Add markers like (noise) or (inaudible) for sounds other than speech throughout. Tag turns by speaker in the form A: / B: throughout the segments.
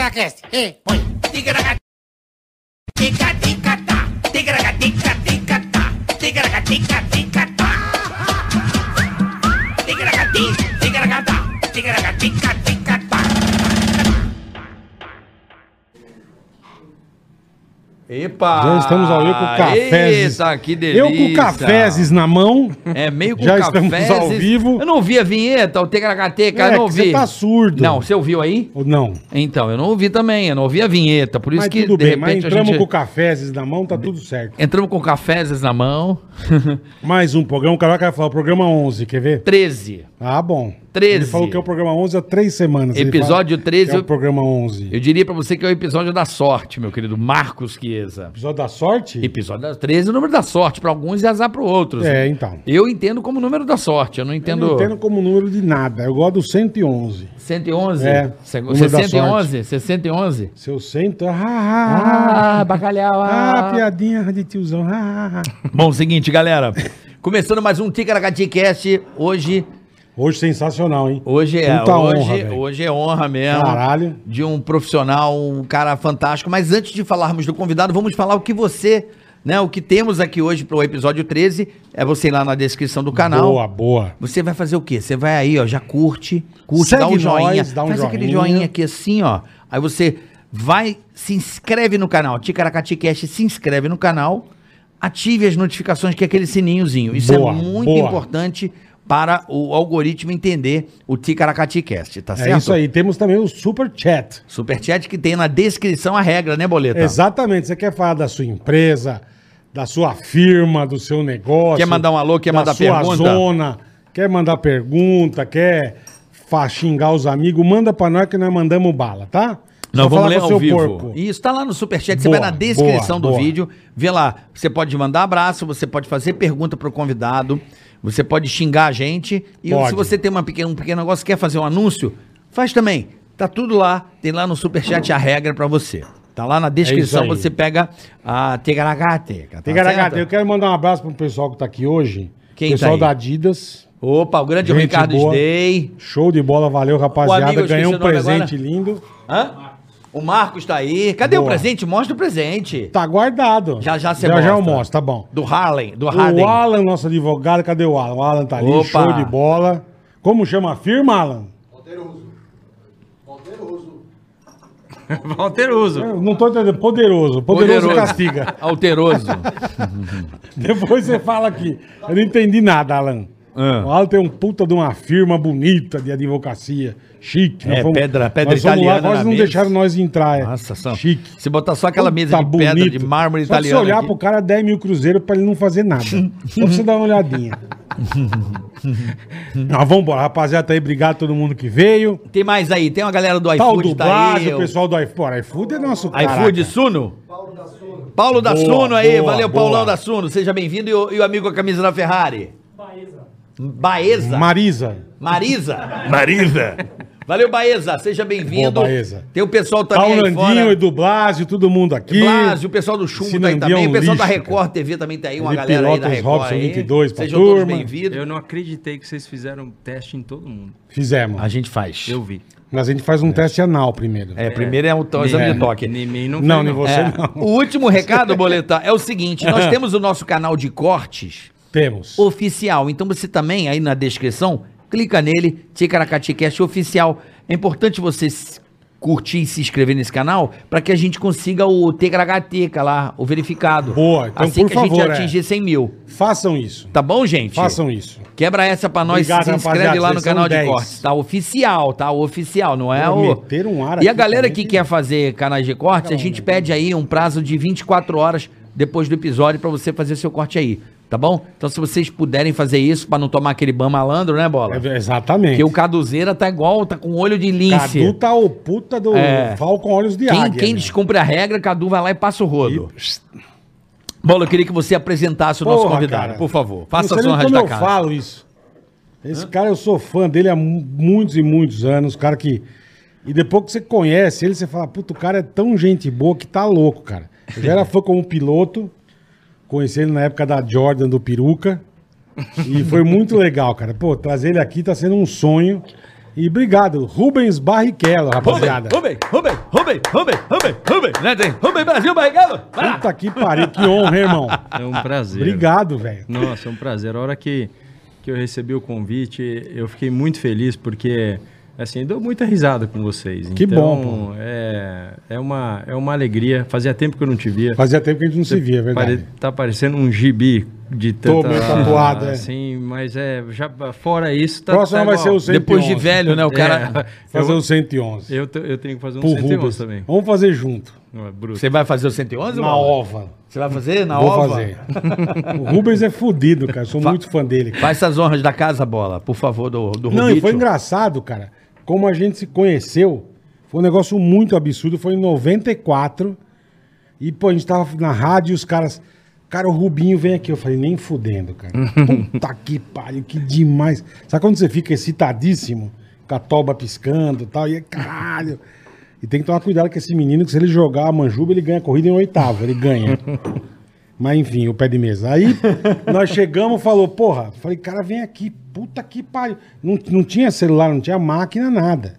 A: Cast. Ei, põe. Tica, tica, tá. Tica, tica, tica, tá. Tica, tica, tica, tá. Tica, tica, tica, tá. Tica, tica, tica, tá.
B: Epa!
C: Já estamos ao vivo com cafés.
B: Ah, Eita, que delícia.
C: Eu com cafezes na mão.
B: É, meio com
C: Já estamos
B: cafezes.
C: ao vivo.
B: Eu não ouvi a vinheta, o TKHTK, eu
C: É,
B: não
C: que você
B: ouvi.
C: tá surdo.
B: Não, você ouviu aí?
C: Ou não?
B: Então, eu não ouvi também, eu não ouvi a vinheta, por isso
C: Mas
B: que
C: tudo
B: de
C: bem, mas
B: repente a
C: entramos
B: gente...
C: com cafezes na mão, tá tudo certo.
B: Entramos com cafezes na mão. (laughs)
C: Mais um programa, o cara vai falar, o programa 11, quer ver?
B: 13.
C: Ah, bom.
B: 13.
C: Ele falou que é o programa 11 há três semanas. Ele
B: Episódio
C: fala
B: 13.
C: que É o programa 11.
B: Eu diria pra você que é o episódio da sorte, meu querido Marcos Chiesa.
C: Episódio da sorte?
B: Episódio da 13 é o número da sorte, pra alguns e azar para outros.
C: É, então.
B: Eu entendo como número da sorte, eu não
C: Eu
B: entendo...
C: não entendo como número de nada. Eu gosto do 111.
B: 111?
C: É,
B: Você-
C: número da
B: 611? 611?
C: Se eu sento. Ah, ah, ah,
B: Ah, bacalhau.
C: ah,
B: Ah,
C: piadinha de tiozão. Ah, ah, ah.
B: Bom, seguinte, galera. Começando mais um Ticaracatecast. Hoje,
C: Hoje sensacional, hein?
B: hoje é,
C: Puta honra,
B: hoje,
C: velho.
B: hoje é honra mesmo.
C: Caralho.
B: De um profissional, um cara fantástico. Mas antes de falarmos do convidado, vamos falar o que você, né, o que temos aqui hoje pro episódio 13. É você ir lá na descrição do canal.
C: Boa, boa.
B: Você vai fazer o quê? Você vai aí, ó, já curte, curte,
C: Segue
B: dá um
C: nós,
B: joinha,
C: dá um
B: faz aquele
C: joinha.
B: joinha aqui assim, ó. Aí você vai, se inscreve no canal, Ticaracati Cast, se inscreve no canal, ative as notificações, que é aquele sininhozinho. Isso
C: Boa,
B: é muito
C: boa.
B: importante para o algoritmo entender o Ticaracati Cast, tá certo?
C: É isso aí. Temos também o Super Chat.
B: Superchat que tem na descrição a regra, né, Boleta?
C: Exatamente. Você quer falar da sua empresa, da sua firma, do seu negócio.
B: Quer mandar um alô, quer
C: da
B: mandar
C: sua
B: pergunta?
C: zona, quer mandar pergunta, quer fa- xingar os amigos, manda pra nós que nós mandamos bala, tá?
B: Não,
C: Só
B: vamos
C: fala
B: ler
C: com o
B: ao
C: seu
B: vivo.
C: porco.
B: Isso, tá lá no Superchat.
C: Boa,
B: você vai na descrição
C: boa,
B: do
C: boa.
B: vídeo, vê lá. Você pode mandar abraço, você pode fazer pergunta pro convidado, você pode xingar a gente. E
C: Pode.
B: se você tem uma pequena, um pequeno negócio, quer fazer um anúncio, faz também. Tá tudo lá, tem lá no Superchat a regra pra você. Tá lá na descrição,
C: aí.
B: você pega a Tegaracateca. Tá
C: Tigaragata,
B: certo?
C: eu quero mandar um abraço pro pessoal que tá aqui hoje.
B: Quem
C: pessoal
B: tá
C: da
B: aí?
C: Adidas.
B: Opa, o grande
C: Gente
B: Ricardo
C: boa.
B: Sdey.
C: Show de bola, valeu,
B: O amigo,
C: rapaziada.
B: eu
C: Ganhei um
B: esqueci o nome
C: presente lindo.
B: Hã? O Marcos tá aí. Cadê o
C: Boa.
B: presente? Mostra o presente.
C: Tá guardado.
B: Já já você
C: Já já eu
B: mostra.
C: mostro, tá bom.
B: Do Harlem, do Harden.
C: O Alan, nosso advogado, cadê o Alan? O Alan tá ali,
B: Opa.
C: show de bola. Como chama a firma, Alan?
D: Alteroso.
C: Eu não tô entendendo. Poderoso. Poderoso, castiga.
B: (laughs) Alteroso.
C: (laughs) Depois você fala aqui. Eu não entendi nada, Alan.
B: Ah.
C: O Alan tem um puta de uma firma bonita de advocacia. Chique. Nós
B: É, pedra- pedra
C: nós fomos
B: italiana
C: Lá, quase
B: na
C: não
B: mesa.
C: deixaram nós entrar. é.
B: Nossa, só.
C: Chique.
B: Se botar só aquela mesa
C: Puta,
B: de pedra,
C: bonito.
B: de mármore
C: Só
B: italiano.
C: Se olhar
B: aqui.
C: pro cara 10 mil cruzeiros pra ele não fazer
B: (laughs)
C: nada. Só pra você dar uma olhadinha. ah, vambora, rapaziada. Tá aí, obrigado a todo mundo que veio.
B: Tem mais aí, tem uma galera do
C: Tal
B: iFood,
C: do
B: tá
C: Blas,
B: aí.
C: o
B: o-
C: pessoal do iFood. Pô, iFood é nosso cara.
B: iFood Suno? Paulo da Suno.
C: Boa,
B: aí,
C: boa,
B: valeu
C: boa.
B: Paulão da Suno, seja bem-vindo. E, o- e o amigo com a camisa da Ferrari? Baeza. Baeza?
C: Marisa.
B: Marisa? Marisa. Valeu Baeza, seja bem-vindo.
C: Boa, Baeza.
B: Tem o pessoal
C: Tá o
B: também aí
C: Nandinho,
B: fora. É
C: Edu Blasio, todo mundo aqui.
B: Blásio, o pessoal do Chumbo
C: Esse
B: tá aí
C: Nandinho é
B: também.
C: um
B: O pessoal da
C: lixo,
B: Record TV também tá aí, uma
C: Felipe
B: galera aí da
C: Pilotas,
B: Record.
C: Robson
B: aí.
C: 22 pra
B: Sejam todos
C: turma.
B: bem-vindos.
D: Eu não acreditei que vocês fizeram teste em todo mundo.
C: Fizemos.
B: A gente faz.
D: Eu vi.
C: Mas a gente faz um teste anal primeiro.
B: É, primeiro é o
C: então,
B: to- exame de toque.
D: Nem mim não,
C: Não,
D: foi,
C: nem você
B: É,
C: não.
B: O último recado, Boleta, é o seguinte: nós temos o nosso canal de cortes
C: Temos.
B: oficial. Então você também, aí na descrição, clica nele, Ticaracati Cast oficial. É importante você s- curtir e se inscrever nesse canal para que a gente consiga o Ticaragateca lá, o verificado.
C: Boa, então,
B: assim
C: por
B: que a
C: favor,
B: gente
C: é. um
B: atingir 100 mil.
C: Façam isso.
B: Tá bom, gente?
C: Façam isso.
B: Quebra essa pra nós,
C: Obrigado,
B: se inscreve
C: rapaziada,
B: lá no
C: vocês são
B: canal de
C: 10.
B: cortes. Tá oficial, tá? Oficial, não é
C: Pô,
B: o.
C: meteram um ar
B: e a
C: aqui
B: galera
C: também
B: que
C: que-
B: quer fazer canais de cortes, a gente pede aí um prazo de 24 horas depois do episódio pra você fazer seu corte aí, tá bom? Então se vocês puderem fazer isso pra não tomar aquele ban malandro, né, bola?
C: É, exatamente.
B: Porque o Caduzeira tá igual, tá com olho de lince.
C: Cadu tá o puta do
B: É.
C: Falcon Olhos de
B: Quem,
C: Águia.
B: quem
C: né?
B: descumpre a regra, Cadu vai lá e passa o rodo.
C: E-
B: Bola, eu queria que você apresentasse o nosso
C: Porra,
B: convidado,
C: cara.
B: por favor. Faça
C: não
B: as
C: sei nem
B: honras
C: como
B: da
C: eu
B: casa.
C: falo isso. Esse cara, eu sou fã dele há mu- muitos e muitos anos. Cara que... E depois que você conhece ele, você fala, puta, o cara é tão gente boa que tá louco, cara. Eu já era fã como piloto. Conheci ele na época da Jordan, do Peruca. E foi muito legal, cara. Pô, trazer ele aqui tá sendo um sonho. E obrigado, Rubens Barrichello, rapaziada.
B: Rubem, Rubem, Rubem, Rubem, Rubem, Rubem. Né, tem? Rubem Brasil Barrichello. Vai lá.
C: Puta que pariu, que honra,
B: (laughs)
C: hein, irmão.
D: É um prazer.
C: Obrigado, velho.
D: Nossa, é um prazer. A hora que, que eu recebi o convite, eu fiquei muito feliz porque, assim, eu dou muita risada com vocês.
C: Que bom,
D: É, é, uma, é uma alegria. Fazia tempo que eu não te via.
C: Fazia tempo que a gente não se via, é verdade.
D: Pare- Tá parecendo um gibi de
C: Tô
D: tanta...
C: meio tatuado, é.
D: Assim, mas é... Já, fora isso... Tá,
C: Próximo
D: tá
C: vai
D: igual.
C: ser o 111.
B: Depois de velho, né? O cara.
D: É,
C: Fazer
D: eu,
C: o 111.
D: eu, te- eu tenho que fazer um
C: Pro
D: 111
C: Rubens.
D: também.
C: Vamos fazer junto.
D: Não, é bruto.
B: Você vai fazer o 111?
C: Na
B: Bola?
C: ova.
B: Você vai fazer na
C: Vou
B: ova?
C: fazer. o Rubens é fudido, cara. Sou
B: Fa-
C: muito fã dele. cara.
B: Faz essas honras da casa, bola, por favor, do, do
C: Não, e
B: Rubito.
C: foi engraçado, cara. Como a gente se conheceu, foi um negócio muito absurdo. Foi em 94. E, pô, a gente tava na rádio e os caras. Cara, o Rubinho vem aqui. Eu falei, nem fudendo, cara. Puta que pariu, que demais. Sabe quando você fica excitadíssimo? Com a toba piscando e tal. E é caralho. E tem que tomar cuidado com esse menino, que se ele jogar a manjuba, ele ganha a corrida em oitavo. Ele ganha. Mas enfim, o pé de mesa.
B: (laughs)
C: Aí nós chegamos, falou, porra, falei, cara, vem aqui, puta que pariu. Não, não tinha celular, não tinha máquina, nada.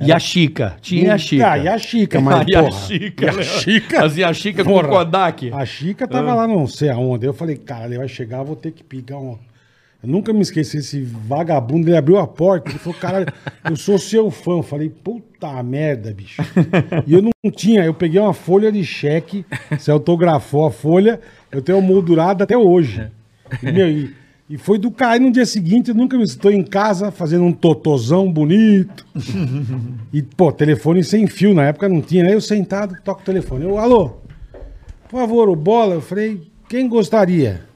B: E a Chica. Tinha a Chica.
C: Ah, e a
B: (laughs)
C: Chica, mas
B: E a
C: porra.
B: Chica,
C: E a
B: né?
C: Chica.
B: Fazia a Chica com
C: Porra.
B: o Kodak.
C: A Chica tava lá não sei aonde. Eu falei, cara, ele vai chegar, eu vou ter que pegar um. Eu nunca me esqueci, esse vagabundo, ele abriu a porta, ele falou, caralho, eu sou seu fã. Eu falei, puta merda, bicho. E eu não tinha, eu peguei uma folha de cheque, você autografou a folha, eu tenho moldurada até hoje. E, meu, e, e foi do caralho, no dia seguinte, eu nunca me estou em casa fazendo um totozão bonito. E, pô, telefone sem fio, na época não tinha, né? Eu sentado, toco o telefone, eu, alô, por favor, o bola. Eu falei, quem gostaria?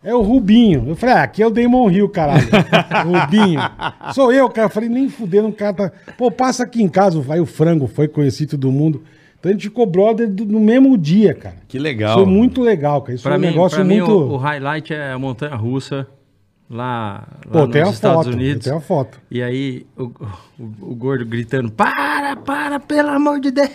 C: É o Rubinho. Eu falei, ah, aqui é o Damon Hill, caralho.
D: (laughs)
C: Rubinho. Sou eu, cara. Eu falei, nem fudendo, o cara tá. Pô, passa aqui em casa. Vai o frango, foi, conheci todo mundo. Então a gente ficou brother do- no mesmo dia, cara.
B: Que legal.
C: Isso é muito legal, cara. Isso
D: Pra
C: é um
D: mim,
C: negócio
D: pra mim,
C: muito.
D: o, o highlight é a montanha russa lá, lá
C: Pô,
D: nos
C: tem a
D: Estados
C: foto.
D: Unidos.
C: Tem a foto.
D: E aí o, o- o gordo gritando: Para, para, pelo amor de Deus!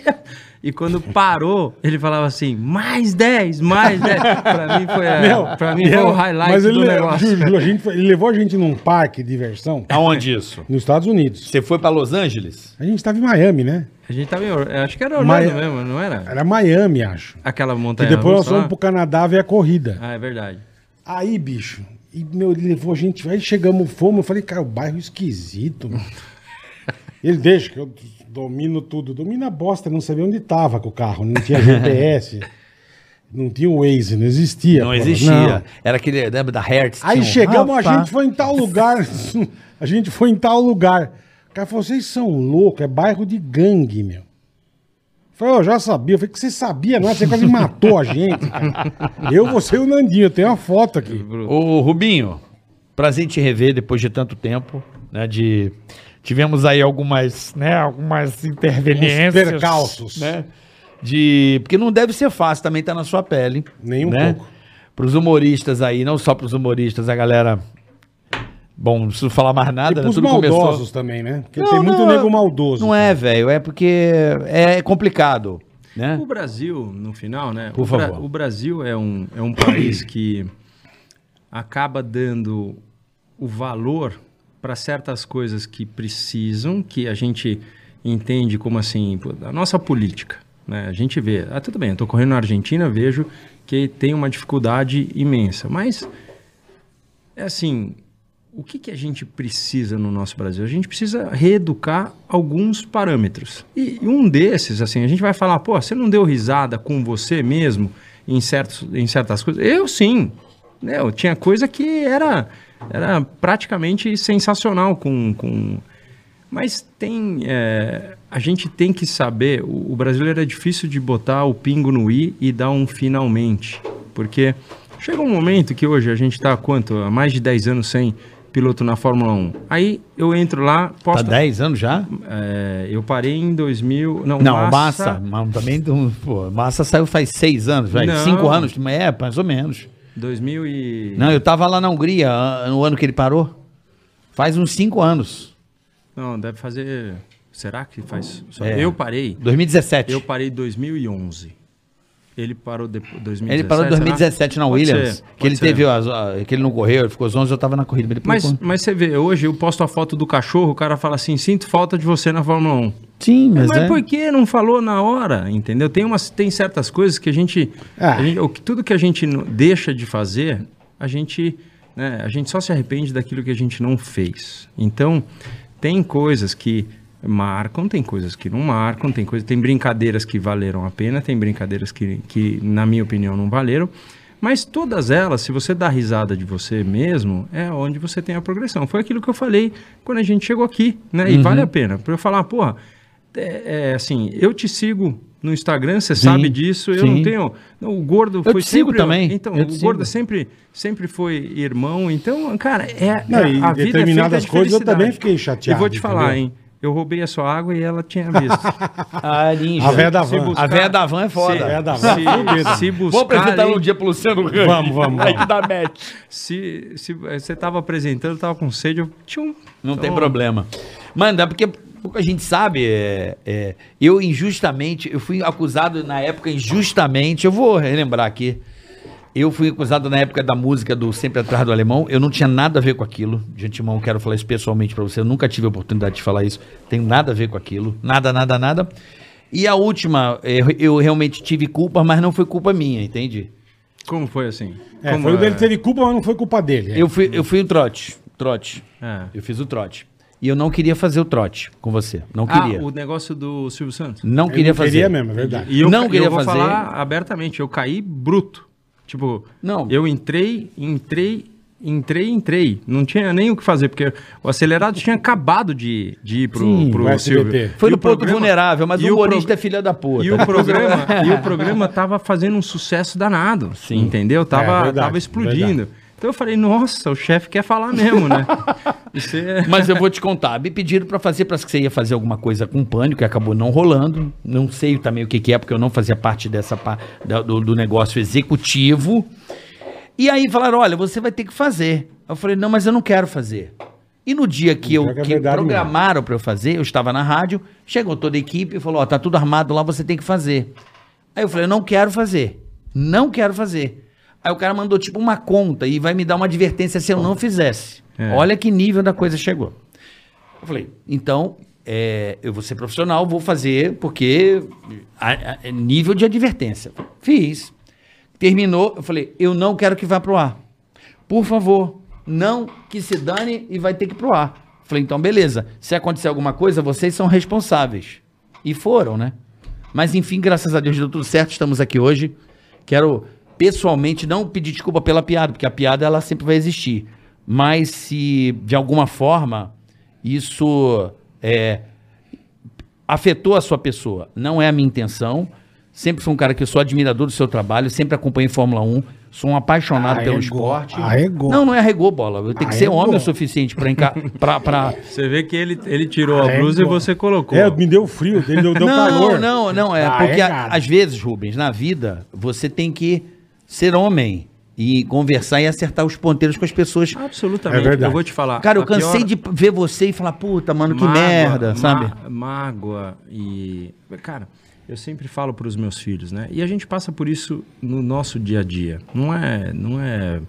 D: E quando parou, ele falava assim: mais 10, mais 10. pra mim foi,
C: (laughs)
D: a-
C: Meu,
D: É, pra mim
C: e
D: foi
C: eu-
D: o highlight
C: mas ele, é
D: do
C: le- (laughs)
D: negócio.
C: Ju- Ju, a gente foi- ele levou a gente num parque de diversão
B: Aonde isso?
C: nos Estados Unidos.
B: Você foi pra Los Angeles?
C: A gente tava em Miami, né?
D: A gente tava em Or- Acho que era Orlando
C: Mas-
D: mesmo, não era?
C: Era Miami, acho.
D: Aquela
C: E
B: É,
D: montanha
C: depois nós
D: russa.
C: fomos
D: Lá?
C: pro Canadá ver a corrida.
D: Ah, é verdade.
C: Aí, bicho, e, meu, ele levou a gente. Aí chegamos, fomos. Eu falei, cara, o bairro é esquisito,
B: (laughs)
C: mano. Ele deixa que eu domino tudo. Domina a bosta, não sabia onde tava com o carro. Não tinha GPS, não tinha o Waze, não existia.
B: Não
C: pô,
B: existia.
C: não.
B: Era aquele, lembra da Hertz?
C: Aí
B: Tinha um
C: chegamos, a
B: Rafa.
C: gente foi em tal lugar. (laughs) a gente foi em tal lugar. O cara falou, vocês são loucos, é bairro de gangue, meu. Eu Falei, eu já sabia. Eu falei, que você sabia, não é? Você quase matou a gente, cara.
B: (laughs)
C: Eu, você e o Nandinho, eu tenho uma foto aqui.
B: Ô, Rubinho, prazer em te rever depois de tanto tempo, né? De... Tivemos aí algumas, né, algumas interveniências.
C: Uns percalços.
B: Né, de... Porque não deve ser fácil também estar na sua pele.
C: Nem um
B: né?
C: pouco.
B: Pros humoristas aí, não só pros humoristas, a galera... Bom, não preciso falar mais
C: E
B: nada, né?
C: pros
B: Tudo
C: maldosos
B: começou...
C: também, né? Porque
B: Não,
C: tem muito
B: não,
C: nego maldoso.
B: Não é, velho, é porque é complicado, né?
D: O Brasil, no final, né?
B: Por
D: o Bra-
B: favor.
D: o Brasil é um, é
B: (coughs)
D: um país que acaba dando o valor para certas coisas que precisam, que a gente entende como assim, pô, a nossa política. Né? A gente vê, ah, tudo bem, eu estou correndo na Argentina, vejo que tem uma dificuldade imensa, mas é assim, o que, que a gente precisa no nosso Brasil? A gente precisa reeducar alguns parâmetros. E, e um desses, assim, a gente vai falar, pô, você não deu risada com você mesmo em, certos, em certas coisas? Eu sim. né? Eu tinha coisa que era, era praticamente sensacional com. com... Mas tem. é, a gente tem que saber. O, o brasileiro é difícil de botar o pingo no i e dar um finalmente. Porque chega um momento que hoje a gente está quanto? Há mais de 10 anos sem piloto na Fórmula 1. Aí eu entro lá,
B: Tá
D: posto.
B: 10 anos já?
D: É, eu parei em 2000. Não,
B: Não, massa, mas também, não- pô, massa saiu faz seis anos, velho,
D: Não.
B: cinco anos, é, mais ou menos.
D: 2000 e.
B: Não, eu tava lá na Hungria ah, no ano que ele parou, faz uns cinco anos,
D: Não, deve fazer. Será que faz? só-
B: É.
D: Eu parei.
B: 2017.
D: Eu parei em 2011. Ele parou depois, 2017.
B: Ele parou em
D: né?
B: 2017 na
D: Pode
B: Williams.
D: ser,
B: que
D: pode
B: ele
D: ser.
B: teve as- a- que ele não correu, ele ficou 11, eu tava na corrida. Mas, ele
D: Mas,
B: pulou.
D: mas você vê, hoje eu posto a foto do cachorro, o cara fala assim, sinto falta de você na Fórmula 1.
B: sim, mas,
D: Mas,
B: é.
D: por que não falou na hora, entendeu? Tem, umas, tem certas coisas que a gente...
C: Ah.
D: a gente- o que, tudo que a gente não- deixa de fazer, a gente, né, a gente só se arrepende daquilo que a gente não fez. Então, tem coisas que marcam, tem coisas que não marcam, tem, coisa, tem brincadeiras que valeram a pena, tem brincadeiras que, que, na minha opinião, não valeram. Mas todas elas, se você dá risada de você mesmo, é onde você tem a progressão. Foi aquilo que eu falei quando a gente chegou aqui, né? E vale a pena. Pra eu falar, porra, é, é assim, eu te sigo no Instagram, você sabe disso, eu
B: sim.
D: não tenho. não, o gordo
B: Eu
D: foi
B: te sigo
D: sempre-
B: também,
D: Então,
B: eu
D: o
B: te
D: gordo
B: sigo.
D: sempre, sempre foi irmão. Então, cara, é.
C: Não,
D: é-
C: e
D: vida é
C: determinadas
D: feita de
C: coisas eu
D: felicidade.
C: também fiquei chateado,
D: E vou te falar,
C: entendeu?
D: hein? Eu roubei a sua água e ela tinha
C: (laughs)
D: visto.
B: A ninja.
C: A véia da
D: Se
C: van.
D: buscar-
B: A véia da van é foda.
C: Sim. É, da-
D: se, se buscar.
B: Vou apresentar
D: ali-
B: um dia pro Luciano Huck.
C: Vamos, vamos, vamos.
B: Aí dá match.
D: Se, se eh, você tava apresentando, tava com sede, eu tinha um.
B: Não tem
D: Então,
B: problema. Manda, porque pouca gente sabe. é, é, eu injustamente, eu fui acusado na época injustamente, eu vou relembrar aqui. Eu fui acusado na época da música do Sempre Atrás do Alemão. Eu não tinha nada a ver com aquilo. De antemão, quero falar isso pessoalmente pra você. Eu nunca tive a oportunidade de falar isso. Tenho nada a ver com aquilo. Nada, nada, nada. E a última, é, eu realmente tive culpa, mas não foi culpa minha, entende?
D: Como foi assim?
C: É,
D: Como
C: foi o dele
D: é?
C: teve culpa, mas não foi culpa dele. é.
B: Eu fui, eu fui o trote. Trote.
D: É.
B: Eu fiz o trote. E eu não queria fazer o trote com você. Não
D: Ah,
B: queria.
D: o negócio do Silvio Santos?
B: Não
C: Eu
B: queria
C: não
B: fazer.
C: Queria mesmo, é verdade.
D: E eu,
B: Não
D: não
B: queria
D: eu vou
B: fazer.
D: falar abertamente, eu caí bruto. Tipo,
B: Não.
D: eu entrei, entrei, entrei, entrei. Não tinha nem o que fazer, porque o acelerado tinha acabado de, de ir pro,
C: Sim,
D: pro
C: o SBT.
D: Silvio.
B: Foi
D: E
B: no
D: o
B: ponto
D: programa-
B: vulnerável, mas
D: e
B: o
D: pro-
B: humorista é filha da puta.
D: E o,
B: (laughs)
D: programa, e o programa tava fazendo um sucesso danado, entendeu? Tava,
C: É, verdade,
D: tava explodindo.
C: verdade.
D: Então eu falei, nossa, o chefe quer falar
B: (laughs)
D: mesmo, né? Isso é-
B: Mas eu vou te contar, me pediram pra fazer, parece que você ia fazer alguma coisa com pânico, que acabou não rolando. Não sei também o que, que é, porque eu não fazia parte dessa pa- da- do, do negócio executivo. E aí falaram, olha, você vai ter que fazer. Eu falei, não, mas eu não quero fazer. E no dia que eu
C: Pior que é
B: que
C: verdade
B: programaram pra eu fazer, eu estava na rádio, chegou toda a equipe e falou, ó, tá tudo armado lá, você tem que fazer. Aí eu falei, eu não quero fazer. Não quero fazer. Aí o cara mandou tipo uma conta e vai me dar uma advertência se eu não fizesse.
D: É.
B: Olha que nível da coisa chegou. Eu falei, então, é, eu vou ser profissional, vou fazer, porque a- a- é nível de advertência. Fiz. Terminou, eu falei, eu não quero que vá pro ar. Por favor, não que se dane e vai ter que ir pro ar. Falei, então beleza, se acontecer alguma coisa, vocês são responsáveis. E foram, né? Mas enfim, graças a Deus deu tudo certo, estamos aqui hoje. Quero pessoalmente não pedir desculpa pela piada, porque a piada ela sempre vai existir. Mas se de alguma forma isso é, afetou a sua pessoa. Não é a minha intenção. Sempre fui um cara que eu sou admirador do seu trabalho, sempre acompanhei Fórmula 1, sou um apaixonado pelo
C: Arregou,
B: esporte.
C: arregou.
B: Não, não é arregou bola. Eu tenho que ser
C: Arregou.
B: homem o suficiente para encar... pra, pra...
D: Você vê que ele, ele tirou a blusa e você colocou.
C: É, me deu frio, dele deu,
D: (laughs)
C: deu
B: não,
C: calor.
B: Não, não, é
C: Ah,
B: porque a-
C: cara.
B: às vezes, Rubens, na vida, você tem que ser homem e conversar e acertar os ponteiros com as pessoas.
D: Absolutamente.
C: É verdade.
D: Eu vou te falar.
B: Cara, eu
D: a pior-
B: cansei de ver você e falar, puta, mano, que
D: Mágoa,
B: merda,
D: ma-
B: sabe?
D: Mágoa e. Cara, eu sempre falo para os meus filhos, né? E a gente passa por isso no nosso dia a dia. Não é, não é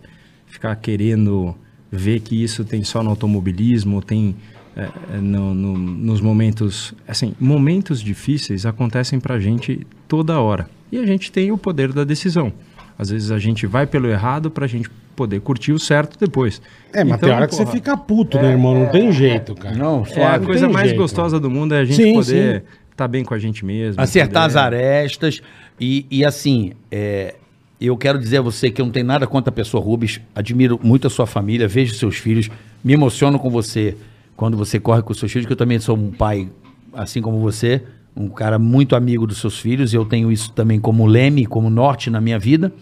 D: ficar querendo ver que isso tem só no automobilismo, tem é, é, no- no- nos momentos. Assim, momentos difíceis acontecem para gente toda hora. E a gente tem o poder da decisão. Às vezes a gente vai pelo errado para a gente poder curtir o certo depois.
C: É, mas tem
D: Então,
C: hora que você
D: porra,
C: fica puto, né, irmão? Não tem jeito, cara.
B: É. Não,
D: é a
B: suave.
C: não
D: coisa
C: tem
D: mais
C: jeito.
D: gostosa do mundo é a gente
C: Sim,
D: poder estar bem com a gente mesmo.
B: acertar as
D: entendeu?
B: arestas e, e assim, é, eu quero dizer a você que eu não tenho nada contra a pessoa Rubens, admiro muito a sua família, vejo seus filhos, me emociono com você quando você corre com seus filhos, que eu também sou um pai, assim como você, um cara muito amigo dos seus filhos, eu tenho isso também como leme, como norte na minha vida.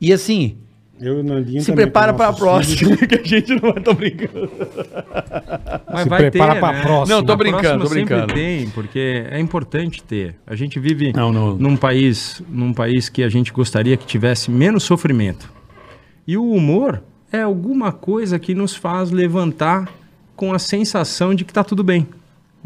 B: E assim,
C: Eu e o Nandinho
B: se
C: também
B: prepara
C: com
B: para a
C: nossos filhos.
B: próxima,
C: (laughs)
B: que a gente não vai tô brincando.
D: Mas
C: Se
D: vai
C: prepara
D: ter,
C: pra
D: né?
C: próxima.
B: Não, tô
D: A
B: brincando,
D: próxima
B: tô
D: sempre
B: brincando.
D: tem, porque é importante ter. A gente vive
B: Não, não.
D: num país, num país que a gente gostaria que tivesse menos sofrimento. E o humor é alguma coisa que nos faz levantar com a sensação de que tá tudo bem.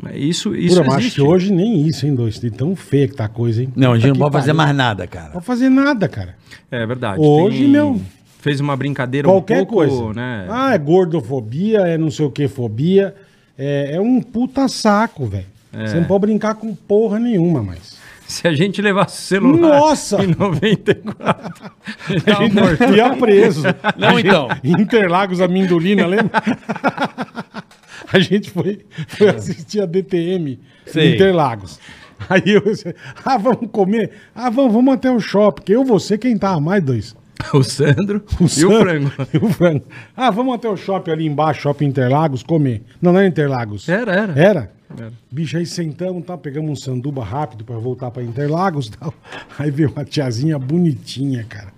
D: Mas Isso, isso
C: Pura, mas acho
D: existe.
C: que hoje nem isso, hein, dois? De tão feia que tá a coisa, hein?
B: Não, a gente
C: Puta
B: não pode
C: que
B: fazer
C: pariu.
B: mais nada, cara.
C: Não pode fazer nada, cara.
D: É verdade.
C: Hoje, meu,
D: Fez uma brincadeira
C: Qualquer
D: um pouco,
C: coisa.
D: né?
C: Ah, é gordofobia, é não sei o que fobia. É, é um puta saco, velho. Você não pode brincar com porra nenhuma mais.
D: Se a gente levasse o celular
C: Nossa!
D: em
C: (laughs)
D: 94, já morto.
C: Ia preso.
B: Não,
C: A gente-
B: então.
C: Interlagos,
B: (laughs)
C: Amindolina, lembra? A gente foi, foi assistir a DTM
B: Sei.
C: em Interlagos. Aí eu... Ah, vamos comer? Ah, vamos, vamos até o shopping. que Eu, você, quem tá? Mais dois.
D: o Sandro e
C: Sam-
D: o Frango.
C: (laughs) e o frango. Ah, vamos até o shopping ali embaixo, shopping Interlagos, comer. Não, não era Interlagos.
D: Era, era.
C: Era?
D: Era.
C: Bicho, aí sentamos, tá? Pegamos um sanduba rápido pra voltar pra Interlagos (laughs) e tal. Aí veio uma tiazinha bonitinha, cara.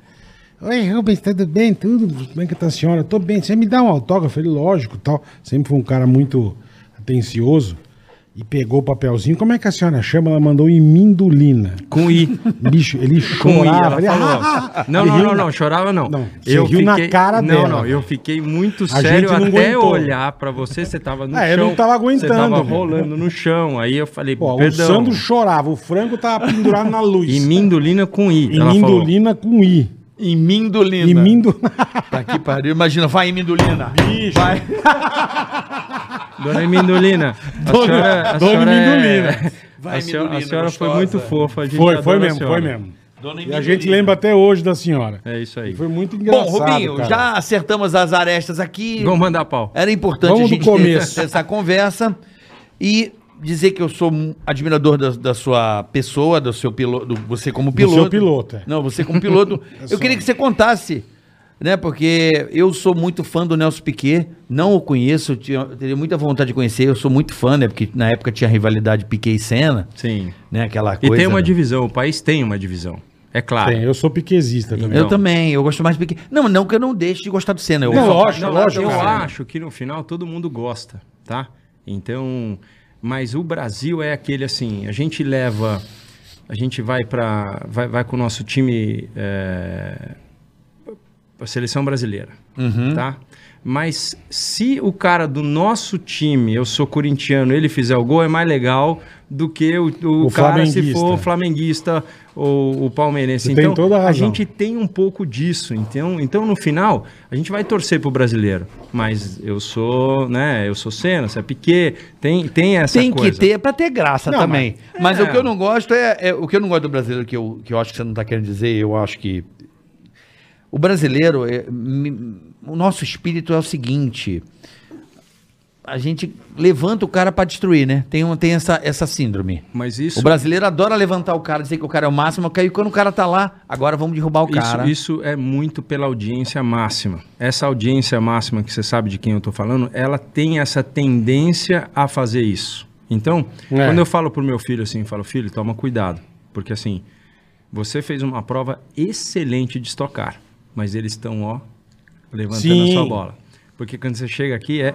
C: Oi, Rubens, tudo bem? Tudo? Como é que tá a senhora? Tô bem. Você me dá um autógrafo? Ele, lógico, tal. Sempre foi um cara muito atencioso. E pegou o papelzinho. Como é que a senhora chama? Ela mandou em Mindulina.
D: Com I.
C: Bicho, ele
D: Com I,
C: chorava.
D: ela
C: Ele,
D: falou.
C: "Ah, ah, ah."
D: Não,
C: Ele
D: não,
C: riu
D: não,
C: na-
D: não, chorava não.
C: Não, você riu na cara
D: não,
C: dela,
D: Não,
C: velho.
D: eu fiquei muito
C: A
D: sério
C: gente não
D: até
C: aguentou.
D: olhar pra você, você tava no
C: É, eu
D: chão.
C: não tava
D: Você
C: aguentando,
D: tava
C: velho.
D: rolando no chão. Aí eu falei,
C: Pô, o
D: perdão.
C: Sandro chorava, o frango tava pendurado na luz.
D: E mindolina com I.
C: E
D: ela falou.
C: mindolina com I.
B: Em Mindolina.
C: E mindo...
B: Tá que pariu. Imagina, vai em Mindolina.
C: (laughs)
B: Vai.
D: Dona Mindolina. A
C: Dona-
D: senhora, a
C: Dona
D: senhora
C: Mindolina.
D: É...
B: Vai,
D: a senhora,
B: Mindolina,
D: a senhora foi
B: gostosa.
D: muito fofa. A gente
C: Foi,
D: adora
C: foi
D: a
C: mesmo,
D: senhora.
C: foi mesmo.
B: Dona
C: E a gente lembra até hoje da senhora.
D: É isso aí.
C: Foi muito
B: Bom,
C: engraçado,
B: Rubinho,
C: cara.
B: já acertamos as arestas aqui.
D: Vamos mandar pau.
B: Era importante
C: Vamos
B: a
C: do
B: gente ter-
C: começo.
B: ter essa conversa e dizer que eu sou um admirador da, da sua pessoa, do seu piloto, do- você como piloto.
C: seu piloto, é. um.
B: Não, você como
C: (laughs)
B: piloto. eu queria que você contasse, né? Porque eu sou muito fã do Nelson Piquet, não o conheço, eu tinha- eu teria muita vontade de conhecer, eu sou muito fã, né? Porque na época tinha rivalidade Piquet e Senna,
D: Sim.
B: né? Aquela
D: E
B: coisa.
D: tem uma
B: né?
D: divisão, o país tem uma divisão. É claro.
C: Tem, eu sou piquezista também.
B: Eu
D: Não.
B: também, eu gosto mais do Piquet. Não, não que eu não deixe de gostar do Senna. Eu
C: Não,
B: só-
C: lógico,
D: Não,
C: lógico,
D: Eu
C: cara.
D: acho que no final todo mundo gosta, tá? Então, mas o Brasil é aquele assim, a gente leva, a gente vai para, vai, vai com o nosso time, é, a seleção brasileira,
C: Uhum.
D: tá? Mas se o cara do nosso time, eu sou corintiano, ele fizer o gol, é mais legal do que o, o
C: O
D: cara se
C: flamenguista.
D: for flamenguista ou o palmeirense. Então,
C: Você tem toda a razão.
D: gente tem um pouco disso. Então, então no final, a gente vai torcer pro brasileiro. Mas eu sou, né? Eu sou Senna, você é Piquet, tem, tem essa
B: Tem
D: coisa.
B: que ter pra ter graça
C: Não,
B: também. Mas,
D: É.
B: o que eu não gosto é, é- O que eu não gosto do brasileiro, que eu, que eu acho que você não tá querendo dizer, eu acho que. O brasileiro, é, me- o nosso espírito é o seguinte. A gente levanta o cara pra destruir, né? Tem, um, tem essa, essa síndrome.
D: Mas isso,
B: O brasileiro adora levantar o cara, dizer que o cara é o máximo, que aí quando o cara tá lá, agora vamos derrubar o cara.
D: Isso, isso é muito pela audiência máxima. Essa audiência máxima, que você sabe de quem eu estou falando, ela tem essa tendência a fazer isso. Então,
C: É.
D: quando eu falo pro meu filho assim, eu falo, filho, toma cuidado. Porque assim, você fez uma prova excelente de estocar, mas eles estão, ó, levantando
C: Sim.
D: a sua bola. Porque quando você chega aqui é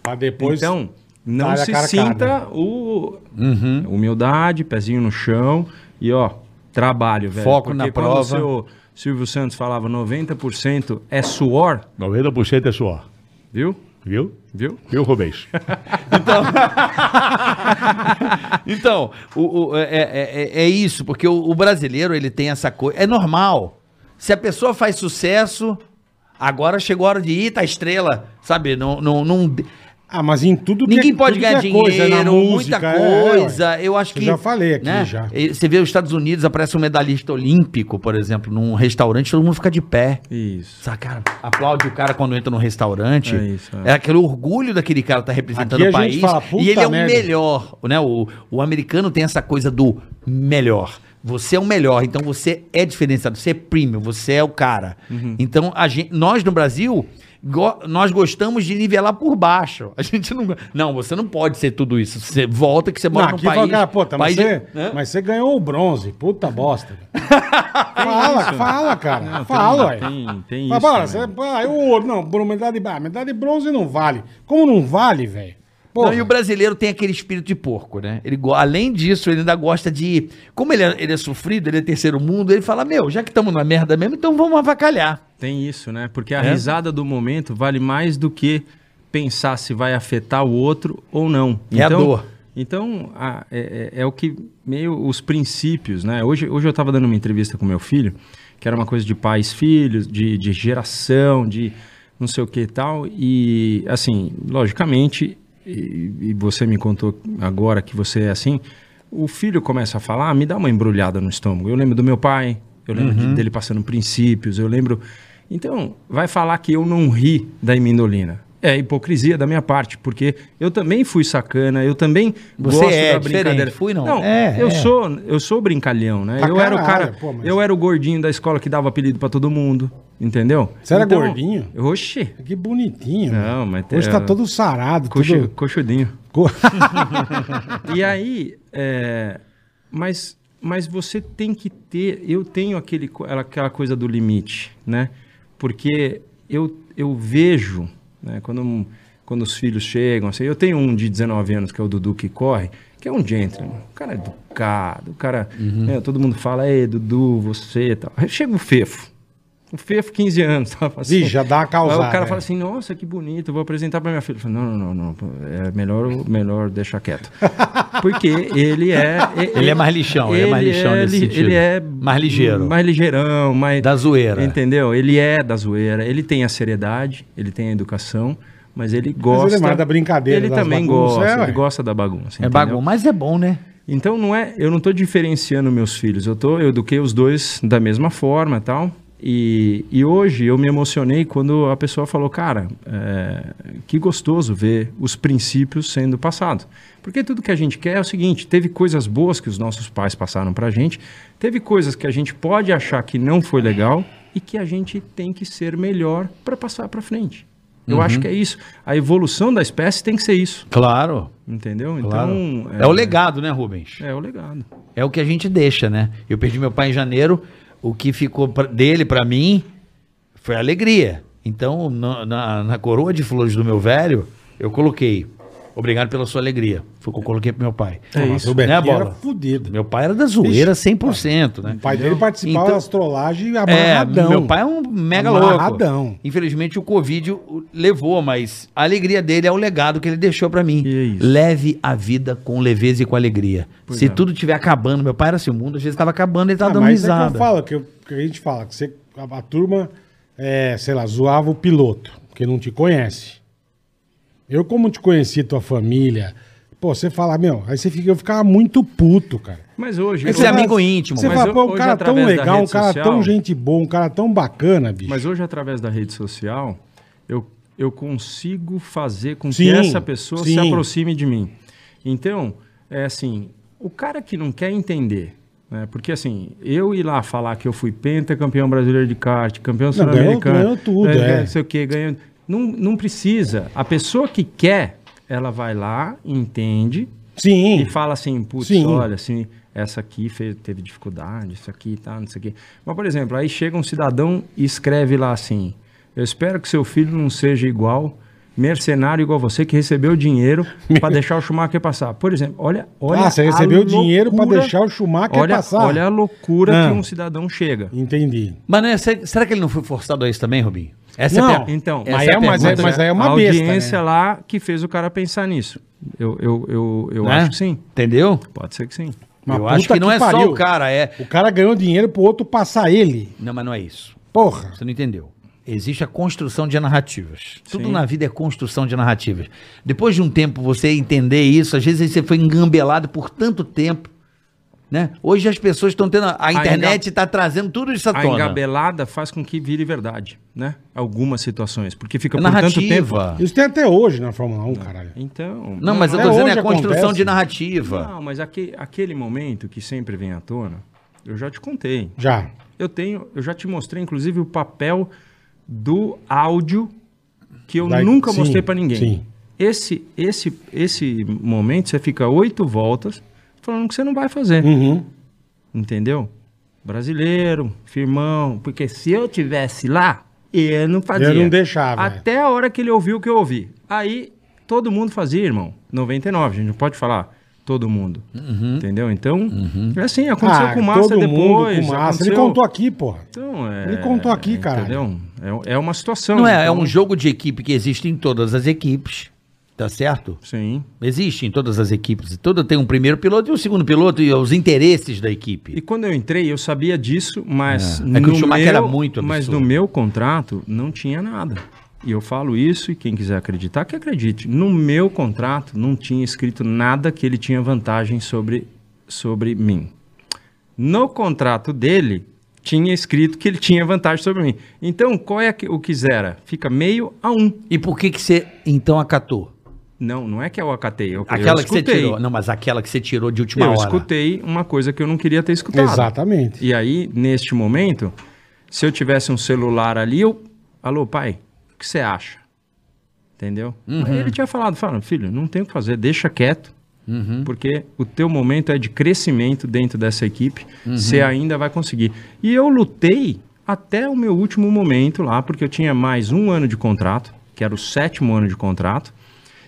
C: Pra depois...
D: então, não
C: Cara,
D: se
C: cara, né?
D: sinta
C: cara.
D: o
B: Uhum.
D: humildade, pezinho no chão e ó, trabalho, velho.
B: Foco na
D: quando
B: prova.
D: O seu Silvio Santos falava 90% é suor,
E: 90% é suor.
D: viu?
E: Viu?
D: Viu?
E: Viu, Rubens?
B: (laughs) Então, o- o- é, é- é- é isso, porque o, o brasileiro ele tem essa coisa. É normal. Se a pessoa faz sucesso, agora chegou a hora de ir, tá estrela, sabe? Não, não, não-
C: Ah, mas em tudo que
B: ninguém pode
C: tudo que
B: ganhar
C: é
B: dinheiro,
C: coisa, na música,
B: muita
C: é,
B: coisa.
C: ué.
B: eu acho
C: Eu
B: que.
C: já falei aqui,
B: né?
C: já.
B: E Você vê os Estados Unidos, aparece um medalhista olímpico, por exemplo, num restaurante, todo mundo fica de pé.
D: Isso.
B: Sabe, cara, aplaude o cara quando entra num restaurante.
D: É isso, é.
B: É, aquele orgulho daquele cara tá representando
C: Aqui a
B: o país.
C: gente fala, "Puta
B: e ele é o
C: merda."
B: melhor, né? O, o americano tem essa coisa do melhor. Você é o melhor, então você é diferenciado, você é premium, você é o cara.
C: Uhum.
B: Então, a gente, nós no Brasil, go- nós gostamos de nivelar por baixo. A gente não. Não, você não pode ser tudo isso. Você volta que você
C: Não,
B: mora no
C: aqui
B: país.
C: fala, cara, pô, tá, mas,
B: país
C: você,
B: né?
C: mas você ganhou o bronze, puta bosta.
B: (laughs)
C: fala, fala, cara,
D: Não, tem-
C: fala, ué.
D: tem- tem
C: Mas
D: isso
C: bora,
D: também.
C: você- ah, eu ouro, não, por medalha de, ah, medalha de bronze não vale. Como não vale, velho? Porra.
B: Não, e o brasileiro tem aquele espírito de porco, né? Ele, go- além disso, ele ainda gosta de. Como ele é, ele é sofrido, ele é terceiro mundo, ele fala: Meu, já que estamos na merda mesmo, então vamos avacalhar.
C: é-
D: Tem isso, né? Porque a
B: É?
D: risada do momento vale mais do que pensar se vai afetar o outro ou não.
B: É a dor.
D: Então, a- é, é- é o que meio os princípios, né? Hoje, hoje eu estava dando uma entrevista com meu filho, que era uma coisa de pais, filhos, de, de geração, de não sei o que e tal. E, assim, logicamente, e, e você me contou agora que você é assim, o filho começa a falar, "Ah, me dá uma embrulhada no estômago. Eu lembro do meu pai, eu lembro de- dele passando princípios, eu lembro. Então, vai falar que eu não ri da imindolina. É hipocrisia da minha parte, porque eu também fui sacana, eu também
B: Você
D: gosto
B: é
D: da
B: diferente,
D: brincadeira.
B: fui não.
C: É,
D: eu
C: é.
D: sou, eu sou brincalhão, né?
C: Pra
D: eu era o cara,
C: caralho, pô, mas-
D: eu era o gordinho da escola que dava apelido pra todo mundo, entendeu? Então,
C: Você era gordinho?
D: Oxi.
C: Que bonitinho.
D: Não, mas
C: Hoje
D: é-
C: tá todo sarado,
D: Coxu-
C: tudo...
D: coxudinho.
C: Co-
D: (laughs) E aí, é, mas, mas você tem que ter. Eu tenho aquele, co- ela- aquela coisa do limite, né? Porque eu, eu vejo, né, quando, um- quando os filhos chegam, assim, eu tenho um de 19 anos, que é o Dudu que corre, que é um gentleman. O cara é educado, o cara.
C: Uhum.
D: né, todo mundo fala, ei, Dudu, você e tal. Aí chega o Fefo. O Fefo, 15 anos, (laughs) tava
C: Ih, já dá uma causada.
D: Aí Assim, o cara
C: é.
D: fala assim, nossa, que bonito, vou apresentar pra minha filha. Eu falo, não, não, não, não, é melhor, melhor
C: (laughs)
D: deixar quieto. Porque ele é...
B: Ele é mais lixão, ele é mais lixão nesse
D: li-
B: sentido.
D: Ele é...
B: Mais ligeiro.
D: Mais ligeirão, mais...
B: Da zoeira.
D: Entendeu? Ele é da zoeira, ele tem a seriedade, ele tem a educação, mas ele gosta...
C: ele é mais da brincadeira,
D: Ele
C: das
D: também
C: bagunças, é,
D: gosta,
C: ué.
D: ele gosta da bagunça,
B: É
D: entendeu?
B: bagunça, mas é bom, né?
D: Então não é, eu não estou diferenciando meus filhos. Eu tô, eu eduquei os dois da mesma forma, tal. E, e hoje eu me emocionei quando a pessoa falou, cara, é, que gostoso ver os princípios sendo passados. Porque tudo que a gente quer é o seguinte: teve coisas boas que os nossos pais passaram para gente, teve coisas que a gente pode achar que não foi legal e que a gente tem que ser melhor para passar para frente. Eu
B: Uhum.
D: acho que é isso. A evolução da espécie tem que ser isso,
B: Claro,
D: entendeu?
B: claro.
D: Então
B: é... o legado, né, Rubens?
D: É o legado.
B: É o que a gente deixa, né? Eu perdi meu pai em janeiro, o que ficou pra- dele pra mim foi alegria. Então, na, na- na coroa de flores do meu velho, eu coloquei. Obrigado pela sua alegria. Foi o que eu coloquei pro meu pai.
D: É
C: Mas o
D: isso.
B: Né,
C: Betinho
B: Bola?
C: era fudido.
B: Meu pai era da zoeira 100%, né?
C: O pai dele participava
B: Então-
C: da astrolagem
B: É,
C: amarradão.
B: meu pai é um mega
C: Amarradão.
B: louco. Infelizmente o Covid o- levou, mas a alegria dele é o legado que ele deixou pra mim.
D: E é isso.
B: Leve a vida com leveza e com alegria. Se
D: é.
B: tudo estiver acabando, meu pai era assim, o mundo às vezes estava acabando,
D: tá
B: ele tava
C: Ah,
B: dando
C: mas É que
B: risada.
C: eu falo, que, eu- que a gente fala, que você, a, a turma, é, sei lá, zoava o piloto, porque não te conhece. Eu, como te conheci, tua família, pô, você fala, meu, aí você fica, eu ficava muito puto, cara.
D: Mas hoje.
B: Esse é
D: hoje-
B: amigo íntimo.
C: Você
D: Mas
C: fala,
D: ho-
C: pô, um
D: hoje,
C: cara tão
D: através da
C: legal, um
D: rede
C: cara tão
D: social- né?
C: gente boa, um cara tão bacana, bicho.
D: Mas hoje, através da rede social, eu, eu consigo fazer com
C: Sim,
D: que essa pessoa
C: sim.
D: se aproxime de mim. Então, é assim, o cara que não quer entender, né? Porque assim, eu ir lá falar que eu fui pentacampeão brasileiro de kart, campeão
C: ganhou-
D: sul-americano. né,
C: ganhou tudo, é.
D: Não sei o quê, ganhou. Não, não precisa. A pessoa que quer, ela vai lá, entende,
C: Sim.
D: e fala assim, putz,
C: Sim.
D: olha, assim, essa aqui fez, teve dificuldade, isso aqui tá, não sei o quê. Mas, por exemplo, aí chega um cidadão e escreve lá assim, eu espero que seu filho não seja igual, mercenário igual você, que
C: (laughs)
D: recebeu dinheiro para deixar o Schumacher passar. Por exemplo, olha, olha
C: Ah, você
D: a
C: recebeu dinheiro pra
D: loucura-
C: deixar o Schumacher
D: olha,
C: passar. Ah.
D: Olha a loucura
C: Não.
D: que um cidadão chega.
C: Entendi.
B: Mas né, se- será que ele não foi forçado a isso também, Rubinho? Essa
C: Não.
B: é a per-
D: Então,
B: essa
C: Mas é,
B: a
C: mas é-
B: pergunta.
C: mas é uma
D: a
C: besta,
D: audiência
C: né?
D: lá que fez o cara pensar nisso. Eu, eu, eu, eu
B: Né?
D: acho que sim.
B: Entendeu?
D: Pode ser que sim.
C: Mas
B: eu
C: puta
B: acho que, não
C: que
B: é
C: pariu.
B: só o cara, é.
C: O cara ganhou dinheiro pro outro passar ele.
B: Não, mas não é isso.
C: Porra.
B: Você não entendeu. Existe a construção de narrativas. Tudo
D: Sim.
B: na vida é construção de narrativas. Depois de um tempo você entender isso, às vezes você foi engambelado por tanto tempo, né? Hoje as pessoas estão tendo... A, a internet está trazendo tudo isso à
D: a
B: tona.
D: engabelada faz com que vire verdade, né? Algumas situações, porque fica
B: É
D: por tanto tempo.
B: narrativa.
C: Isso tem até hoje na Fórmula 1, caralho.
D: Então,
B: Não, mas eu
C: Até
B: tô dizendo, é
C: hoje
B: a construção
C: acontece.
B: de narrativa.
D: não, mas aque- aquele momento que sempre vem à tona, eu já te contei.
C: Já.
D: Eu tenho, eu já te mostrei inclusive o papel do áudio que eu
C: Vai-
D: nunca
C: sim,
D: mostrei pra ninguém.
C: sim.
D: Esse esse esse momento você fica oito voltas falando que você não vai fazer.
C: Uhum.
D: Entendeu? Brasileiro, firmão. Porque se eu tivesse lá, eu não fazia.
C: Eu não deixava, é.
D: Até a hora que ele ouviu o que eu ouvi. Aí, todo mundo fazia, irmão. 99, a gente não pode falar todo mundo. Entendeu? Então, é assim, aconteceu
C: Uhum. Ah,
D: com o Massa
C: todo
D: depois.
C: mundo com massa. Ele
D: aconteceu-
C: contou aqui, porra.
D: Então, é-
C: ele contou aqui, caralho.
D: Entendeu? É, é uma situação.
C: um
B: Não é, é
D: então-
B: um jogo de equipe que existe em todas as equipes. Tá certo?
D: Sim.
B: Existe em todas as equipes. Toda tem um primeiro piloto e um segundo piloto e os interesses da
D: E
B: equipe.
D: quando eu entrei, eu sabia disso, mas
B: É. É que o Schumacher era muito
D: mas
B: absurdo.
D: no meu contrato não tinha nada. E eu falo isso e quem quiser acreditar que acredite. No meu contrato não tinha escrito nada que ele tinha vantagem sobre sobre mim. No contrato dele tinha escrito que ele tinha vantagem sobre mim. Então, qual é que- o que zera? Fica meio a um.
B: E, por que que você então acatou?
D: Não, não é que eu acatei. Eu,
B: Aquela
D: eu
B: que você
D: escutei.
B: tirou. Não, mas aquela que você tirou de última
D: Eu
B: hora.
D: escutei uma coisa que eu não queria ter escutado. (laughs)
C: Exatamente.
D: E aí, neste momento, se eu tivesse um celular ali, eu. Alô, pai, o que você acha? Entendeu? Mas Ele tinha falado, fala, filho, não tem o que fazer, deixa quieto.
B: Uhum.
D: Porque o teu momento é de crescimento dentro dessa equipe,
B: Uhum.
D: você ainda vai conseguir. E eu lutei até o meu último momento lá, porque eu tinha mais um ano de contrato, que era o sétimo ano de contrato.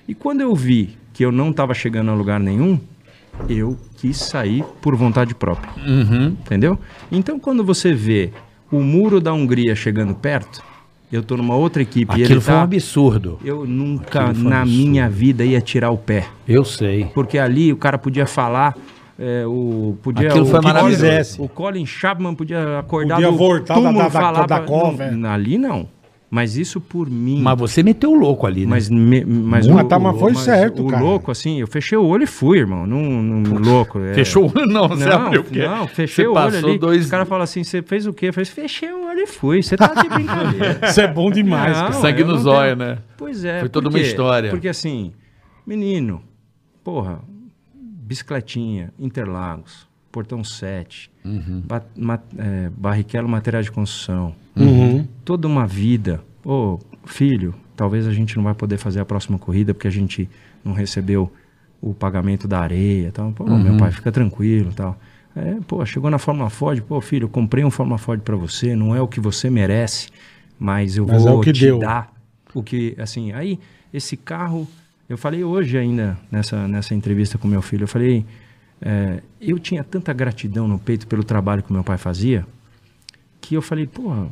D: E quando eu vi que eu não estava chegando a lugar nenhum, eu quis sair por vontade própria.
B: Uhum.
D: Entendeu? Então, quando você vê o muro da Hungria chegando perto, eu tô numa outra equipe e
B: Aquilo
D: ele
B: foi um
D: tá...
B: absurdo.
D: Eu nunca
B: Aquilo foi um
D: na
B: absurdo.
D: minha vida ia tirar o pé.
B: Eu sei.
D: Porque ali o cara podia falar... é, o, podia,
B: Aquilo
D: o
B: foi maravilhoso.
D: Colin, o Colin Chapman podia acordar
C: Podia
D: do
C: voltar da-
D: túmulo
C: da-
D: e
C: da-
D: falar
C: da
D: pra-
C: cova, é.
D: não, Ali não. Mas isso por mim.
B: Mas você meteu o louco ali, né?
D: Mas, me- mas
C: Mas tá, mas foi certo,
D: o
C: cara.
D: louco, assim, eu fechei o olho e fui, irmão. Num, num louco. é.
B: Fechou o olho? Não, você
D: Não,
B: abriu o quê?
D: não, fechei
B: Você
D: o olho
B: passou
D: ali.
B: dois-
D: Os caras falam assim, você fez o quê? Eu falei, fechei o olho e fui. Você tá
B: (laughs)
D: de brincadeira.
C: Isso é bom demais,
D: Não,
C: cara.
B: Sangue
D: eu
B: nos
D: não
B: olhos, né?
D: Pois é.
B: Foi toda
D: por
B: uma
D: quê?
B: história.
D: Porque assim, menino, porra, bicicletinha, Interlagos, Portão 7,
B: Uhum.
D: ba- ma- é, Barrichello Material de Construção,
C: Uhum.
D: toda uma vida. Ô, filho, talvez a gente não vai poder fazer a próxima corrida porque a gente não recebeu o pagamento da areia e tal. Pô,
C: Uhum.
D: meu pai, fica tranquilo e tal. É, pô, chegou na Fórmula Ford, pô, filho, eu comprei um Fórmula Ford pra você, não é o que você merece, mas eu
C: Mas
D: vou
C: é o que
D: te
C: deu.
D: dar o que, assim, aí esse carro, eu falei hoje ainda nessa, nessa entrevista com meu filho, eu falei, é, eu tinha tanta gratidão no peito pelo trabalho que meu pai fazia, que eu falei, porra,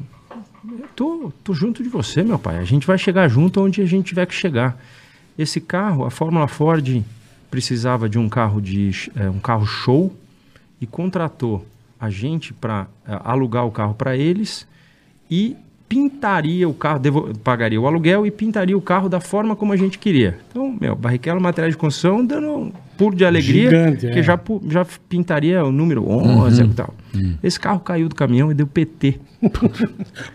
D: eu tô, tô junto de você, meu pai. A gente vai chegar junto onde a gente tiver que chegar. Esse carro, a Fórmula Ford precisava de um carro de eh, um carro show e contratou a gente para alugar o carro para eles e pintaria o carro, devo- pagaria o aluguel e pintaria o carro da forma como a gente queria. Então, meu, Barrichello Material de Construção dando um pulo de alegria,
C: Gigante,
D: que
C: é.
D: já, pu- já pintaria o número 11 e tal. Esse carro caiu do caminhão e deu PT.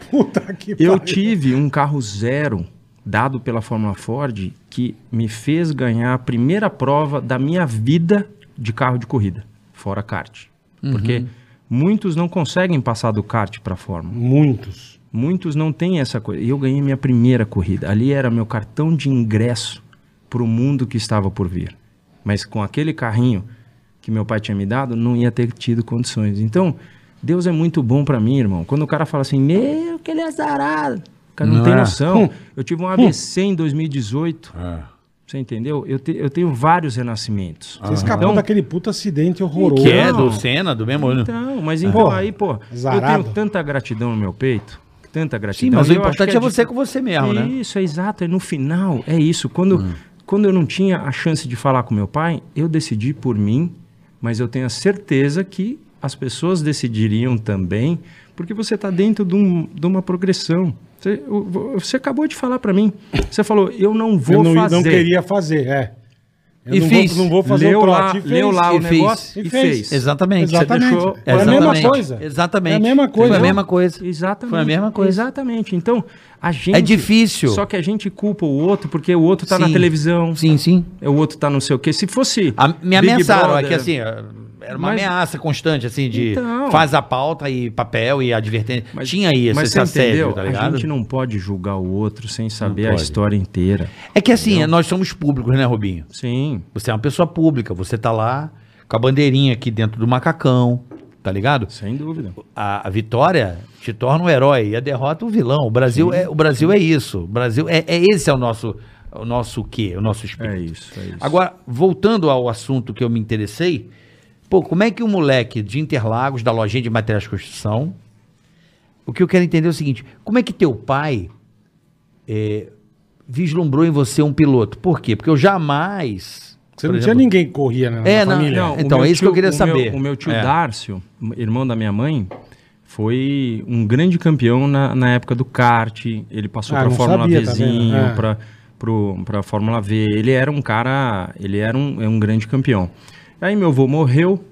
C: Puta que tá
D: Eu
C: pariu.
D: tive um carro zero dado pela Fórmula Ford que me fez ganhar a primeira prova da minha vida de carro de corrida, fora kart. Porque muitos não conseguem passar do kart para a Fórmula.
C: Muitos.
D: Muitos não têm essa coisa. E Eu ganhei minha primeira corrida. Ali era meu cartão de ingresso para o mundo que estava por vir. Mas com aquele carrinho que meu pai tinha me dado, não ia ter tido condições. Então, Deus é muito bom para mim, irmão. Quando o cara fala assim, meu, que ele é azarado. O cara não,
B: Não
D: tem
B: é? Hum.
D: noção. Eu tive um AVC em 2018.
C: Ah.
D: Você entendeu? Eu, te- eu tenho vários renascimentos.
C: Você escapou
D: Então,
C: daquele puta acidente horroroso.
B: Que é
D: Não.
B: do Senna, do mesmo olho.
D: então, mas então
C: Porra,
D: aí, pô, eu
C: azarado.
D: tenho tanta gratidão no meu peito, tanta gratidão.
B: Sim, mas o
D: E eu acho
B: importante
D: que tipo
B: é você
D: dif-
B: com você mesmo, né? Hum.
D: Isso, é exato. É no final, é isso. Quando, quando eu não tinha a chance de falar com meu pai, eu decidi por mim, mas eu tenho a certeza que as pessoas decidiriam também, porque você está dentro de, um- de uma progressão. Você, o- você acabou de falar para mim. Você falou, eu não vou
C: eu não,
D: fazer.
C: não queria fazer, é. Eu
B: E
C: não
B: fiz.
C: Vou, não vou fazer
D: leu
C: o
D: lá,
C: trote. e fez.
D: leu lá
B: e
D: o
B: fez.
D: negócio
C: E
D: e,
C: fez.
D: fez.
B: Exatamente.
C: Exatamente.
D: deixou-
C: É a mesma
B: Exatamente.
C: coisa.
B: Exatamente.
C: É a mesma coisa.
B: Foi a mesma coisa.
D: Exatamente.
B: Foi a mesma coisa.
D: Exatamente. Então, a gente.
B: É difícil.
D: Só que a gente culpa o outro porque o outro tá na
B: Sim.
D: televisão.
B: Sim, sim.
D: O outro tá não sei o quê. Se fosse.
B: A, me
D: Big
B: ameaçaram, é
D: Brother-
B: que assim, era uma
D: Mas-
B: ameaça constante, assim, de
D: Então.
B: faz a pauta e papel e advertência.
D: Mas-
B: Tinha aí esse
D: mas
B: esse
D: você
B: assédio,
D: entendeu?
B: tá
D: a
B: ligado?
D: gente não pode julgar o outro sem saber a
B: pode.
D: história inteira.
B: É que assim, nós somos públicos, né, Robinho?
D: Sim.
B: Você é uma pessoa pública, você tá lá com a bandeirinha aqui dentro do macacão, tá ligado?
D: Sem dúvida.
B: a, a vitória te torna um herói e a derrota um vilão. O Brasil, é, o Brasil é isso. O Brasil é, é esse é o nosso o nosso quê? O nosso espírito.
D: É isso. É isso.
B: Agora, voltando ao assunto que eu me interessei, pô, como é que um moleque de Interlagos, da lojinha de materiais de construção, o que eu quero entender é o seguinte, como é que teu pai é, vislumbrou em você um piloto. Por quê? Porque eu jamais.
C: Você
B: por
C: não tinha
B: exemplo,
C: ninguém que corria na,
B: É,
C: na
B: não,
C: família.
B: não.
D: o
B: Então,
D: meu
B: é isso que eu queria
D: o meu-
B: saber.
D: o meu tio
B: É.
D: Dárcio, irmão da minha mãe, foi um grande campeão na, na época do kart. Ele passou
C: Ah,
D: para
C: não
D: Fórmula
C: sabia, tá
D: Vzinho,
C: vendo? É.
D: pra- pro para Fórmula V. Ele era um cara, ele era um, é um grande campeão. Aí meu avô morreu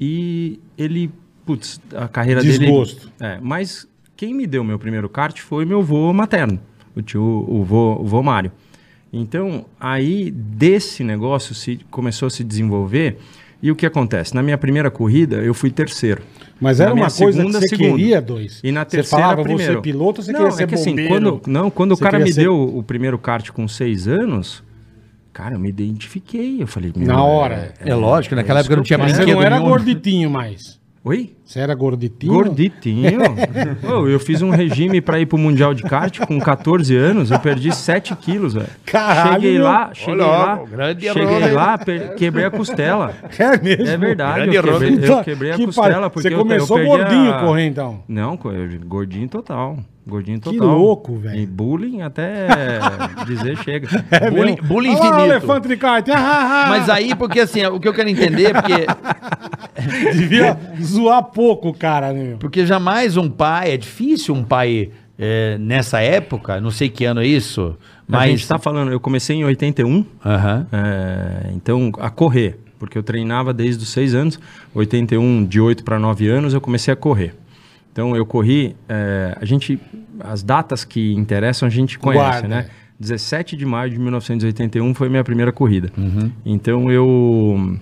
D: e ele, putz, a carreira
C: Desgosto.
D: dele... É, mas quem me deu meu primeiro kart foi meu avô materno, o tio, o vô, o vô Mário. Então, aí desse negócio se começou a se desenvolver e o que acontece? Na minha primeira corrida, eu fui terceiro.
C: Mas
D: Na
C: era uma
D: minha
C: coisa
D: segunda,
C: que você
D: segundo.
C: queria, dois.
D: E na
C: Você
D: terceira,
C: falava, vou ser
D: primeiro.
C: piloto, você
D: não,
C: queria ser
D: é que
C: bombeiro.
D: Assim, quando, não, quando o
C: Você
D: cara
C: queria
D: me
C: ser-
D: deu o primeiro kart com seis anos, cara, eu me identifiquei. Eu falei... meu,
C: Na
D: é-
C: hora.
B: É lógico, naquela época não tinha
C: Mas você
B: brinquedo
C: não era
B: nenhum.
C: gorditinho mais.
D: Oi?
C: Você era gorditinho?
D: Gorditinho. Ô, eu fiz um regime pra ir pro Mundial de Kart com 14 anos, eu perdi 7 quilos, velho.
C: Caralho,
D: Cheguei
C: meu.
D: lá, cheguei
B: Ô,
D: lá,
B: louco, grande
D: cheguei
B: brother.
D: lá, pe- quebrei a costela.
C: (laughs) (laughs) É mesmo?
D: É verdade,
B: Grande
D: eu quebrei, eu
C: Então,
D: quebrei a
C: que
D: costela
C: pare-
D: porque
C: você
D: eu- eu
C: começou
D: perdi
C: gordinho
D: a-
C: correr, então?
D: Não, co- eu- gordinho total. Gordinho total.
C: louco, velho. É
D: E bullying
C: (laughs)
D: até dizer chega.
B: Bullying,
C: mesmo?
B: bullying
C: Olha lá,
B: infinito.
C: Ah, elefante de kart. Ah, ah, ah.
B: Mas aí, porque assim, o que eu quero entender, porque,
C: (laughs) Devia zoar pouco, cara, né?
B: porque jamais um pai, é difícil um pai é, nessa época, não sei que ano é isso,
D: A gente
B: mas.
D: tá falando, eu comecei em 81,
B: Aham.
D: é, então a correr, porque eu treinava desde os 6 anos, 81 de 8 para 9 anos eu comecei a correr. Então eu corri, é, a gente, as datas que interessam a gente conhece,
C: Guarda.
D: né? 17 de maio de 1981 foi minha primeira corrida.
C: Uhum.
D: Então eu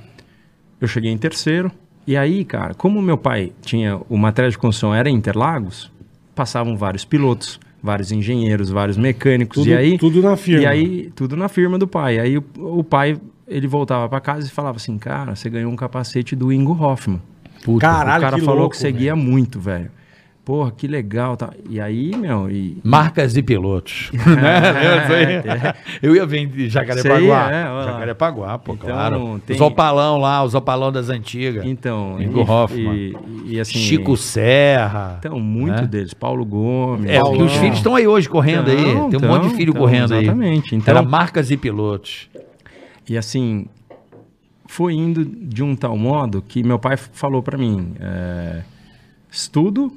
D: eu cheguei em terceiro. E aí, cara, como meu pai tinha o material de construção era em Interlagos, passavam vários pilotos, vários engenheiros, vários mecânicos
C: Tudo-
D: e aí
C: tudo na firma.
D: E aí tudo na firma do pai. Aí o, o pai ele voltava pra casa e falava assim, cara, você ganhou um capacete do Ingo Hoffman.
B: Puta.
C: Caralho,
D: o cara
C: que
D: falou
C: louco,
D: que você guia muito, velho. Porra, que legal, tá? E aí, meu, e
B: Marcas e
D: (laughs)
B: pilotos. né? Eu ia vir de
D: Sei,
B: Jacarepaguá.
D: é, olha lá.
B: Jacarepaguá, pô,
D: Então,
B: claro.
D: tem-
B: Os opalão lá, os opalão das antigas.
D: então,
B: Ingo
D: e-
B: Hoffman.
D: e, e, assim,
B: Chico Serra.
D: então muito
B: né?
D: deles, Paulo Gomes, né?
B: É, porque os
D: Paulão.
B: filhos estão aí hoje correndo aí. Tem
D: Então,
B: um
D: então,
B: monte de filho
D: então,
B: correndo
D: exatamente.
B: aí.
D: Então-
B: Era marcas e pilotos.
D: E assim, foi indo de um tal modo que meu pai falou pra mim: é, estudo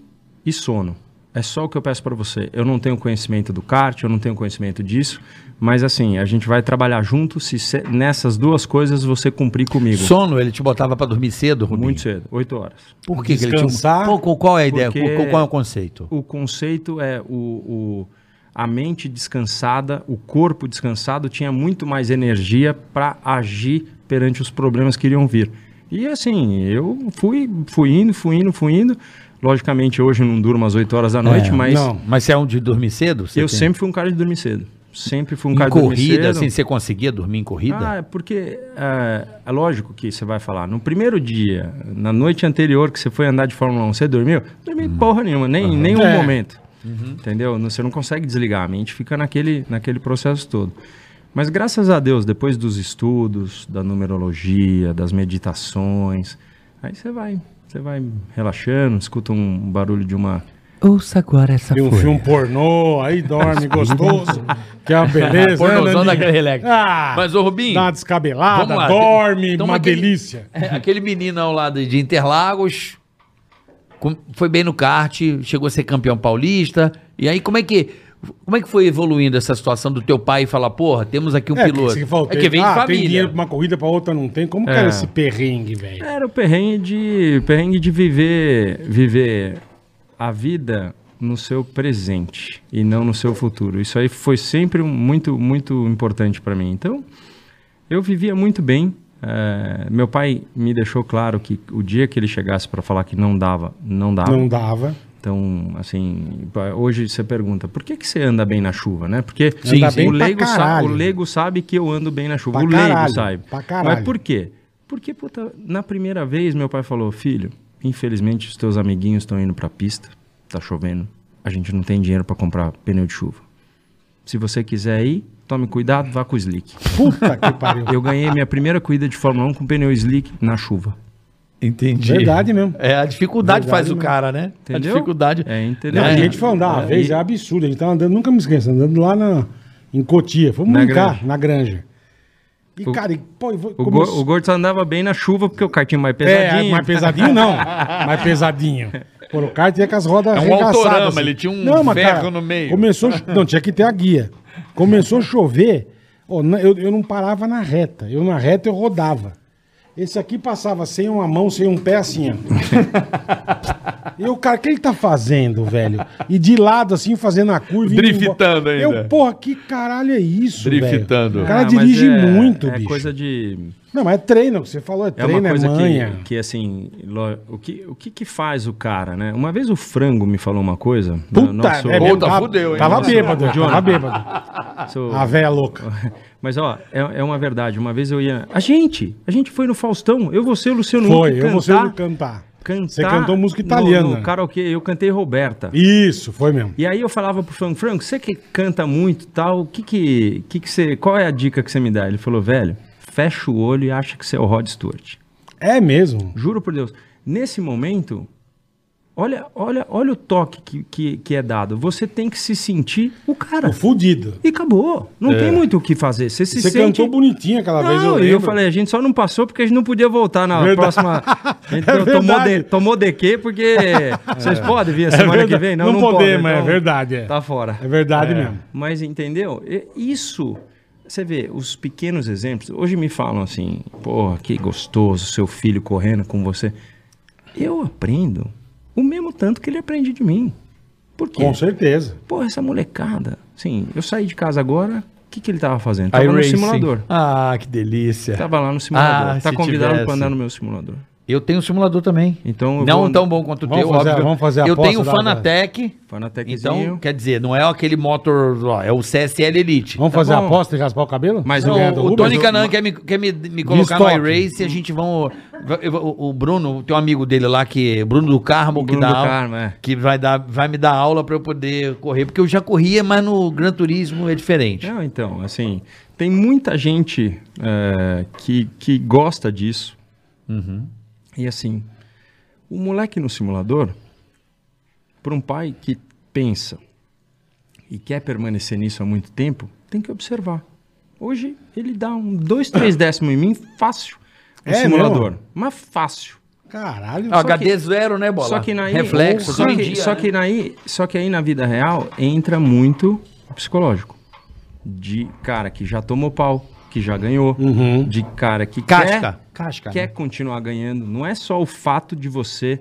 D: e sono. É só o que eu peço pra você. Eu não tenho conhecimento do kart, eu não tenho conhecimento disso, mas assim, a gente vai trabalhar junto se cê- nessas duas coisas você cumprir comigo.
B: Sono, ele te botava pra dormir cedo, Rubinho?
D: Muito cedo, oito horas.
B: Por que, que ele
C: Descansar.
B: te... Pô, Qual é a ideia?
D: Porque-
B: Qual- Qual é o conceito?
D: O conceito é o, o- a mente descansada, o corpo descansado tinha muito mais energia para agir perante os problemas que iriam vir. E assim, eu fui, fui indo, fui indo, fui indo. Logicamente, hoje eu não durmo às 8 horas da noite, mas
C: não.
B: Mas você é um de dormir cedo? É, Você
D: eu
B: tem-
D: sempre fui um cara de dormir cedo. Sempre fui um
B: Em
D: cara de dormir
B: corrida,
D: cedo.
B: assim, você conseguia dormir em corrida?
D: Ah, é porque é, é lógico que você vai falar. No primeiro dia, na noite anterior que você foi andar de Fórmula 1, você dormiu? Dormi porra nenhuma, nem em nenhum
C: É.
D: momento. Entendeu? Não- Você não consegue desligar. A mente fica naquele, naquele processo todo. Mas graças a Deus, depois dos estudos, da numerologia, das meditações, aí você vai, você vai relaxando, escuta um barulho de uma
B: Ouça agora essa
C: Viu um filme pornô, aí dorme gostoso. que
D: (laughs)
C: é uma beleza.
B: Pornozão
C: né,
B: daquele relax.
C: Ah,
B: Mas, ô, Rubinho,
C: Dá uma descabelada,
B: vamos lá.
C: dorme,
B: Toma
C: uma
B: aquele-
C: delícia.
B: É, Aquele menino ao lado de Interlagos com- foi bem no kart, chegou a ser campeão paulista. E aí, como é que. Como é que foi evoluindo essa situação do teu pai falar, porra, temos aqui um
C: É,
B: piloto?
C: que você falou,
B: é
C: tem-
B: que vem de
C: ah, Tem
B: família. É.
C: dinheiro pra uma corrida, pra outra não tem. Como que era esse perrengue, velho?
D: Era o perrengue de, perrengue de viver, viver a vida no seu presente e não no seu futuro. Isso aí foi sempre um- muito, muito importante para mim. Então, eu vivia muito bem. eh, meu pai me deixou claro que o dia que ele chegasse para falar que não dava, não dava.
C: Não dava.
D: Então, assim, pa- hoje você pergunta, por que, que você anda bem na chuva, né? Porque
C: Sim, Anda sim. bem
D: o,
C: pra
D: leigo sa-
C: caralho.
D: o leigo sabe que eu ando bem na chuva.
C: Pra
D: o leigo
C: caralho,
D: sabe.
C: pra caralho.
D: Mas por quê? Porque, puta, na primeira vez meu pai falou, filho, infelizmente os teus amiguinhos estão indo pra pista, tá chovendo, a gente não tem dinheiro pra comprar pneu de chuva. Se você quiser ir, tome cuidado, vá com o slick.
C: Puta que pariu.
D: Eu ganhei minha primeira corrida de Fórmula 1 com pneu slick na chuva.
B: Entendi.
C: Verdade mesmo.
B: É, a dificuldade
C: Verdade
B: faz o
C: mesmo.
B: cara, né?
D: Entendeu?
B: A dificuldade.
D: É, entendeu?
C: Não,
B: É.
C: ah, tá a gente foi andar uma vez, é absurdo. A gente tava andando, nunca me esqueço, andando lá na, em Em Cotia. Fomos
D: Na
C: brincar
D: granja.
C: na granja. E,
D: O-
C: cara, e, pô, e foi-
D: O,
C: como
D: go,
C: eu-
D: o Gordo só andava bem na chuva porque o cartinho
C: É,
D: mais pesadinho.
C: mais pesadinho não. mais pesadinho. Pô, o cara tinha com as rodas
B: É um
C: arregaçadas, assim.
B: autorama, ele tinha um
C: mas,
B: ferro no meio.
C: Começou, a cho- não, tinha que ter a guia. Começou a chover, ó, na- eu, eu não parava na reta. Eu na reta eu rodava. Esse aqui passava sem uma mão, sem um pé, assim, ó. E o cara, o que ele tá fazendo, velho? E de lado, assim, fazendo a curva. indo embora.
B: Driftando ainda.
C: Eu, porra, que caralho é isso, velho?
B: Driftando.
C: O cara
D: Ah, mas
C: dirige
D: é-
C: muito,
D: é
C: bicho.
D: coisa de.
C: Não, mas é treino, o que você falou, é
D: É uma
C: treino, é,
D: coisa
C: manha.
D: que, que, assim, lo- o que, o que que faz o cara, né? Uma vez o Frango me falou uma coisa. né?
C: Puta,
D: nosso,
C: é,
B: Puta,
C: tava-
B: fudeu, hein?
C: Tava
B: Nosso-
C: bêbado, tava bêbado.
D: Ah, nosso-
C: A véia louca.
D: (laughs) Mas, ó, é, é uma verdade. Uma vez eu ia... A gente! A gente foi no Faustão. Eu, você, o Luciano
C: Foi,
D: Huck
C: eu vou ser cantar.
D: cantar
C: Você cantou música
D: no-
C: italiana.
D: No, karaokê. Eu cantei Roberta.
C: Isso, foi mesmo.
D: E aí eu falava pro Franco, Franco, você que canta muito e tal, o que que, que que você, qual é a dica que você me dá? Ele falou, velho, fecha o olho e acha que você é o Rod Stewart.
C: É mesmo.
D: Juro por Deus. Nesse momento, olha, olha, olha o toque que, que, que é dado. Você tem que se sentir o cara.
C: Tô fudido.
D: E acabou. Não tem muito o que fazer. Você se
C: É. Você
D: sente...
C: cantou bonitinho aquela vez, eu
D: Não, e
C: lembro.
D: eu falei, a gente só não passou porque a gente não podia voltar na
C: Verdade. (laughs)
D: próxima. A gente
C: É
D: to- tomou,
C: verdade. É.
D: de, tomou de quê?
C: (laughs)
D: Porque vocês podem vir a semana que
C: verdade.
D: vem?
C: Não
D: pode,
C: podemos, é verdade, é.
D: Tá fora.
C: É verdade mesmo.
D: Mas entendeu? E- Isso. Você vê, os pequenos exemplos. Hoje me falam assim, porra, que gostoso seu filho correndo com você. Eu aprendo o mesmo tanto que ele aprende de mim. Por quê?
C: Com certeza.
D: Porra, essa molecada. Sim, eu saí de casa agora, o que, que ele tava fazendo? Tava no
E: iRacing.
D: simulador.
E: Ah, que delícia.
D: Tava lá no simulador.
E: Ah,
D: tá
E: se
D: convidado
E: tivesse.
D: pra andar no meu simulador.
B: Eu tenho um simulador também.
D: Então eu
B: não
D: vou-
B: tão bom quanto o
C: Vamos
B: teu,
C: fazer a-
B: óbvio.
C: vamos fazer a
B: eu
C: aposta
B: tenho o
C: da-
B: Fanatec.
D: Fanateczinho.
B: Então, quer dizer, não é aquele motor, ó, é o CSL Elite.
C: Vamos fazer a
D: Tá bom.
C: aposta e raspar o cabelo?
D: Mas
C: Se
D: o-
C: ganhar
B: Não,
C: do
B: Então, o
C: Uber?
B: Tony
D: eu-
B: Canan quer me, quer me, me colocar no
C: Stop.
B: iRace, a gente vão. eu vou- O Bruno, tem um amigo dele lá, que Bruno do Carmo, que,
D: Bruno
B: dá um
D: do
B: aula-
D: Carmo, é.
B: que vai, dar, vai me dar aula pra eu poder correr, porque eu já corria, mas no Gran Turismo é diferente.
D: Não, então, assim, tem muita gente é, que, que gosta disso. E assim, o moleque no simulador, para um pai que pensa e quer permanecer nisso há muito tempo, tem que observar. Hoje ele dá um dois, três décimos em mim fácil no
C: É
D: simulador. Mas fácil.
C: Caralho.
D: Ah,
B: Ó,
C: só-
B: HD Ah, zero, né, Bola?
D: Só que naí,
B: Reflexo,
D: só,
B: hoje em
D: que,
B: dia,
D: só,
B: né?
D: que naí, só que aí na vida real entra muito o psicológico. De cara que já tomou pau, que já ganhou, de cara que
B: Casca.
D: quer,
B: Casca.
D: quer continuar ganhando. Não é só o fato de você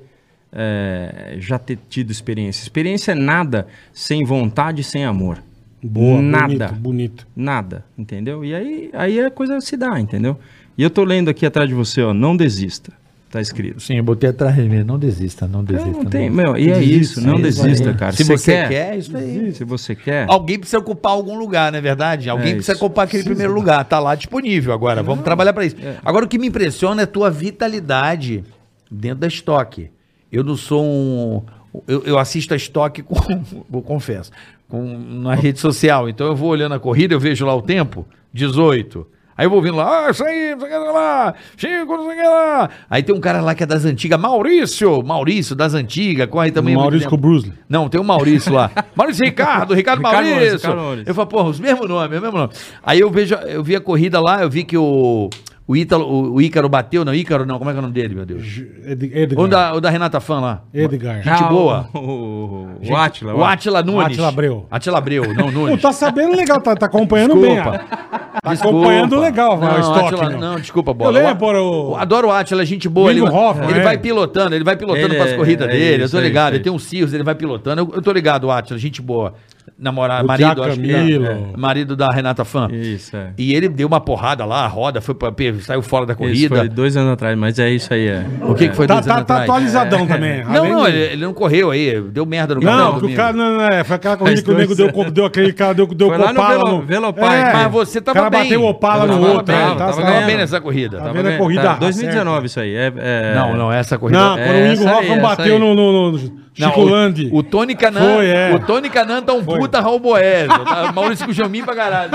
D: eh, já ter tido experiência. Experiência é nada sem vontade, sem amor.
C: Boa,
D: nada.
C: bonito, bonito.
D: Nada, entendeu? E aí, aí a coisa se dá, entendeu? E eu tô lendo aqui atrás de você, ó, não desista. Tá escrito.
E: Sim, eu botei atrás de mim. Não desista, não
D: Eu
E: desista.
D: não tem, meu, e é isso, não desista, cara.
B: Se você quer, é isso aí.
D: se você quer,
B: Alguém precisa ocupar algum lugar, não é verdade? Alguém
D: É
B: precisa
D: isso.
B: ocupar aquele primeiro lugar. Tá lá disponível agora. Vamos trabalhar pra isso. Agora, o que me impressiona é a tua vitalidade dentro da estoque. Eu não sou um. Eu, eu assisto a estoque com. (laughs) Vou confesso. Com, na rede social. Então eu vou olhando a corrida, eu vejo lá o tempo 18. Aí eu vou ouvindo lá, ah, isso aí, não sei o que lá, Chico, não sei o que lá. Aí tem um cara lá que é das antigas, Maurício, Maurício, das antigas, corre também. há muito
C: Maurício com
B: tempo.
C: o Bruce Lee.
B: Não, tem o Maurício lá. Maurício Ricardo, Ricardo,
D: Ricardo
B: Maurício.
D: Maurício, Ricardo Maurício.
B: Eu falo, porra, os mesmos nomes, é o mesmo nome. Aí eu vejo, eu vi a corrida lá, eu vi que o. O, Ítalo, o, o Ícaro bateu, não, Ícaro não, como é que é o nome dele, meu Deus?
C: Ed- Edgar.
B: O da, o da Renata Fã lá.
C: Edgar.
B: Gente
D: Ah, o-
B: boa.
D: (laughs) O, o, o Atila.
B: O Atila Nunes.
C: Átila Abreu.
B: Atila Abreu, não,
C: Pô,
B: Nunes.
C: tá sabendo legal, tá, tá acompanhando bem. ó. Tá acompanhando legal, vai,
B: não,
C: o estoque.
B: Átila-
C: meu.
B: Não, desculpa, bola.
C: Eu lembro, bora, o-
B: Eu Adoro o Atila, é gente boa. Ele,
C: Lindo Hoffman,
B: ele
C: é.
B: vai pilotando, ele vai pilotando
D: Ele
B: pras
D: é-
B: corridas
D: é
B: dele, eu
D: isso,
B: tô
D: é
B: ligado.
D: isso, é
B: ele tem um Cirrus, ele vai pilotando. Eu, eu tô ligado, o Atila, gente boa. Namorado,
C: O
B: marido,
C: Thiago
B: acho que
C: Camilo.
B: é, marido da Renata Fã.
D: Isso, é.
B: E ele deu uma porrada lá, a roda, foi pra, saiu fora da
D: Isso
B: corrida.
D: foi dois anos atrás, mas é isso aí, é.
B: O que, que foi
C: Tá,
B: dois
C: tá,
B: anos
C: tá
B: atrás? É.
C: atualizadão também.
B: Não,
C: além
B: não,
C: de-
B: ele, ele não correu aí, deu merda no
C: Não,
B: do
C: porque o cara não, não, é, foi aquela corrida
D: Faz
C: que o nego
D: dois
C: deu,
D: anos.
C: co- deu aquele cara deu, deu
D: Foi lá no
C: Opala
D: Velo- Velopark.
B: Mas você tava
C: o é. cara
B: bem.
C: bateu o Opala
D: Eu
C: no
D: tava
C: outro.
D: bem,
C: é,
D: eu
C: tá,
D: tava
C: tá-
B: Tava
D: ganhando.
B: bem nessa corrida.
C: Tá vendo a corrida
D: tá,
C: certa.
D: 2019 isso aí, é... é-
B: Não, não, essa corrida.
C: Não, quando o
D: É,
C: Ingo
D: essa aí,
C: Hoffman
D: essa
C: bateu
D: aí.
C: no, no, no
B: Não,
C: Chico Landi.
B: o, o Tony Canan,
C: Foi, é.
B: o Tony Canan (laughs) tá um puta Raul Boésio, tá Maurício Gujamin pra caralho.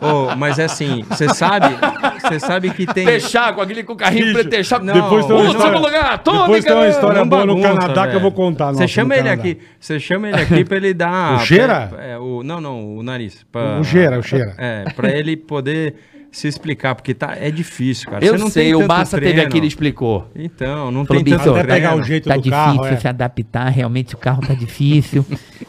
D: Ô, mas é assim, você sabe, você sabe que
B: (laughs)
D: tem.
F: Fechar com aquele com o carrinho
C: Bicho,
F: preto, fechar.
D: não.
C: Depois tem uma
D: Último
C: história,
F: lugar, tome,
C: depois tem uma
F: cara.
C: história
D: Não
C: boa no
D: bagunça,
C: Canadá que eu
D: velho.
C: vou contar. nossa,
D: Você
C: no
D: chama ele
C: Canadá.
D: aqui, você chama ele aqui pra ele dar.
C: (laughs) O Cheira?
D: pra- é, o, não, não, o nariz. pra-
C: O Gera, o Gera.
D: É, pra ele poder se explicar, porque tá, é difícil, cara.
F: Eu
D: Você não
F: sei,
D: tem
F: o
D: tanto
F: Massa teve
D: treino.
F: aqui, ele explicou.
D: Então, não
F: Falou,
D: tem tanto
F: Bicho,
C: Até pegar
D: treino.
C: o jeito
G: tá
C: do
G: difícil
C: carro. é.
G: se adaptar, realmente o carro tá difícil.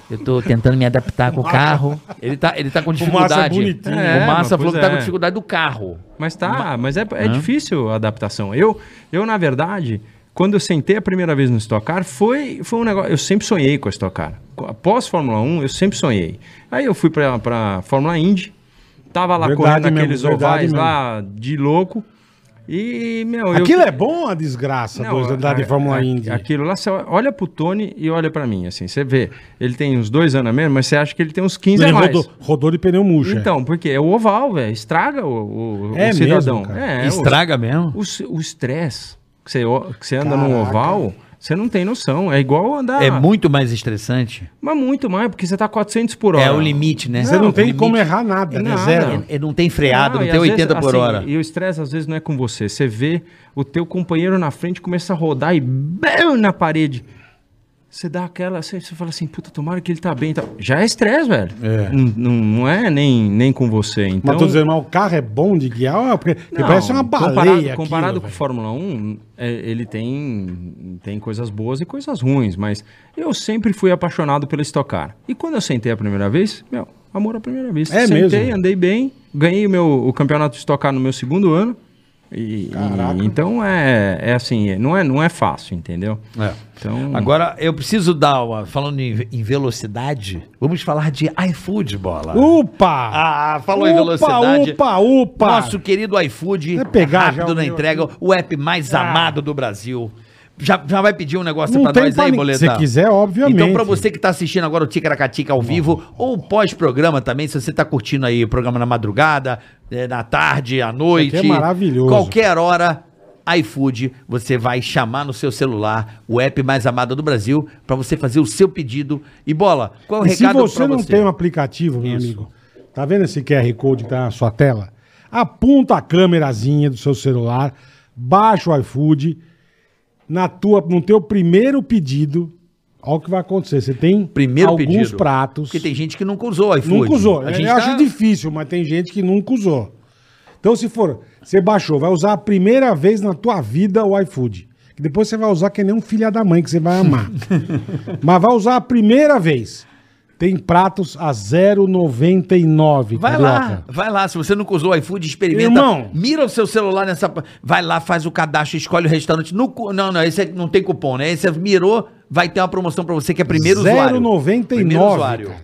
G: Eu tô tentando me adaptar com o carro.
F: Ele tá, ele tá com
C: Massa é
F: dificuldade.
C: bonitinho. né,
D: É,
F: o Massa
D: mas
F: falou que
D: pois
F: tá
D: é.
F: com dificuldade do carro.
D: Mas tá, mas é, é difícil a adaptação. Eu, eu, na verdade, quando eu sentei a primeira vez no Stock Car, foi, foi um negócio. Eu sempre sonhei com a Stock Car. Co- Após Fórmula 1, eu sempre sonhei. Aí eu fui pra, pra Fórmula Indy, tava lá
C: Verdade
D: correndo
C: mesmo,
D: aqueles
C: verdade
D: ovais
C: mesmo.
D: lá de louco. E, meu. eu-
C: Aquilo é bom ou a desgraça,
D: Não,
C: dois andar de
D: a-
C: Fórmula
D: a-
C: Indy?
D: Aquilo lá, você olha pro Tony e olha pra mim, assim, você vê. Ele tem uns dois anos a menos, mas você acha que ele tem uns 15
C: Ele
D: a é mais.
C: rodou, rodou de pneu murcho. é.
D: Então, porque é o oval, velho. Estraga o, o,
C: É
D: o cidadão.
C: mesmo, cara?
D: é, o-
B: Estraga mesmo.
D: o s- o estresse que você, o- que você anda num
C: Caraca.
D: oval, você não tem noção. É igual
C: Ah.
D: andar.
B: É muito mais estressante.
D: Mas muito mais, porque você tá 400 por hora.
B: É o limite, né?
C: Você não,
D: não,
C: tem
B: limite.
C: como errar nada, né?
D: Nada.
C: Zero.
B: É, não tem freado, não,
D: Ah, e
B: tem
D: às
B: 80
D: vezes,
B: por
D: assim,
B: hora.
D: E o estresse às vezes não é com você. Você vê o teu companheiro na frente começa a rodar e bam, na parede. Você dá aquela, você, você fala assim, puta, tomara que ele tá bem. e tal. Já é estresse, velho.
C: É.
D: Não, não- não é nem, nem com você. Então,
C: Mas tô dizendo, mas o carro é bom de guiar? ó, Porque, porque
D: Não,
C: parece uma baleia
D: Comparado,
C: aquilo,
D: comparado com
C: velho.
D: Fórmula 1, é, ele tem, tem coisas boas e coisas ruins, mas eu sempre fui apaixonado pelo Stock Car. E quando eu sentei a primeira vez, meu, amor à primeira vista.
C: É
D: sentei,
C: mesmo?
D: andei bem, ganhei o, meu, o campeonato de Stock Car no meu segundo ano. E,
C: Caraca.
D: e- então é, é assim, não é, não é fácil, entendeu?
C: É.
D: Então,
B: Agora, eu preciso dar uma. Falando em, em velocidade, vamos falar de iFood, bola.
C: Upa!
B: Ah, falou
C: upa,
B: em velocidade.
C: Upa, upa!
B: Nosso querido iFood,
C: Vai pegar já
B: rápido
C: o
B: na
C: meu
B: entrega, o app mais
C: Ah.
B: amado do Brasil. Já, já vai pedir um negócio
C: Não
B: pra
C: tem
B: nós
C: pra
B: aí,
C: ninguém.
B: boletar?
C: Se quiser, obviamente.
B: Então, pra você que tá assistindo agora o Ticaracatica ao vivo, ou pós-programa também, se você tá curtindo aí o programa na madrugada, eh, na tarde, à noite.
C: Isso aqui é maravilhoso.
B: Qualquer hora, iFood, você vai chamar no seu celular o app mais amado do Brasil pra você fazer o seu pedido. E bola, qual é o
C: E se
B: recado
C: você
B: pra
C: não
B: você?
C: tem um aplicativo, meu amigo, tá vendo esse QR Code que tá na sua tela? Aponta a câmerazinha do seu celular, baixa o iFood, na tua, no teu primeiro pedido, olha o que vai acontecer. Você tem
B: Primeiro
C: alguns
B: pedido.
C: pratos.
B: Porque tem gente que nunca usou o iFood.
C: Nunca usou.
B: A gente tá-
C: eu acho difícil, mas tem gente que nunca usou. Então, se for, você baixou, vai usar a primeira vez na tua vida o iFood. Que depois você vai usar que nem um filho da mãe que você
B: (laughs)
C: vai amar. mas vai usar a primeira vez. Tem pratos a 0,99.
B: Vai lá,
C: Carioca.
B: vai lá. Se você nunca usou o iFood, experimenta.
C: Irmão.
B: Mira o seu celular nessa. Vai lá, faz o cadastro, escolhe o restaurante. No cu- Não, não, esse é- não tem cupom, né? Esse é mirou, vai ter uma promoção pra você que é primeiro usuário.
C: 0,99. cara.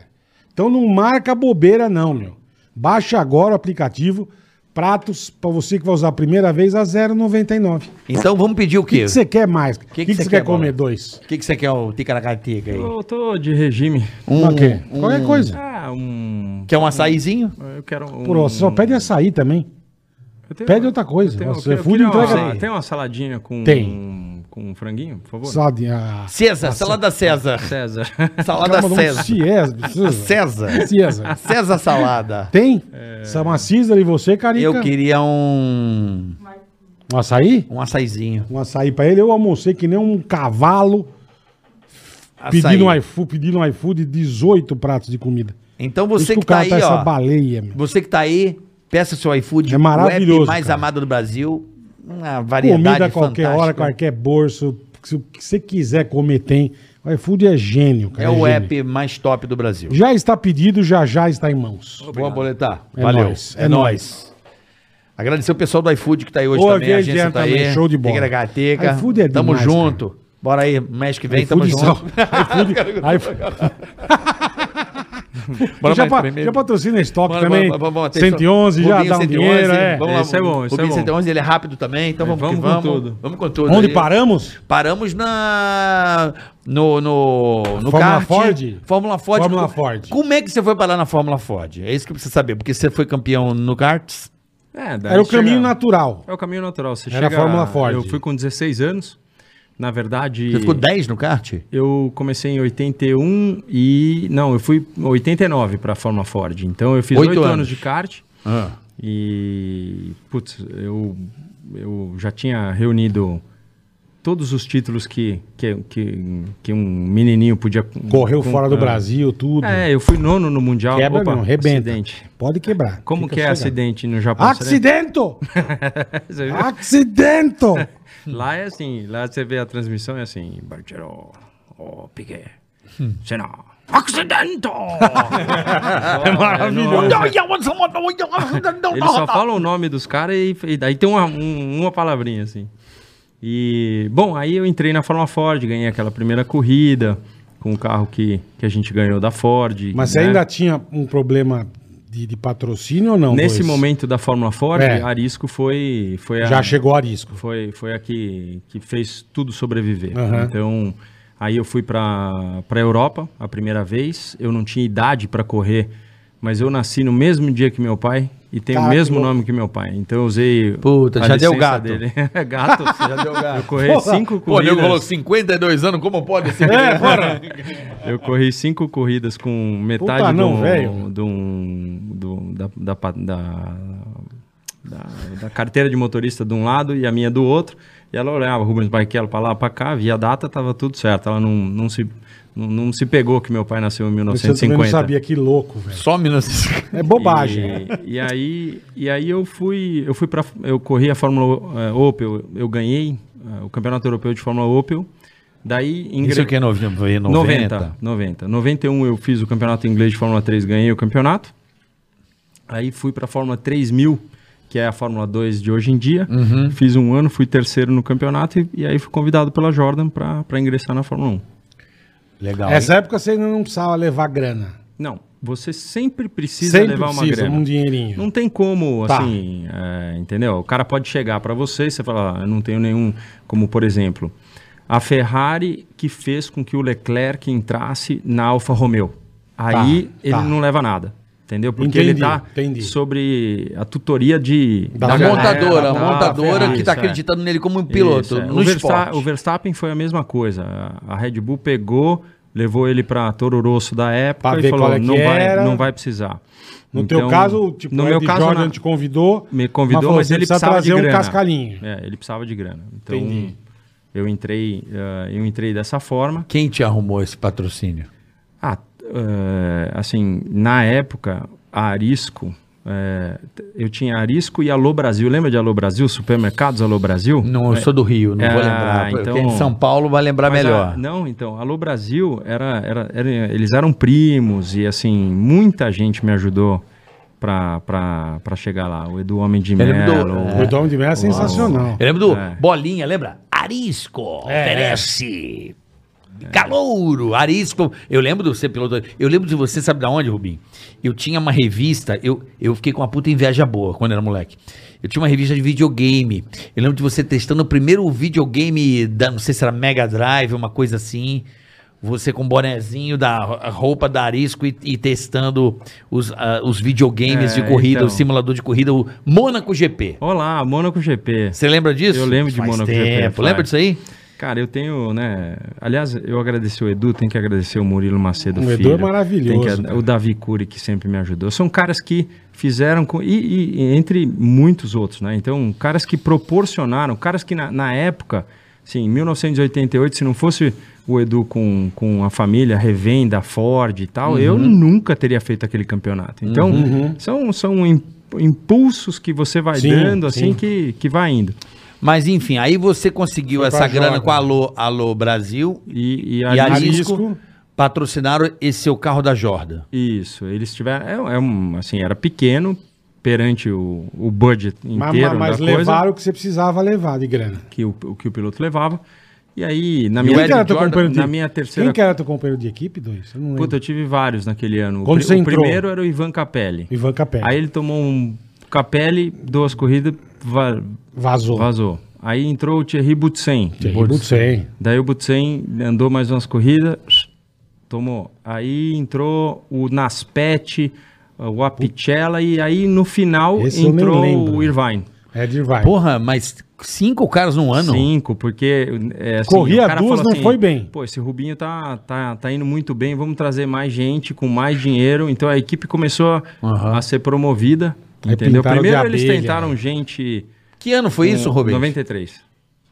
C: Então não marca bobeira, não, meu. Baixa agora o aplicativo. Pratos pra você que vai usar a primeira vez a 0,99.
B: Então vamos pedir o
C: O que
B: quê?
C: que você quer mais? O que, que, você quer,
B: Bola?
C: comer? Dois.
B: O que, que você quer, o Ticaracatica aí?
D: eu tô de regime.
B: Um,
C: Ok. Qualquer coisa.
D: Ah, um.
B: Quer um açaizinho?
D: Eu quero um.
C: Pô, você só pede açaí também.
D: Eu tenho-
C: pede outra coisa.
D: eu tenho-
C: Nossa,
D: eu
C: é food
D: queria uma-
C: entrega.
D: Tem uma saladinha com.
C: Tem.
D: Com um franguinho, por favor?
C: Sabe, a...
B: César, salada César.
C: (laughs)
D: César.
B: Salada
C: Calma, não,
B: César. (laughs)
C: César.
B: César.
C: César.
B: César salada.
C: Tem? Sama César e você, Carica?
B: Eu queria um.
C: Um açaí?
B: Um açaizinho.
C: Um açaí pra ele. Eu almocei que nem um cavalo
B: Açaí.
C: pedindo um iFood, pedindo um iFood 18 pratos de comida.
B: Então
C: Por isso
B: você
C: que
B: que,
C: o
B: tá
C: cara
B: aí,
C: tá essa
B: ó.
C: baleia, meu.
B: Você que tá aí, peça seu iFood,
C: É maravilhoso,
B: o app mais
C: cara.
B: amado do Brasil. Uma variedade
C: Comida a qualquer hora,
B: fantástica.
C: qualquer bolso. Se o que você quiser comer, tem. O iFood é gênio, cara.
B: É o
C: gênio.
B: app mais top do Brasil.
C: Já está pedido, já já está em mãos.
B: Boa boletar.
C: É
B: Valeu.
C: nóis, é
B: É nóis. Agradecer o pessoal do iFood que tá aí hoje
C: Ô,
B: também. A agência
C: Vigiano
B: tá
C: também,
B: aí.
C: show de bola.
B: Tegrateca.
C: iFood é
B: Tamo
C: demais,
B: junto. Bora aí, mês que vem, tamo
C: iFoodzão.
B: junto. (laughs)
C: iFood, iFood.
B: Bora
C: já,
B: mais
C: pa-
B: pra e-mail.
C: já patrocina estoque
B: Bora,
C: também.
B: bora, bora, bora, atenção.
C: 111, já
B: Rubinho
C: dá um
B: 111,
C: dinheiro. É.
B: Vamos lá,
D: Esse é bom, esse
B: Rubinho
D: é bom.
B: 111, ele é rápido também, então vamos,
D: vamos
B: que
D: com
B: vamos.
D: tudo.
B: Vamos com tudo.
C: Onde
F: aí.
C: paramos?
B: Paramos na. No. no, no
C: Fórmula
B: kart.
C: Ford?
B: Fórmula Ford.
C: Fórmula
B: Como-
C: Ford.
B: Como é que você foi parar na Fórmula Ford? É isso que eu preciso saber, porque você foi campeão no kart.
D: É, daí
C: Era o
D: chega-
C: caminho natural.
D: É o caminho natural. Você
C: Era a
D: chega,
C: Fórmula Ford.
D: Eu fui com 16 anos. Na verdade,
B: Você ficou 10 no kart?
D: eu comecei em 81 e. Não, eu fui em 89 para a Fórmula Ford. Então eu fiz
B: Oito
D: 8 anos.
B: anos
D: de kart. E, putz, eu, eu já tinha reunido todos os títulos que, que, que, que um menininho podia...
C: Correu fora do
D: comprar.
C: Brasil, tudo.
D: É, eu fui nono no Mundial.
C: Quebra
D: Opa,
C: não, rebenta.
D: Acidente.
C: Pode quebrar.
D: Como
C: Fica
D: que é
C: sossegado.
D: acidente no Japão?
C: Accidento!
D: Você
C: Ah.
D: viu?
C: Accidento!
D: (laughs) Lá é assim, lá você vê a transmissão é assim, Bartiro, ó, Piquet,
C: Hum.
D: Senna, (laughs) Accidento! é
C: maravilhoso.
D: Eles só falam o nome dos caras e, e daí tem uma, um- uma palavrinha assim. E, bom, aí eu entrei na Fórmula Ford, ganhei aquela primeira corrida com o carro que, que a gente ganhou da Ford.
C: Mas você
D: né?
C: ainda tinha um problema de, de patrocínio ou não?
D: Nesse
C: Dois?
D: momento da Fórmula Ford,
C: É.
D: a Arisco foi, foi a-
C: Já chegou a risco.
D: foi, foi a que, que fez tudo sobreviver.
C: Aham.
D: Então, aí eu fui para a Europa a primeira vez. Eu não tinha idade para correr, mas eu nasci no mesmo dia que meu pai e tenho
C: Cara,
D: o
C: que
D: mesmo
C: louco.
D: nome que meu pai. Então eu usei.
B: Puta,
D: a
B: já deu
D: licença
B: gato.
C: (laughs)
D: Dele. (laughs) gato, já deu gato. Eu corri
C: Porra.
D: cinco
E: Pô, o
D: corridas.
E: nego falou 52 anos, como pode ser?
C: É, bora.
D: Eu corri cinco corridas com metade
C: Puta, não,
D: do,
C: velho.
D: um, do- do- da, da pa- da- da- da carteira de motorista de um lado e a minha do outro. E ela olhava, Rubens Barrichello, pra lá, pra cá, via a data, tava tudo certo. Ela não, não, se, não, não se pegou que meu pai nasceu em
C: Você também
D: 1950.
C: não sabia que louco, velho.
B: um
E: Some nos...
C: É bobagem.
D: E, e aí, e aí eu fui, eu fui para, eu corri a Fórmula eh, Opel, eu, ganhei eh, o Campeonato Europeu de Fórmula Opel. Daí ingre-
E: Isso que é 90.
D: 90, 90. 91 eu fiz o campeonato inglês de Fórmula 3, ganhei o campeonato. Aí fui para a Fórmula 3000, que é a Fórmula 2 de hoje em dia.
C: Uhum.
D: Fiz um ano, fui terceiro no campeonato e, e aí fui convidado pela Jordan para ingressar na Fórmula 1.
B: Legal.
C: Essa época você ainda não precisava levar grana.
D: Não, você sempre precisa
C: Sempre
D: levar uma
C: precisa,
D: grana.
C: um dinheirinho.
D: Não tem como,
C: Tá.
D: assim, é, entendeu? O cara pode chegar para você e você falar, "Ah, eu não tenho nenhum, como por exemplo, a Ferrari que fez com que o Leclerc entrasse na Alfa Romeo. Aí ele
C: tá.
D: não leva nada, entendeu? Porque ele
C: Entendi,
D: tá
C: entendi.
D: sobre a tutoria de
C: Da
B: Da
C: galera,
B: montadora, a
D: tá,
B: montadora que
D: isso,
B: tá
D: é.
B: acreditando nele como um piloto
D: Isso, é.
B: no
D: o, Versta-
B: esporte.
D: o Verstappen foi a mesma coisa. A- A Red Bull pegou, levou ele para Toro Rosso da época
C: Pra
D: e
C: ver
D: falou:
C: qual é que
D: não, vai,
C: era."
D: não vai precisar.
C: No
D: Então,
C: teu caso, tipo,
D: no
C: o
D: meu
C: Ed
D: caso,
C: Jordan
D: na-
C: te convidou.
D: me convidou, mas,
C: falou, "Você
D: ele
C: precisa
D: precisava
C: trazer
D: de
C: um
D: grana.
C: cascalinho.
D: É, ele precisava de grana. Então,
C: Entendi.
D: eu entrei, eh, eu entrei dessa forma.
E: Quem te arrumou esse patrocínio?
D: Ah, eh, assim, na época, a Arisco, eh, t- eu tinha Arisco e Alô Brasil. Lembra de Alô Brasil? Supermercados Alô Brasil?
B: Não, eu sou do Rio, não
D: É,
B: vou lembrar.
D: então-
B: Quem é de São Paulo vai lembrar
D: Mas
B: melhor.
D: a- não, então, Alô Brasil era, era, era- eles eram primos e assim, muita gente me ajudou pra, pra, pra chegar lá. O Edu Homem de
B: lembro do-
D: Melo.
C: O Dom de Mel é sensacional.
B: Eu lembro do
D: É.
B: Bolinha, lembra? Arisco, oferece. Calouro, Arisco. Eu lembro de você, piloto. Eu lembro de você, sabe da onde, Rubim? Eu tinha uma revista, eu, eu fiquei com uma puta inveja boa quando era moleque. Eu tinha uma revista de videogame. Eu lembro de você testando o primeiro videogame da, não sei se era Mega Drive, uma coisa assim. Você com o bonezinho da ro- roupa da Arisco e, e testando os, ah, os videogames
D: É,
B: de corrida,
D: então.
B: o simulador de corrida, o Mônaco GP.
D: Olá, Mônaco GP.
B: Você lembra disso?
D: Eu lembro de
B: Faz
D: Mônaco
B: tempo. né?
D: GP, faz.
B: Lembra disso aí?
D: Cara, eu tenho, né? Aliás, eu agradeci o Edu, tenho que agradecer o Murilo Macedo
C: O
D: filho.
C: Edu é maravilhoso,
D: Tem que-
C: cara.
D: o Davi Cury, que sempre me ajudou. São caras que fizeram, com, e, e- e entre muitos outros, né? Então, caras que proporcionaram, caras que na, na época, assim, em 1988, se não fosse o Edu com, com a família, revenda, Ford e tal, eu
C: Uhum.
D: nunca teria feito aquele campeonato. Então, são, são im- impulsos que você vai
C: Sim,
D: dando, assim,
C: sim.
D: Que, que vai indo.
B: Mas enfim, aí você conseguiu
C: Foi pra
B: essa grana
C: Jordan.
B: com a Alô, Alô Brasil
D: E, e
B: e
D: a
B: a
C: Arisco.
B: Arisco patrocinaram esse seu carro da Jordan.
D: Isso, eles tiveram. É, é um, assim, era pequeno perante o, o budget
C: Mas,
D: inteiro
C: mas
D: da coisa,
C: levaram o que você precisava levar de grana.
D: que o, o que o piloto levava. E aí, na
C: E
D: minha,
C: quem que era teu
D: Jordan-
C: companheiro de-
D: na minha terceira.
C: Quem que era teu companheiro de equipe, dois? Eu não lembro.
D: Puta, eu tive vários naquele ano. O
C: Quando
D: pri-
C: você
D: o,
C: entrou?
D: primeiro era o Ivan Capelli.
C: Ivan Capelli.
D: Aí ele tomou um Capelli, duas corridas, va-
C: Vazou.
D: vazou. Aí entrou o Thierry Butsen.
C: Thierry Butsen.
D: Daí o Butsen andou mais umas corridas, tomou. Aí entrou o Naspet, o Apicella e aí no final
C: Esse eu nem
D: entrou
C: lembro.
D: o Irvine.
C: É de vai.
B: Porra, mas cinco caras num ano?
D: Cinco, porque é, assim,
C: Corria duas,
D: fala
C: não foi bem.
D: Pô, esse Rubinho tá, tá, tá indo muito bem, vamos trazer mais gente com mais dinheiro. Então a equipe começou a- a ser promovida
C: Aí
D: Entendeu?
C: pintaram de
D: Primeiro eles
C: abelha.
D: tentaram gente.
B: Que ano foi isso,
D: com
B: Rubens?
D: 93.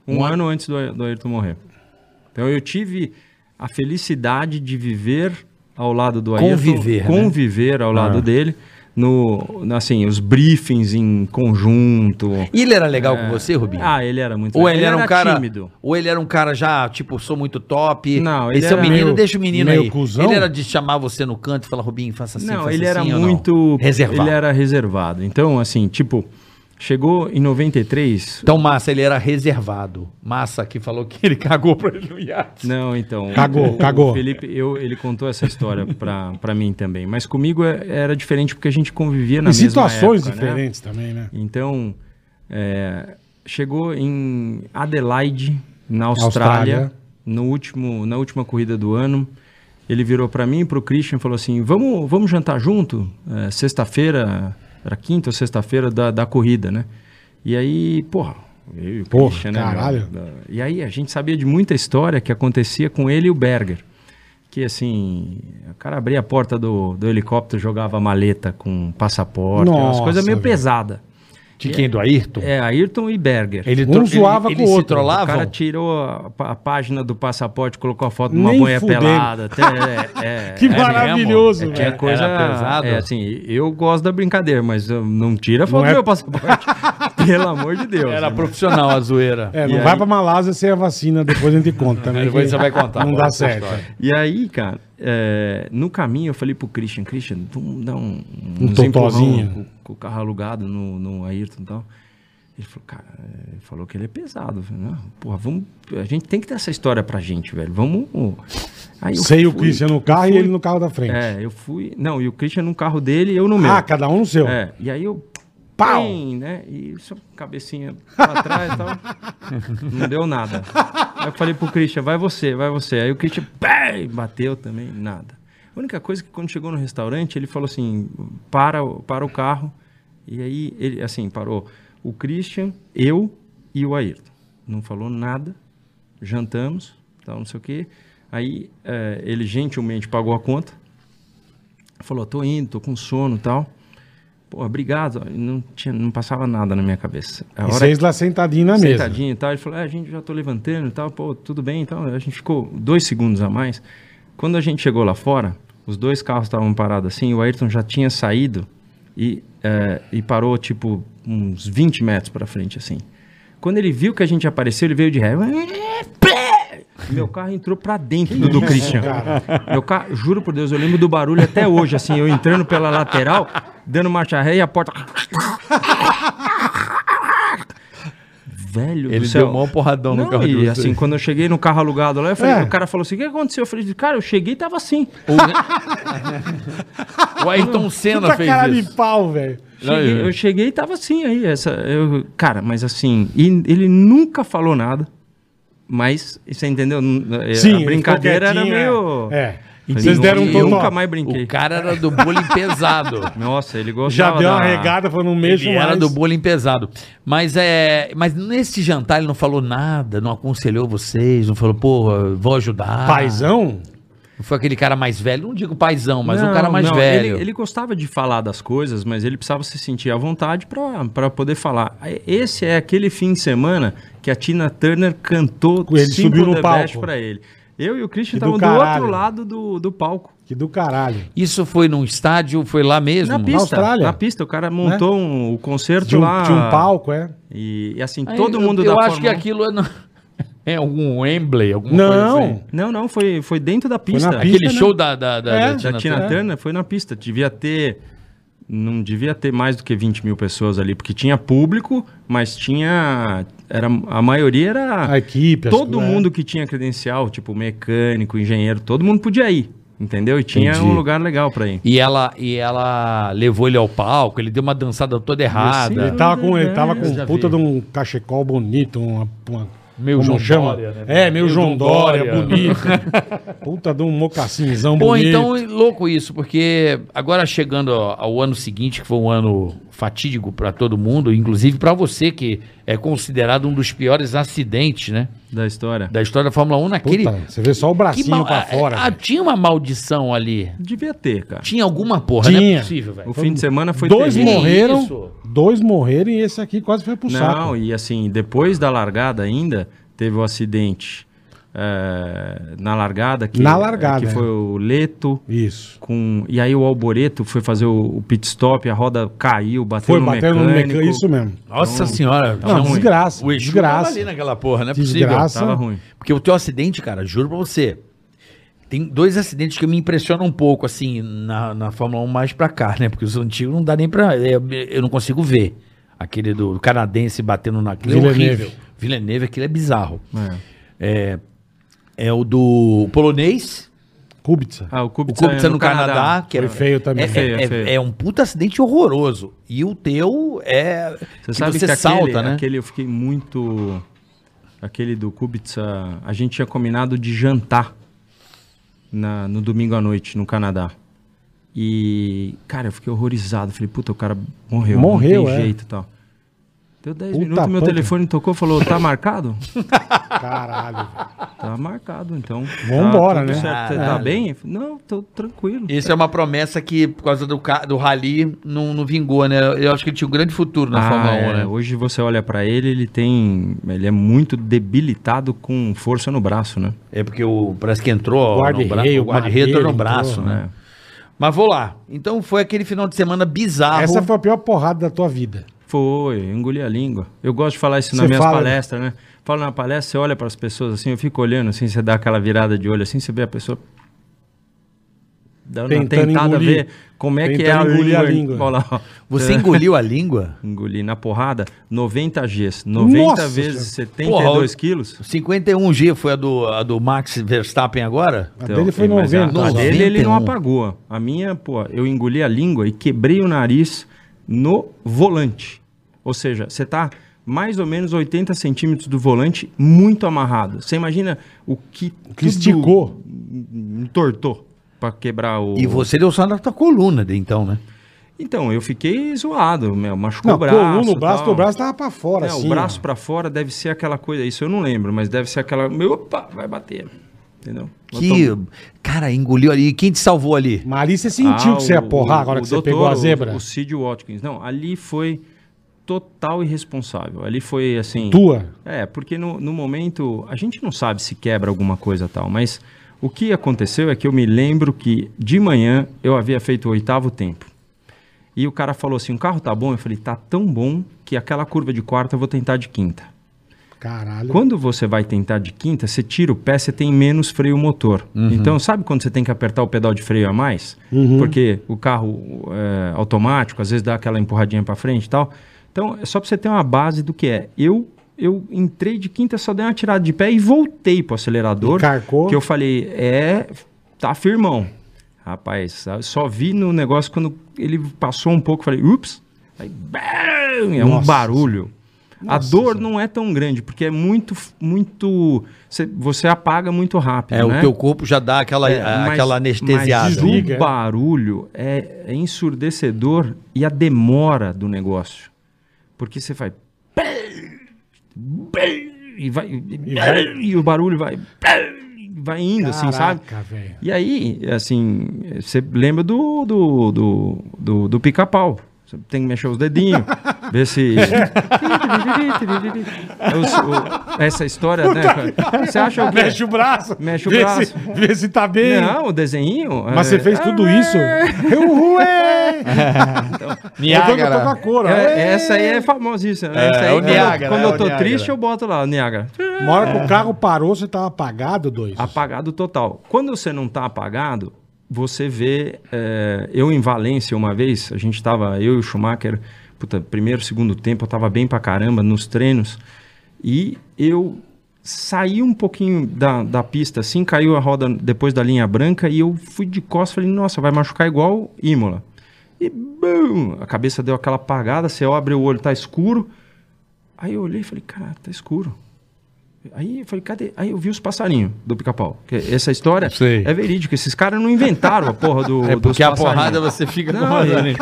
D: Um ano antes do, do Ayrton morrer. Então eu tive a felicidade de viver ao lado do Ayrton.
B: Conviver, né? Ah.
D: Conviver ao lado dele. No, assim, os briefings em conjunto.
B: E ele era legal com você, Rubinho?
D: Ah, ele era muito
B: Ou ele, era um cara.
D: tímido.
B: Ou ele era um cara já, tipo, sou muito top.
D: Não, ele
B: Esse é o
D: era
B: menino,
C: meio-
B: deixa o menino
C: meio
B: aí.
C: cuzão?
B: Ele era de chamar você no canto e falar, Rubinho, faça assim.
D: não,
B: faça
D: ele era
B: assim, ou não?"
D: muito.
B: Reservado.
D: Ele era reservado. Então, assim, tipo, chegou em 93.
B: Então, Massa, ele era reservado. Massa que falou que ele cagou pra ele no iate.
D: Não, então.
C: Cagou,
D: o
C: cagou.
D: Felipe, eu, ele contou essa história pra, pra mim também. Mas comigo é- era diferente porque a gente convivia na
C: Em
D: mesma
C: situações
D: época, né?
C: diferentes também, né?
D: Então, é, chegou em Adelaide, na Austrália,
C: Austrália.
D: No último, na última corrida do ano. Ele virou para mim e para o Christian e falou assim: vamos, vamos jantar junto? É, sexta-feira, era quinta ou sexta-feira da, da corrida, né? E aí, porra. Eu e o
C: Porra,
D: Christian, né,
C: caralho.
D: meu? E aí a gente sabia de muita história que acontecia com ele e o Berger. Que assim, o cara abria a porta do, do helicóptero, jogava a maleta com passaporte, umas
C: Nossa,
D: coisas meio
C: velho.
D: pesada.
B: De quem? Do Ayrton?
D: É, Ayrton e Berger.
B: Ele
C: Um
B: tro-
C: zoava com o
B: se
C: outro.
D: o
B: trollavam?
D: cara tirou a, pa- a página do passaporte, colocou a foto de uma
C: Nem
D: boia
C: fudendo.
D: pelada.
C: (laughs)
D: até- é, é,
C: Que
D: é,
C: maravilhoso,
B: mesmo? É que
C: velho.
D: é
B: Era
D: coisa
B: pesado?
D: É assim, eu gosto da brincadeira, mas eu- não tira a foto
C: Não
D: do
C: é-
D: meu passaporte. (laughs) Pelo amor de Deus.
B: Era
D: né?
B: profissional a zoeira.
C: É, não
D: E
C: vai
D: aí-
C: pra Malásia sem a vacina, depois a gente conta
D: (laughs)
C: também.
B: Depois
C: que
B: você vai contar,
C: Não
B: Paulo,
C: dá
B: essa
C: certo.
B: história.
D: E aí, cara, é, no caminho eu falei pro Christian, Christian, vamos dar um,
C: Um
D: uns
C: totozinho.
D: empurrão Com, com o carro alugado no, no Ayrton e tal. Ele falou, cara, é, ele falou que ele é pesado. Eu falei, não, porra, vamos. A gente tem que ter essa história pra gente, velho. Vamos. Aí eu
C: Sei o
D: fui-
C: Christian no carro e ele no carro da frente.
D: É, eu fui. Não, e o Christian no carro dele e eu no meu.
C: ah, cada um no seu.
D: É, e aí eu.
C: Pau!
D: Bem, né? E só cabecinha pra trás e tal. Não deu nada. Aí eu falei pro Christian, vai você, vai você. Aí o Christian, bem, bateu também, nada. A única coisa é que quando chegou no restaurante, ele falou assim: para, o- para o carro. E aí, ele, assim, parou o Christian, eu e o Ayrton. Não falou nada, jantamos, tal, não sei o quê. Aí eh, ele gentilmente pagou a conta. Falou, tô indo, tô com sono e tal. Pô, obrigado. ó, e Não, tinha, não passava nada na minha cabeça. A
C: E
D: hora
C: vocês lá sentadinho na mesa.
D: sentadinho e tal. Ele falou, é, a gente já tô levantando e tal, pô, tudo bem e tal. A gente ficou dois segundos a mais. Quando a gente chegou lá fora, os dois carros estavam parados assim, o Ayrton já tinha saído e, é, e parou, tipo, uns 20 metros pra frente, assim. Quando ele viu que a gente apareceu, ele veio de ré. Meu carro entrou pra dentro do, do Christian. Meu carro, juro por Deus, eu lembro do barulho até hoje, assim, eu entrando pela lateral, dando marcha ré e a porta. Velho, do
B: Ele
D: céu.
B: deu mó porradão no
D: Não,
B: carro de
D: E
B: vocês.
D: assim, quando eu cheguei no carro alugado lá, eu falei,
C: É.
D: o cara falou assim: o que aconteceu? Eu falei, cara, eu cheguei e tava assim.
B: (laughs) O Ayrton Senna
C: Puta
B: fez
C: cara
B: isso.
C: de pau, velho.
D: Cheguei- eu cheguei e tava assim aí. Essa, eu- cara, mas assim, e ele nunca falou nada. Mas, você entendeu? N- é,
C: Sim,
D: a
C: ele
D: brincadeira
C: ficou
D: era
C: quietinho,
D: meio.
C: É. é.
D: Falei,
C: Vocês
D: "Não,
C: deram um
D: eu
C: totó.
D: Nunca mais brinquei.
B: O cara era do bullying pesado.
D: (laughs) Nossa, ele gostava.
C: Já deu uma
D: da-
C: regada, falou, não mexo
B: Ele era
C: mais.
B: do bullying pesado. Mas é. Mas nesse jantar ele não falou nada, não aconselhou vocês, não falou, porra, vou
D: Ah.
B: ajudar.
C: Paizão?
B: Foi aquele cara mais velho, não digo paizão, mas
D: Não,
B: um cara mais
D: não,
B: velho.
D: Ele, ele gostava de falar das coisas, mas ele precisava se sentir à vontade para poder falar. Esse é aquele fim de semana que a Tina Turner cantou
C: Ele subiu no palco.
D: para ele. Eu e o Christian
C: Que do
D: estavam do, outro
C: caralho.
D: lado do, do palco.
C: Que do caralho.
B: Isso foi num estádio, foi lá mesmo?
D: Na pista.
C: Austrália. Né?
D: Na pista. O cara montou um, o concerto
C: De um,
D: lá.
C: de um palco, é.
D: E, e assim,
B: Aí,
D: todo
B: eu-
D: mundo
B: Eu
D: da
B: acho que
D: Fórmula 1.
B: aquilo é, no- (laughs) é algum Wembley, alguma coisa assim.
C: Não.
D: Não, não, foi, foi dentro da
C: na
D: pista.
C: pista.
B: Aquele
C: né?
B: show da, da, da,
C: É,
B: da
D: Da
B: Tina
D: Tina
B: Turner.
D: Turner foi na pista. Devia ter. Não devia ter mais do que 20 mil pessoas ali, porque tinha público, mas tinha. Era, a maioria era.
C: A equipe, as
D: Todo
C: co- é.
D: mundo que tinha credencial, tipo mecânico, engenheiro, todo mundo podia ir. Entendeu? E tinha
C: Entendi.
D: um lugar legal pra ir.
B: E ela, e ela levou ele ao palco, ele deu uma dançada toda errada.
D: né? tá
C: Ele tava com, ele tava com
D: Eu já
C: um puta
D: vi.
C: de um cachecol bonito, uma. uma
B: Meu
C: como
B: João
C: chama?
B: Dória, né?
C: É, meu,
B: Meu
C: João
B: João
C: Dória,
B: Dória.
C: bonito.
D: (laughs)
C: puta de um mocassinzão
B: Pô,
C: bonito.
B: então, louco isso, porque agora chegando ao ano seguinte, que foi um ano fatídico para todo mundo, inclusive para você, que é considerado um dos piores acidentes, né?
D: da história.
B: Da história da Fórmula 1 naquele.
C: Puta, você vê só o
B: que
C: bracinho
B: mal-
C: pra fora.
B: ah, tinha uma maldição ali.
D: Devia ter, cara.
B: Tinha alguma porra, não é
C: Tinha.
B: possível, velho.
D: O fim de semana foi
C: dois
D: terrível.
C: morreram,
B: Isso.
C: dois morreram e esse aqui quase foi pro
D: Não,
C: saco.
D: e assim, depois da largada ainda, teve o acidente eh, na largada. Que,
C: Na largada,
D: Que
C: é.
D: foi o Leto.
C: Isso.
D: Com, e aí o Alboreto foi fazer o, o pit stop, a roda caiu, bateu
C: Foi
D: no
C: bater no
D: mecânico.
C: um mecânico, Então, isso é mesmo.
B: Nossa senhora,
C: Não,
B: tinha um-
C: desgraça,
B: O Exu
C: desgraça.
B: tava ali naquela porra, não é possível.
C: Desgraça.
D: Tava ruim.
B: Porque o teu acidente, cara, juro pra você. Tem dois acidentes que me impressionam um pouco, assim, na, na Fórmula 1 mais pra cá, né? Porque os antigos não dá nem pra. é, Eu, não consigo ver. Aquele do canadense batendo na. Aquilo é
C: Villeneuve.
B: horrível. Villeneuve, aquilo é bizarro.
D: É.
B: É o do polonês,
C: Kubica.
D: Ah, o
B: o
D: Kubica,
B: Kubica no, Canadá, que é,
C: Foi feio também.
B: é,
D: Feio,
B: é-
D: feio.
B: é um puta acidente horroroso. E o teu é.
D: Você sabe que, aquele,
B: né?
D: aquele eu fiquei muito... Aquele do Kubica, a gente tinha combinado de jantar na- no domingo à noite no Canadá. E, cara, eu fiquei horrorizado. Falei, puta, o cara morreu.
C: Morreu,
D: Não tem
C: é.
D: jeito e tal. Deu 10
C: Puta
D: minutos, meu
C: panca.
D: telefone tocou falou, tá marcado?
C: Caralho. velho.
D: tá marcado, então.
C: Vambora,
D: tá, tudo
C: né?
D: certo. Você tá bem? Eu falei, Não, tô tranquilo.
B: Ah, é. Isso é uma promessa que, por causa do, ca- do rally, não, não vingou, né? Eu acho que ele tinha um grande futuro na
D: Ah,
B: Fórmula 1,
D: é.
B: né?
D: Hoje você olha pra ele, ele tem, ele é muito debilitado com força no braço, né?
B: É porque o parece que entrou
C: Guarda
B: no bra-
C: e rei,
B: o guarda-reio
C: guarda-reio
B: entrou no
C: entrou,
B: braço,
D: É.
B: né? Mas vou lá. Então foi aquele final de semana bizarro.
C: Essa foi a pior porrada da tua vida.
D: Foi, eu engoli a língua. Eu gosto de falar isso nas
C: Você
D: minhas
C: fala, né?
D: palestras, né? Falo na palestra, você olha pras pessoas assim, eu fico olhando assim, você dá aquela virada de olho assim, você vê a pessoa dando uma
C: Tentando
D: tentada a
C: engolir.
D: ver como é que é
C: Tentando
D: a
C: engolir
D: língua.
C: a língua.
D: Olha lá, ó.
B: Você
D: É,
B: engoliu (laughs) a língua?
D: engoli na porrada 90 Gs, 90
C: Nossa
D: vezes
C: Senhora.
D: 72
B: Porra,
D: quilos.
B: 51G foi a do, a do Max Verstappen agora?
C: Então, A dele foi
D: Então, é, mas a-
C: 90.
D: A dele ele não
B: 91.
D: apagou. A minha, pô, eu engoli a língua e quebrei o nariz no volante. Ou seja, você tá mais ou menos 80 centímetros do volante, muito amarrado. Você imagina o que,
C: Que esticou.
D: entortou pra quebrar o.
B: E você deu só na tua coluna, de então, né?
D: Então, eu fiquei zoado, meu, machucou
C: Não,
D: o braço.
C: coluna, o braço,
D: tal.
C: teu braço tava pra fora,
D: É,
C: assim.
D: o braço
C: ó.
D: pra fora deve ser aquela coisa, isso eu não lembro, mas deve ser aquela, meu, opa, vai bater. Entendeu?
B: Que, cara, engoliu ali. Quem te salvou ali?
C: Mas ali você sentiu
D: Ah,
C: que você ia
D: o-
C: porrar agora
D: o
C: que você
D: doutor,
C: pegou a
D: o-
C: zebra?
D: O Sid Watkins. Não, ali foi total irresponsável. Ali foi assim.
C: Tua?
D: É, porque no, no momento a gente não sabe se quebra alguma coisa tal, mas o que aconteceu é que eu me lembro que de manhã eu havia feito o oitavo tempo. E o cara falou assim: o carro tá bom? Eu falei: tá tão bom que aquela curva de quarta eu vou tentar de quinta.
C: Caralho.
D: Quando você vai tentar de quinta, você tira o pé, você tem menos freio motor.
C: Uhum.
D: Então, sabe quando você tem que apertar o pedal de freio a mais? Porque o carro é, automático, às vezes dá aquela empurradinha para frente e tal. Então, é só para você ter uma base do que é. Eu eu entrei de quinta, só dei uma tirada de pé e voltei pro acelerador.
C: E carcou.
D: Que eu falei, é, tá firmão. Rapaz, só vi no negócio quando ele passou um pouco, falei, ups. Aí, bam, é um
C: Nossa
D: barulho. A dor não é tão grande, porque é muito, muito. cê- você apaga muito rápido.
B: É,
D: né?
B: o teu corpo já dá aquela,
D: É,
B: a-
D: mas-
B: aquela anestesiada.
D: Mas
C: Desliga,
D: o
C: é.
D: barulho é, é ensurdecedor e a demora do negócio. Porque você vai. E, vai, e,
C: vai-
D: o barulho vai. Vai indo, assim, sabe?
C: Caraca, velho.
D: E aí, assim, você lembra do, do, do, do, do pica-pau. Você tem que mexer
C: (laughs)
D: os dedinhos, ver se. É Os- o- essa história, né? cara? Você acha o quê?
C: Mexe o braço.
D: Mexe o
C: vê
D: braço.
C: Se, vê se tá bem.
D: Não, o desenho.
C: Mas
D: é-
C: você fez tudo isso? Uhul, (laughs) é! Eu tô- eu tô com a cor, ó.
D: É, essa aí é famosíssima. né?
B: É,
D: Essa aí,
B: é o
D: quando-
B: Niágara,
D: Quando
B: é o
D: eu tô
B: Niágara.
D: triste, eu boto lá o Niágara.
C: Uma hora que o carro parou, você tava apagado, dois.
D: Apagado total. Quando você não tá apagado, você vê. é, eu em Valência uma vez, a gente tava, eu e o Schumacher, puta, primeiro, segundo tempo, eu tava bem pra caramba nos treinos. E eu saí um pouquinho da, da pista assim, caiu a roda depois da linha branca e eu fui de costas falei, nossa, vai machucar igual Imola. E bum, a cabeça deu aquela apagada, você abre o olho, tá escuro. Aí eu olhei e falei, cara, tá escuro. Aí eu falei, cadê? Aí eu vi os passarinhos do pica-pau. Que Essa história
C: Sei.
D: é verídica.
C: (laughs)
D: Esses caras não inventaram a porra do.
B: É
D: dos
B: porque a
D: passarinhos.
B: porrada você fica
D: Não,
B: com a
D: é.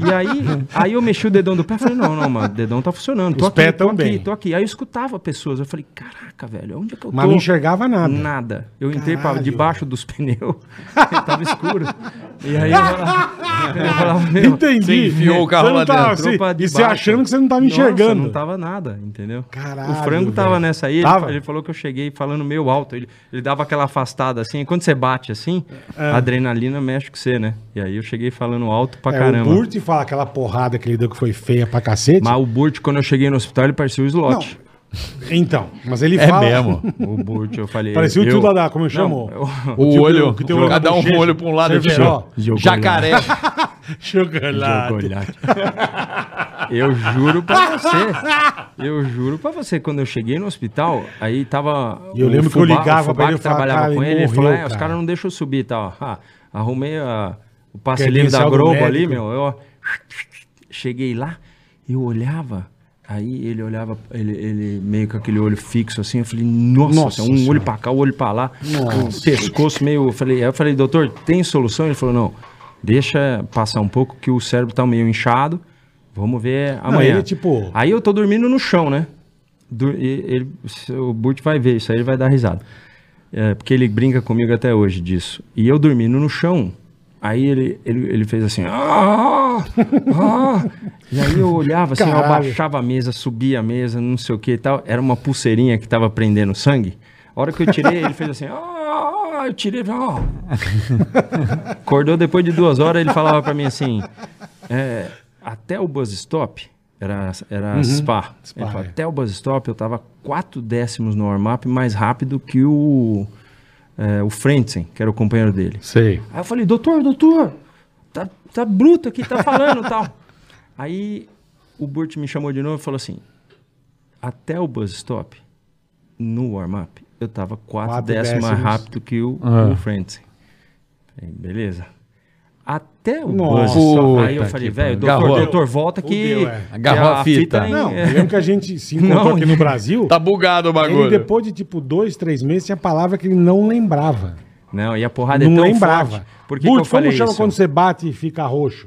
D: E aí, aí eu mexi o dedão do pé e falei, não, não, mano, o dedão tá funcionando. Tô
C: Os
D: aqui,
C: pés
D: tô
C: também.
D: aqui, tô aqui. Aí eu escutava pessoas, eu falei, caraca, velho, onde é que eu tô?
C: Mas não enxergava nada. (laughs)
D: Nada. Eu entrei pra
C: Caralho.
D: debaixo dos (laughs) pneus, tava escuro. E aí eu falava, (laughs) eu falava meu,
C: Entendi.
B: Você enfiou o carro
C: Você não
B: lá
C: tava,
D: dentro. Entrou pra
C: assim, e você
D: debaixo.
C: achando que você não tava
D: Nossa,
C: enxergando.
D: não tava nada, entendeu?
C: Caralho,
D: O frango tava
C: velho.
D: nessa aí, ele,
C: Tava?
D: fa- ele falou que eu cheguei falando meio alto. Ele, ele dava aquela afastada assim, e quando você bate assim,
C: É.
D: a adrenalina mexe com você, né? E aí eu cheguei falando alto pra
C: É,
D: caramba.
C: O Burt fala aquela porrada que ele deu que foi feia pra cacete.
D: Mas o Burt, quando eu cheguei no hospital, ele parecia o Slot.
C: Então, mas
D: É
B: É
C: ele fala.
D: O Burt, eu falei.
C: Parecia o
D: eu-
C: tio Dadá, como eu chamo.
D: Não, eu-
B: O
C: Tipo,
B: olho,
C: que tem o olho
B: cada
C: na
B: um com
C: bochecha.
B: o olho pra um lado e outro pro
C: Cerveja.
B: outro. Jacaré.
C: (laughs) Chocolate.
D: Chocolate. Eu juro pra você. Eu juro pra você. Quando eu cheguei no hospital, aí tava.
C: E eu
D: o
C: lembro que eu
D: Fubá-
C: ligava
D: o Fubá
C: pra ele, eu
D: que
C: falava,
D: trabalhava
C: "Cara,
D: com
C: ele
D: ele. Ele falou:
C: morreu,
D: "É, os
C: cara."
D: caras não deixam eu subir e tal. Ah, arrumei a- o passe
C: Quer
D: livre da
C: credencial do
D: Globo ali,
C: médico.
D: meu. Eu cheguei lá, eu olhava. Aí ele olhava, ele, ele meio com aquele olho fixo assim, eu falei, nossa,
C: Nossa
D: um
C: Senhora.
D: olho pra cá, o olho pra lá, o pescoço meio. Eu falei, aí eu falei, doutor, tem solução? Ele falou, não, deixa passar um pouco que o cérebro tá meio inchado, vamos ver amanhã.
C: ele, tipo-
D: Aí eu tô dormindo no chão, né? Du- e- ele, o Burt vai ver isso aí, ele vai dar risada. É, porque ele brinca comigo até hoje disso. E eu dormindo no chão, aí ele, ele, ele fez assim. "Ah, ah". E aí eu olhava assim, eu
C: Caralho.
D: abaixava a mesa, subia a mesa, não sei o que e tal. Era uma pulseirinha que tava prendendo sangue. A hora que eu tirei, ele fez assim. "Ah", eu tirei. "Ah". Acordou depois de duas horas, ele falava pra mim assim. é, até o Buzz Stop. Era, era spa. Ele falou,
C: é.
D: até o Buzz Stop eu tava quatro décimos no warm-up mais rápido que o, é, o Frentzen, que era o companheiro dele.
C: Sei.
D: Aí eu falei, doutor, doutor, tá, tá bruto aqui, tá falando e tal. (laughs) Aí o Burt me chamou de novo e falou assim: até o Buzz Stop, no warm-up, eu tava quatro,
C: Quatro
D: décimos mais
C: décimos.
D: rápido que o,
B: Ah.
D: o Frentzen. Falei, beleza. Até o
C: Nossa,
D: Buzz Stop. Aí eu
B: puta
D: falei,
B: que
D: velho,
B: pariu.
D: doutor,
B: Agarrou.
D: doutor, volta que.
C: Fudeu, é.
D: que
B: Agarrou a fita.
D: nem-
C: Não,
D: é.
C: eu lembro que a gente se encontrou
D: Não, (laughs)
C: aqui no Brasil.
B: (laughs) Tá bugado o
C: Ele
B: bagulho.
C: depois de tipo dois, três meses tinha palavra que ele não lembrava.
D: Não, e a porrada é
C: não
D: tão
C: lembrava.
D: forte. Por que, que
C: Bud,
D: eu falei
C: como chama
D: isso?
C: quando você bate e fica roxo?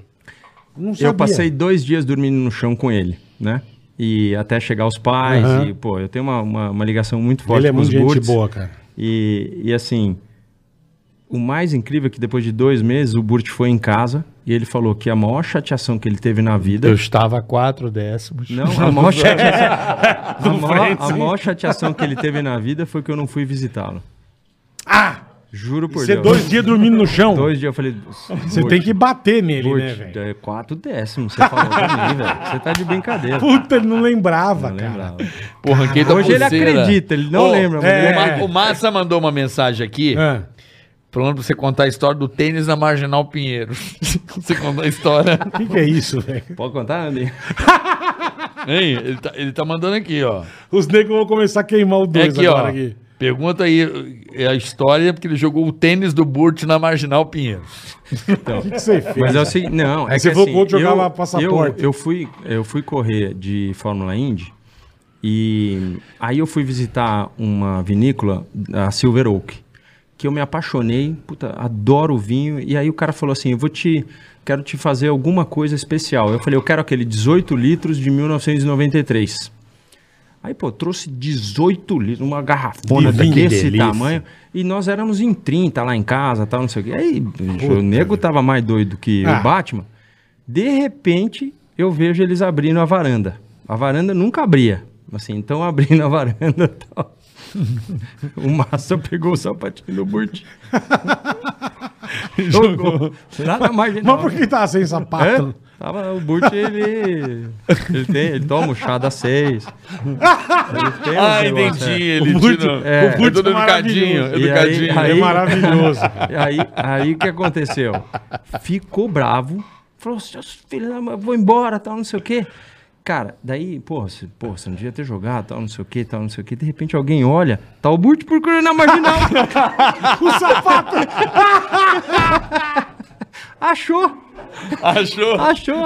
C: Não sabia.
D: Eu passei dois dias dormindo no chão com ele, né? E até chegar os pais,
C: Aham.
D: e, pô, eu tenho uma, uma, uma ligação muito forte
C: Ele é
D: com os
C: muito gente
D: Burts.
C: boa, cara.
D: E, e assim, o mais incrível é que depois de dois meses o Burt foi em casa e ele falou que a maior chateação que ele teve na vida.
E: estava a quatro décimos.
D: (laughs) Não,
C: (laughs)
D: a maior chateação. a, maior, a maior chateação que ele teve na vida foi que eu não fui visitá-lo.
C: Ah!
D: Juro por
C: Você
D: Deus.
C: dois dias dormindo no chão.
D: Dois dias eu falei.
C: Você tem que bater nele, né, velho?
D: É quatro décimos, você falou pra mim, velho. Você tá de brincadeira.
C: Puta, ele não lembrava,
D: Não
C: cara.
D: lembrava.
B: Porra, aqui da
D: Hoje ele
B: pulseira.
D: acredita, ele não
B: Ô,
D: lembra. mas
C: é.
D: ele-
B: O, Ma- o Massa mandou uma mensagem aqui,
C: Ah,
B: falando pra você contar a história do tênis na Marginal Pinheiro. (laughs) você contou a história.
C: O que, que é isso, velho?
D: Pode contar, Andy?
B: Hein? Ele tá, ele tá mandando aqui, ó.
C: Os negros vão começar a queimar o
B: É
C: dois
B: aqui, ó.
C: agora aqui.
B: Pergunta aí é a história, porque ele jogou o tênis do Burt na Marginal Pinheiro.
C: O que, que você fez?
D: Mas é o seguinte, não.
C: Aí
D: é
C: você
D: que
C: falou que o outro
D: eu-
C: jogava passaporte.
D: Eu, eu, fui, eu fui correr de Fórmula Indy e aí eu fui visitar uma vinícola, a Silver Oak, que eu me apaixonei, puta, adoro o vinho. E aí o cara falou assim: eu vou te. Quero te fazer alguma coisa especial. Eu falei, eu quero aquele 18 litros de 1993. Aí, pô, trouxe 18 litros, uma garrafona
C: De vinho, que
D: desse
C: delícia.
D: tamanho. E nós éramos em 30 lá em casa, tal, não sei o quê. Aí, bicho, o nego tava mais doido que
C: Ah.
D: o Batman. De repente, eu vejo eles abrindo a varanda. A varanda nunca abria. Assim, então (laughs) abrindo a varanda tal. (laughs) o Massa pegou o sapatinho do
C: (laughs)
D: Burt. Jogou. Nada mais.
C: Mas por que tá sem
D: É?
C: sapato?
D: Tava, o Burt, ele.
C: (laughs)
D: Ele, tem, ele toma o chá das seis. Ele tem
C: Ah,
D: uns
B: Ah,
D: negócios, é.
B: Ele
C: Burt-
B: é,
D: o
B: o
D: Burt
B: Burt
C: é
B: educadinho,
C: maravilhoso.
D: E
B: educadinho.
D: aí-
C: É maravilhoso. cara.
D: E Aí, aí o que aconteceu? Ficou bravo, falou, seus filhos, da mãe, vou embora, tal, não sei o quê. Cara, daí, porra, você, porra, você não devia ter jogado, tal, não sei o quê, tal, não sei o quê. De repente alguém olha, tá o Burt procurando na marginal.
C: (laughs) o sapato
D: (laughs) Achou!
B: Achou?
D: Achou.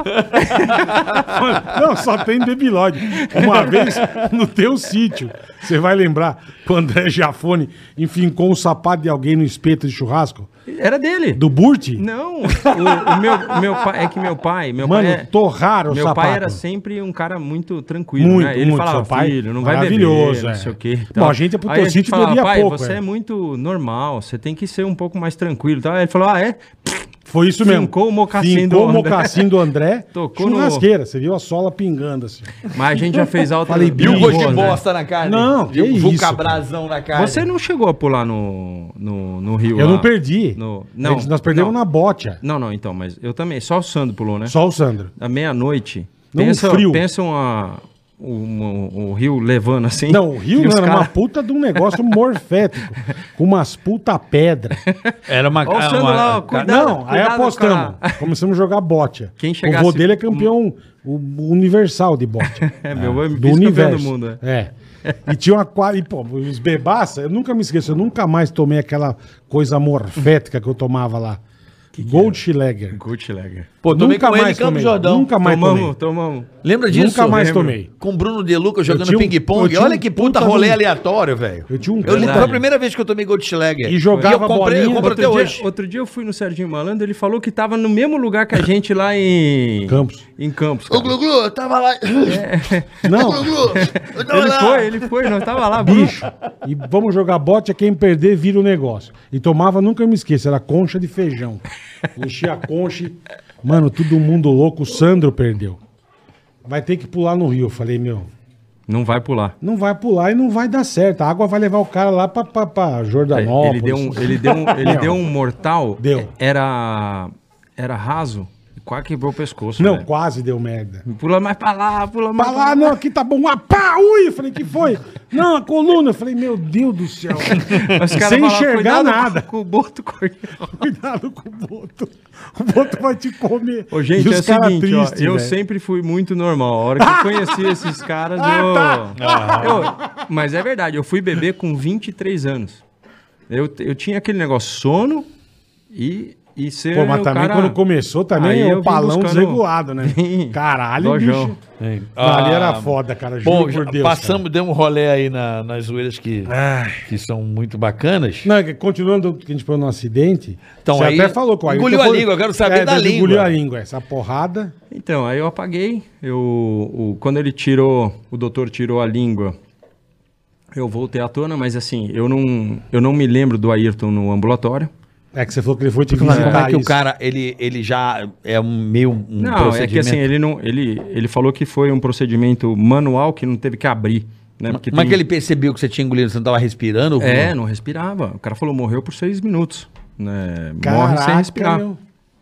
C: Não, só tem debilóide. Uma
D: É
C: vez no teu sítio, você vai lembrar quando André Jafone enfincou um sapato de alguém no espeto de churrasco?
D: Era dele.
C: Do Burti?
D: Não, o, o meu, meu pai, é que meu pai, meu
C: Mano,
D: pai é-
C: torraram o
D: meu
C: sapato.
D: pai era sempre um cara muito tranquilo,
C: Muito,
D: né? Ele
C: muito, seu
D: falava,
C: pai
D: filho, não vai beber,
C: maravilhoso,
D: não
C: é.
D: sei o quê. e
C: Bom,
D: tal.
C: a gente é pro
D: Aí
C: teu
D: a gente
C: sítio e
D: falava,
C: bebia
D: pai,
C: pouco,
D: você
C: é."
D: é muito normal, você tem que ser um pouco mais tranquilo. e tal. Aí ele falou, ah, é?
C: Foi isso mesmo.
D: Fincou o mocassim
C: Fincou
D: do
C: o
D: André.
C: mocassim do André.
D: (laughs) Tocou no-
C: churrasqueira. Você viu a sola pingando assim.
D: Mas a gente
C: (laughs)
D: já fez alta...
C: Falei,
B: E o
C: Sim,
B: gosto
C: boa,
B: de
C: né?
B: bosta na carne?
C: Não, que
B: e o
C: isso,
B: vulcabrazão na carne.
D: Você não chegou a pular no, no, no rio
C: Eu
D: lá.
C: não perdi.
D: No- não,
C: Eles- nós perdemos
D: não.
C: na bocha.
D: Não, não, então, mas eu também. Só o Sandro pulou, né?
C: Só o Sandro.
D: À meia-noite.
C: Num
D: Pensa,
C: frio.
D: pensa uma, um, um rio levando assim.
C: Não, o Rio
D: (laughs) E
C: não,
D: os
C: era
D: cara-
C: uma puta de um negócio
D: (laughs)
C: morfético. com umas puta pedra.
B: Era uma...
D: Ó o Sandro
B: uma-
D: lá, ó, cuidado,
C: Não, aí
D: cuidado,
C: apostamos.
D: (laughs) cara.
C: Começamos a jogar bocha.
D: Quem
C: o vô
D: chegasse-
C: dele é campeão o- universal de
D: (laughs)
C: bocha.
D: É, meu, eu me
C: do
D: fiz campeão
C: universo.
D: do mundo. é.
C: É. E tinha uma quadra. E, pô, os bebaça, eu nunca me esqueço, eu nunca mais tomei aquela coisa morfética que eu tomava lá. Goldschläger.
D: Gutschläger.
B: é? Pô, tomei
C: nunca
B: com ele em
C: mais
B: Campo
C: tomei.
B: Jordão.
C: Nunca mais
D: Tomamos,
C: tomei.
D: tomamos.
B: Lembra disso?
C: Nunca mais
B: Lembro.
C: tomei.
B: Com Bruno Deluca jogando
C: tinha um- eu
B: ping-pong.
C: tinha um
B: Olha que puta
C: puta
B: rolê
C: num-
B: aleatório, velho.
C: Eu tinha um
B: Eu lembro,
C: puta-
B: foi a primeira vez que eu tomei Goldschläger.
C: E jogava
B: eu comprei,
C: bolinha.
B: Eu compro
D: Outro
B: até
D: dia,
B: hoje.
D: outro dia eu fui no Serginho Malandro, ele falou que tava no mesmo lugar que a gente lá em...
C: Campos.
D: Em Campos,
A: Ô,
D: cara.
A: Glu Glu, eu tava
B: (laughs)
A: lá.
C: Não,
A: Glu, eu tava
D: Ele
A: lá.
D: foi, ele foi, nós tava lá.
C: bicho. E vamos jogar bote, é quem perder vira o negócio. E tomava, nunca me esqueço, era concha de feijão. Enchia a concha. e- Mano, todo mundo louco, o Sandro perdeu. Vai ter que pular no rio. Eu falei, meu,
D: Não vai pular.
C: não vai pular e não vai dar certo. A água vai levar o cara lá pra, pra, pra Jordanópolis.
D: Ele deu um, ele deu um, ele
C: Não.
D: deu um mortal.
C: Deu.
D: Era era raso, quase quebrou o pescoço.
C: Não,
D: velho.
C: quase deu merda.
D: Pula mais pra lá, pula mais
C: Pra lá, não, aqui tá bom. Ah, pá, ui! Eu falei, que foi? Não, a coluna. Eu falei, meu Deus do
D: (laughs)
C: céu.
D: Os caras
C: Sem
D: falaram,
C: enxergar
D: "Cuidado com-
C: nada."
D: (laughs) Com, o boto cordial.
C: Cuidado com o boto. O boto vai te comer.
D: Ô, gente,
C: E
D: é o
C: os cara
D: seguinte, ó,
C: triste,
D: eu
C: velho. Ah!
D: sempre fui muito normal. A hora que eu conheci esses
C: (laughs)
D: caras, eu...
C: tá.
D: eu- Mas é verdade, eu fui beber com 23 anos. Eu, eu tinha aquele negócio sono e, e ser
C: Pô, mas
D: o
C: também
D: cara-
C: quando começou,
D: Aí
C: também é o
D: eu vim
C: palão
D: buscando-
C: desregulado,
D: (laughs)
C: né?
D: Vim.
C: Caralho,
D: Lojão.
C: bicho. É.
D: Ah,
C: Ali era foda, cara. Juro
B: Bom,
C: por Deus.
B: passamos, deu um rolê aí na- nas zoeiras que,
C: cara. Ai.
B: que são muito bacanas.
C: Não, é que continuando o que a gente falou no acidente,
B: Então, aí
C: até falou com o Ayrton
B: engoliu a
C: foi-
B: língua, eu quero saber da
C: ele Engoliu
B: língua.
C: a língua, essa porrada.
D: Então, aí eu apaguei. Eu, o- quando ele tirou, o doutor tirou a língua, eu voltei à tona, mas assim, eu não, eu não me lembro do Ayrton no ambulatório.
C: É que você falou que ele foi te
B: Mas
C: visitar
B: como é que o
C: tá isso.
B: cara, ele, ele já é um meio um
D: Não, é que assim, ele, não, ele, ele falou que foi um procedimento manual que não teve que abrir. Né? Porque
B: Como é
D: tem-
B: que ele percebeu que você tinha engolido, você não tava respirando?
D: É, não respirava. O cara falou, morreu por seis minutos. né? Morre sem
C: Caraca,
D: respirar.
C: meu.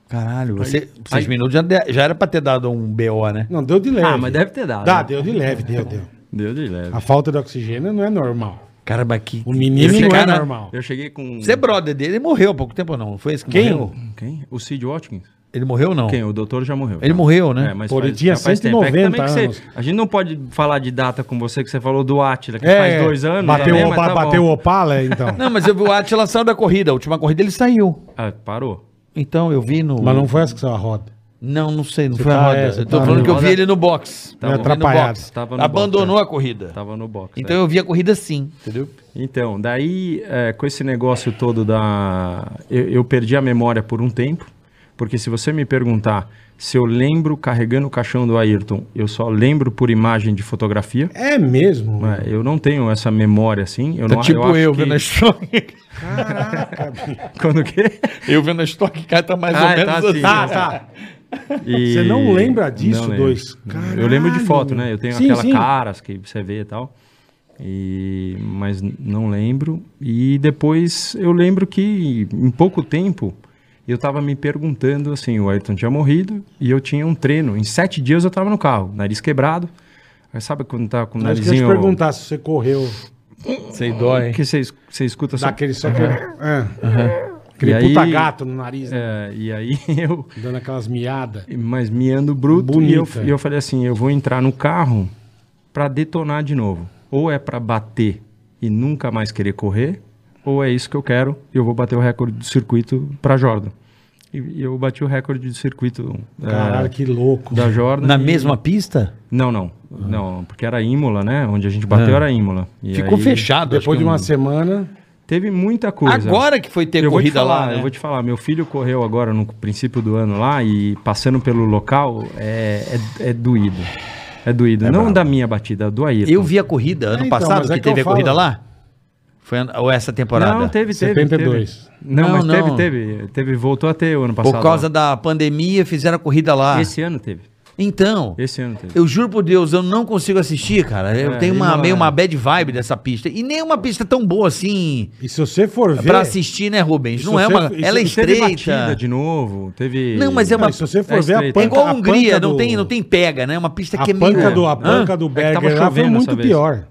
B: Caralho, você, seis minutos já, de- já era pra ter dado um BO, né?
C: Não, deu de leve.
D: Ah, mas deve ter dado.
C: Dá,
D: né?
C: deu Ah, de leve, deu, deu.
D: Deu de leve.
C: A falta de oxigênio não é normal.
B: Cara, mas que...
C: O menino
B: Esse
C: não é
B: cara-
C: normal.
D: Eu cheguei com...
B: Você é brother dele, ele morreu há pouco tempo, não? Não Foi esse que
C: Quem?
B: morreu?
D: Quem? O Sid Watkins.
B: Ele morreu ou não?
D: Quem? O doutor já morreu.
B: Ele
D: já.
B: morreu, né?
D: É, mas
C: Pô, ele
D: faz-
C: tinha
D: já faz tempo. É que
C: 190
D: também que você-
C: anos.
D: a gente não pode falar de data com você, que você falou do Atila, que
C: É,
D: faz dois anos.
C: Bateu,
D: também,
C: o
D: mas
C: Opa-
D: tá bom.
C: bateu o Opala, então.
B: Não, mas eu vi o Atila saiu da corrida, a última corrida ele saiu.
D: Ah, parou.
B: Então, eu vi no...
C: Mas não foi essa que saiu a roda.
B: Não, não sei, não
C: Você
B: foi a
C: tá-
B: roda.
C: é, você
B: eu tô
C: tá
B: falando
C: no-
B: que eu vi
D: roda-
B: ele no box.
D: Tá Meio
B: Eu vi no
C: atrapalhado.
B: box.
D: Tava no
B: Abandonou
D: box, é.
B: a corrida.
D: Tava no box.
B: Então
D: é.
B: eu vi a corrida sim, entendeu?
D: Então, daí, é, com esse negócio todo da. Eu, eu perdi a memória por um tempo, porque se você me perguntar se eu lembro carregando o caixão do Ayrton, eu só lembro por imagem de fotografia.
C: É mesmo?
D: né? Eu não tenho essa memória assim. Eu não,
B: tipo eu,
D: acho
B: vendo a
D: (laughs) que...
B: estoque.
D: Quando o quê?
B: Eu vendo a estoque cara tá (laughs) mais
D: Ah,
B: ou
D: tá
B: menos
D: assim,
B: assim.
D: né?
C: Ah, tá.
D: E-
C: Você não lembra disso,
D: lembro.
C: dois?
D: Eu lembro de
C: Caralho,
D: foto,
C: meu.
D: né? Eu tenho
C: Sim,
D: aquela
C: sim.
D: caras que você vê e tal. E... Mas n- não lembro. E depois eu lembro que em pouco tempo eu tava me perguntando assim, o Ayrton tinha morrido e eu tinha um treino. Em sete dias eu tava no carro, nariz quebrado. Aí sabe quando tá com o
C: Mas eu queria te
D: narizinho...
C: perguntar se você correu
B: Sei dó, hein?
D: que você es- você escuta só...
C: daquele só que... É. Aquele
D: E
C: puta
D: aí-
C: gato no nariz, né?
D: É, e aí (laughs) eu...
C: Dando aquelas miadas.
D: mas miando bruto.
C: Bonita.
D: E eu, e eu falei assim, eu vou entrar no carro pra detonar de novo. Ou é pra bater e nunca mais querer correr, ou é isso que eu quero e eu vou bater o recorde do circuito pra Jordan. e, e eu bati o recorde do circuito é,
C: Caralho, que louco.
D: da Jordan.
B: Na
D: e-
B: mesma Ah. pista?
D: Não, não. Não, porque era Imola, né? Onde a gente bateu era Imola. E
B: Ah. Ficou
D: aí
B: fechado. acho
C: Depois de
B: que
C: uma
B: um-
C: semana.
D: Teve muita coisa.
B: Agora que foi ter
D: eu vou te
B: corrida
D: falar,
B: lá, né?
D: Eu vou te falar, meu filho correu agora no princípio do ano lá e passando pelo local é, é, é doído. É doído. não da minha batida, do Ayrton.
B: Eu vi a corrida ano
C: então,
B: passado,
C: mas
B: que,
C: é que
B: teve
C: eu
B: a corrida
C: falo.
B: lá? Foi an- ou essa temporada?
D: Não, teve, teve.
C: 72.
D: teve. Não,
B: Não,
D: mas
B: não.
D: teve, teve. Teve, voltou até o ano
B: Por
D: passado. né?
B: causa da pandemia, fizeram a corrida lá.
D: Esse ano teve.
B: Então,
D: Esse ano teve.
B: eu juro por Deus, eu não consigo assistir, cara. Eu
D: É,
B: tenho uma,
D: Imola,
B: meio
D: né?
B: uma bad vibe dessa pista. E nem é uma pista tão boa assim
C: E se você for ver.
B: pra assistir, né, Rubens?
C: Isso
B: Não é
C: você-
B: uma.
C: isso-
B: Ela é
C: isso
D: Teve batida
B: estreita.
D: de novo, teve...
B: Não, mas é uma-
C: Não, e se você for
D: É
C: ver a
D: estreita.
B: É
C: panca,
B: igual a Hungria,
C: panca
B: não,
C: do-
B: tem, não tem pega, né? É uma pista
C: A
B: que é meio.
C: panca do, a panca do
D: É que
C: Berger lá
D: tava
C: foi
D: chovendo
C: muito
D: essa vez.
C: pior.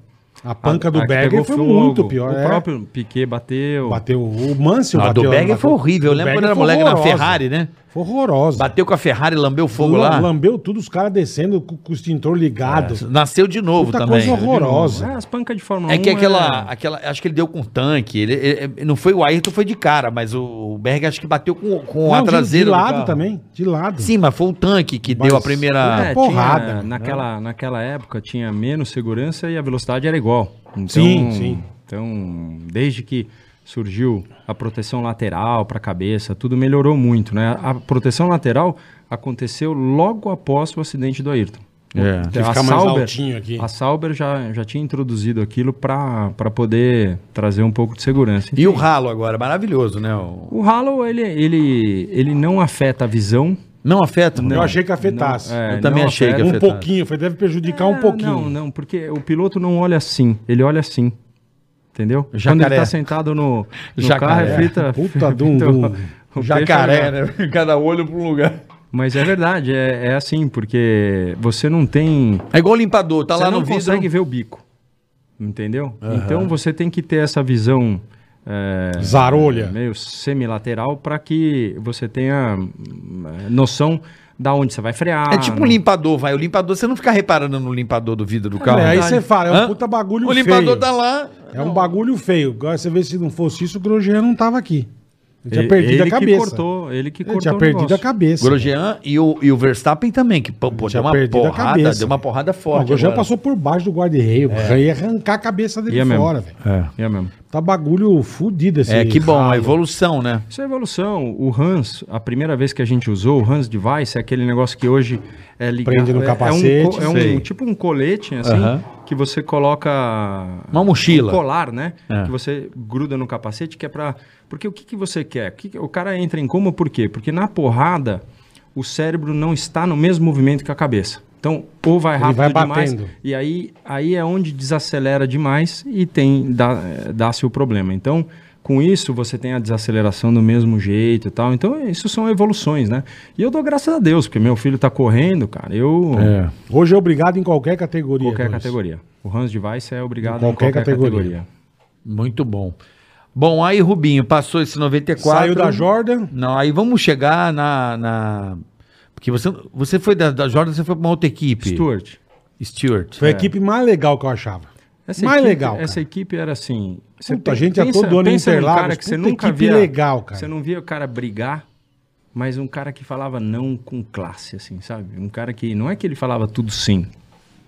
C: A panca do
D: a que
C: Berger
D: pegou
C: foi
D: fogo,
C: muito pior.
D: O
C: é.
D: próprio Piquet bateu.
C: Bateu o Mansell
B: A
C: bateu.
B: do Berger foi
C: bateu-
B: horrível. Eu
C: do
B: lembro quando
C: Berger
B: era
C: né? foi
B: moleque na
C: horrorosa.
B: Ferrari, né?
C: Foi horrorosa.
B: Bateu com a Ferrari, lambeu fogo lá.
C: Lambeu tudo, os caras descendo com, com o extintor ligado.
B: É, Nasceu de novo
C: Puta
B: também. né?
C: coisa horrorosa.
D: É, as pancas de Fórmula
B: É
D: 1
B: que aquela, aquela. Acho que ele deu com tanque. Ele, ele- não foi o Ayrton, foi de cara, mas o, o Berg acho que bateu com, com
C: Não,
B: a
C: de-
B: traseira.
C: De
B: um do
C: lado
B: carro.
C: também. De lado.
B: Sim, mas foi o tanque que
C: Mas-
B: deu a primeira.
D: É,
C: porrada,
D: tinha-
C: né?
D: naquela, naquela época tinha menos segurança e a velocidade era igual. Então,
C: Sim, sim.
D: Então, desde que surgiu a proteção lateral para a cabeça, tudo melhorou muito, né? A proteção lateral aconteceu logo após o acidente do Ayrton.
B: É.
C: Que fica mais altinho aqui.
D: a Sauber já, já tinha introduzido aquilo para poder trazer um pouco de segurança.
B: E o ralo agora, maravilhoso, né? O-
D: O Halo, ele, ele, ele não afeta a visão.
B: Não afeta,
C: Eu
B: não.
C: achei que afetasse.
D: é,
B: Eu também
D: não
B: achei que
D: afeta.
B: afetava.
C: um pouquinho, foi, deve prejudicar um
D: É,
C: pouquinho.
D: Não, não, porque o piloto não olha assim, ele olha assim. Entendeu? Quando ele
B: Jacaré.
D: tá sentado no, no
B: Jacaré.
D: carro,
B: (laughs)
D: é fita.
C: Puta
D: (laughs)
C: de um- de
D: fita
C: um
D: então,
C: é
D: o- o peixe
B: Jacaré,
D: olhar.
B: né? (laughs) Cada olho pra um lugar.
D: Mas é verdade, é, é assim, porque você não tem.
B: É igual o limpador, tá
D: você
B: lá
D: não
B: no vidro.
D: consegue ver o bico. Entendeu? Então você tem que ter essa visão. é,
C: Zarolha.
D: meio semilateral para que você tenha hum, noção da onde você vai frear.
B: É tipo um
D: né?
B: limpador, vai. O limpador, você não fica reparando no limpador do vidro do
C: É,
B: carro.
C: aí
B: né?
C: você fala, é um
B: Hã?
C: puta bagulho
B: o
C: feio.
B: limpador tá lá.
C: É um bagulho feio. Agora você vê se não fosse isso, o Grosjean não tava aqui. Ele tinha
D: E-
C: perdido
D: ele
C: a cabeça.
D: Que cortou, ele que
B: É,
C: Ele
D: cortou.
C: tinha
D: o
C: perdido a
D: negócio. é
C: cabeça.
B: Grosjean e o, e o Verstappen também, que pô, pô,
C: Tinha
B: deu uma
C: perdido a
B: porrada,
C: cabeça.
B: deu uma porrada
C: Não, o
B: forte.
C: Grosjean
B: agora.
C: passou por baixo do guarda-reio. cara, Ia arrancar a cabeça dele
D: É. Ia mesmo.
C: fora, velho.
D: É mesmo.
C: Tá bagulho fudido esse
B: É, que bom, a
C: ralo.
B: evolução, né?
D: Isso é evolução. O Hans, a primeira vez que a gente usou, o Hans Device é aquele negócio que hoje é ligado.
C: Prende no
D: é- É, um,
C: capacete,
D: co- é um-
C: sei.
D: tipo um colete, assim,
B: Aham.
D: que você coloca.
B: Uma
D: Um
B: mochila.
D: colar, né?
C: É.
D: Que você gruda no capacete, que é pra. Porque o que, que você quer? O, que que- o cara entra em coma por quê? Porque na porrada, o cérebro não está no mesmo movimento que a cabeça. Então, ou vai
C: Ele
D: rápido
C: vai
D: demais,
C: batendo.
D: e aí, aí é onde desacelera demais e tem dá- dá-se o problema. Então, com isso, você tem a desaceleração do mesmo jeito e tal. Então, isso são evoluções, né? E eu dou graças a Deus, porque meu filho tá correndo, cara. Eu.
C: Hoje é obrigado em qualquer categoria.
D: Qualquer
C: Boris.
D: categoria. O Hans Device é obrigado
C: Em qualquer categoria.
B: Muito bom. Bom, aí Rubinho, passou esse 94.
C: Saiu da Jordan.
B: Não, aí vamos chegar na. na- Porque você, você foi da, da Jordan, você foi pra uma outra equipe.
D: Stuart.
B: Stewart.
C: Foi a equipe mais legal que eu achava.
D: Essa
C: mais
D: equipe,
C: legal. cara.
D: Essa equipe era assim. Você
C: Puta, a
D: pe-
C: gente ia todo ano em
D: pensa num
C: Interlagos,
D: Cara que você
C: puta
D: nunca
C: equipe
D: via,
C: legal, cara.
D: Você não via o cara brigar, mas um cara que falava não com classe, assim, sabe? Um cara que não é que ele falava tudo sim,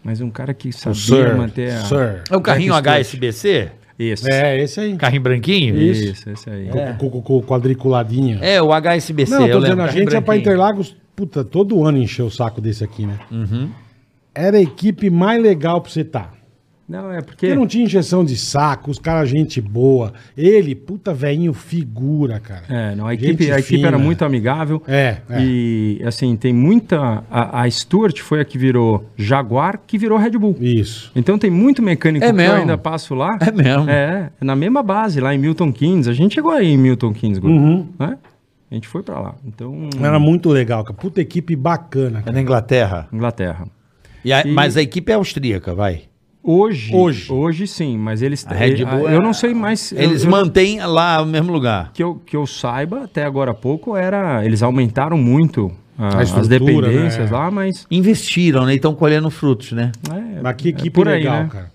D: mas um cara que sabia manter a.
C: Sir.
B: É o carrinho HSBC?
D: Esse.
C: É, esse aí.
B: Carrinho branquinho?
D: isso. esse aí.
C: Com, com- com quadriculadinho.
B: É, o HSBC.
C: Não, eu tô
B: eu
C: dizendo,
B: lembro,
C: a gente ia
B: carrinho
C: pra
B: branquinho.
C: Interlagos, puta, todo ano encheu o saco desse aqui, né?
D: Uhum.
C: Era a equipe mais legal pra você estar.
D: Não, é porque.
C: Porque não tinha injeção de saco, os caras gente boa. Ele, puta velhinho, figura, cara.
D: É, não, a
C: Gente
D: equipe, a equipe era
C: fina.
D: muito amigável.
C: É, é.
D: E, assim, tem muita. A, a Stuart foi a que virou Jaguar, que virou Red Bull.
C: Isso.
D: Então tem muito mecânico
B: É
D: que
B: mesmo.
D: eu ainda passo lá.
B: É mesmo.
D: É, na mesma base, lá em Milton Keynes. A gente chegou aí em Milton Keynes, Guru, né? A gente foi pra lá. Então,
C: Era muito legal, cara. Puta equipe bacana,
B: É
C: cara.
B: na Inglaterra.
D: Inglaterra.
B: E a-
D: E-
B: Mas a equipe é austríaca, vai.
D: Hoje,
C: Hoje.
D: hoje, sim, mas eles...
B: A Red
D: eh,
B: Bull
D: eu
B: é-
D: não sei mais... eu-
B: Eles
D: eu,
B: mantêm lá no mesmo lugar.
D: que, eu, que eu saiba, até agora há pouco, era... Eles aumentaram muito ah, as
C: estrutura,
D: dependências
C: né?
D: lá, mas...
B: Investiram, né? E estão colhendo frutos, né?
D: é,
C: Mas que
D: é
C: equipe
D: por aí,
C: legal,
D: né?
C: cara.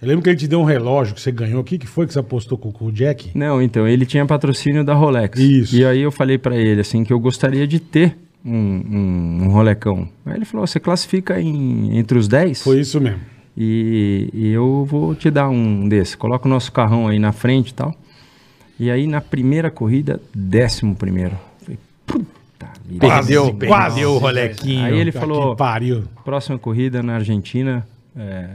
C: Eu lembro que ele te deu um relógio que você ganhou. O que, que foi que você apostou com, com o Jack?
D: Não, então, ele tinha patrocínio da Rolex.
C: Isso.
D: E aí eu falei pra ele, assim, que eu gostaria de ter um, um, um Rolecão. Aí ele falou, você classifica em, entre os 10?
C: Foi isso mesmo.
D: E, e eu vou te dar um desse. Coloca o nosso carrão aí na frente e tal. E aí, na primeira corrida, décimo primeiro. Falei, puta vida.
B: Perdeu, perdeu o
C: Rolequinho.
D: Aí ele falou-
C: Que pariu.
D: Próxima corrida na Argentina. é,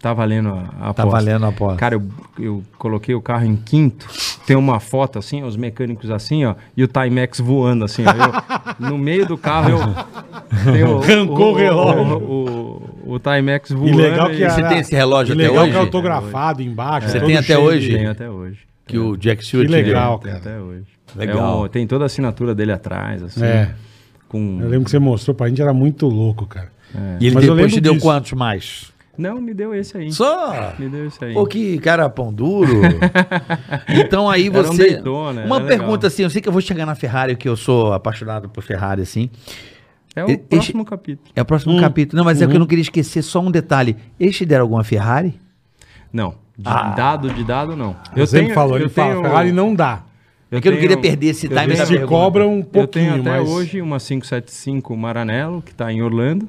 D: tá valendo a, a aposta.
B: valendo a aposta.
D: Cara, eu, eu coloquei o carro em quinto. Tem uma foto assim, ó, os mecânicos assim, ó. E o Timex voando assim, ó. Eu- no meio do carro eu. tem
C: Arrancou o relógio.
D: O, o, o Timex voando.
C: E legal que é
D: e- assim,
C: era-
B: tem esse relógio
C: e
B: até
C: legal
B: hoje?
C: que é autografado embaixo.
B: Você
C: todo
B: tem até
C: cheio
B: hoje?
D: Tem até hoje.
B: Que o Jack Stewart né?
C: Que
B: deu.
C: legal,
D: Tem
C: cara.
D: até hoje.
B: Legal.
D: É um- tem toda a assinatura dele atrás, assim.
C: É. Eu
D: Com...
C: lembro que você mostrou pra gente, era muito louco, cara.
B: É. E ele
C: Mas eu
B: depois
C: lembro
B: te deu
C: disso.
B: quantos mais?
D: Não, me deu esse aí.
B: Só?
D: Me deu esse aí.
B: Pô, que cara pão (laughs) duro. então aí
D: Era um
B: você.
D: Daytona,
B: uma
D: era
B: pergunta
D: legal.
B: assim, eu sei que eu vou chegar na Ferrari, que eu sou apaixonado por Ferrari, assim.
D: É o
B: Esse-
D: próximo capítulo.
B: É o próximo
C: Hum.
B: capítulo. Não, mas é que eu
C: Uhum.
B: não queria esquecer só um detalhe. Eles te deram alguma Ferrari?
D: Não. De dado, de dado, não.
C: Eu sempre falo, ele
D: eu
C: fala,
D: tenho-
C: Ferrari não dá.
B: É que eu não queria perder esse
D: eu
B: time
D: tenho-
B: da
C: Eles
B: Essa
C: te
B: pergunta.
C: cobram um
D: Eu
C: pouquinho,
D: tenho até
C: mas...
D: hoje uma 575 Maranello, que está em Orlando.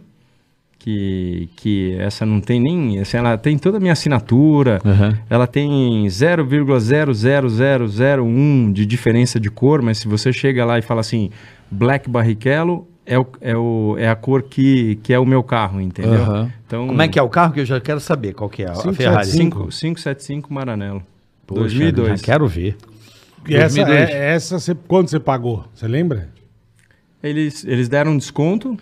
D: Que, que essa não tem nem. Assim, ela tem toda a minha assinatura.
C: É.
D: Ela tem 0,00001 de diferença de cor, mas se você chega lá e fala assim, Black Barrichello é, o, é, o, é a cor que, que é o meu carro, entendeu? Então,
B: Como é que é o carro? Que eu já quero saber qual que é a
C: Cinco,
B: Ferrari.
C: sete, cinco.
D: 575 Maranello.
B: Poxa,
D: 2002.
B: Já quero ver.
C: E essa,
B: 2002.
C: é- essa você, quando você pagou? Você lembra?
D: Eles, eles deram um desconto.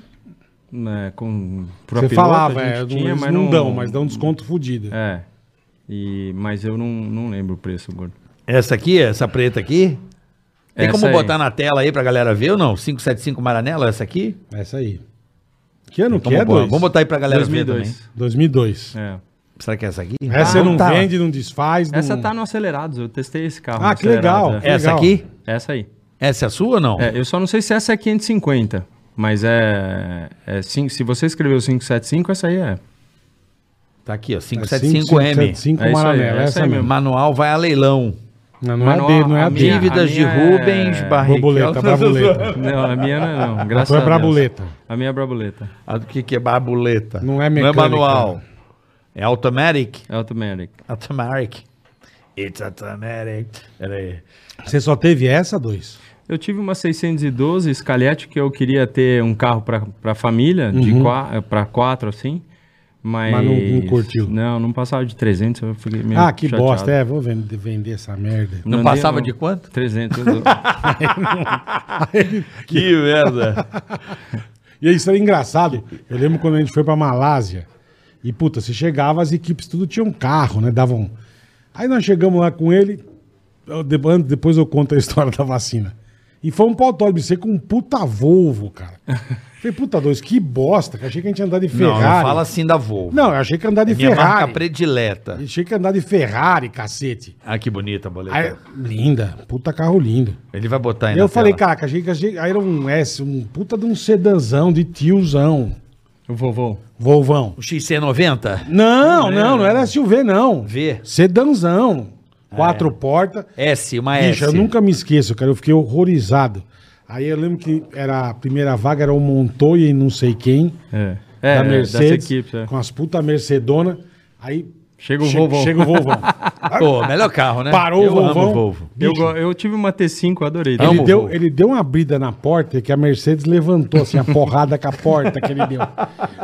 D: Né, com, pro
C: Você
D: piloto,
C: falava,
D: a gente
C: é, não-
D: tinha,
C: eles
D: mas
C: não dão, mas dão um desconto fodido.
D: É. E, mas eu não, não lembro o preço, gordo.
B: Essa aqui, essa preta aqui? Tem
D: Essa
B: como
D: aí.
B: botar na tela aí pra galera ver ou não? 575 Maranello, essa aqui?
C: É Essa aí. Que ano que
B: Vamos,
C: é,
B: bo-
C: dois?
B: vamos botar aí pra galera ver também.
D: 2002.
C: 2002.
D: É.
B: Será que é essa aqui?
C: Essa
B: Ah,
C: você não
B: tá.
C: vende, não desfaz.
D: Essa
C: não...
D: tá no Acelerados, eu testei esse carro.
C: Ah,
D: no
C: que legal.
D: Acelerados, é.
B: Essa
C: Legal.
B: aqui?
D: Essa aí.
B: Essa é a sua ou não?
D: É, eu só não sei se essa é 550, mas é. é cinco- se você escreveu 575, essa aí é.
B: Tá aqui, ó.
C: É
B: 575M.
C: 575
D: É isso aí,
C: Maranello,
D: é essa
C: essa
D: aí
C: mesmo.
B: Manual vai a leilão.
C: Não, não
D: Mas não
C: é dele, não é
D: a-
C: a
D: a minha-
C: dele.
B: Dívidas de
D: minha
B: Rubens
D: é- (laughs)
B: Barrichello.
C: Borboleta, borboleta.
D: Não, a minha não é, não.
C: A
D: Graças
C: tua
D: a
C: é
D: Deus.
C: braboleta.
D: A minha é braboleta.
B: Ah, O que, que é babuleta?
C: Não é
B: Não é
C: mecânica.
B: manual. É automatic.
D: É automatic.
B: Automatic. It's automatic. Pera aí.
C: Você só teve essa, dois?
D: Eu tive uma 612 Scaletti que eu queria ter um carro para família, de qua- eh, pra quatro assim, mas...
C: Uhum. Mas não- não curtiu.
D: Não, não passava de 300, eu fiquei meio
C: Ah, que
D: chateado.
C: bosta. É, vou vender, vender essa merda.
B: Não
D: Mandei
B: passava
D: no-
B: de quanto?
D: 300.
C: (laughs)
D: eu-
B: Que merda.
C: E isso era engraçado. Eu lembro quando a gente foi pra Malásia. E, puta, se chegava, as equipes tudo tinham carro, né? Davam. Aí nós chegamos lá com ele. eu de- depois eu conto a história (laughs) da vacina. E fomos pro autódromo, você com um puta Volvo,
B: (laughs)
C: cara. Falei, puta dois, que bosta, que achei que a gente ia andar de
B: Não, não
C: (laughs) Ferrari. Não,
B: fala assim da Volvo.
C: eu achei que ia andar de
B: Minha marca
C: Ferrari.
B: predileta.
C: Achei que ia andar de Ferrari, cacete.
B: Ah, que bonita a boleta.
C: Aí, linda, puta carro lindo.
B: Ele vai botar
D: É
B: aí
C: Eu
B: na
C: falei,
B: tela.
C: caraca, achei que achei- aí era um S, um puta de um sedanzão, de tiozão,
D: o vovô.
C: Volvão.
B: O XC90?
C: Não, não, não era SUV, não.
B: V.
C: Sedanzão.
D: Ah, é.
C: Quatro portas.
B: S, uma
C: Bicho, eu
B: S.
C: nunca me esqueço, cara. Eu fiquei horrorizado. Aí eu lembro que era a primeira vaga era o Montoya e não sei quem.
D: É, é
C: da
D: é,
C: Mercedes.
D: equipes, é.
C: Com as putas Mercedona. Aí
D: Chega o
C: che-
D: Volvão.
C: Chega o Volvão.
D: (laughs)
B: Ah, Pô, melhor carro, né?
C: Parou
B: eu
C: o Volvão.
B: Amo o Volvo.
D: Eu, go- eu tive uma T5, adorei.
B: Amo
C: Ele
B: o
C: deu,
B: Volvo.
C: ele deu uma brida na porta que a Mercedes levantou assim, a porrada com a porta que ele deu.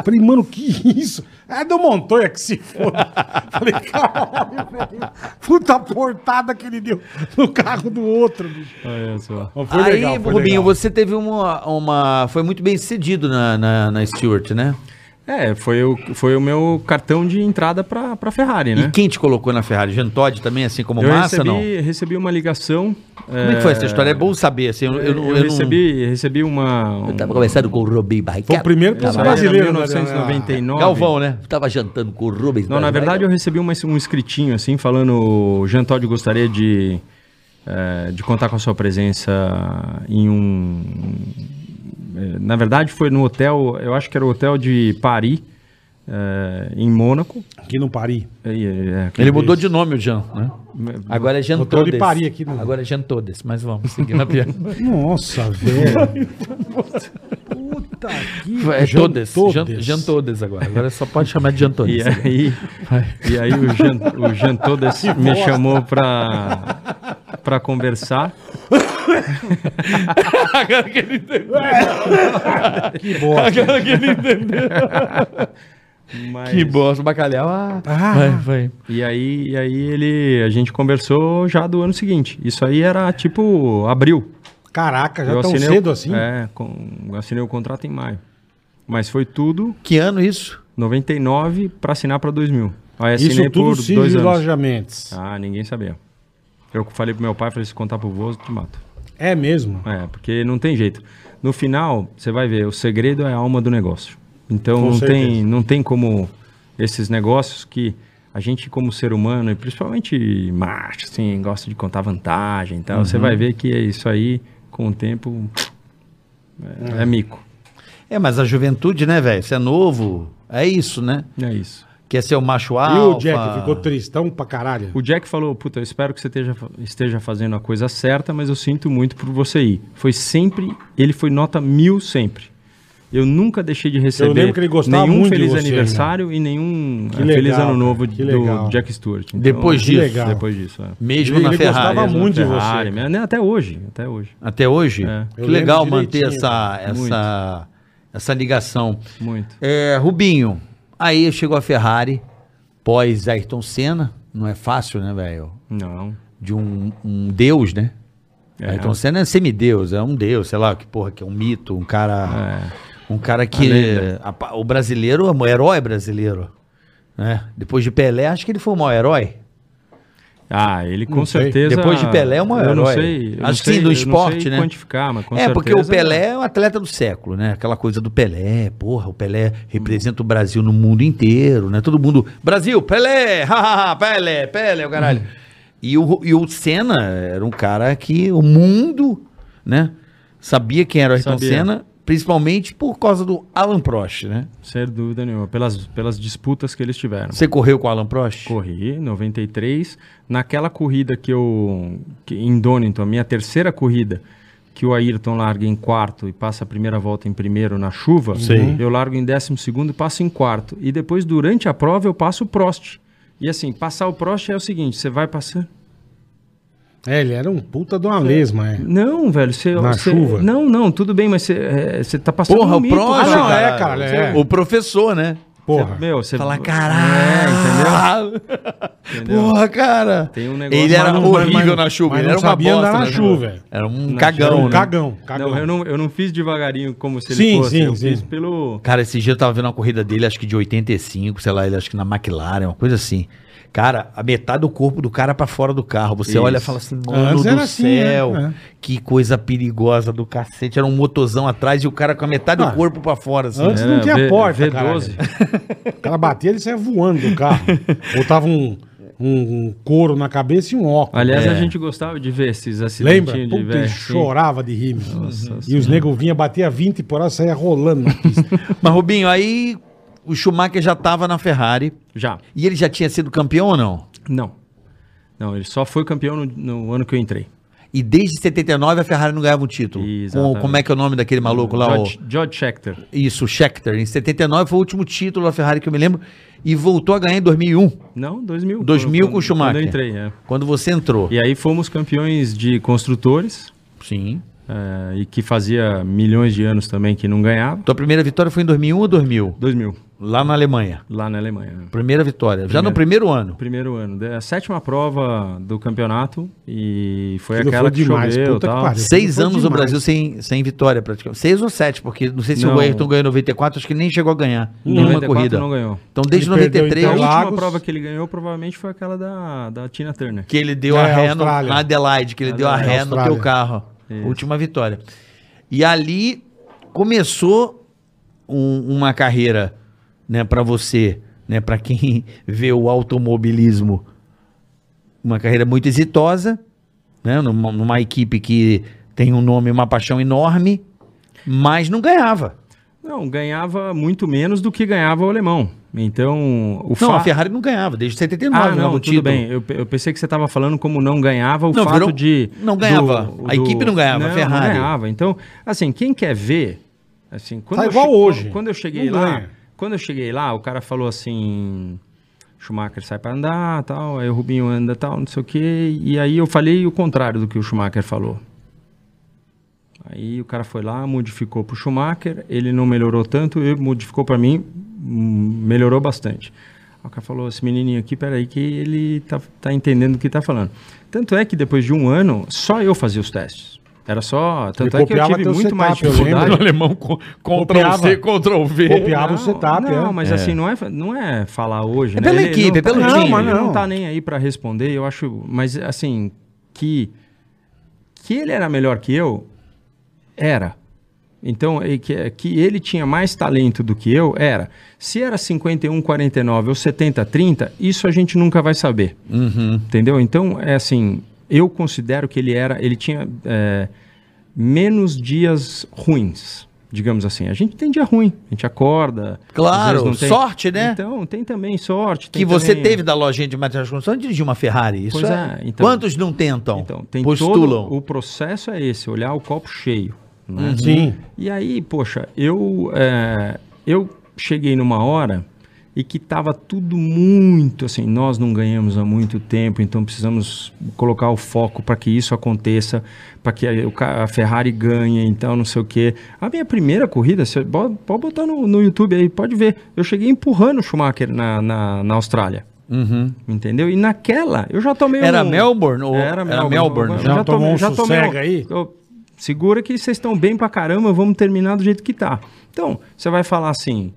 C: Falei, mano, que isso? É do Montoya que se foda. Falei, caralho, velho. Puta portada que ele deu no carro do outro, bicho.
D: Olha só.
C: Mas
B: Aí,
C: foi
B: Rubinho,
C: legal.
B: você teve uma, uma. Foi muito bem sucedido na, na, na Stewart, né?
D: É, foi o, foi o meu cartão de entrada pra, pra Ferrari, né?
B: E quem te colocou na Ferrari? Jean Todt também, assim como
D: eu
B: Massa,
D: recebi,
B: não?
D: recebi uma ligação. eh,
B: Como é que foi essa história? É bom saber, assim. Eu, eu, não- eu não-
D: recebi, recebi uma...
H: Eu tava conversando com o Rubem Barrichello.
C: Foi o primeiro
D: Isso
B: Tá
C: piloto
D: era
C: brasileiro. né?
D: 1999.
B: Galvão, né?
H: Eu tava jantando com o Rubens
D: Não, na verdade eu recebi uma- um escritinho assim, falando: Jean Todt gostaria de, eh, de contar com a sua presença em um. eh, Na verdade, foi no hotel, eu acho que era o hotel de Paris, eh, em Mônaco.
C: Aqui no Paris.
D: E, eh,
I: Ele mudou de nome, o Jean, né? Agora é Jean
C: Botou de
I: Todes.
C: Paris aqui né? no-
I: Agora é Jean Todes, mas vamos seguir na piada.
C: Nossa, velho. Puta que...
I: É
C: Jean
I: Todes. Jean,
C: Todes.
I: Jean Todes agora. Agora só pode chamar de Jean
B: (laughs)
I: Todes.
D: (laughs) E aí, e aí o Jean, o Jean Todas me chamou pra, pra conversar.
I: Agora que ele entendeu.
C: Que bosta.
I: Agora que ele entendeu.
B: É
D: mas-
I: Que bosta, bacalhau. Ah,
C: Ah.
I: vai, vai.
D: E aí, e aí ele, a gente conversou já do ano seguinte. Isso aí era tipo abril.
C: Caraca, já tão cedo
D: o-
C: assim?
D: É, com- assinei o contrato em maio. Mas foi tudo
I: Que ano isso?
D: 99 pra assinar pra 2000. Aí
C: Isso
D: assinei
C: tudo
D: por dois anos.
C: sigilosamente.
D: Ah, ninguém sabia. Eu falei pro meu pai, falei, se contar pro vô, eu te mato.
C: É mesmo?
D: É, porque não tem jeito. No final, você vai ver, o segredo é a alma do negócio. Então
C: Com
D: não tem,
C: certeza.
D: não tem como esses negócios que a gente como ser humano, e principalmente macho, assim, gosta de contar vantagem. Então
C: Uhum.
D: você vai ver que é isso aí, com o tempo, é, é mico.
B: É, mas a juventude, né, velho? Você é novo, é isso, né?
D: É isso.
B: Quer ser o macho alfa.
C: E o Jack ficou tristão pra caralho?
D: O Jack falou, puta, eu espero que você esteja, fa- esteja fazendo a coisa certa, mas eu sinto muito por você ir. Foi sempre, ele foi nota mil sempre. Eu nunca deixei de receber
C: lembro que ele gostava
D: nenhum
C: muito de
D: feliz
C: você,
D: aniversário e nenhum eh,
C: legal,
D: feliz ano
C: cara,
D: novo
C: que legal.
D: do Jack Stewart. Então,
B: Depois
C: Que
B: disso,
C: legal.
D: Depois disso, é.
B: mesmo
C: Ele-
B: na
C: ele
B: Ferrari. né?
C: gostava muito de você,
D: Ferrari,
C: cara.
D: né? Até hoje, até hoje.
B: Até hoje?
D: É.
B: Que
C: Eu
B: legal
C: lembro
B: manter
C: direitinho,
B: essa, essa, essa ligação.
D: Muito.
B: É, Rubinho, aí chegou a Ferrari, pós Ayrton Senna. Não é fácil, né, velho?
D: Não.
B: De um, um deus, né?
D: É.
B: Ayrton Senna é semideus, é um deus, sei lá, que porra, que é um mito, um cara.
D: É.
B: Um cara que. a pa- o brasileiro, é um herói brasileiro. Né? Depois de Pelé, acho que ele foi o maior herói.
D: Ah, ele com
C: Não sei.
D: certeza.
B: Depois de Pelé é o maior
D: Eu não
B: herói.
D: sei. eu não
B: Acho que sim,
D: sei-
B: do
D: eu não
B: esporte,
D: sei
B: né?
D: quantificar, mas com
B: é, porque o
D: certeza-
B: Pelé é o atleta do século, né? Aquela coisa do Pelé, porra, o Pelé representa o Brasil no mundo inteiro, né? Todo mundo, Brasil, Pelé, (laughs) hahaha, Pelé, Pelé, o caralho.
C: Uhum.
B: E o, e o Senna era um cara que o mundo, né? Sabia quem era o Ayrton
D: Sabia.
B: Senna, principalmente por causa do Alan Prost, né?
D: Sem dúvida nenhuma, pelas, pelas disputas que eles tiveram.
B: Você correu com o Alan Prost?
D: Corri, 93. Naquela corrida que eu. Que, em Donington, a minha terceira corrida, que o Ayrton larga em quarto e passa a primeira volta em primeiro na chuva,
C: Sim.
D: eu largo em décimo segundo e passo em quarto. E depois, durante a prova, eu passo o Prost. E assim, passar o Prost é o seguinte: você vai passando.
C: É, ele era um puta de uma lesma, é.
D: Não, velho, você.
C: Na
D: você-
C: chuva?
D: Não, não, tudo bem, mas você é, você tá passando.
B: Porra,
D: um
B: o
D: mito,
B: Prost,
D: cara.
C: Ah, não, é, cara, é.
B: O professor, né?
C: Porra.
D: Meu, você.
B: Fala,
D: É,
B: caralho!
D: entendeu? entendeu?
B: Porra, cara!
D: Tem um negócio.
B: Ele era
C: Mas não-
B: horrível
C: mas-
B: na chuva,
C: mas
B: ele
C: não
B: era uma
C: sabia
B: bosta
C: andar na
B: né?
C: chuva.
B: Era um
D: Na
B: cagão,
D: chuva.
B: né?
C: Cagão, cagão.
D: Não, eu não, eu não fiz devagarinho como se
C: Sim,
D: ele fosse.
C: sim,
D: eu
C: sim.
D: fiz pelo.
B: Cara, esse dia eu tava vendo uma corrida dele, acho que de 85, sei lá, ele acho que na McLaren, uma coisa assim. Cara, a metade do corpo do cara é pra fora do carro. Você
D: Isso.
B: olha e fala assim, mano
C: Antes
B: do
C: era assim,
B: céu,
C: né? É.
B: que coisa perigosa do cacete. Era um motozão atrás e o cara com a metade
C: Ah.
B: do corpo pra fora, assim.
C: Antes não
D: Era
C: tinha
D: É, V-
C: porta,
D: V12.
C: caralho. O cara batia, ele saia voando do carro.
D: (laughs)
C: Botava um, um couro na cabeça e um óculos.
B: É.
D: Aliás, a gente gostava de ver esses
C: Lembra?
D: acidentinhos de
C: Puta, ele
D: velho.
C: chorava de rir. meu. Uhum. e os negros vinham, batia 20 por hora, saia rolando na
D: (laughs)
C: pista.
B: né? Mas, Rubinho, aí o Schumacher já tava na Ferrari.
D: Já.
B: E ele já tinha sido campeão ou não?
D: Não. Não, ele só foi campeão no, no ano que eu entrei.
B: E desde 79 a Ferrari não ganhava um título.
D: Exatamente. Hum,
B: Com- como é que é o nome daquele maluco lá? o-
D: George, George Scheckter.
B: Isso, Scheckter. Em 79 foi o último título da Ferrari que eu me lembro. E voltou a ganhar em 2001,
D: Não, 2000.
B: 2000
D: quando-
B: com o Schumacher.
D: Quando eu entrei, é.
B: quando você entrou.
D: E é- aí fomos campeões de construtores,
B: Sim.
D: eh, e que fazia milhões de anos também que não ganhava.
B: Tua primeira vitória foi em 2001 ou 2000?
D: 2000,
B: Lá na Alemanha.
D: lá na Alemanha.
B: Primeira vitória. Já no primeiro ano.
D: Primeiro ano, da- a sétima prova do campeonato e foi
C: Aquilo
D: aquela
C: foi
D: que
C: demais,
D: choveu e
C: puta que
D: tal.
C: pariu.
B: Seis
C: Foi
B: anos o
C: demais.
B: Brasil sem, sem vitória praticamente. Seis ou sete, porque não sei se o
D: Não.
B: Ayrton ganhou em 94, acho que nem chegou a ganhar nenhuma
D: 94
B: corrida.
D: não ganhou.
B: Então desde
C: Ele perdeu,
B: 93
D: A
C: então,
D: última
C: Lagos.
D: prova que ele ganhou provavelmente foi aquela da, da Tina Turner.
B: que ele deu
C: É,
B: a ré no,
C: Austrália.
B: na Adelaide, que ele
D: É,
B: deu a ré no teu
C: Austrália.
B: carro. Última vitória. E ali começou um- uma carreira, né, para você, né, para quem (laughs) vê o automobilismo, uma carreira muito exitosa, né, numa, numa equipe que tem um nome, e uma paixão enorme, mas não ganhava.
D: Não, ganhava muito menos do que ganhava o alemão. Então, o
B: Não,
D: fa-
B: a Ferrari não ganhava, desde 79
D: Ah, não,
B: ganhava um (laughs)
D: tudo bem. Eu, pe- eu pensei que você estava falando como não ganhava o
B: Não,
D: fato
B: virou-
D: de...
B: não ganhava. A equipe não ganhava, a Ferrari.
D: Não ganhava. Então, assim, quem quer ver... Assim, quando
C: Tá
D: eu
C: igual
D: che-
C: hoje.
D: Quando eu cheguei
C: Não
D: lá...
C: ganha.
D: Quando eu cheguei lá, o cara falou assim... Schumacher sai para andar, tal, aí o Rubinho anda, tal, não sei o quê. E aí eu falei o contrário do que o Schumacher falou. Aí o cara foi lá, modificou pro Schumacher, ele não melhorou tanto, ele modificou para mim, hum, melhorou bastante. Aí o cara falou, esse menininho aqui, peraí que ele tá, tá entendendo o que tá falando. Tanto é que depois de um ano, só eu fazia os testes. Era só, tanto
C: Ele
D: é que eu
C: copiava
D: tive
C: teu
D: muito mais
C: setup, eu lembro.
D: dificuldade.
B: alemão co- Ctrl C, Ctrl V.
C: Copiava o setup,
D: Não,
C: é.
D: mas assim, não é, não é falar hoje.
B: É
D: né?
B: pela
D: Ele
B: equipe,
D: não
B: é pelo
D: tá,
B: time.
D: Não, mas
C: Não.
D: ele não tá nem aí para responder, eu acho. Mas assim, que. Que ele era melhor que eu, era. Então, e que, que ele tinha mais talento do que eu, era. Se era 51-49 ou 70-30, isso a gente nunca vai saber.
B: Uhum.
D: Entendeu? Então, é assim, eu considero que ele era, ele tinha é, menos dias ruins, digamos assim. A gente tem dia ruim, a gente acorda. às
B: Claro,
D: vezes não tem-
B: sorte, né?
D: Então, tem também sorte. tem
B: que você
D: também-
B: teve da lojinha de materiais de construção dirigir uma Ferrari. Isso
D: Pois
B: é.
D: é, então-
B: Quantos não tentam?
D: Então, tem
B: postulam.
D: todo, o processo é esse, olhar o copo cheio. Né?
B: Uhum.
C: Sim.
D: E aí, poxa, eu, é, eu cheguei numa hora e que estava tudo muito assim, nós não ganhamos há muito tempo, então precisamos colocar o foco para que isso aconteça, para que a, o ca- a Ferrari ganhe, então não sei o quê. A minha primeira corrida, você pode, pode botar no, no YouTube aí, pode ver. Eu cheguei empurrando o Schumacher na, na, na Austrália. Entendeu? E naquela, eu já tomei
B: Uhum. Era
D: um-
B: Melbourne ou-
D: Era
B: era
D: Melbourne.
B: Melbourne,
D: Eu
B: já
D: já
C: tomou um
D: tomei, já tomei
C: sossega aí?
D: Ô, segura que vocês estão bem pra caramba, vamos terminar do jeito que tá. Então, você vai falar assim,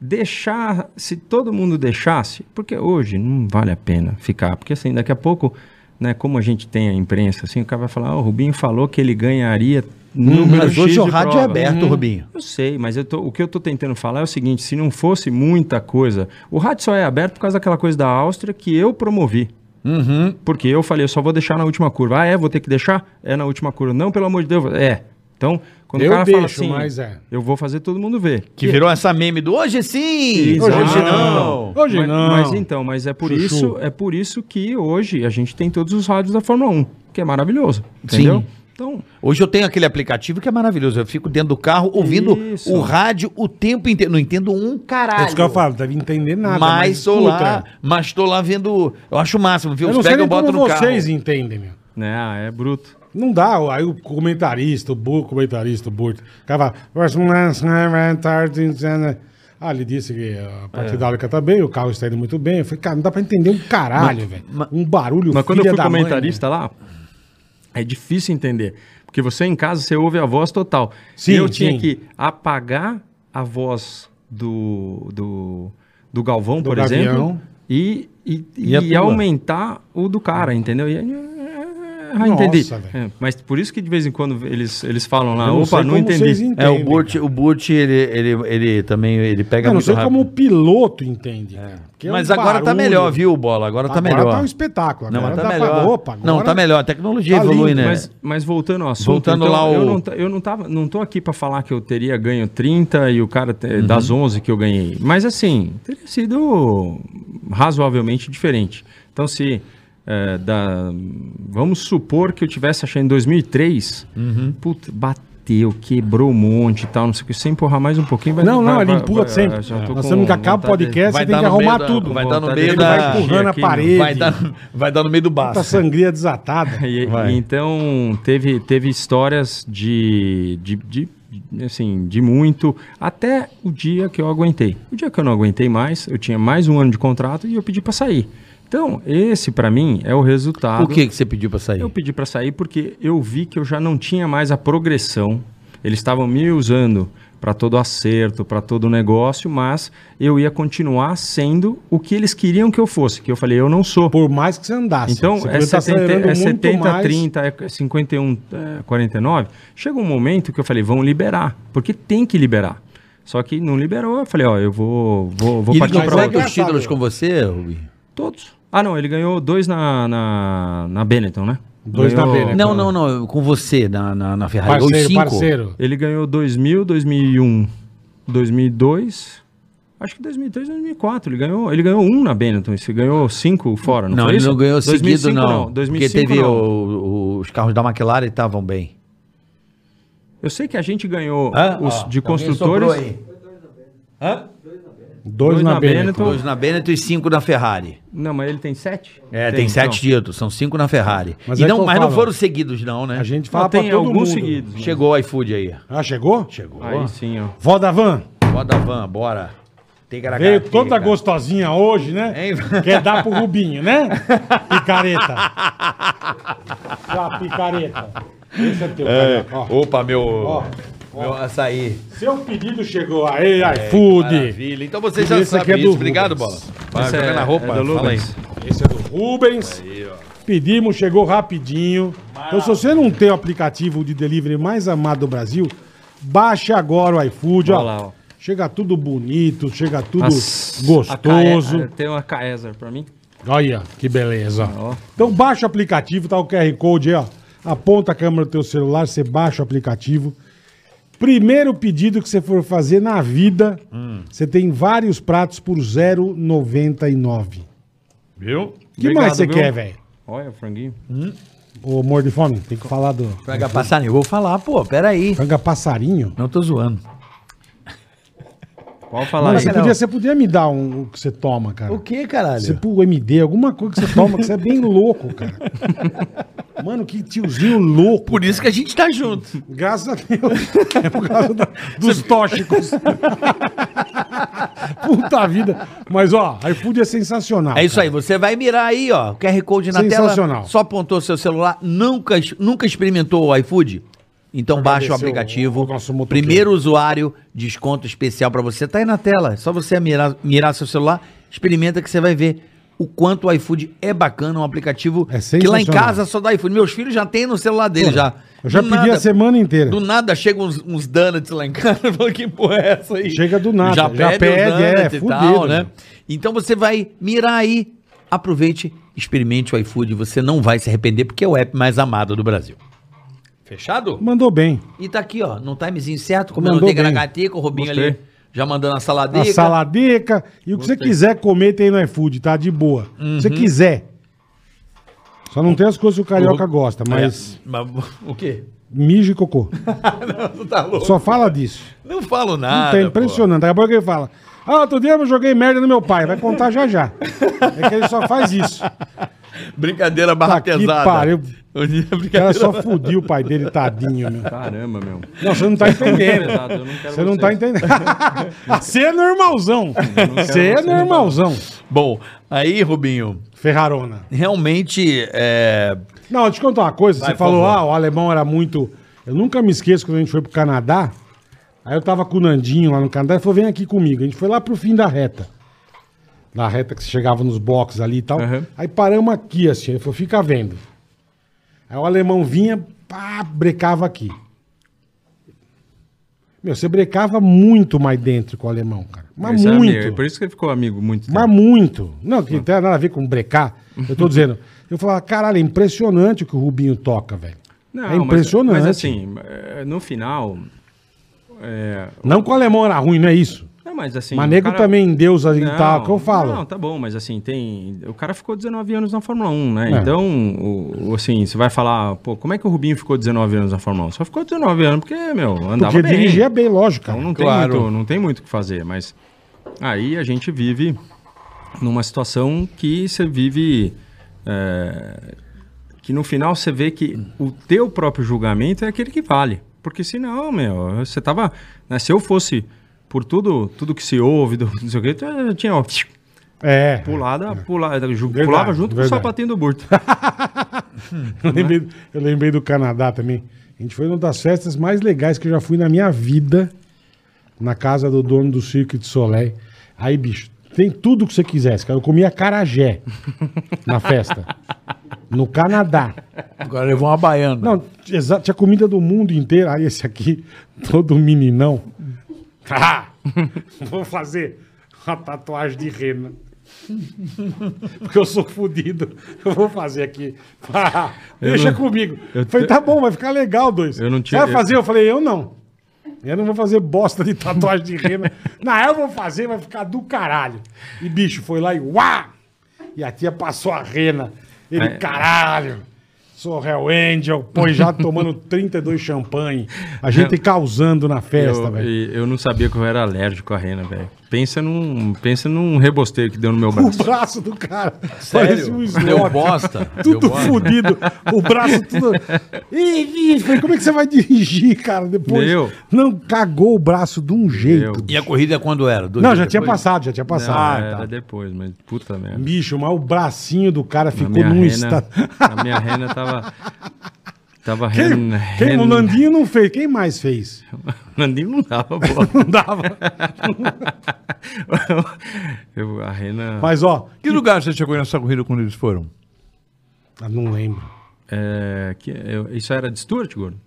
D: deixar, se todo mundo deixasse, porque hoje não vale a pena ficar, porque assim, daqui a pouco, né, como a gente tem a imprensa, assim, o cara vai falar, "Ah, o Rubinho falou que ele ganharia número
B: Mas
D: X
B: hoje
D: de
B: o rádio é
D: prova."
B: aberto, Rubinho.
D: Eu sei, mas eu tô- o que eu tô tentando falar é o seguinte, se não fosse muita coisa, o rádio só é aberto por causa daquela coisa da Áustria que eu promovi.
C: Uhum.
D: Porque eu falei, eu só vou deixar na última curva. Ah, é? Vou ter que deixar? É na última curva. Não, pelo amor de Deus. É. Então, quando
C: Eu
D: o cara fala
C: deixo,
D: assim,
C: mas é.
D: eu vou fazer todo mundo ver.
B: Que virou essa meme do hoje sim,
D: Exato.
B: hoje não.
C: Hoje
D: mas,
C: não.
D: mas então, mas é por
C: Chuchu.
D: isso, é por isso que hoje a gente tem todos os rádios da Fórmula 1, que é maravilhoso, entendeu? Então,
B: Hoje eu tenho aquele aplicativo que é maravilhoso. Eu fico dentro do carro ouvindo
D: Isso.
B: o rádio o tempo inteiro. Não entendo um
C: É
B: caralho.
C: isso que eu falo, não deve entender nada.
B: mas sou lá,
C: escuta.
B: mas tô lá vendo. Eu acho o máximo, viu?
C: Eu
B: Os
C: não sei
B: pega eu
C: nem
B: boto
C: como
B: no
C: vocês
B: carro.
C: entendem, meu.
D: né, é bruto.
C: Não dá, aí o comentarista, o burro comentarista, o burro. O cara é, fala. Ah, ele disse que a parte hidráulica tá bem, o carro está indo muito bem. Eu falei, cara, não dá pra entender um caralho, velho. Um barulho
D: Mas quando eu
C: filha
D: fui
C: da mãe, né?"
D: comentarista lá, é difícil entender. Porque você em casa, você ouve a voz total.
C: Sim,
D: e eu
C: sim.
D: tinha que apagar a voz do, do, do Galvão, por
C: Gavião.
D: exemplo, e, e,
B: a
D: e
B: tua?
D: aumentar o do cara, entendeu? E aí, ah,
C: Nossa,
D: entendi.
C: velho.
D: É, mas por isso que de vez em quando eles, eles falam
C: né?
D: lá,
C: Eu não sei
D: opa, não
C: como vocês
D: entendi.
B: É, o
C: entendem,
B: Burt,
C: cara.
B: o Burt ele, ele, ele também ele pega
C: Eu não
B: muito
C: sei
B: rápido.
C: como o piloto entende, cara. Porque é um
B: Mas agora tá
C: barulho.
B: melhor, viu, Bola? Agora tá melhor.
C: tá um espetáculo.
B: Não,
C: Agora
B: mas tá
C: dá pra-
B: melhor.
C: Opa, agora...
B: Não, tá melhor. A tecnologia
C: Tá
B: evolui,
C: lindo,
B: né?
D: Mas, mas voltando ao assunto, então,
B: Voltando lá
D: eu,
B: o-
D: não, ta- eu não tava, não tô aqui pra falar que eu teria ganho 30 e o cara te-
B: Uhum.
D: das 11 que eu ganhei. Mas assim, teria sido razoavelmente diferente. Então se é, da- vamos supor que eu tivesse achando em 2003,
B: Uhum.
D: puta, bateu, quebrou um monte e tal, não sei o que, sem empurrar mais um pouquinho. vai-
C: Não, não,
D: vai-
C: ele
D: vai-
C: empurra
D: vai-
C: sempre.
D: já tô
C: Nós
D: com
C: temos que acabar o
D: vontade de-
C: podcast, você tem
B: dar
C: que
B: no meio
C: arrumar
B: da-
C: tudo.
B: Vai dar no
D: Vontade
B: meio
D: de-
C: Ele vai
B: da...
C: empurrando a
D: aqui, meu.
C: parede.
B: Vai dar, vai dar no meio do
C: Puta
B: baço.
C: Tá sangria desatada.
D: (laughs) E- e
B: Vai.
D: então teve, teve histórias de, de, de- de, assim de muito até o dia que eu aguentei. O dia que eu não aguentei mais, eu tinha mais um ano de contrato e eu pedi para sair. Então esse para mim é o resultado.
B: O que, que você pediu pra sair?
D: Eu pedi para sair porque eu vi que eu já não tinha mais a progressão. Eles estavam me usando para todo acerto, para todo negócio, mas eu ia continuar sendo o que eles queriam que eu fosse. Que eu falei, eu não sou.
C: Por mais que você andasse.
D: Então,
C: você
D: é
C: podia estar
D: 70,
C: acelerando
D: é
C: tá muito
D: 70
C: mais.
D: 30, é 51, é 49. Chega um momento que eu falei, vão liberar, porque tem que liberar. Só que não liberou, eu falei, ó, eu vou, vou, vou
B: E ele
D: partir
B: não
D: para
B: ganha
D: outro.
B: os títulos com você, Rubinho?
D: Todos. Ah, não, ele ganhou dois na, na, na Benetton, né?
C: Dois na
D: ganhou,
B: Não,
C: Benetton.
B: não, não. Com você, na, na, na Ferrari. Ou
C: Parceiro,
B: cinco.
C: parceiro.
D: um, Ele ganhou 2000, 2001, 2002, Acho que 2003, 2004. Ele ganhou, ele ganhou um na Benetton. Ele ganhou cinco fora, não,
B: Não,
D: foi
B: ele
D: isso?
B: não ganhou seguido,
D: 2005
B: não. Porque
D: 2005
B: teve
D: não.
B: o- o- os carros da McLaren estavam bem.
D: Eu sei que a gente ganhou
B: Hã?
D: os
B: Ó,
D: de
B: alguém
D: construtores.
B: soprou aí. Hã?
C: Dois, na, então. Benetton.
B: Dois na Benetton e cinco na Ferrari.
D: Não, mas ele tem então. sete?
B: É, tem, sete títulos, são cinco na Ferrari.
C: Mas
B: E
C: é
B: não-
C: que eu
B: mas não
C: falo.
B: foram seguidos, não, né?
C: A gente
D: Não,
C: fala pra
D: tem
C: todo mundo.
D: alguns seguidos. né?
B: Chegou o iFood aí.
C: Ah, chegou? Chegou.
D: Aí sim, ó.
C: Vó da van.
B: Roda a van, bora. Tegra
C: Veio toda gostosinha hoje, né?
B: Tá Hein?
C: Quer dar pro Rubinho, né? Picareta. Já, picareta. Esse é teu, cara. Ó,
B: Opa, meu,
C: Ó,
B: meu açaí.
C: Seu pedido chegou. Aí, iFood.
B: Maravilha. Então você já
C: Esse
B: sabe
C: aqui é do
B: isso. Obrigado, Bola.
C: Rubens.
B: Vai
D: Essa
B: jogar
D: é-
B: na
D: é
B: roupa.
D: da
B: fala aí.
D: Lubens.
C: Esse é do Rubens. Pedimos, chegou rapidinho. Então, se você não tem o aplicativo de delivery mais amado do Brasil, baixe agora o iFood. Ó.
D: Olha lá, ó.
C: Chega tudo bonito, chega tudo
D: Nossa, a
C: gostoso.
D: Cae- Tem uma Caesar pra mim.
C: Olha, que beleza.
D: Ó.
C: Então baixa o aplicativo, tá o QR Code aí, ó. Aponta a câmera do teu celular, você baixa o aplicativo. Primeiro pedido que você for fazer na vida,
D: Hum.
C: você tem vários pratos por R$ 0,99.
B: Viu?
C: O que mais
D: Obrigado,
C: você
D: viu?
C: quer, velho?
D: Olha, franguinho.
C: Ô, amor de fome, tem que falar do
B: Pega passarinho. Eu vou falar, pô, peraí.
C: franga passarinho.
B: Não tô zoando.
D: Pode falar
C: Mano,
D: aí.
C: você, podia, você podia me dar um, o que você toma, cara?
B: O que, caralho?
C: Você pro MD, alguma coisa que você toma, que você é bem louco, cara. Mano, que tiozinho louco.
B: Por isso que a gente tá junto.
C: Graças a Deus. É por causa da- dos tóxicos. (laughs) Puta vida. Mas, ó, iFood é sensacional.
B: É isso aí, você vai mirar aí, ó. o QR Code na tela.
C: Sensacional.
B: Só apontou seu celular, nunca, nunca experimentou o iFood? Então baixa o aplicativo.
C: ao nosso motoqueiro.
B: primeiro usuário, desconto especial pra você. Tá aí na tela. É só você mirar, mirar seu celular, experimenta que você vai ver o quanto o iFood é bacana, um aplicativo
C: É
B: que lá em
C: sensacional.
B: casa só dá iFood. Meus filhos já têm no celular dele já.
C: Eu já
B: Do
C: pedi a
B: nada-
C: semana inteira.
B: Do nada chegam uns, uns donuts lá em casa. (laughs) Eu falo, que porra é essa aí?
C: Chega do nada,
B: Já,
C: já
B: pede,
C: pede,
B: o
C: é,
B: donut e tal,
C: fudido,
B: né?
C: meu.
B: Então você vai mirar aí, aproveite, experimente o iFood, você não vai se arrepender porque é o app mais amado do Brasil. Fechado?
C: Mandou bem.
B: E tá aqui, ó, no timezinho certo, comendo
C: Mandou
B: tem
C: bem.
B: garacateca, o Robinho
D: Gostei.
B: ali já mandando a
C: A
B: saladeira.
C: saladeca. E o que você quiser comer tem no iFood, tá? De boa. O que você quiser. Só não tem as coisas que o carioca gosta,
B: É.
C: mas
B: (laughs) o quê?
C: mijo e cocô.
B: Tu tá louco?
C: Só fala disso.
B: Não falo nada.
C: tá
B: pô.
C: impressionante. Daqui a pouco ele fala: Ah, outro dia eu joguei merda no meu pai. Vai contar já já. É que ele só faz isso.
B: Brincadeira barra
C: Tá que
B: pesada. (laughs) é
C: pariu. O
B: Brincadeira
C: cara só fudiu o pai dele, tadinho, meu.
D: Caramba, meu.
C: Não, você não tá entendendo.
D: Pesado, eu não quero
C: Você não
D: vocês.
C: tá entendendo. (laughs) Você é normalzão. Você é normalzão.
B: Bom, aí, Rubinho,
C: Ferrarona.
B: realmente é,
C: Não, deixa eu te contar uma coisa.
B: Vai,
C: você
B: por
C: falou,
B: favor.
C: ah, o alemão era muito. Eu nunca me esqueço quando a gente foi pro Canadá. Aí eu tava com o Nandinho lá no Canadá. Ele falou, vem aqui comigo. A gente foi lá pro fim da reta. Na reta que você chegava nos boxes ali e tal.
D: Aham.
C: Aí paramos aqui, assim. Ele falou, fica vendo. Aí o alemão vinha, pá, brecava aqui. Meu, você brecava muito mais dentro com o alemão, cara. Mas
D: Esse é
C: muito.
D: amigo, é Por isso que ele ficou amigo muito.
C: Mas
D: tempo.
C: muito. Não,
D: Tá.
C: que não tem nada a ver com brecar. Eu tô
D: (laughs)
C: dizendo. Eu falava, caralho, é impressionante o que o Rubinho toca, velho.
D: Não,
C: é impressionante.
D: Mas, mas assim, é, no final. é,
C: Não que o alemão era ruim, não é isso.
D: não, mas assim.
C: mas
D: o
C: nego
D: cara-
C: também Deus ali
D: Não,
C: tá, que eu falo.
D: Não, tá bom, mas assim, tem. O cara ficou 19 anos na Fórmula 1, né?
C: É.
D: Então, o- o- assim, você vai falar, pô, como é que o Rubinho ficou 19 anos na Fórmula 1? Só ficou 19 anos porque, meu, andava
C: porque
D: bem.
C: dirigia bem, lógico, cara.
D: Então não
B: Claro.
D: tem muito, não tem muito o que fazer, mas aí a gente vive numa situação que você vive é, que no final você vê que o teu próprio julgamento é aquele que vale, porque senão, meu, você tava, né, se eu fosse por tudo, tudo que se ouve, do, não sei o que, eu tinha ó,
C: É.
D: pulada, pulada, ju-
C: Verdade,
D: pulava junto com o
C: verdade.
D: sapatinho do burto.
C: (laughs) Eu
D: né?
C: lembrei, eu lembrei do Canadá também. A gente foi numa das festas mais legais que eu já fui na minha vida, na casa do dono do Cirque de Soleil. Aí, bicho, tem tudo que você quisesse, cara. Eu comia carajé na festa. No Canadá.
B: agora levou uma baiana.
C: Não, exa- tinha comida do mundo inteiro. Aí esse aqui, todo meninão. Ah, (laughs) vou fazer uma tatuagem de rena. Porque eu sou fodido. Eu vou fazer aqui. Ah, deixa
D: não-
C: comigo.
D: eu
C: falei,
D: te-
C: tá bom, vai ficar legal, dois.
D: Eu não
C: Você
D: tinha-
C: vai fazer? Eu falei, eu não. Eu não vou fazer bosta de tatuagem de rena. Na real, eu vou fazer, vai ficar do caralho. E bicho foi lá e uá! E a tia passou a rena. Ele, caralho! Sou Hell Angel, pô,
D: (laughs)
C: já tomando 32 champanhe. A gente causando na festa,
D: Eu,
C: velho.
D: e- eu não sabia que eu era alérgico à rena, velho. Pensa num, pensa num rebosteio que deu no meu
C: O (laughs)
D: braço.
C: braço do cara. Parece
B: Sério?
C: um slot.
B: Deu bosta? Deu
C: Tudo
B: bosta?
C: fudido. O braço
D: (laughs)
C: tudo. Ih, ih, falei, como é que você vai dirigir, cara? Depois.
D: Deu.
C: Não, cagou o braço de um jeito.
B: E a
E: é
B: corrida quando era? Dois
C: Não,
B: dias
C: já tinha
B: depois?
C: passado, já tinha
D: Não,
C: passado.
D: era
C: tá.
D: depois, mas puta merda.
C: Bicho, mas o bracinho do cara
D: A
C: ficou
D: minha,
C: num
D: rena,
C: estado.
D: a minha rena tava. Tava
C: Quem,
D: rena.
C: (laughs) quem-
D: rena-
C: o
D: (laughs)
C: Nandinho não fez. Quem mais fez?
D: Nandinho não dava bola.
C: (laughs) Não dava.
D: Eu, a rena.
C: Mas, ó.
E: Que lugar você chegou nessa corrida quando eles foram?
C: ah, Não lembro.
D: é, que- eu- isso era de Stuart, gordo?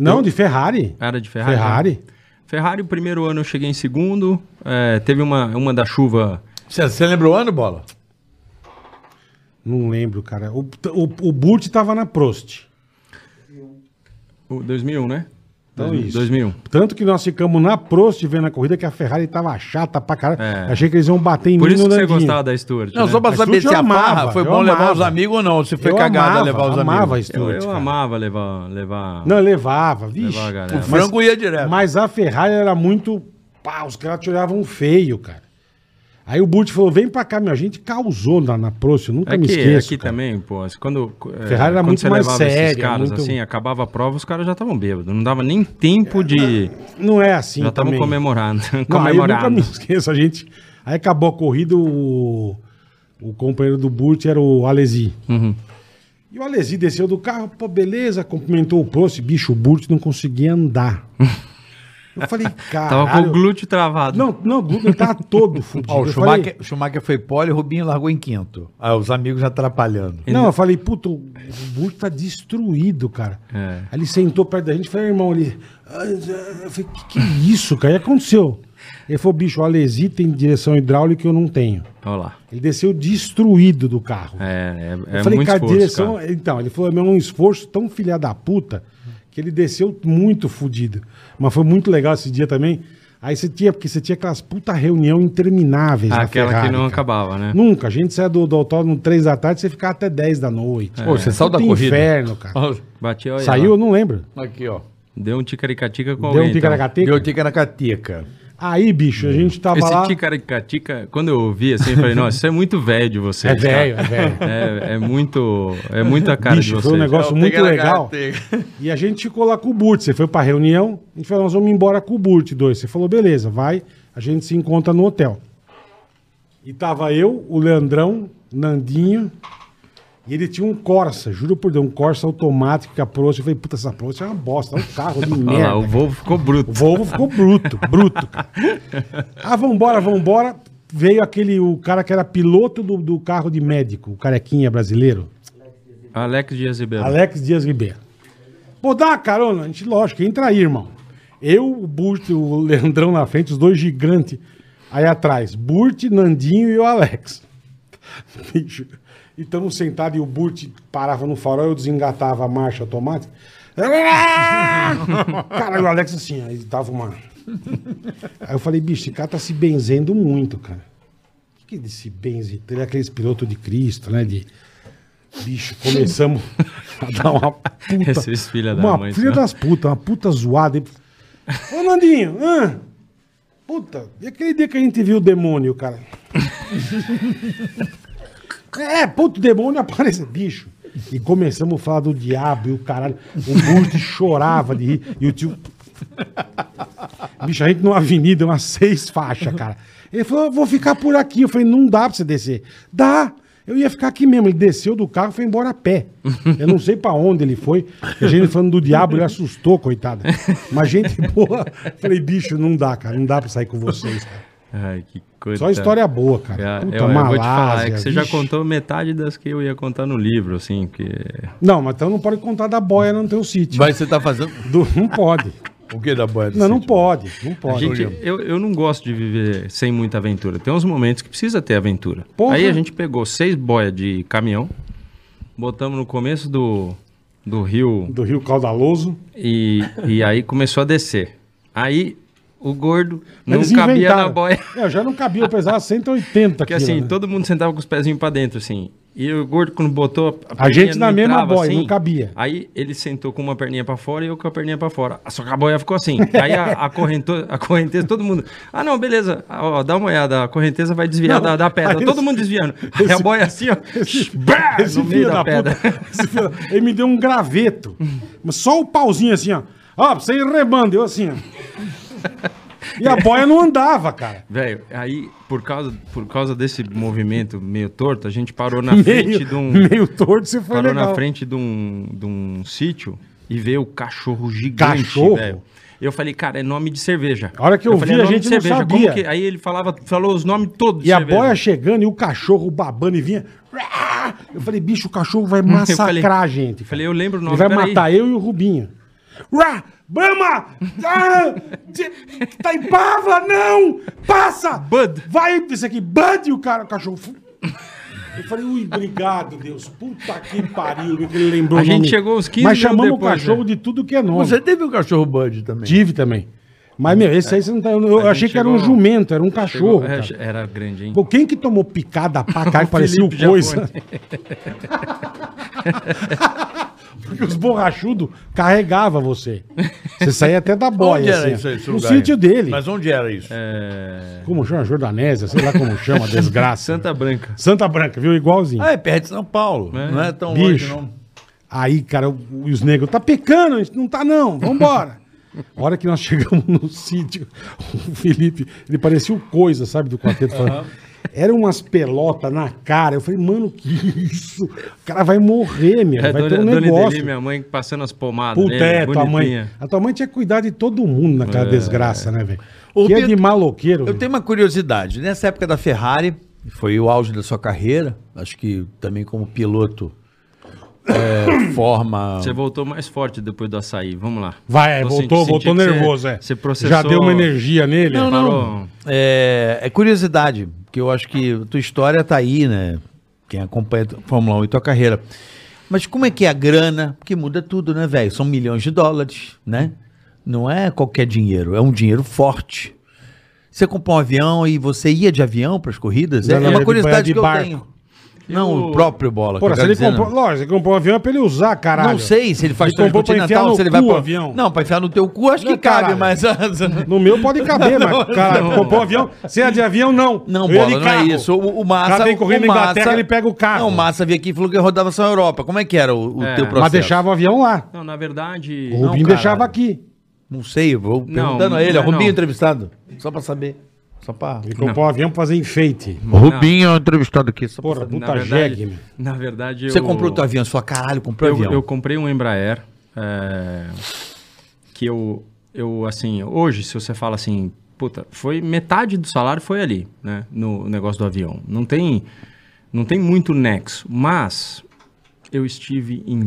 C: Não, de Ferrari.
D: Era de Ferrari?
C: Ferrari.
D: Ferrari, o primeiro ano eu cheguei em segundo. é, teve uma, uma da chuva.
E: Você, você lembra o ano, Bola?
C: Não lembro, cara. O, o, o Burt tava na Prost.
D: o 2001, né?
C: Então,
D: 2000,
C: isso.
D: 2001.
C: Tanto que nós ficamos na Prost vendo a corrida que a Ferrari tava chata pra caralho.
D: É.
C: Achei que eles iam bater em
D: Por
C: mim
D: isso
C: no
D: que você
C: Nandinho.
D: gostava da Stuart.
E: Não,
D: né?
E: só pra
C: Mas
E: saber
C: Stuart
E: se
C: eu
E: a
C: amava,
E: barra foi
C: eu
E: bom levar
C: amava.
E: os amigos ou não. Se foi
C: Eu
E: cagada
C: amava,
E: levar os
C: amava a
E: amigos.
D: Eu,
C: Stuart.
D: eu
C: cara.
D: amava levar. levar
C: Não, levava, vixe.
D: Levava a galera.
E: O frango ia direto.
C: Mas a Ferrari era muito. Pá, os caras te olhavam feio, cara. Aí o Burt falou: vem pra cá, meu. A gente causou na, na Prost, eu nunca
D: Aqui,
C: me esqueço.
D: É aqui
C: cara.
D: também, pô, quando, é,
C: Ferrari era
D: quando
C: muito
D: você
C: mais
D: levava esses
C: séria,
D: caras,
C: muito-
D: assim, acabava a prova, os caras já estavam bêbados. Não dava nem tempo de...
C: Não é assim.
D: já estavam
C: também.
D: comemorando. (laughs)
C: Não, aí eu nunca
D: comemorando.
C: me (laughs) esqueço, a gente. Aí acabou a corrida, o, o companheiro do Burt era o Alesi.
D: Uhum.
C: E o Alesi desceu do carro, pô, beleza, cumprimentou o Prost, bicho, o Burt não conseguia andar.
D: (laughs)
C: Eu falei,
D: Tava com o
C: cara.
D: glúteo travado.
C: Não, não, o glúten tá
D: (laughs)
C: todo fudido.
E: Ó, o
C: Eu
E: Schumacher,
C: falei-
E: o Schumacher foi pole e o Rubinho largou em quinto. Ah, os amigos atrapalhando.
C: Não, eu falei, puto, o Burt tá destruído, cara.
D: É.
C: Aí ele sentou perto da gente e falou, irmão, ele. "Ah, Eu falei, que que é isso, cara? E aconteceu? Ele falou, bicho, o Alesi tem direção hidráulica e eu não tenho.
D: Olha lá.
C: Ele desceu destruído do carro.
D: É, é,
C: eu
D: é
C: falei,
D: muito
C: cara,
D: esforço,
C: direção.
D: cara.
C: Então, ele falou, meu, é um esforço tão filha da puta que ele desceu muito fudido. Mas foi muito legal esse dia também. Aí você tinha, porque você tinha aquelas puta reunião intermináveis. na
D: Aquela
C: é Ferrari,
D: que não
C: cara.
D: acabava, né?
C: Nunca. A gente saía do, do autódromo 3 da tarde, você ficava até 10 da noite. É.
E: Pô, você saiu da
C: Puta
E: corrida.
C: inferno, cara.
D: Batia, olha
C: Saiu, eu
D: lá. então.
C: não lembro.
E: Aqui, ó.
D: Deu um ticaricatica com
C: Deu
D: alguém.
C: um ticaracateca.
E: Deu tica na cateca.
C: Aí, bicho, a gente tava
D: Então.
C: lá.
D: Esse ticaricatica, quando eu ouvi assim, eu falei, nossa, isso é muito velho de vocês.
C: É
D: cara.
C: velho, é velho.
D: (laughs) É, é muito, é muito a cara de
C: Bicho,
D: vocês.
C: foi um negócio
B: É o
C: muito
B: Tigre
C: legal.
B: Gateca.
C: E a gente ficou lá com o Burt. Você foi pra reunião, a gente falou, nós vamos embora com o Burt, dois. Você falou, beleza, vai, a gente se encontra no hotel. E tava eu, o Leandrão, Nandinho, e ele tinha um Corsa, juro por Deus, um Corsa automático que a Prost. Eu falei, puta, essa Prost é uma bosta, é um carro de
D: Olha
C: merda.
D: lá, o voo ficou
C: O
D: bruto.
C: Volvo ficou bruto, bruto, cara. Ah, vambora, vambora. Veio aquele, o cara que era piloto do, do carro de médico, o carequinha brasileiro,
D: Alex Dias Ribeiro.
C: Alex Dias Ribeiro. Pô, dá uma carona, a gente, lógico, entra aí, irmão. Eu, o Burt, o Leandrão na frente, os dois gigantes aí atrás. Burt, Nandinho e o Alex. (laughs) Bicho. E estamos sentados e o Burt parava no farol, eu desengatava a marcha automática. Cara, o Alex assim, aí tava uma. Aí eu falei, bicho, esse cara tá se benzendo muito, cara. O que, que ele se benze? Ele é aqueles piloto de Cristo, né? De. Bicho, começamos a dar uma puta.
D: Esses filha é da
C: uma
D: mãe, né?
C: filha
D: senão-
C: das putas, uma puta zoada. Ele- Ô, Nandinho, hã? Puta, e aquele dia que a gente viu o demônio, cara? É, puto, o demônio (laughs) aparece, bicho. E começamos a falar do diabo e o caralho. O Burti chorava de rir. E o tio. (laughs) Bicho, a gente numa avenida, umas seis faixas, cara. Ele falou, eu vou ficar por aqui. Eu falei, não dá pra você descer. Dá! Eu ia ficar aqui mesmo. Ele desceu do carro e foi embora a pé. Eu não sei pra onde ele foi. A gente falando do diabo, ele assustou, coitado. Mas gente (laughs) boa. Falei, bicho, não dá, cara. Não dá pra sair com vocês, cara.
D: Ai, que coisa.
C: Só história boa, cara.
D: É,
C: Puta,
D: eu, eu vou te falar, é que
C: Malásia,
D: você já
C: vixe.
D: contou metade das que eu ia contar no livro, assim, porque
C: Não, mas então não pode contar da boia no teu sítio.
E: Mas você tá fazendo
C: Do- não pode.
E: o que da boia? do
C: Não, não
E: sítio?
C: pode. Não pode.
D: Gente, eu, eu não gosto de viver sem muita aventura. Tem uns momentos que precisa ter aventura.
C: Porra.
D: Aí a gente pegou seis boias de caminhão, botamos no começo do, do rio
C: Do Rio Caudaloso.
D: e, e aí começou a descer. Aí o gordo
C: Mas eles
D: não cabia na
C: inventaram.
D: boia.
C: Não, já não cabia, eu pesava 180
D: Porque
C: quilos,
D: assim,
C: né?
D: todo mundo sentava com os pezinhos pra dentro, assim. E o gordo, quando botou
C: A gente
D: perninha
C: na
D: não
C: mesma
D: entrava,
C: boia, não cabia.
D: Aí ele sentou com uma perninha pra fora e eu com a perninha pra fora. Só que a boia
C: (laughs)
D: ficou assim. Aí a, a, corrento- a correnteza, todo mundo. Ah, não, beleza. Ó, dá uma olhada. A correnteza vai desviar
C: Não,
D: da, da
C: aí
D: pedra. Todo
C: esse-
D: mundo
C: (laughs)
D: desviando. Aí a boia assim, ó. (laughs)
C: Esse,
D: brá,
C: esse
D: no meio
C: filho
D: da,
C: da,
D: pedra. (laughs)
C: puta, (laughs) esse filho- ele me deu um graveto. Mas só o pauzinho assim, ó. Ó, pra você ir remando, eu assim,
D: (laughs)
C: ó. E a boia não andava, cara.
D: Velho, aí, por causa, por causa desse movimento meio torto, a gente parou na
C: (laughs)
D: frente
C: Meio,
D: de um.
C: meio torto, você foi
D: parou
C: legal.
D: na frente de um, de um sítio e veio o cachorro gigante,
C: Cachorro?
D: velho. Eu falei, cara, é nome de cerveja. "É
C: A hora que eu vi, a gente não sabia.
D: que... Aí ele falava, falou os nomes todos de
C: E a
D: cerveja.
C: boia chegando e o cachorro babando e vinha. Eu falei, bicho, o cachorro
D: (laughs)
C: vai massacrar
D: falei-
C: a gente. cara.
D: falei, eu lembro o
C: Ele
D: nome,
C: vai
D: peraí.
C: matar eu e o Rubinho. Uá, Brahma! Ah, de- tá em Pavla, não! Passa!
D: Bud.
C: Vai, isso aqui, Bud! E o cara, o cachorro. fu- Eu falei, ui, obrigado, Deus. Puta que pariu, que ele lembrou
D: A
C: o
D: gente
C: nome.
D: chegou uns 15
C: Mas
D: minutos
C: chamamos o
D: depois, né?
C: cachorro de tudo que é nome.
B: Você teve um cachorro Bud também.
C: Tive também. Mas, meu, esse aí você não tá. Eu
D: gente
C: achei que era um
D: chegou-
C: jumento, era um
D: Chegou-
C: cachorro.
D: é,
C: cara.
D: Era grande, hein?
C: Pô, quem que tomou picada
B: (laughs)
C: pra cá e
D: O
C: parecia o
D: Felipe
C: coisa?
D: Giafone.
C: (laughs) Porque os borrachudos carregavam você. Você saía até da boia.
B: Onde era
C: assim,
B: isso aí, esse
C: No
B: lugar
C: sítio
B: aí?
C: dele.
B: Mas onde era isso?
C: Como chama? Jordanésia, sei lá como
B: (laughs)
C: chama, desgraça.
D: Santa Branca.
C: Santa Branca, viu? Igualzinho.
B: Ah, é perto de São Paulo. Não é tão
C: Bicho.
B: longe, não.
C: Aí, cara, o- os negros, tá pecando, a gente não tá não,
D: (laughs)
C: vambora. A hora que nós chegamos no sítio, o Felipe, ele parecia o coisa, sabe, do quarteto. Fantástico. Eram umas pelotas na cara. Eu falei, mano, que isso? O cara vai morrer, meu.
D: É,
C: vai
D: dona,
C: ter um
D: dona
C: negócio.
D: Ideli, minha mãe, passando as pomadas
C: Puta,
D: nele,
C: é, tua mãe.
D: bonitinha. É.
C: A tua mãe tinha que cuidar de todo mundo naquela desgraça, né, velho?
B: Ô,
C: Que é
B: Pedro,
C: de maloqueiro.
B: Eu
C: velho.
B: tenho uma curiosidade. Nessa época da Ferrari, foi o auge da sua carreira, acho que também como piloto, é, (coughs) forma.
D: Você voltou mais forte depois do açaí, vamos lá.
C: Vai, é,
D: Tô
C: voltou,
D: senti-
C: voltou
D: senti que
C: nervoso,
D: você,
C: é.
D: Você processou...
C: Já deu uma energia nele.
B: Não, não.
D: Parou.
B: É, é curiosidade, porque eu acho que a tua história tá aí, né? Quem acompanha a Fórmula 1 e tua carreira. Mas como é que é a grana? Porque muda tudo, né, velho? São milhões de dólares, né? Não é qualquer dinheiro, é um dinheiro forte. Você comprou um avião e você ia de avião para as corridas? É,
C: Não,
B: é
C: não,
B: uma
C: de-
B: curiosidade
C: de
B: que eu
C: barco.
B: tenho. Não, o próprio bola. que
C: Porra,
B: eu
D: Tá
C: se
B: quero
C: ele
B: dizer,
C: comprou.
B: não.
C: Lógico, ele comprou um avião é pra ele usar, caralho.
B: Não sei se ele faz
C: Ele comprou pra enfiar
B: transcontinental,
C: no
B: se ele vai
C: cu
B: pro
C: o avião.
B: Não, para enfiar no teu cu acho
C: Não, é
B: que cabe,
C: caralho.
B: mas (laughs)
C: No meu pode (laughs) caber, mas, cara, comprou um avião. Se é de avião, não.
B: Não,
C: Eu ia
B: bola,
C: de
B: não é
C: carro.
B: isso. O, o
C: O cara
B: Massa.
C: vem correndo
B: o
C: na Inglaterra, ele pega o carro.
B: Não, o Massa veio aqui e falou que rodava só a Europa. Como é que era o, o
D: É.
B: teu
D: Mas
B: processo?
C: Mas deixava o avião lá.
D: Não, na verdade...
C: O Rubinho
B: caralho.
C: deixava aqui.
B: Não sei, eu vou perguntando
D: não
B: a ele.
D: é
B: É Rubinho
D: não.
B: entrevistado. Só pra saber. Só pra.
C: Ele comprou um avião pra fazer enfeite.
J: Rubinho é o entrevistado aqui. Só
C: Porra,
D: Na
C: puta
D: verdade-
C: jegue, meu.
D: Na verdade,
B: Você
D: eu-
B: comprou o teu avião, sua caralho, comprou
D: eu,
B: avião.
D: eu comprei um Embraer é, que eu, eu, assim, hoje, se você fala assim, puta, foi metade do salário foi ali, né? No negócio do avião. Não tem, não tem muito nexo, mas eu estive em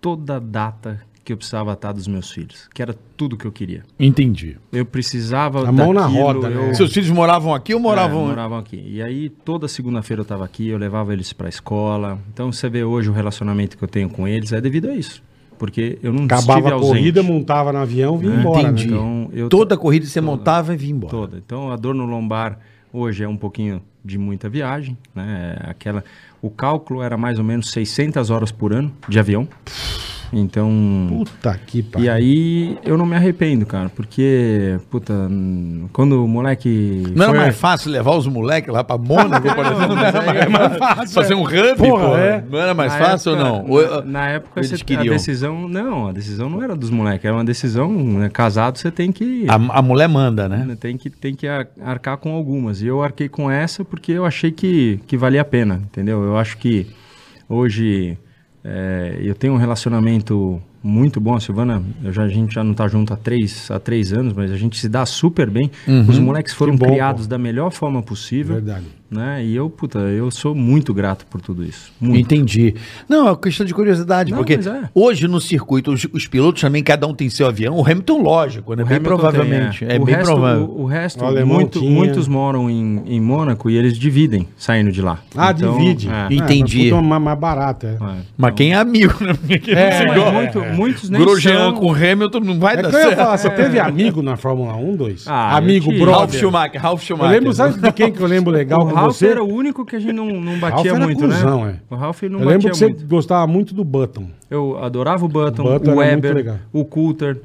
D: toda a data que eu precisava estar dos meus filhos, que era tudo que eu queria.
B: Entendi.
D: Eu precisava
C: A mão na roda, né?
D: eu-
B: Seus filhos moravam aqui ou moravam.
D: é, moravam aqui. E aí, toda segunda-feira eu tava aqui, eu levava eles pra escola. Então, você vê hoje o relacionamento que eu tenho com eles é devido a isso. Porque eu não
C: Acabava
D: estive
C: a
D: ausente.
C: corrida, montava no avião e vinha embora.
B: É, Entendi.
C: Né?
D: Então, eu
B: Toda a corrida você montava e vinha embora.
D: toda. Então, a dor no lombar hoje é um pouquinho de muita viagem, né? É Aquela, o cálculo era mais ou menos 600 horas por ano de avião. Então,
C: Puta que
D: e
C: pariu.
D: aí eu não me arrependo, cara, porque puta, hum, quando o moleque
B: Não era
D: foi-
B: mais fácil levar os moleques lá pra Mônaco, por exemplo? Não era mais, fácil. Fazer um rugby,
C: Porra,
B: porra.
C: é.
B: Não era mais
D: Na
B: fácil
D: época-
B: ou não? Ou,
D: Na,
B: eh,
D: na época,
B: eles
D: você, a
B: queriam.
D: decisão... Não, a decisão não era dos moleques. Era uma decisão... Né, casado, você tem que...
B: a, a mulher manda, Ah, né?
D: né, Tem que, tem que ar- arcar com algumas. E eu arquei com essa porque eu achei que, que valia a pena, entendeu? Eu acho que hoje é, eu tenho um relacionamento muito bom. A Silvana, eu já, a gente já não tá junto há três, há três anos, mas a gente se dá super bem.
B: Uhum.
D: Os moleques foram
C: bom,
D: criados da melhor forma possível.
C: Verdade.
D: Né? E eu, puta, eu sou muito grato por tudo isso. Muito.
B: Entendi. Não, é uma questão de curiosidade,
D: Não,
B: porque
D: mas é.
B: hoje no circuito os, os pilotos também, cada um tem seu avião. O Hamilton, lógico, né?
D: O
B: bem
D: Hamilton
B: provavelmente.
D: tem,
B: É,
D: O
B: bem
D: resto-
B: provável.
D: O, o resto,
C: O alemão
D: muito-
C: tinha.
D: muitos moram em, em Mônaco e eles dividem saindo de lá.
C: Ah,
D: Então,
C: divide.
D: é.
C: Ah, mas
B: Entendi.
C: puta, uma mais barata.
D: É.
B: Mas quem é amigo, né? Porque quem não se
D: É,
B: gosta.
D: muito, muitos nem
B: Grosjean
D: são...
B: com Hamilton não vai
C: É
B: dar
C: que eu ia falar,
B: certo.
C: você teve amigo na Fórmula 1, 2?
D: Ah,
C: amigo,
D: eu tive.
C: brother.
B: Ralf é Schumacher, Ralf
C: Eu
B: Schumacher.
C: lembro, sabe de quem que eu lembro legal
D: O
C: com
D: Ralf
C: você?
D: era o único que a gente não, não
C: Ralf
D: batia
C: era
D: muito,
C: cuzão,
D: né?
C: é.
D: O Ralf não
C: eu
D: batia
C: lembro que você
D: muito.
C: gostava muito do Button.
D: Eu adorava o Button,
C: O
D: o,
C: Button era muito legal.
D: Weber, o Coulter.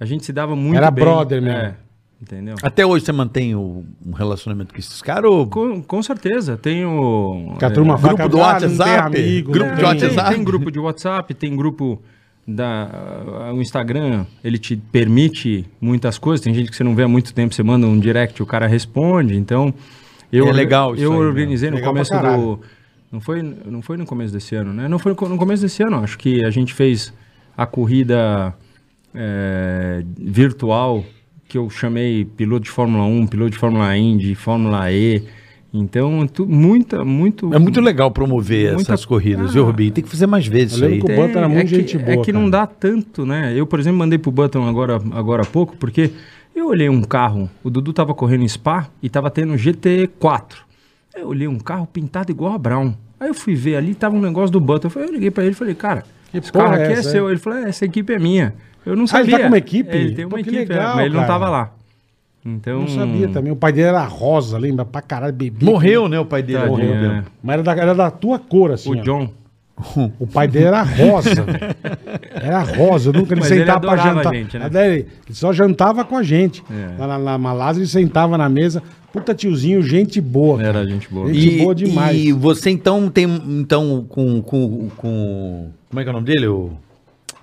D: A gente se dava muito
C: Era
D: bem.
C: brother mesmo.
D: É, entendeu?
B: Até hoje você mantém o- um relacionamento com esses caras ou...
D: Com, com certeza, tem o...
C: Que a turma fala
B: grupo
C: que,
B: do
C: "Ah, não
B: WhatsApp?
C: tem amigo,
B: Grupo
C: não
B: de
C: tem".
D: tem,
B: WhatsApp?
D: tem grupo de WhatsApp, tem grupo da... ah, O Instagram, ele te permite muitas coisas. Tem gente que você não vê há muito tempo, você manda um direct, o cara responde. Então, eu,
B: É legal isso
D: eu
B: aí, né?
D: organizei no
C: Legal pra
D: começo
C: caralho.
D: do... Não foi, não foi no começo desse ano, né? Não foi no no começo desse ano, acho que a gente fez a corrida é, virtual que eu chamei piloto de Fórmula 1, piloto de Fórmula Indy, Fórmula E. Então, tu- muita, muito...
B: É muito legal promover
D: Muita-
B: essas corridas, viu, Rubinho? Tem que fazer mais vezes
C: Eu
B: isso aí.
C: lembro que o Button era
D: É
C: muito
D: que-
C: gente boa.
D: É que não
C: cara.
D: dá tanto, né? Eu, por exemplo, mandei pro Button agora, agora há pouco, porque eu olhei um carro, o Dudu tava correndo em Spa e tava tendo um GT4. Eu olhei um carro pintado igual a Brown. Aí eu fui ver ali, tava um negócio do Button. Eu, falei- eu liguei pra ele e falei, cara, esse
C: porra
D: carro
C: é
D: aqui é
C: essa,
D: seu. Ele falou, é, essa equipe é minha. Eu não
C: Ah, ele
D: sabia.
C: tá com uma equipe?
D: Ele tem
C: Pô,
D: uma
C: que
D: equipe, é,
C: legal,
D: mas ele não
C: cara.
D: tava lá. Então...
C: Não sabia também. O pai dele era rosa, lembra? Pra caralho, bebê.
B: Morreu, né, o pai dele?
D: Tadinho,
B: Morreu
D: é.
B: mesmo.
C: Mas era da, era da tua cor, assim.
D: O
C: ó.
D: John...
C: O pai dele era rosa. velho. era rosa. Eu nunca ele
D: Mas ele
C: sentava pra
D: adorava a
C: jantar.
D: gente, né?
C: Mas daí Ele ele só jantava com a gente.
D: É.
C: Lá na, na Malásia, ele sentava na mesa. Puta tiozinho, gente boa. cara.
D: Era gente boa.
C: Gente boa demais.
B: E você então tem então com, com, com como é que é o nome dele? O,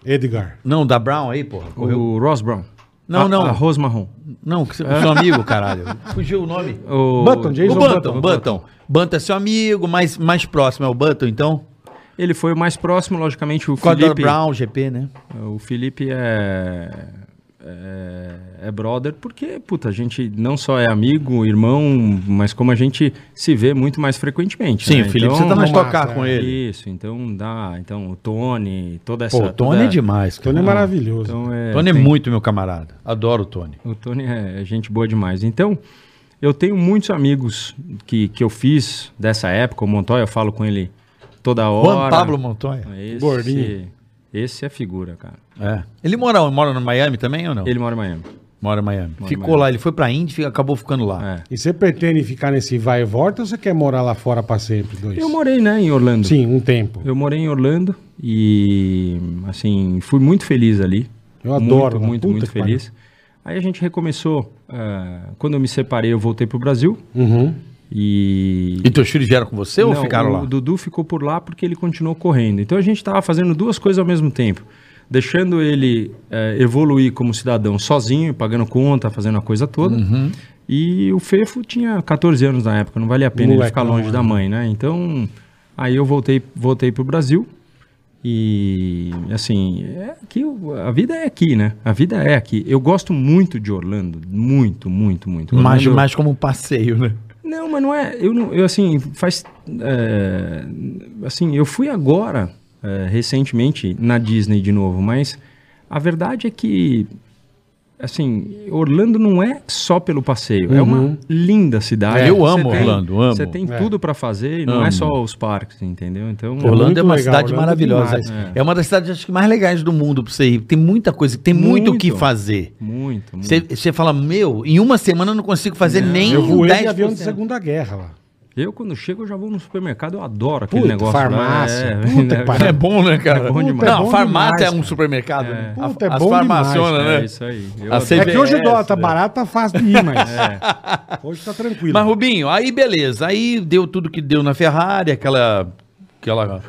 C: Edgar.
B: não, da Brown aí, porra. Correu.
D: O Ross Brown.
B: Não,
D: A-
B: não.
D: Arroz marrom.
B: Não, que seu, seu amigo, caralho. (laughs) Fugiu o nome.
D: O-
C: Button,
B: O
C: Jason
B: Button,
C: Button.
B: Button. Button é seu amigo, mais mais próximo é o Button, então.
D: Ele foi o mais próximo, logicamente, o
B: Com a da
D: Felipe.
B: Brown, GP, né?
D: O Felipe é, é, é brother, porque, puta, a gente não só é amigo, irmão, mas como a gente se vê muito mais frequentemente.
B: Sim,
D: né?
B: o Felipe, você tá
C: na
B: mais
C: massa,
B: tocar
C: é.
B: com ele.
D: Isso, então dá. Então, o Tony, toda essa.
B: Pô, o Tony
D: toda-
B: é demais, cara.
C: Tony é maravilhoso.
D: Então, é,
B: Tony é
D: tem-
B: muito meu camarada. Adoro o Tony.
D: O Tony é é gente boa demais. Então, eu tenho muitos amigos que, que eu fiz dessa época. O Montoya, eu falo com ele toda hora.
B: Juan Pablo Montoya.
D: Esse,
C: Gordinho.
D: Esse é figura, cara.
B: É. Ele mora, mora no Miami também ou não?
D: Ele mora em Miami.
B: Mora em Miami.
D: em
B: Ficou
D: Miami.
B: lá, ele foi pra Índia e acabou ficando lá.
D: É.
C: E você pretende ficar nesse vai e volta ou você quer morar lá fora pra sempre, dois?
D: Eu morei, né, em Orlando.
C: Sim, um tempo.
D: Eu morei em Orlando e, assim, fui muito feliz ali.
C: Eu adoro, né?
D: Muito, muito,
C: Puta
D: muito
C: que pariu.
D: feliz. Aí a gente recomeçou. ah, quando eu me separei, eu voltei pro Brasil
C: Uhum.
D: e...
B: E teus filhos vieram com você ou
D: Não,
B: ficaram
D: o
B: lá?
D: Dudu ficou por lá porque ele continuou correndo. Então a gente estava fazendo duas coisas ao mesmo tempo. Deixando ele eh, evoluir como cidadão sozinho, pagando conta, fazendo a coisa toda.
B: Uhum.
D: E o Fefo tinha 14 anos na época, não valia a pena ele
C: Molecão,
D: ficar longe
C: né?
D: da mãe, né? Então, aí eu voltei, voltei para o Brasil. E, assim, é aqui, o- a vida é aqui, né? A vida é aqui. Eu gosto muito de Orlando, muito, muito, muito.
B: Mais,
D: Orlando-
B: mais como um passeio, né?
D: não, mas não é. Eu, não, eu assim, faz. é, assim, eu fui agora, é, recentemente, na Disney de novo, mas a verdade é que. Assim, Orlando não é só pelo passeio. É uma linda cidade.
B: É, eu
D: Você
B: amo Orlando, amo.
D: Você tem
C: Uhum. É.
D: tudo pra fazer e não é só os parques, entendeu? Então.
C: Pô,
B: Orlando é uma
C: legal,
B: cidade
C: Orlando é
B: maravilhosa.
C: demais,
B: é. uma das cidades acho que, mais legais do mundo pra você ir. Tem muita coisa, tem muito o que
D: Muito.
B: fazer.
D: Muito, muito.
B: Você você fala, meu, em uma semana eu não consigo fazer nem
C: Eu voei de avião de
B: 10%.
C: Segunda Guerra lá.
D: Eu, quando chego, eu já vou no supermercado, eu adoro aquele
C: Puta,
D: negócio. lá.
C: farmácia.
D: (laughs) É,
C: Puta que pariu.
B: É bom, né, cara?
D: É bom demais.
B: Não,
C: É bom
B: farmácia
C: demais,
B: é um
C: cara.
B: supermercado. né?
C: É. Puta, é
B: As
C: bom
B: farmaciona,
C: demais,
B: né?
D: é isso aí. Eu
B: A
D: adoro.
B: C-
C: É que hoje o
B: CVS,
C: dólar tá
B: né?
C: barato, tá fácil de ir,
D: (laughs)
C: mas.
D: É.
C: Hoje tá tranquilo.
B: Mas, Rubinho, aí beleza. Aí deu tudo que deu na Ferrari, aquela. Aquela.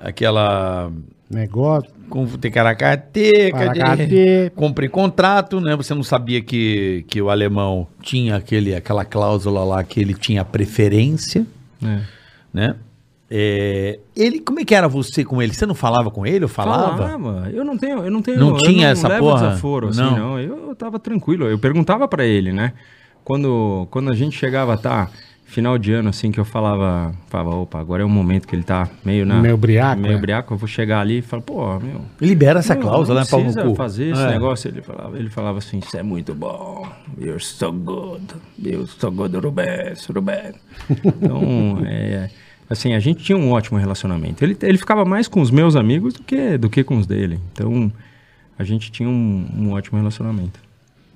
B: Aquela.
C: Negócio.
B: Com tecaracateca,
C: Paracate.
B: comprei contrato, né? Você não sabia que, que o alemão tinha aquele, aquela cláusula lá que ele tinha preferência,
D: É.
B: né? É, ele, como é que era você com ele? Você não falava com ele? Eu falava?
D: Eu não tenho, eu não tenho.
B: Não
D: eu
B: tinha essa
D: levo
B: porra?
D: Desaforo, assim,
B: Não.
D: não. Eu, eu tava tranquilo. Eu perguntava pra ele, né? Quando, quando a gente chegava, tá? Final de ano, assim, que eu falava, falava, opa, agora é o momento que ele tá meio na.
C: Meio briaco,
D: Meio
C: é.
D: briaco, eu vou chegar ali e falar, pô, meu.
B: Libera essa
D: não,
B: cláusula,
D: não
B: né, Paulo? no
D: precisa
B: cu.
D: fazer esse
B: É.
D: negócio. Ele falava, ele falava assim: Isso é muito bom.
C: (laughs)
D: You're so good. You're so good, Rubens, Rubens. Então, é, Assim, a gente tinha um ótimo relacionamento. Ele, ele ficava mais com os meus amigos do que, do que com os dele. Então, a gente tinha um, um ótimo relacionamento.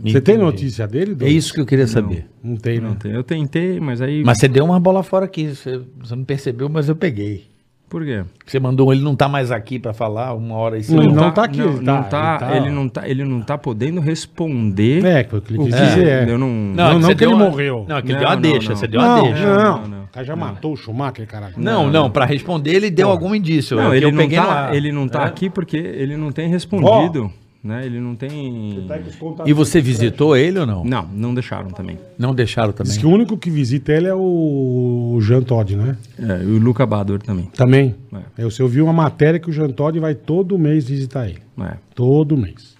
C: Você tem notícia dele, Dom?
B: É isso que eu queria saber.
C: Não tem, não.
D: Não tem- Eu tentei, mas aí.
B: Mas você deu uma bola fora aqui. Você, você não percebeu, mas eu peguei.
D: Por quê?
B: Você mandou, ele não tá mais aqui pra falar uma hora e
C: Não,
B: cinco.
C: não tá aqui,
D: Não,
C: ele tá-
D: não tá-
C: ele tá-
D: ele não tá, ele não tá podendo responder.
C: É, que eu quis
D: O que
C: dizer é.
D: Eu não.
C: Não,
B: é
C: não
B: você
C: que ele
B: deu uma-
C: morreu.
B: Não, é que ele
D: Não,
B: deu uma
D: não,
B: deixa.
D: não.
B: Você deu uma deixa.
D: não, não.
C: O cara já matou o Schumacher, caralho.
B: Não, não, pra responder ele deu algum indício. é
D: Não,
B: que
D: ele,
B: eu
D: não
B: peguei É.
D: tá,
B: no-
D: ele não tá aqui porque ele não tem respondido. Né? Ele não tem.
B: E você visitou ele ou não?
D: tá Não, não deixaram também.
B: Não deixaram
C: Diz
B: também.
C: que o único que visita ele é o Jean Todt, né?
D: É, e o Luca Bador também.
C: Também.
D: É.
C: Eu, eu vi uma matéria que o Jean Todt vai todo mês visitar ele.
D: É.
C: Todo mês.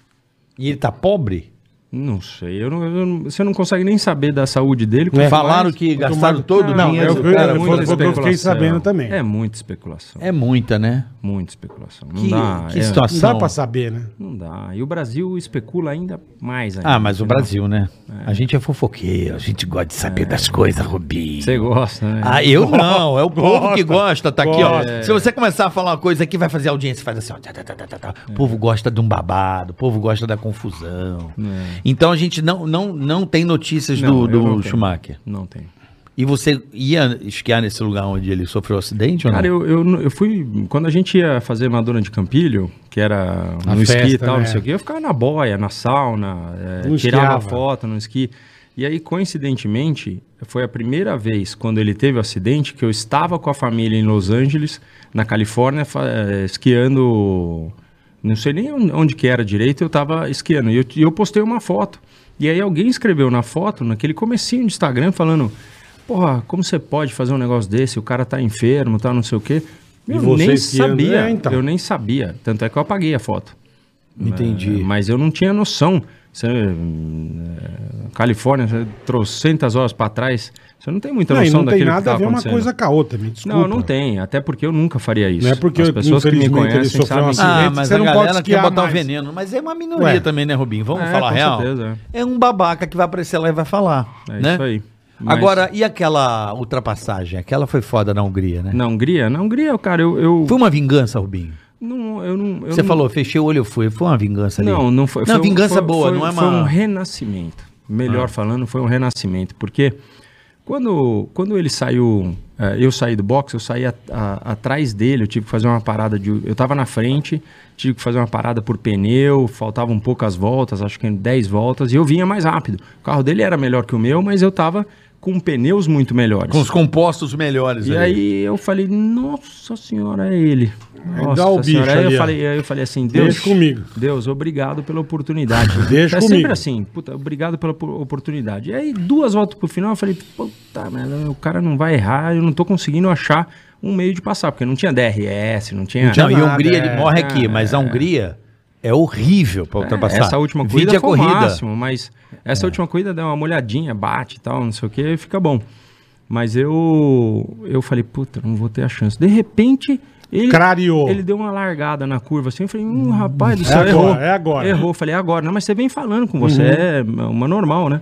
B: E ele tá pobre?
D: Não sei. eu não- eu não- você não consegue nem saber da saúde dele. quanto
B: Falaram
D: É, mais-
B: que
C: quanto
B: gastaram
C: mais-
B: todo o
D: Não,
B: dinheiro
C: É. eu-
B: do
C: eu-
B: cara.
C: eu-
D: muita
C: foi o que eu fiquei
D: especulação.
C: sabendo também.
D: É muita especulação.
B: É muita, né?
D: Muita especulação. Não
B: Que,
D: dá.
B: que
D: é-
C: Não
B: situação.
C: dá pra saber, né?
D: Não dá. E o Brasil especula ainda mais ainda.
B: Ah, mas o
D: entendeu?
B: Brasil, né? A gente é fofoqueiro, a gente gosta de saber das coisas, Rubinho.
D: Você É. gosta, né?
B: Ah, eu não, é o povo que gosta, tá aqui, ó.
C: Gosta.
B: Se você começar a falar uma coisa aqui, vai fazer audiência, faz assim, ó. tá, tá, tá, tá, tá, tá. O povo gosta de um babado, o povo gosta da confusão. Então a gente não, não, não tem notícias
D: É. Não,
B: do,
D: eu
B: do
D: não tenho.
B: Schumacher.
D: Não tem.
B: E você ia esquiar nesse lugar onde ele sofreu o acidente ou não?
D: Cara, eu, eu, eu fui. Quando a gente ia fazer Madonna de Campilho, que era
C: A
D: no esqui e
C: festa,
D: tal,
C: né?
D: não sei o quê, eu ficava na boia, na sauna, é,
C: Não
D: tirava
C: esquiava.
D: foto no esqui. E aí, coincidentemente, foi a primeira vez quando ele teve o acidente que eu estava com a família em Los Angeles, na Califórnia, fa- eh, esquiando. Não sei nem on- onde que era direito, eu estava esquiando. E eu, e eu postei uma foto. E aí alguém escreveu na foto, naquele comecinho de Instagram, falando: Porra, como você pode fazer um negócio desse? O cara tá enfermo, tá não sei o quê.
C: E
D: Eu
C: você
D: nem
C: esquiando,
D: sabia.
C: é, então.
D: Eu nem sabia. Tanto é que eu apaguei a foto.
B: Entendi.
D: É, Mas eu não tinha noção. Você, hum, é, Califórnia, você trocentas horas para trás, você não tem muita
C: Não, e
D: noção
C: não tem
D: daquilo que
C: nada a
D: tá
C: ver uma
D: acontecendo.
C: coisa com a outra, me desculpa.
D: não, não tem. Até porque eu nunca faria isso.
C: Não é porque
D: As
C: eu-
D: pessoas que me
C: infelizmente, ele
D: conhecem
C: sofreu um
D: sabem.
C: acidente.
B: Ah,
C: Gente,
B: mas
C: você
B: a
C: não pode
B: galera quer
C: esquiar
B: botar o
C: mais.
B: veneno. Mas é uma minoria
C: Ué.
B: também, né, Rubinho? Vamos
D: É,
B: falar a
D: com
B: real?
D: certeza,
B: é. um babaca que vai aparecer lá e vai falar.
D: É
B: né?
D: isso aí. Mas-
B: Agora, e aquela ultrapassagem? Aquela foi foda na Hungria, né?
D: Na Hungria? Na Hungria, cara, eu. eu
B: Foi uma vingança, Rubinho?
D: Não, eu não eu
B: Você
D: não-
B: falou, fechei o olho, eu fui. Foi uma vingança ali.
D: Não, não foi.
B: Não,
D: foi um-
B: vingança
D: foi-
B: boa,
D: foi-
B: não é uma... Ah.
D: Foi um renascimento. Melhor falando, foi um renascimento. Porque quando, quando ele saiu, eh, eu saí do box, eu saí a- a- atrás dele, eu tive que fazer uma parada de. Eu tava na frente, tive que fazer uma parada por pneu, faltavam poucas voltas, acho que 10 voltas, e eu vinha mais rápido. O carro dele era melhor que o meu, mas eu tava com pneus muito melhores.
B: Com os compostos melhores
D: E
B: ali.
D: aí eu falei, nossa senhora, é ele.
C: Aí
D: Nossa
C: dá o bicho
D: Aí
C: ali, ó.
D: eu falei, aí eu falei assim,
C: Deixa
D: Deus.
C: comigo.
D: Deus, obrigado pela oportunidade.
C: (laughs) Deixa
D: é
C: comigo.
D: sempre assim, puta, obrigado pela po- oportunidade. E aí, duas voltas pro final, eu falei, puta merda, o cara não vai errar, eu não tô conseguindo achar um meio de passar, porque não tinha DRS, não tinha.
B: Não, e a
C: nada,
B: Hungria, ele
C: é.
B: morre aqui, mas a Hungria é horrível pra ultrapassar.
D: Essa última
B: Vide
D: corrida
B: a
D: foi o
B: corrida.
D: máximo, mas
C: É.
D: essa última corrida dá uma molhadinha, bate e tal, não sei o que, fica bom. Mas eu eu falei, puta, não vou ter a chance. De repente, ele,
C: Clareou.
D: ele deu uma largada na curva assim, eu falei, hum, rapaz do
C: É
D: céu,
C: agora,
D: errou.
C: é agora. Uhum.
D: Errou, Eu falei, é agora. Não, mas você vem falando com você, é uma normal, né?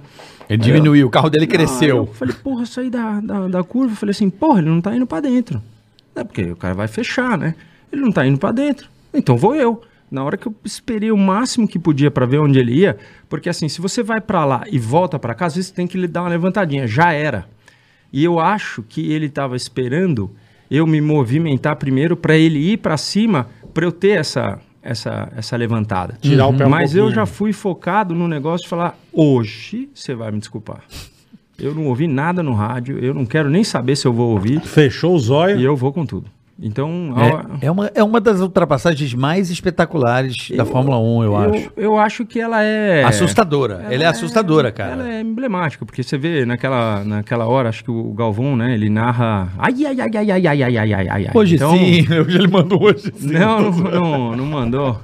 B: Ele diminuiu, o carro dele
D: Aí eu
B: cresceu.
D: falei, porra, eu saí da, da, da curva. Eu falei assim, porra, ele não tá indo pra dentro. É porque o cara vai fechar, né? Ele não tá indo pra dentro. Então vou eu. Na hora que eu esperei o máximo que podia pra ver onde ele ia, porque assim, se você vai pra lá e volta pra casa, você tem que lhe dar uma levantadinha. Já era. E eu acho que ele tava esperando eu me movimentar primeiro pra ele ir pra cima, pra eu ter essa essa essa levantada.
C: Tirar o pé um
D: Mas eu
C: pouquinho.
D: já fui focado no negócio de falar: hoje você vai me desculpar. Eu não ouvi nada no rádio, eu não quero nem saber se eu vou ouvir,
C: Fechou os olhos.
D: e eu vou com tudo. Então, a-
B: É, é uma, é uma das ultrapassagens mais espetaculares da Fórmula 1, eu, acho.
D: eu acho que ela é.
B: Assustadora. Ela é assustadora, cara.
D: Ela é emblemática, porque você vê naquela, naquela hora, acho que o Galvão, né, ele narra. Ai, ai, ai, ai, ai, ai, ai, ai, ai, ai.
B: Hoje
D: Então,
B: sim, (laughs) hoje ele mandou hoje sim.
D: Não, não, não, não mandou.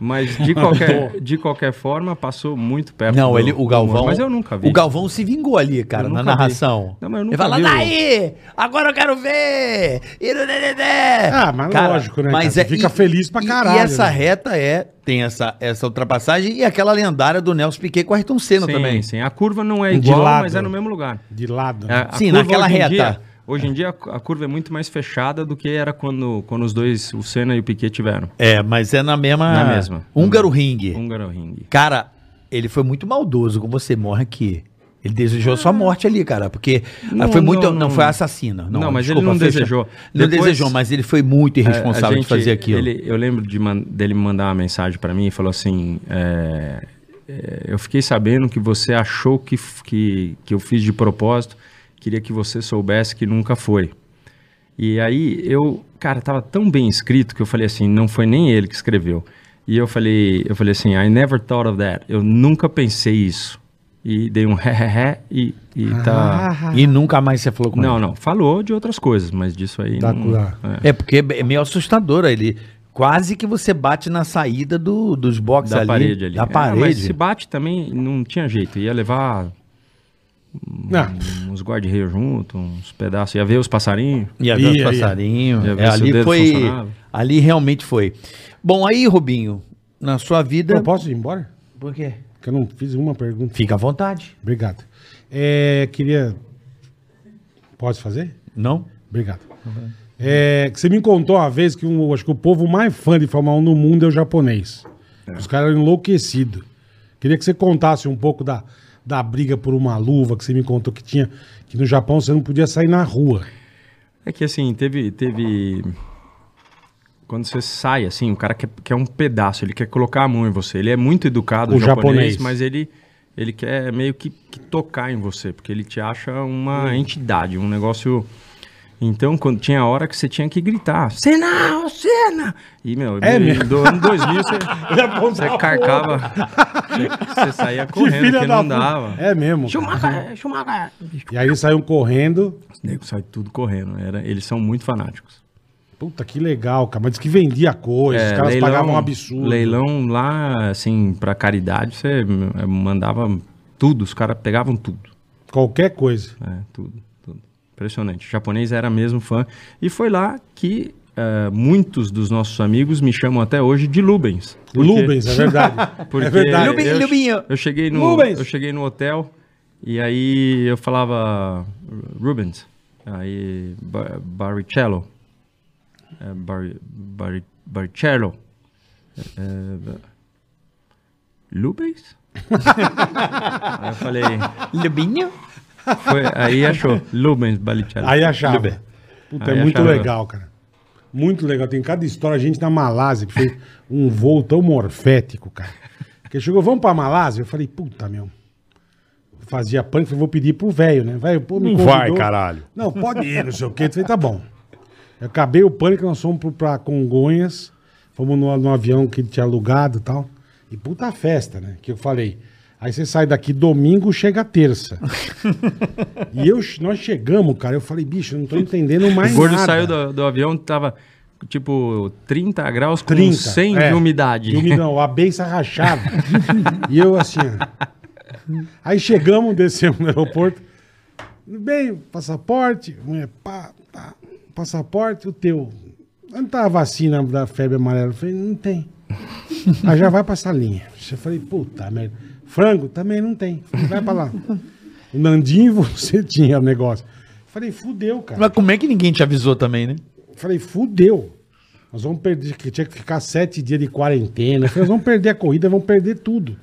D: Mas de qualquer, de qualquer forma, passou muito perto.
B: Não,
D: do-
B: ele,
D: do
B: o
D: humor,
B: Galvão.
D: Mas eu nunca vi.
B: O Galvão se vingou ali, cara,
D: Eu
B: na
D: nunca vi.
B: narração.
D: Não, mas eu
B: ele
D: nunca
B: fala,
D: vi o-
B: daí! Agora eu quero ver! E do- de- de- de."
C: Ah, mas lógico, né,
B: Mas
C: cara?
B: é,
C: Você fica feliz pra
B: e-
C: caralho,
B: E essa
C: né?
B: reta é. Tem essa, essa ultrapassagem e aquela lendária do Nelson Piquet com o Ayrton Senna
D: Sim,
B: também. Um
D: sim. A curva não é
C: De
D: igual,
C: lado.
D: mas é no mesmo lugar.
C: De lado.
D: É,
C: né?
D: a
B: Sim,
D: curva
B: naquela
D: hoje em
B: reta.
D: dia- Hoje em dia a a curva é muito mais fechada do que era quando, quando os dois, o Senna e o Piquet, tiveram.
E: É, mas é na mesma.
D: Na mesma. Hum.
E: Húngaro Ring.
D: Húngaro Ring.
E: Cara, ele foi muito maldoso com você, morre aqui. Ele desejou sua morte ali, cara, porque ah,
D: Não,
E: foi muito.
D: não,
E: Não,
D: não.
E: foi assassino. Não,
D: Não, mas
E: desculpa,
D: ele não
E: fecha.
D: desejou.
E: Não
D: Depois- É,
E: desejou, mas ele foi muito irresponsável
D: A
E: de fazer
D: gente-
E: aquilo.
D: ele- eu lembro de man- dele me mandar uma mensagem pra mim e falou assim: é, é, Eu fiquei sabendo que você achou que, f- que, que eu fiz de propósito, queria que você soubesse que nunca foi. E aí eu, cara, tava tão bem escrito que eu falei assim: Não foi nem ele que escreveu. E eu falei, eu falei assim: I never thought of that. Eu nunca pensei isso. E dei um (laughs) hehehe e, e
B: Ah.
D: tá.
E: E nunca mais você falou com
D: Não, não. Falou de outras coisas, mas disso aí.
C: Tá
D: não,
C: curado.
D: é.
E: ele. É porque é meio assustador ele. Quase que você bate na saída do, dos boxes
D: da
E: ali.
D: parede ali.
E: Da
D: É, mas se
E: parede.
D: bate também, não tinha jeito. Ia levar
C: Não.
D: uns guarda-reios junto, uns pedaços. Ia ver os passarinhos.
E: E havia os
C: Ia, ia.
E: passarinhos.
D: Ia ver
E: É,
D: se o
E: ali
D: dedo
E: foi.
D: funcionava.
E: Ali realmente foi. Bom, aí, Rubinho, na sua vida.
C: Eu posso ir embora?
E: Por quê?
C: Porque eu não fiz uma pergunta.
E: Fica à vontade.
C: Obrigado. É, queria. Pode fazer?
E: Não?
C: Obrigado. É, que você me contou uma vez que um, acho que o povo mais fã de Fórmula 1 no mundo é o japonês.
D: É.
C: Os caras eram enlouquecidos. Queria que você contasse um pouco da, da briga por uma luva que você me contou que tinha, que no Japão você não podia sair na rua.
D: É que assim, teve. teve... Quando você sai, assim, o cara quer, quer um pedaço, ele quer colocar a mão em você. Ele é muito educado,
C: O japonês.
D: mas ele, ele quer meio que, que tocar em você, porque ele te acha uma entidade, um negócio. Então, quando tinha a hora que você tinha que gritar, Senna, ô Senna! E, meu,
C: É
D: no-
C: mesmo?
D: do ano 2000
C: (laughs)
D: (laughs) você,
C: apontava
D: você carcava, você saía correndo, porque não
C: puta.
D: dava.
C: É mesmo. cara.
A: Schumacher, Schumacher.
C: E aí eles saíam correndo.
D: Os negros saem tudo correndo, era, eles são muito fanáticos.
C: Puta, que legal, cara. Mas diz que vendia coisa, os caras pagavam um absurdo.
D: É, Leilão lá, assim, pra caridade, você eh, mandava tudo, os caras pegavam tudo.
C: Qualquer coisa.
D: É, tudo, tudo. Impressionante. O japonês era mesmo fã. E foi lá que eh, muitos dos nossos amigos me chamam até hoje de Lubens. Porque-
C: Lubens, é
D: (laughs)
C: verdade.
D: Porque
C: é verdade.
D: eu- eu,
E: Lubinho.
D: eu cheguei no
C: Lubens.
D: Eu cheguei no hotel e aí eu falava Rubens. Aí Ba- Barrichello. É, Barri- Barri- Barrichello. É, é, Lubens? aí eu falei.
E: Lubinho?
D: foi- aí achou. Lubens Barrichello.
C: Aí achava. Puta,
D: Aí
C: é muito
D: achava.
C: legal, cara. Muito legal. Tem cada história. A gente na Malásia que fez um voo tão morfético, cara. Que chegou, vamos pra Malásia? Eu falei, puta, meu. Fazia pânico, falei, vou pedir pro velho, né? Velho, pô, me
K: Não
C: convidou.
K: vai, caralho.
C: Não, pode ir, não sei o quê. Eu falei, tá bom. Eu acabei o pânico, nós fomos pro- pra Congonhas, fomos no, no avião que ele tinha alugado e tal. E puta festa, né? Que eu falei. Aí você sai daqui domingo, chega terça. e eu, nós chegamos, cara. Eu falei, bicho, eu não tô entendendo mais
D: O gordo
C: nada.
D: saiu do, do avião, tava tipo 30 graus com
C: 30,
D: 100
C: é.
D: de umidade.
C: De umidão, a benção
D: (laughs)
C: rachada. e eu assim. ó. Aí chegamos, descemos no aeroporto. Tudo Bem, passaporte, mulher, pá, tá. passaporte, o teu. Onde tá a vacina da febre amarela? Eu falei, não tem. Aí já vai pra salinha. Eu falei, puta merda. Frango também não tem. Eu falei, Vai pra lá. O Nandinho, (laughs) você tinha o negócio. Eu falei, fudeu, cara.
E: Mas como é que ninguém te avisou também, né?
C: Falei, fudeu. Nós vamos perder, que tinha que ficar sete dias de quarentena. Falei, nós vamos perder a corrida, vamos perder tudo.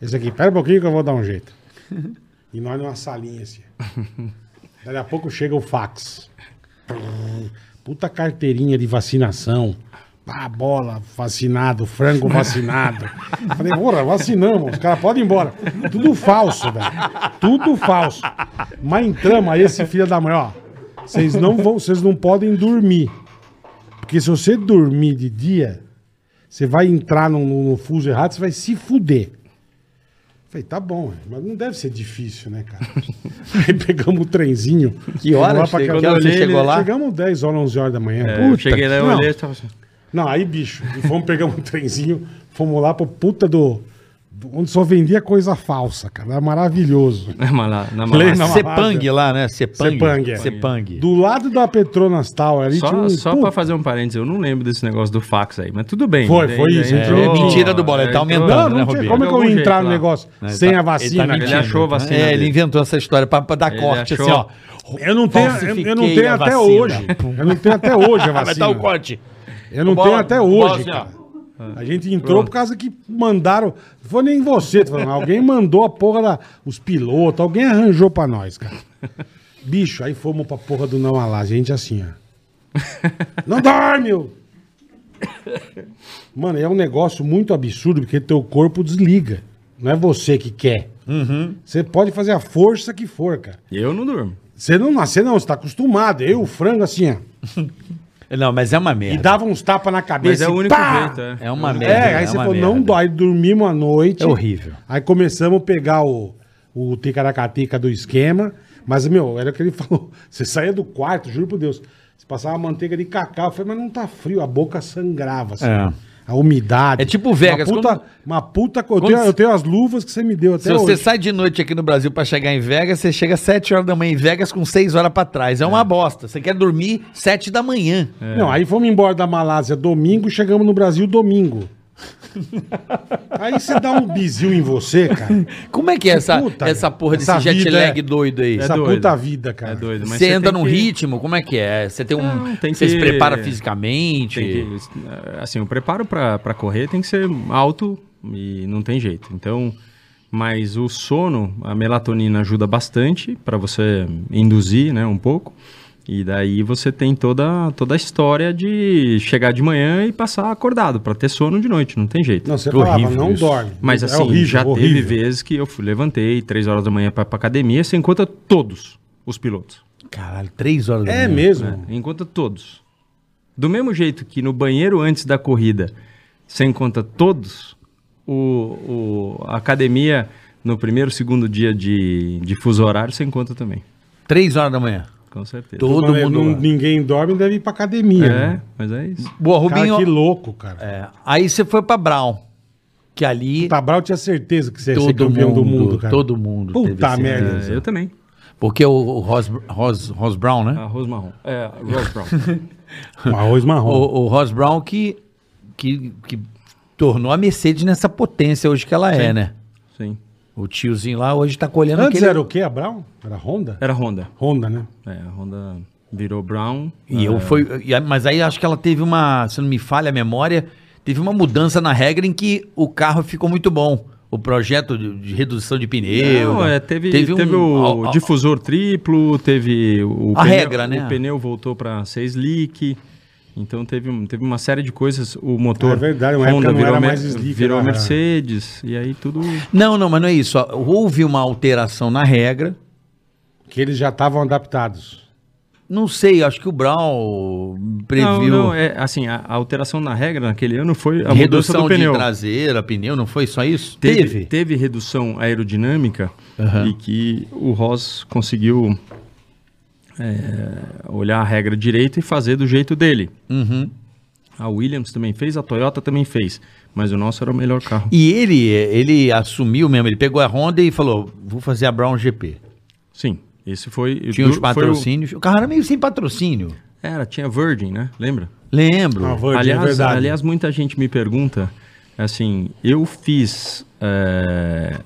C: Esse aqui, pera um pouquinho que eu vou dar um jeito. E nós numa salinha assim. Daí a pouco chega o fax. Puta carteirinha de vacinação. Pá, bola,
E: (laughs)
C: vacinado, frango vacinado. Falei, porra, vacinamos, os caras podem ir embora. Tudo falso, velho. Tudo falso. Mas entramos, aí esse filho da mãe, ó. Vocês não vão, vocês não podem dormir. Porque se você dormir de dia, você vai entrar no, no- no fuso errado, você vai se fuder. Falei, tá bom, mas não deve ser difícil,
E: (laughs)
C: né, cara? Aí pegamos o trenzinho.
E: Que horas
C: Fomos lá pra
E: chegou?
C: casa-
E: Que horas você
D: olhei,
E: chegou lá?
C: Chegamos 10 horas, 11 horas da manhã.
D: (laughs) É, eu
C: Puta
D: cheguei lá,
C: que-
D: eu
C: não,
D: olhei e tava assim. (laughs)
C: Não, aí, bicho, e fomos, pegamos um trenzinho, fomos lá pro puta do, onde só vendia coisa falsa, cara. Era maravilhoso.
D: Na Malá- na
C: Lembra?
D: Malásia.
B: Cepang lá, né? Cepang.
C: Cepang, é.
B: Cepang.
C: Do lado da Petronas Tower ali tinha
D: Só,
C: um...
D: só
C: Pô,
D: pra fazer um parênteses, eu não lembro desse negócio do fax aí, mas tudo bem. né?
C: Foi, foi isso, entrou-
B: É, mentira do Bola, ele tá aumentando,
C: Não,
B: né,
C: não tinha,
B: Robinho?
C: como é que eu
D: De
C: ia
D: algum
C: entrar no
D: jeito lá. Né,
C: negócio
B: Não, ele
C: sem
B: tá-
C: a vacina? né?
B: ele tá
D: Ele
C: cara?
D: achou a vacina
B: É, ele
D: dele.
B: inventou essa história pra, pra dar
D: Ele
B: corte,
D: achou-
B: assim, ó.
C: eu não tenho, eu, eu não tenho até hoje. Eu não tenho até hoje a
B: Vai dar Ah, tá o
C: vacina.
B: corte.
C: Eu não
B: Bola,
C: tenho até
B: bola
C: hoje,
B: assim, ó.
C: cara. A gente entrou por causa que mandaram. Não foi nem você, tô falando, alguém mandou a porra da. Os pilotos, alguém arranjou pra nós, cara. Bicho, aí fomos pra porra do não alá. A gente assim, ó. Não dorme! ô. Mano, é um negócio muito absurdo, porque teu corpo desliga. Não é você que quer. Você pode fazer a força que for, cara.
D: Eu não durmo.
C: Você não nasceu, não, você tá acostumado. Eu, o frango, assim, ó.
B: Não, mas é uma
C: E
B: merda.
C: dava uns tapas na
D: Mas
C: cabeça.
D: é o
C: e
D: único
C: pá!
D: jeito, é.
B: É uma merda.
C: É, aí
B: é
C: você
B: uma
C: falou,
B: merda.
C: não dói. Dormimos a noite.
B: É horrível.
C: Aí começamos a pegar o, o ticaracatica do esquema. Mas, meu, era o que ele (laughs) falou. Você saía do quarto, juro por Deus. Você passava manteiga de cacau. Eu falei, mas não tá frio. A boca sangrava, assim.
B: É.
C: A umidade.
B: É tipo Vegas,
C: Uma puta...
B: quando-
C: Uma puta co- eu,
B: quando
C: tenho,
B: você-
C: eu tenho as luvas que você me deu até
B: Se você
C: hoje.
B: sai de noite aqui no Brasil pra chegar em Vegas, você chega às 7 horas da manhã em Vegas com 6 horas pra trás. É uma bosta. Você quer dormir 7 da manhã.
C: Não, aí fomos embora da Malásia domingo, chegamos no Brasil
B: (laughs)
C: domingo. aí você dá um bizil em você, cara.
B: Como é que é essa,
C: Puta,
B: essa porra desse
C: essa
B: jet
C: vida
B: lag
C: é-
B: doido aí?
C: Essa
D: doido.
C: puta vida, cara.
D: É doido. mas
B: Você anda
D: tem
B: num
D: que-
B: ritmo? Como é que é? Você tem um.
D: Não, tem
B: você se
D: que-
B: prepara fisicamente?
D: tem que, assim, o preparo para correr tem que ser alto e não tem jeito. Então, mas o sono, a melatonina ajuda bastante para você induzir, né, um pouco. E daí você tem toda, toda a história de chegar de manhã e passar acordado para ter sono de noite, não tem jeito.
C: Não, você falava, não dorme.
D: Mas
C: É
D: assim,
C: horrível,
D: já
C: horrível.
D: teve vezes que eu fui, levantei três horas da manhã para academia, você encontra todos os pilotos.
B: Caralho, 3 horas da
C: É
B: manhã.
C: mesmo.
D: Né? Encontra todos. Do mesmo jeito que no banheiro antes da corrida você encontra todos, o, o- a academia no primeiro, segundo dia de, de fuso horário você encontra também.
B: 3 horas da manhã.
D: Com certeza.
B: Todo
C: Quando
B: mundo.
C: não-
B: lá.
C: ninguém dorme, deve ir pra academia.
D: É,
C: né?
D: mas é isso.
B: Boa,
C: Cara,
B: Rubinho.
C: que louco, cara.
B: É, aí você foi pra Brown. Que ali.
C: O Tabral tinha certeza que você ia ser
B: É. todo
C: campeão
B: mundo,
C: do mundo, cara.
B: Todo mundo.
C: Puta
B: esse- né?
C: merda.
D: É, eu também.
B: Porque o, o Ross, Ross, Ross Brown,
C: Ah.
B: né?
D: Arroz marrom. É, arroz brown.
C: Um Arroz marrom.
B: O, o Ross Brown que, que, que tornou a Mercedes nessa potência hoje que ela é, né?
D: Sim.
B: O tiozinho lá hoje tá colhendo
C: Antes
B: aquele. É.
C: era o quê, a Brown? Era Honda?
D: Era Honda.
C: Honda, né?
D: É, a Honda virou brown.
B: E eu foi. e a- Mas aí acho que ela teve uma. Se não me falha a memória, teve uma mudança na regra em que o carro ficou muito bom. O projeto de, de redução de pneu.
D: Não,
B: né? um
D: é, teve, teve, o
B: al- al-
D: difusor triplo, teve o
B: A
D: pneu,
B: regra, né?
D: O pneu voltou para 6 leak. Então teve, um- teve uma série de coisas. O
C: É
D: motor
C: verdade, uma época não
D: virou,
C: era
D: mer-
C: mais né? slick,
D: virou
C: era-
D: Mercedes. E aí tudo.
B: Não, não, mas não é isso. ó. Houve uma alteração na regra.
C: Que eles já estavam adaptados.
B: Não sei, acho que o Brown
D: Não,
B: previu
D: não, é assim, a, a alteração na regra naquele ano foi a
B: redução
D: mudança do
B: de
D: pneu.
B: traseira, pneu, não foi só isso?
D: teve, teve redução aerodinâmica e que o Ross conseguiu é, olhar a regra direito e fazer do jeito dele. A Williams também fez, a Toyota também fez, mas o nosso era o melhor carro.
B: E ele, ele assumiu mesmo, ele pegou a Honda e falou: vou fazer a Brown GP.
D: Sim, esse foi.
B: Tinha
D: du-
B: os
D: foi o-
B: patrocínios. O carro era meio sem patrocínio.
D: era, tinha Virgin, né? Lembra?
B: Lembro.
C: Ah, Virgin, é
D: aliás,
C: verdade.
D: aliás, muita gente me pergunta, assim, eu fiz, é,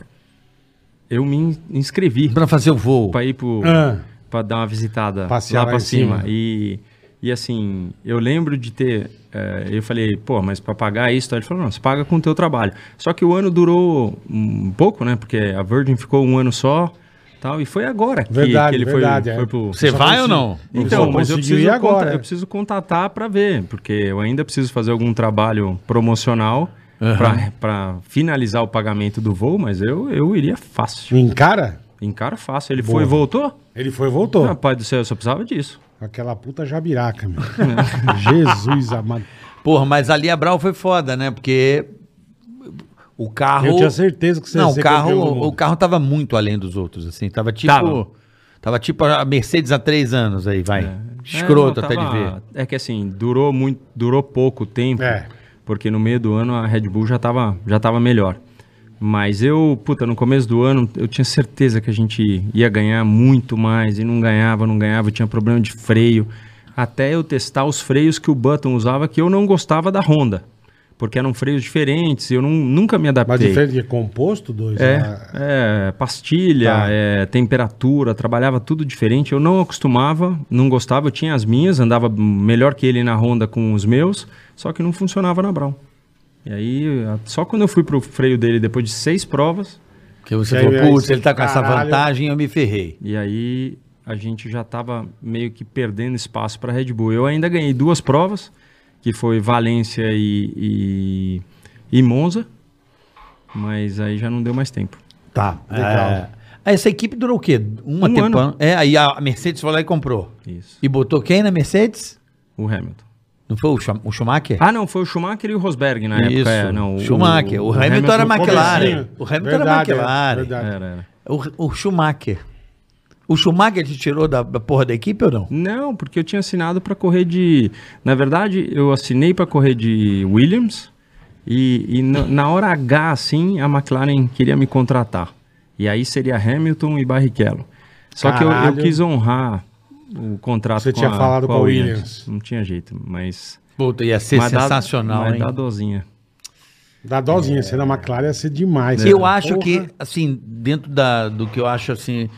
D: eu me in- inscrevi
B: Pra fazer o voo.
D: para ir pro,
C: Ah,
D: para dar uma visitada
C: Passear
D: lá
C: lá
D: para
C: em
D: cima.
C: cima.
D: E, e assim, eu lembro de ter. eh, eu falei, pô, mas para pagar isso, ele falou, não, você paga com o teu trabalho. Só que o ano durou um pouco, né? Porque a Virgin ficou um ano só. Tal, e foi agora que,
C: Verdade,
D: que ele
C: verdade,
D: foi,
C: é.
D: foi pro.
B: Você vai ou não?
D: Então, mas
C: conseguiu
D: eu preciso,
C: ir
D: agora,
C: agora.
D: eu preciso contatar para ver, porque eu ainda preciso fazer algum trabalho promocional pra para finalizar o pagamento do voo, mas eu, eu iria fácil.
C: encara?
D: Encara fácil. Ele
C: Boa.
D: foi e voltou?
C: Ele foi e voltou.
B: Ah.
D: Rapaz do céu, eu só precisava disso.
C: Aquela puta
B: (laughs)
C: jabiraca, meu. Jesus amado.
B: Porra, mas ali a Brown foi foda, né? Porque o carro.
C: Eu tinha certeza que você ia
B: Não, o
C: ser
B: carro,
C: campeão do mundo.
B: o carro tava muito além dos outros, assim. Tava É. tipo.
D: Tava.
B: Tava tipo a Mercedes há três anos aí, vai. Escroto
D: Escroto
B: até de ver.
D: É que assim, durou muito, durou pouco tempo,
C: É.
D: porque no meio do ano a Red Bull já estava já tava melhor. Mas eu, puta, no começo do ano eu tinha certeza que a gente ia ganhar muito mais e não ganhava, não ganhava, tinha problema de freio. Até eu testar os freios que o Button usava que eu não gostava da Honda. Porque eram freios diferentes, eu não- nunca me adaptei.
C: Mas diferente de composto, dois. né?
D: É, é, pastilha,
C: Tá.
D: é, temperatura, trabalhava tudo diferente. Eu não acostumava, não gostava, eu tinha as minhas, andava melhor que ele na Honda com os meus, só que não funcionava na Brown. E aí, a- só quando eu fui pro freio dele depois de seis provas,
B: Porque você
C: E aí,
B: falou,
C: aí
B: putz,
C: você,
B: ele tá com essa
C: caralho.
B: vantagem, eu me ferrei.
D: e aí a gente já tava meio que perdendo espaço para Red Bull. Eu ainda ganhei duas provas, que foi Valência e, e, e Monza, mas aí já não deu mais tempo.
B: Tá.
C: Legal.
B: É, essa equipe durou o quê? Uma
D: Um
B: tempão. É, aí a Mercedes foi lá e comprou.
D: Isso.
B: E botou quem na Mercedes?
D: O Hamilton.
B: Não foi o, Schum- o Schumacher?
D: Ah, não, foi o Schumacher e o Rosberg na
B: Isso.
D: época. é, não,
B: Schumacher. O, Hamilton, era
C: Hamilton-
B: McLaren.
C: Comecinho.
B: O Hamilton
C: Verdade, é,
B: era McLaren.
C: verdade.
D: Era, era.
B: o, o Schumacher. O Schumacher te tirou da, da porra da equipe ou não?
D: Não, porque eu tinha assinado pra correr de. Na verdade, eu assinei pra correr de Williams e, e na- na hora H, assim, a McLaren queria me contratar. E aí seria Hamilton e Barrichello. Só que eu- eu,
C: Caralho.
D: quis honrar o contrato
C: Você
D: com
C: tinha
D: a,
C: falado com a Williams.
D: Não tinha jeito, mas.
B: Puta, ia ser
D: mas dá-
B: é sensacional,
D: mas
B: hein?
D: dá dozinha.
C: Da
B: É.
C: dozinha, ser da McLaren ia ser demais.
B: Eu
C: cara.
B: acho
C: Porra.
B: que, assim, dentro da, do que eu acho, assim,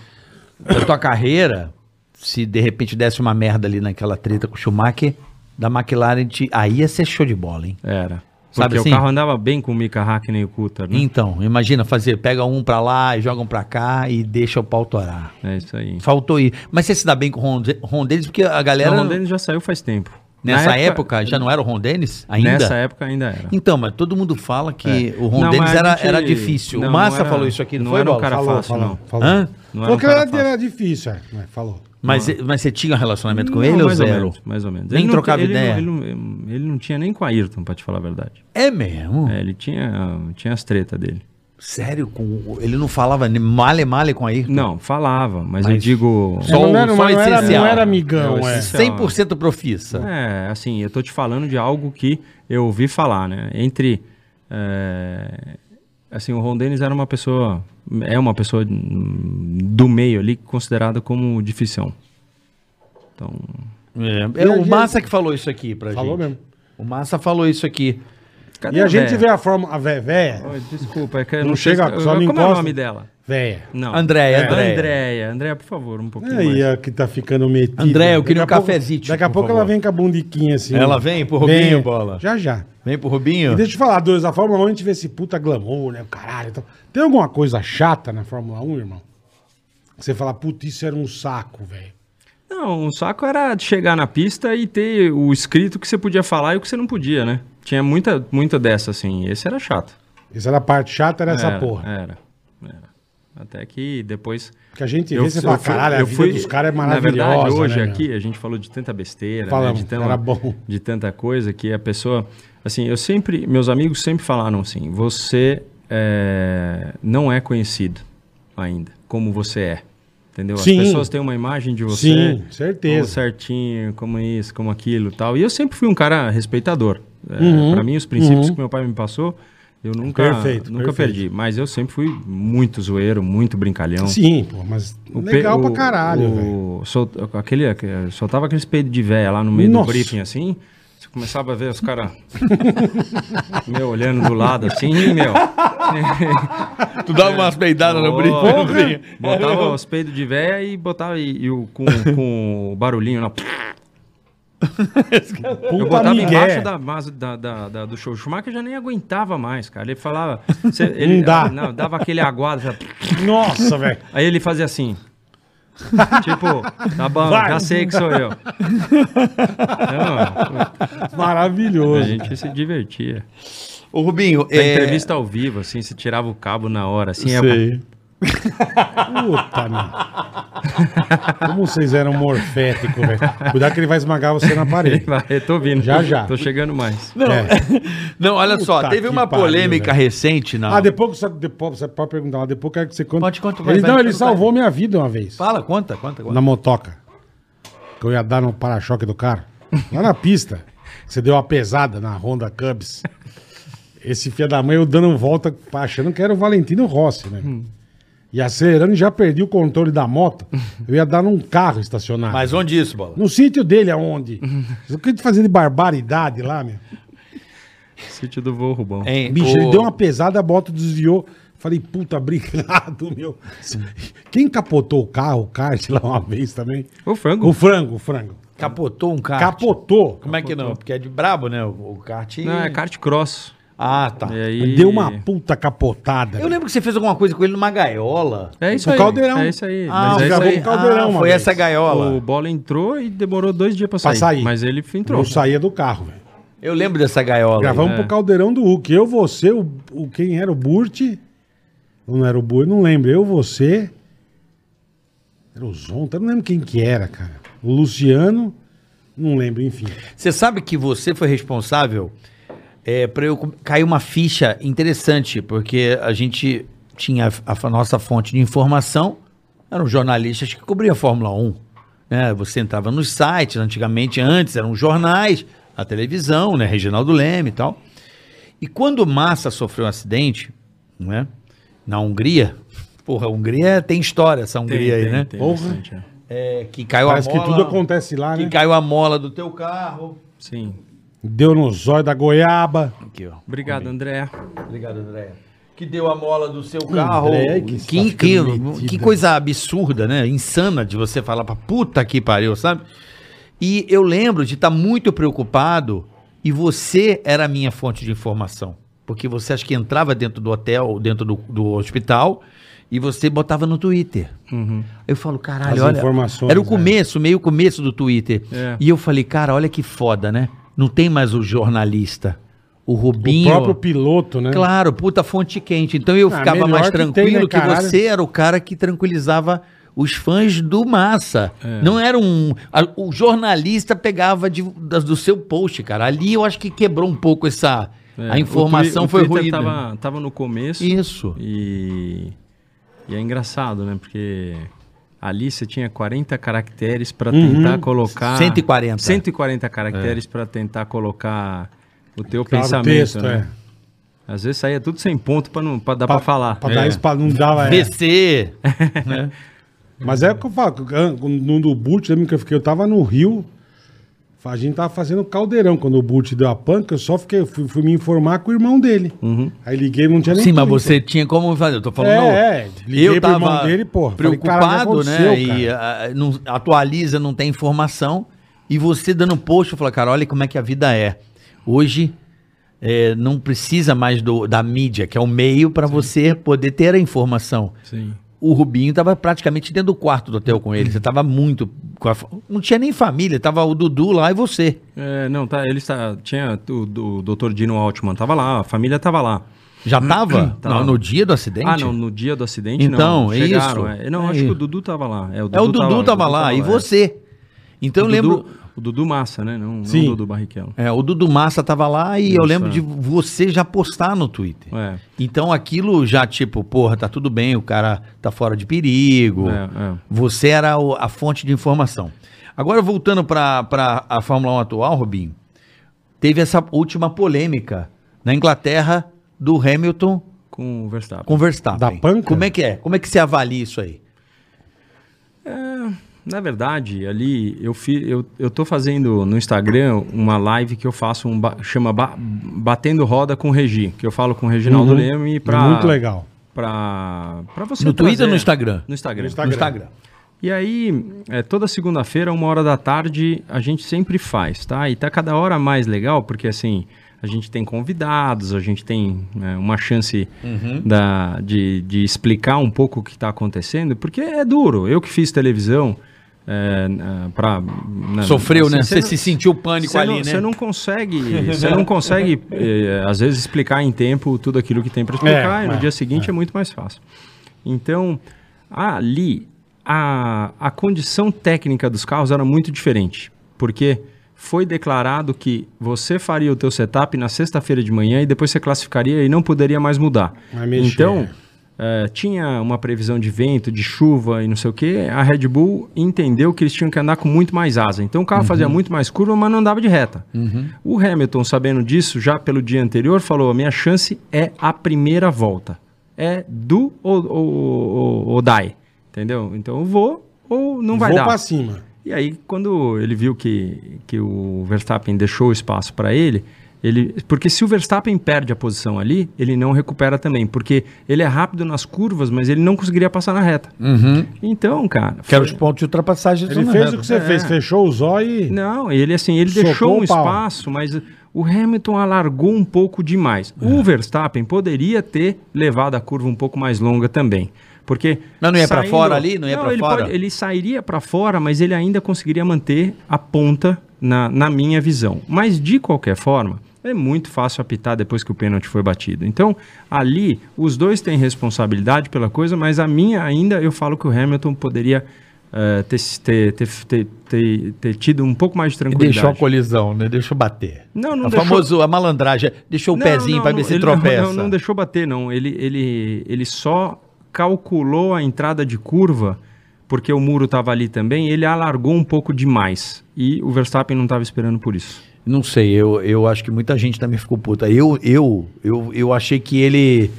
B: da tua carreira, se de repente desse uma merda ali naquela treta com o Schumacher, da McLaren, te, aí ia ser show de bola, hein?
D: Era. Porque
B: Sabe
D: o
B: assim?
D: carro andava bem com o Mika Hakkinen e o Coulter, né?
B: Então, imagina fazer, pega um pra lá e joga um pra cá e deixa o pau torar.
D: É isso aí.
B: Faltou ir. Mas você se dá bem com o Ron, De- Ron Dennis, porque a galera,
D: Não, o Ron Dennis já saiu faz tempo.
B: nessa
D: Na
B: época, já não era o Ron Dennis ainda?
D: Nessa época ainda era. É.
B: Então, mas todo mundo fala que o Ron
D: Não,
B: Dennis
D: mas a
B: era,
D: gente-
B: era difícil.
D: não,
B: o Massa
D: não era-
B: falou isso aqui, não,
D: não
B: foi,
D: era um
B: Bola?
D: cara
C: Falou,
D: fácil,
C: falou,
D: não.
C: falou.
B: Hã?
D: Não
C: Falou
D: um
C: que
D: cara
C: era,
D: fácil.
C: era difícil, é. Mas Falou.
B: Mas, mas você tinha um relacionamento com ele
D: Não,
B: ou
D: mais
B: zero?
D: Ou menos, mais ou menos.
B: Nem
D: não-
B: trocava
D: ele
B: ideia?
D: Não, ele, não, ele não tinha nem com a Ayrton, pra te falar a verdade.
B: É mesmo?
D: É, ele tinha, tinha as tretas dele.
B: Sério? Com- Ele não falava nem male male com aí?
D: Não, falava, mas, eu
B: Então. Mas
D: digo...
B: Só
C: Mas
B: o-
C: É, não, era,
B: só
C: mas
B: o
C: não, era,
B: essencial.
C: não era amigão,
D: É, o
C: é.
D: essencial.
B: 100% profissa.
D: É, assim, eu tô te falando de algo que eu ouvi falar, né? Entre... é, assim, o Ron Dennis era uma pessoa... É uma pessoa hum, do meio ali, considerada como dificção. Então,
B: É, é o Massa que falou isso aqui pra
C: Falou
B: gente.
C: mesmo.
B: O Massa falou isso aqui.
D: cadê
C: E a
D: véia?
C: gente vê a forma. A véia. Véia.
D: Oi, Desculpa, é que eu
C: Não
D: não, sei
C: chega,
D: se-
C: só não
D: Como é o
C: encosta.
D: nome dela?
C: véia.
D: Não. É,
B: Andréia, Andréia.
D: Andréia. Andréia, por favor, um pouquinho mais.
C: Aí a que tá ficando metida.
B: André, eu queria
C: Daqui a
B: um
C: pouco-
B: cafezito,
C: Daqui a
B: por
C: pouco
B: favor.
C: ela vem com a bundiquinha assim.
B: Ela vem pro
C: Vem.
B: Rubinho, Bola?
C: Já, já.
B: Vem pro Rubinho.
C: E deixa eu te falar, dois, a Fórmula 1 a gente vê esse puta glamour, né? Caralho. Então, tem alguma coisa chata na Fórmula 1, irmão? Que você fala, puta, isso era um saco, velho.
D: Não, o saco era de chegar na pista e ter o escrito que você podia falar e o que você não podia, né? Tinha muita, muita dessa, assim. Esse era chato.
C: Essa era a parte chata, era essa
B: É,
D: era,
C: porra.
D: Era, era. Até que depois...
C: Que a gente vê, você fala, caralho, a vida dos caras é maravilhosa.
D: Na verdade, hoje
C: né, meu?
D: aqui a gente falou de tanta besteira, né?
C: Falamos,
D: de, tanta,
C: era bom.
D: de tanta coisa que a pessoa... Assim, eu sempre... Meus amigos sempre falaram assim, você é, não é conhecido ainda, como você é. Entendeu?
C: Sim.
D: As pessoas têm uma imagem de você.
C: Sim,
D: como
C: certeza.
D: certinho, como isso, como aquilo e tal. E eu sempre fui um cara respeitador. É, Para mim, os princípios que meu pai me passou, eu nunca,
C: Uhum. Perfeito,
D: nunca
C: perfeito.
D: perdi. Mas eu sempre fui muito zoeiro, muito brincalhão.
C: Sim, pô, mas
D: pe-
C: legal pra
D: o-
C: caralho,
D: o-
C: velho.
D: sol- aquele, aque- soltava aqueles peidos de véia lá no meio
C: Nossa.
D: do briefing, assim. Você começava a ver os caras... (laughs) meu, olhando do lado, assim, e, meu...
B: Tu dá
C: (laughs)
B: umas peidadas
D: Porra! Botava os peidos de véia e botava e, e o, com, com o barulhinho lá... Eu
C: Puta
D: botava embaixo
C: migué.
D: da, mas- da, da, da, do show. O Schumacher já nem aguentava mais, cara. Ele falava.
C: (laughs)
D: cê- ele, ah,
C: Não dá.
D: não, dava aquele aguado. sabe?
C: Nossa, velho.
D: (laughs) Aí ele
C: (laughs)
D: fazia assim. tipo, tá bom,
C: Vai.
D: já sei que sou eu. Não, a
C: Maravilhoso.
D: gente se divertia.
B: Ô, Rubinho,
D: A
B: é...
D: entrevista ao vivo, assim, você tirava o cabo na hora, assim. é- (laughs)
C: Puta, meu. Como vocês eram morféticos, velho. Cuidado que ele vai esmagar você na parede.
D: Vai, tô vindo.
C: Já, já.
D: Tô chegando mais.
C: É.
B: Não, olha só,
C: Puta
B: teve
C: que
B: uma
C: pariu,
B: polêmica
C: velho.
B: recente na...
C: Ah, depois você, depois você pode perguntar lá. Depois eu quero que você conte.
B: Pode contar, vai,
C: Ele,
B: vai,
C: não,
B: vai,
C: ele
B: vai.
C: salvou minha vida uma vez.
B: Fala, conta, conta. conta.
C: Na motoca. Que eu ia dar no para-choque do carro. Lá na pista. Você deu uma pesada na Honda Cubs. Esse filho da mãe, eu dando volta, achando que era o Valentino Rossi, né?
B: Hum.
C: E acelerando, e já perdi o controle da moto. Eu ia dar num carro estacionado.
B: Mas onde isso, Bola?
C: No sítio dele, aonde? O que ele fazia de barbaridade lá, meu?
D: Sítio do voo, Rubão.
B: Hein,
C: Bicho,
B: o-
C: ele deu uma pesada, a moto desviou. Falei, puta, obrigado, meu. Quem capotou o carro, o kart lá uma vez também?
D: O frango.
C: O frango, o frango.
B: Capotou um kart?
C: Capotou.
B: Como é que não? Porque é de brabo, né? O, o kart...
D: Não, é kart cross.
B: Ah, tá.
C: É.
D: E aí...
C: Deu uma puta capotada.
B: Eu lembro que você fez alguma coisa com ele numa gaiola.
D: É isso
C: Um
D: aí.
C: caldeirão.
D: É isso aí.
B: Ah,
D: Mas é
B: um
D: isso
C: gabão
D: aí.
C: cal- Caldeirão, uma
B: foi
C: vez.
B: essa gaiola.
D: O bola entrou e demorou dois dias pra sair.
C: sair.
D: Mas ele entrou.
C: Eu saía do carro, velho.
B: Eu lembro dessa gaiola.
C: Gravamos
D: é.
C: pro Caldeirão do Hulk. Eu, você, o, o- quem era o Burt? Ou Não era o Burt, não lembro. Eu, você. Era o Zonta, eu não lembro quem que era, cara. O Luciano, não lembro, enfim.
B: Você sabe que você foi responsável é, para eu cair uma ficha interessante, porque a gente tinha a, f- nossa fonte de informação, eram jornalistas que cobriam a Fórmula 1. né? Você entrava nos sites, antigamente, antes eram jornais, a televisão, né? Reginaldo Leme e tal. E quando o Massa sofreu um acidente, né? Na Hungria, porra, a Hungria tem história, essa
D: Tem,
B: Hungria aí,
D: tem,
B: né?
D: tem
C: Porra.
D: bastante, é.
B: É, que caiu
C: Parece
B: a
C: que
B: mola,
C: tudo acontece lá,
B: que
C: né?
B: caiu a mola do teu carro.
D: Sim.
C: Deu no zóio da goiaba.
B: Aqui, ó.
D: Obrigado, André.
B: Obrigado, André. Que deu a mola do seu carro. tá
C: André, que
B: que,
C: está ficando
B: incrível.
C: metida.
B: Que coisa absurda, né? Insana de você falar pra puta que pariu, sabe? E eu lembro de estar muito preocupado e você era a minha fonte de informação. Porque você acho que entrava dentro do hotel, ou dentro do, do hospital e você botava no Twitter. Eu falo, caralho,
C: As
B: olha.
C: informações,
B: era o
C: né?
B: começo, meio começo do Twitter.
D: É.
B: E eu falei, cara, olha que foda, né? Não tem mais o jornalista. O
C: O
B: Rubinho.
C: próprio piloto,
D: É.
C: né?
B: Claro, puta fonte quente. Então eu
C: Ah,
B: ficava
C: melhor
B: mais
C: que tem, né,
B: tranquilo que,
C: caralho?
B: você era o cara que tranquilizava os fãs do Massa.
D: É.
B: Não era um. a- o jornalista pegava de- das- do seu post, cara. Ali eu acho que quebrou um pouco essa.
D: É,
B: a informação
D: o twi-
B: foi
D: o Twitter
B: ruim.
D: Tava, tava no começo.
B: Isso.
D: E, e é engraçado, né? Porque ali você tinha 40 caracteres para
C: Uhum.
D: tentar colocar.
B: 140.
D: 140
B: É.
D: caracteres pra para tentar colocar o teu
C: Claro,
D: pensamento.
C: texto, é.
D: né? Às vezes saía tudo sem ponto para não pra dar para falar.
C: Pra
D: É.
C: dar espaço, não dava. é.
B: VC. né?
C: Mas é o que eu falo, que an- no do Burt, lembra que eu fiquei, eu tava no Rio, a gente tava fazendo caldeirão quando o Burt deu a panca, eu só fiquei, eu fui, fui me informar com o irmão dele.
D: Uhum.
C: Aí liguei, não tinha nem
D: É.
B: Sim, mas
C: Twitter.
B: você tinha como fazer. Eu tô falando.
C: É,
B: não.
C: é. Liguei pro
B: eu tava
C: irmão dele, porra. Falei, "Caralho,
B: preocupado,
C: o que
B: né?
C: aconteceu,
B: E ah, não- atualiza, não tem informação. E você dando um post, eu falo, cara, olha como é que a vida é. Hoje é, não precisa mais do- da mídia, que é o meio para você poder ter a informação.
D: Sim.
B: O Rubinho tava praticamente dentro do quarto do hotel com ele. Você tava muito. com a fa- Não tinha nem família, tava o Dudu lá e você.
D: É, não, tá, ele está, tinha o, o Dr. Dino Altman tava lá, a família tava lá.
B: Já tava?
D: Tava.
B: Não, no dia do acidente?
D: Ah, não, no dia do acidente
B: Então,
D: não.
B: é
D: Chegaram,
B: isso.
D: é.
B: É
D: Não, acho
B: isso.
D: que o Dudu tava lá. É, o
B: É o Dudu tava, lá, e
D: é.
B: você. Então
D: O
B: eu lembro.
D: Dudu- o Dudu Massa, né? Não, não
C: Sim.
D: o Dudu Barrichello.
B: É, o Dudu Massa tava lá e eu
D: Isso,
B: lembro
D: é.
B: de você já postar no Twitter.
D: É,
B: Então aquilo já, tipo, porra, tá tudo bem, o cara tá fora de perigo.
D: é,
B: Você era o- a fonte de informação. Agora, voltando pra, pra a Fórmula 1 atual, Rubinho, teve essa última polêmica na Inglaterra do Hamilton
D: com o Verstappen.
B: com o Verstappen.
C: Da panca?
B: Como é que é? Como é que você avalia isso aí?
D: Na verdade, ali eu fi, eu, eu tô fazendo no Instagram uma live que eu faço um ba- chama ba- batendo roda com o Regi, que eu falo com o Reginaldo
C: Uhum.
D: Leme pra
C: Muito legal.
D: Para para você
B: No Twitter ou no
D: trazer-
B: Instagram?
D: No Instagram.
B: No Instagram.
D: E aí, é, toda segunda-feira, uma hora da tarde, a gente sempre faz, tá? E tá cada hora mais legal, porque assim, a gente tem convidados, a gente tem né, uma chance
B: Uhum.
D: da, de, de explicar um pouco o que está acontecendo, porque é duro. Eu que fiz televisão é, para...
B: Sofreu, né? Você se sentiu pânico
D: você
B: ali,
D: não,
B: né?
D: Você não consegue,
B: (laughs)
D: você não consegue eh, às vezes, explicar em tempo tudo aquilo que tem para explicar
C: É,
D: e no
C: é,
D: dia seguinte é. muito mais fácil. Então, ali, a, a condição técnica dos carros era muito diferente, porque foi declarado que você faria o teu setup na sexta-feira de manhã e depois você classificaria e não poderia mais mudar.
C: Vai mexer.
D: Então, eh, tinha uma previsão de vento, de chuva e não sei o quê, a Red Bull entendeu que eles tinham que andar com muito mais asa. Então o carro fazia muito mais curva, mas não andava de reta. O Hamilton, sabendo disso, já pelo dia anterior, falou: a minha chance é a primeira volta. É do ou, ou, ou- ou die. Entendeu? Então eu vou ou não vai
C: Vou
D: dar.
C: pra cima.
D: E aí, quando ele viu que, que o Verstappen deixou espaço para ele, ele, porque se o Verstappen perde a posição ali, ele não recupera também, porque ele é rápido nas curvas, mas ele não conseguiria passar na reta.
B: Uhum.
D: Então, cara,
E: Quero os pontos de ultrapassagem.
C: Ele fez o que você fez, fechou o zóio e.
D: não, ele assim, ele
C: Socou
D: deixou um
C: o pau.
D: espaço, mas o Hamilton alargou um pouco demais.
B: É.
D: O Verstappen poderia ter levado a curva um pouco mais longa também. Porque
B: Mas não ia pra fora ali? Não ia pra
D: ele
B: fora?
D: ele sairia para fora, mas ele ainda conseguiria manter a ponta na, na minha visão. Mas de qualquer forma, é muito fácil apitar depois que o pênalti foi batido. Então, ali, os dois têm responsabilidade pela coisa, mas a minha ainda, eu falo que o Hamilton poderia eh, ter, ter, ter, ter, ter- ter tido um pouco mais de tranquilidade.
E: Deixou a colisão, né? Deixou bater.
D: Não, não
E: o
D: deixou-
E: famoso, a malandragem.
B: é,
E: Deixou o
D: Não,
E: pezinho
D: não,
E: pra ver
D: não,
E: se
D: ele
E: tropeça.
D: Não, não, não deixou bater, não. Ele, ele, ele só calculou a entrada de curva, porque o muro estava ali também, ele alargou um pouco demais. E o Verstappen não estava esperando por isso.
B: Não sei, eu, eu acho que muita gente também ficou puta. Eu, eu, eu, eu achei que ele.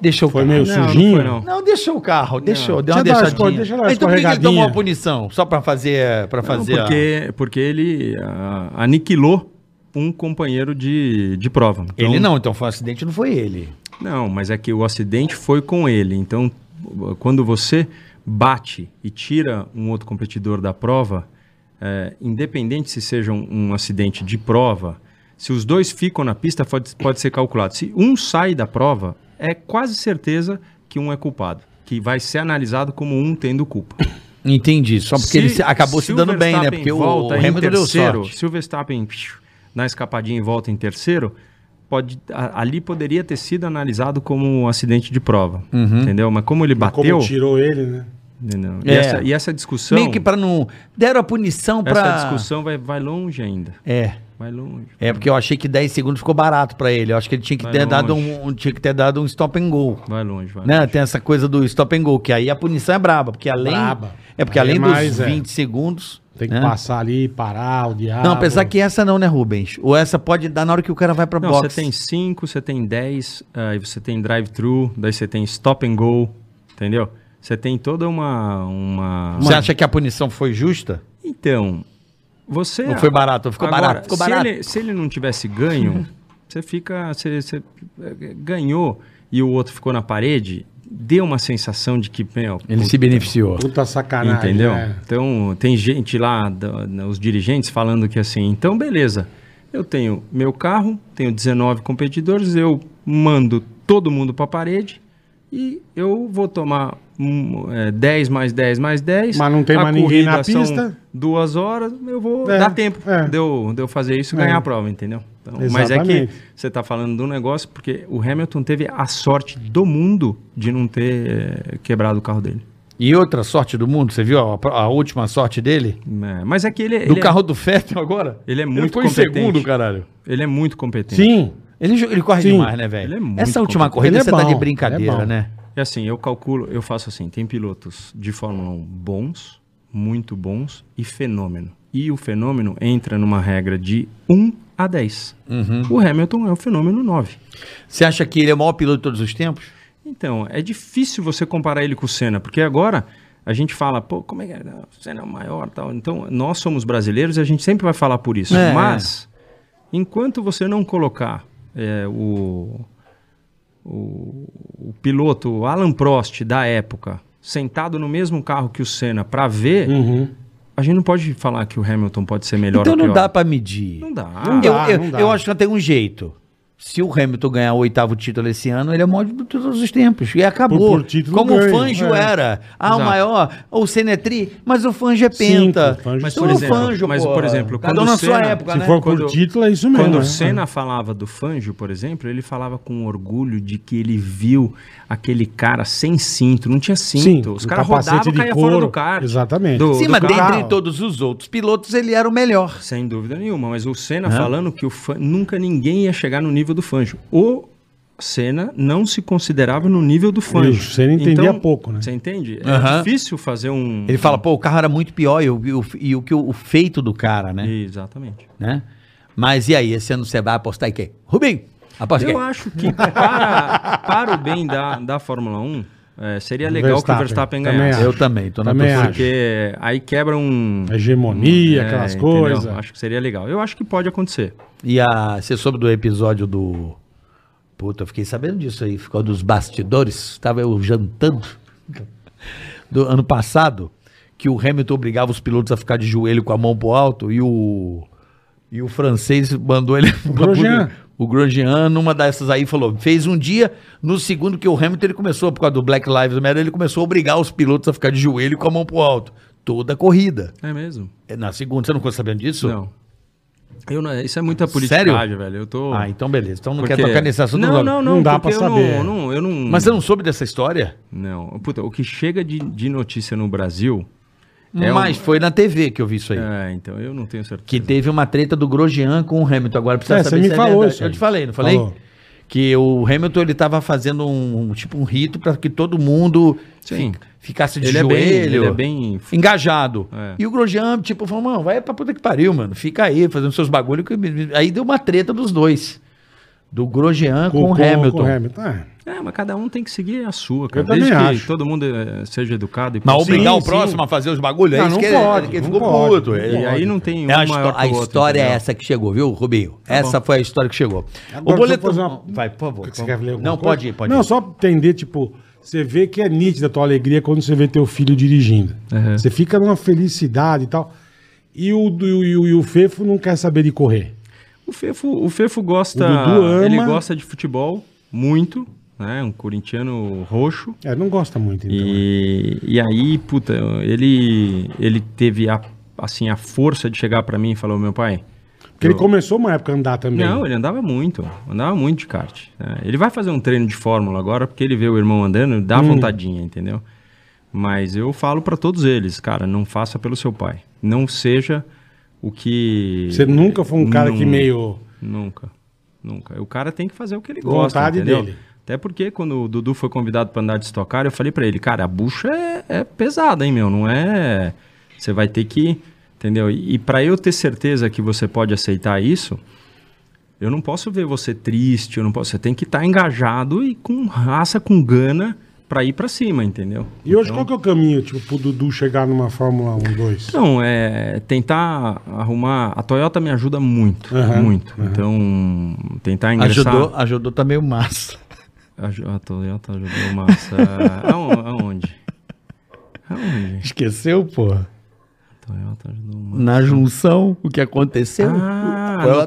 B: Deixou o
C: Foi
B: carro.
C: meio
D: Não, não
C: sujinho.
D: foi, não.
B: Não, deixou o carro, deixou, deu uma
C: Deixa dar uma esco-
B: deixadinha.
C: deixa dar uma
B: Mas então por que que ele tomou
C: escorregadinha.
B: uma punição? Só pra fazer. Pra fazer a-
D: Não, porque, porque ele ah, aniquilou um companheiro de, de prova. Então-
B: Ele não, então foi um acidente, não foi ele.
D: Não, mas é que o acidente foi com ele. Então, quando você bate e tira um outro competidor da prova, é, independente se seja um, um acidente de prova, se os dois ficam na pista, pode, pode ser calculado. Se um sai da prova, é quase certeza que um é culpado, que vai ser analisado como um tendo culpa.
B: Entendi, só porque ele se- acabou se,
D: o
B: dando bem, né?
D: Verstappen
B: Porque o, o
D: volta em
B: Hamilton deu
D: terceiro,
B: sorte.
D: Se o Verstappen psh, na escapadinha e volta em terceiro, pode, a- ali poderia ter sido analisado como um acidente de prova, entendeu? Mas como ele bateu,
C: Como tirou ele, né?
D: entendeu? E,
B: Uhum. É.
D: essa, e essa discussão,
B: Meio que pra não. Deram a punição pra.
D: essa discussão vai, vai longe ainda,
B: É.
D: vai longe.
B: É, porque eu achei que 10 segundos ficou barato pra ele. Eu acho que ele tinha que,
D: Vai
B: ter dado,
D: longe.
B: um, um- tinha que ter dado um stop and go.
D: Vai longe, vai.
B: Né? Tem essa coisa do stop and go, que aí a punição é braba, porque além.
C: Braba.
B: É porque
C: Aí é
B: além
C: mais,
B: dos
C: é.
B: 20 segundos.
C: Tem que
B: né?
C: passar ali, parar, o diabo.
B: Não, apesar que essa não, né, Rubens? Ou essa pode dar na hora que o cara vai pra
D: Não,
B: boxe.
D: você tem 5, você tem 10, aí você tem drive-thru, daí você tem stop and go, entendeu? Você tem toda uma... uma...
B: Você acha que a punição foi justa?
D: Então, você...
B: Não foi barato, Então ficou
D: É. Agora,
B: barato, ficou barato.
D: Se ele, se ele não
B: (laughs)
D: tivesse ganho, você fica. Você, você, eh, ganhou e o outro ficou na parede, deu uma sensação de que. Meu,
B: Ele
D: puta,
B: se beneficiou.
C: Puta sacanagem.
D: Entendeu?
C: né?
D: Então, tem gente lá, da- na- os dirigentes, falando que assim, então beleza, eu tenho meu carro, tenho 19 competidores, eu mando todo mundo para a parede e eu vou tomar hum, é, 10 mais 10 mais 10.
C: Mas não tem
D: a
C: mais ninguém na
D: corrida são
C: pista.
D: Duas horas, eu vou
C: É,
D: dar tempo
C: é.
D: de, eu, de eu fazer isso e
C: É.
D: ganhar a prova, entendeu? Então, mas é que
C: Exatamente.
D: você está falando de um negócio, porque o Hamilton teve a sorte do mundo de não ter eh, quebrado o carro dele.
B: E outra sorte do mundo, você viu a, a última sorte dele?
D: É, mas é que ele,
B: Do
D: ele
B: carro do Fettel agora?
D: é, ele é
B: Ele
D: muito
B: ficou em
D: competente.
B: segundo, caralho.
D: Ele é muito competente.
C: Sim.
B: Ele, jo- ele corre
C: Sim.
B: demais, né,
D: Ele
B: velho?
D: é muito
B: Essa última
D: competente.
B: corrida
C: Ele é
B: você tá de
C: bom,
B: brincadeira,
C: ele é bom.
B: né?
D: É assim, eu calculo, eu faço assim, tem pilotos de Fórmula 1 bons, muito bons e fenômeno. E o fenômeno entra numa regra de 1 a 10.
B: Uhum.
D: O Hamilton é o fenômeno 9.
B: Você acha que ele é o maior piloto de todos os tempos?
D: Então, é difícil você comparar ele com o Senna, porque agora a gente fala, pô, como é que é? Não, O Senna é o maior tal. Então, nós somos brasileiros e a gente sempre vai falar por isso.
B: É.
D: Mas, enquanto você não colocar é, o, o, o piloto Alan Prost da época sentado no mesmo carro que o Senna para ver,
C: Uhum.
D: a gente não pode falar que o Hamilton pode ser melhor
B: Então
D: ou
B: não
D: pior.
B: dá pra medir.
D: Não dá.
C: Não
B: eu,
C: dá,
B: eu,
C: não dá.
B: eu acho que tem um jeito. Se o Hamilton ganhar o oitavo título esse ano, ele é o maior de todos os tempos. E acabou.
C: por título
B: Como
C: ganho,
B: o Fangio
C: é.
B: era. Ah, o
D: Exato.
B: maior. Ou o Senna é tri, mas o Fangio é penta.
C: Cinco, o Fangio
D: Mas,
B: Então
D: por
B: é o
D: exemplo, mas,
B: porra.
D: por exemplo,
B: Cada
D: quando
B: um na
D: o
B: sua
D: Senna-
B: época,
C: Se
B: né?
C: for
D: Quando-
C: por título, é isso mesmo.
D: Quando
C: né?
D: o Senna falava do Fangio, por exemplo, ele falava com orgulho de que ele viu aquele cara sem cinto, não tinha cinto. Os
C: um
D: caras
C: capacete
D: rodavam e
C: de
D: caía
C: couro.
D: fora do kart.
C: Exatamente.
D: Do,
B: Sim,
D: do
B: mas
D: carro.
B: dentre todos os outros pilotos, ele era o melhor.
D: Sem
B: É.
D: dúvida nenhuma, mas o Senna falando que o Fan- nunca ninguém ia chegar no nível do Fangio. O Senna não se considerava no nível do fã.
C: E o Senna entendia pouco, né?
D: Você entende? É
B: Aham.
D: difícil fazer um.
B: Ele fala, pô, o carro era muito pior e o, e o, e o que o, o feito do cara, né?
D: É. Exatamente.
B: né? Mas e aí, esse ano você vai apostar em quem? Rubinho, aposta em
D: Eu
B: quem?
D: acho que para, para o bem da, da Fórmula 1, é, seria legal que
C: Verstappen.
D: o Verstappen
C: Também
D: ganhasse.
C: acho.
B: Eu também, tô na
C: Também
B: torcida.
C: acho.
D: Porque aí quebra um.
C: A hegemonia,
B: Hum,
D: É,
C: aquelas
D: entendeu?
C: coisas.
D: Acho que seria legal. Eu acho que pode acontecer.
B: E a, você soube do episódio do... Puta, eu fiquei sabendo disso aí, ficou dos bastidores, tava eu jantando (laughs) do ano passado, que o Hamilton obrigava os pilotos a ficar de joelho com a mão pro alto e o... E o francês mandou ele.
C: Grosjean.
B: (laughs) O Grosjean, numa dessas aí, falou: fez um dia, no segundo que o Hamilton ele começou, por causa do Black Lives Matter, ele começou a obrigar os pilotos a ficar de joelho com a mão pro alto. Toda a corrida.
D: É mesmo?
B: É, Na segunda, você não ficou sabendo disso?
D: Não. Eu não- Isso é muita
B: Sério?
D: politicagem, velho. Eu tô.
B: Ah, então beleza. Então não
D: Porque-
B: quer tocar nesse assunto
D: Não,
B: logo.
D: não,
C: Não
D: não.
C: dá
D: porque
C: pra
D: eu
C: saber.
D: Não, não, eu não.
B: Mas você não soube dessa história?
D: Não. Puta, o que chega de, de notícia no Brasil. É
B: Mas foi na TV que eu vi isso aí.
D: É, então eu não tenho certeza.
B: Que teve uma treta do Grosjean com o Hamilton. Agora precisa
C: É,
B: saber
C: você me
B: se
C: falou
B: é verdade.
C: isso aí.
B: Eu te falei, não falei?
C: Falou.
B: Que o Hamilton ele tava fazendo um, um- tipo um rito para que todo mundo
D: Sim.
B: fi- ficasse de
D: Ele é,
B: joelho,
D: bem, ele é bem.
B: engajado.
D: É.
B: E o Grosjean, tipo, falou: "Mano, vai pra puta que pariu, mano. Fica aí fazendo seus bagulho que- aí deu uma treta dos dois. Do Grosjean com, o Hamilton.
C: Com o Hamilton. É.
D: É, mas cada um tem que seguir a sua, cara.
C: Eu também
D: Desde que
C: acho.
D: todo mundo eh, seja educado e
B: Mas
D: consciente.
B: obrigar
C: Sim,
B: o próximo
C: sim.
B: a fazer os bagulhos,
C: Não,
B: é isso
C: não
B: que,
C: pode,
B: ele, que ele
C: não
B: ficou
C: pode.
B: puto.
C: E
B: É.
D: E aí não tem um
B: É a, histó-
D: maior que
B: a
D: o outro,
B: história é
D: entendeu?
B: essa que chegou, viu, Rubinho? essa foi a história que chegou.
C: Agora,
B: o boleto.
C: deixa eu fazer uma-
B: Vai, por favor.
C: Você quer ler alguma
B: não,
C: coisa?
B: pode ir, pode
C: Não,
B: ir.
C: só entender, tipo, você vê que é nítida a tua alegria quando você vê teu filho dirigindo.
D: Uhum.
C: Você fica numa felicidade e tal. E o, e, o, e o- e o Fefo não quer saber de correr.
D: O Fefo, o Fefo gosta.
C: O Dudu ama.
D: Ele gosta de futebol muito, né? Um corintiano roxo.
C: É, não gosta muito, então.
D: E, e aí, puta, ele, ele teve a, assim, a força de chegar pra mim e falou: Meu pai,
C: Porque ele começou uma época a andar também.
D: Não, ele andava muito, andava muito de kart. né? Ele vai fazer um treino de fórmula agora, porque ele vê o irmão andando,
C: Hum.
D: dá vontadinha, entendeu? Mas eu falo pra todos eles, cara, não faça pelo seu pai. Não seja o que.
C: Você nunca foi um cara que
D: Não,
C: meio.
D: Nunca, nunca. O cara tem que fazer o que ele
C: Vontade
D: gosta, entendeu?
C: dele.
D: Até porque quando o Dudu foi convidado pra andar de Stock Car, eu falei pra ele, cara, a bucha é, é pesada, hein, meu? Não é... Você vai ter que... Entendeu? E, e para eu ter certeza que você pode aceitar isso, eu não posso ver você triste, eu não posso... Você tem que estar engajado e com raça, com gana, pra ir pra cima, entendeu?
C: E hoje qual que é o caminho, tipo, pro Dudu chegar numa Fórmula 1, 2?
D: Então, é tentar arrumar... A Toyota me ajuda muito,
C: Aham,
D: muito. Então, tentar
B: um
D: ingressar...
B: Ajudou, ajudou também o Márcio.
D: Aju- A Toyota ajudou tá o Massa. Aon- Aonde? Aonde?
B: (laughs) Esqueceu, porra?
D: A Toyota ajudou tá o Massa.
B: Na junção, o que aconteceu?
D: Ah,
B: foi
D: no
B: a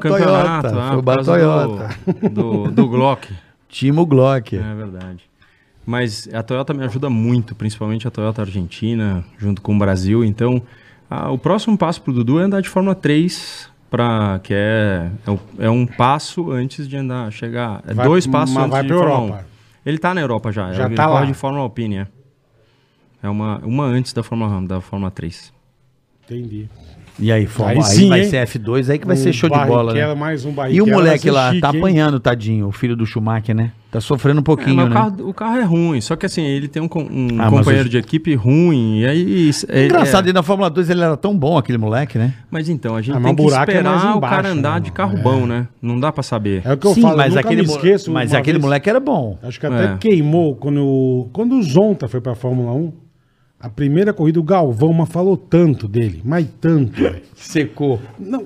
B: Toyota.
D: campeonato. ah,
B: foi
D: por
B: uma
D: causa
B: Toyota.
D: Do, do, do Glock.
B: Timo Glock.
D: É verdade. Mas a Toyota me ajuda muito, principalmente a Toyota Argentina, junto com o Brasil. Então, ah, o próximo passo para o Dudu é andar de Fórmula 3, pra, que é, é, o- é um passo antes de andar, chegar. É
C: Vai-
D: dois passos
C: mas
D: antes
C: vai
D: de
C: pra
D: Fórmula
C: Europa.
D: 1. Ele tá na Europa já.
C: Já
D: ele
C: tá
D: corre
C: lá.
D: de Fórmula Alpine, é. É uma, uma antes da Fórmula, um, da Fórmula 3.
C: Entendi.
B: E aí, fomos. Aí,
C: Aí sim,
B: vai
C: hein?
B: ser F2, aí que vai ser show de bola. né?
C: Barrichello, mais um
B: E
C: Barrichello,
B: o moleque
C: vai ser
B: lá,
C: chique,
B: tá
C: hein?
B: apanhando, tadinho, o filho do Schumacher, né? Tá sofrendo um
D: É,
B: pouquinho,
D: mas o,
B: né?
D: carro, o carro é ruim, só que assim, ele tem um, com- um
B: Ah, mas
D: companheiro
B: os-
D: de equipe ruim, e aí... é-
B: Engraçado,
D: é-
B: e na Fórmula 2 ele era tão bom, aquele moleque, né?
D: Mas então, a gente
C: Ah, mas
D: tem
C: o
D: que
C: buraco é mais
D: esperar o
C: embaixo,
D: cara andar
C: né,
D: de
C: mano?
D: carro bom, né? Não dá pra saber.
C: É o que eu falo, eu nunca me
B: mo-
C: esqueço.
B: mas
C: uma
B: aquele
C: vez-
B: moleque era bom.
C: Acho que até
D: É.
C: queimou quando o, quando o Zonta foi pra Fórmula 1. A primeira corrida, o Galvão, mas falou tanto dele, mas tanto. velho.
B: (laughs) Secou.
C: Não,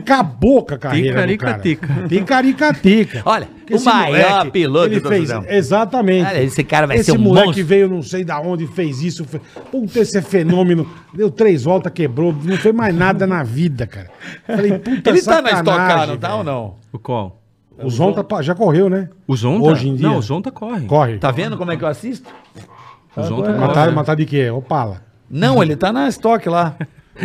C: acabou com a carreira do cara.
D: Ticaricatica.
C: Ticaricatica.
B: (laughs) Olha,
C: Porque
B: o
C: esse
B: maior piloto
C: ele
B: do
C: fez,
B: Brasil.
C: Exatamente.
B: Cara, esse cara vai
C: esse
B: ser um
C: moleque
B: monstro.
C: veio não sei da onde, fez isso. Fez... Puta, esse é fenômeno. Deu três voltas, quebrou, não fez mais nada na vida, cara. Falei, puta
B: ele tá na
C: sacanagem,
B: Stock Car, não tá
C: velho.
B: ou não?
D: O qual?
C: O Zonta pa- já correu, né?
D: O Zonta?
C: Hoje em dia?
D: Não, o Zonta corre.
C: Corre.
B: Tá vendo como é que eu assisto?
D: O Zonta corre.
C: Matar, matar de quê? Opala.
D: Uhum.
B: Não, ele tá na Stock lá.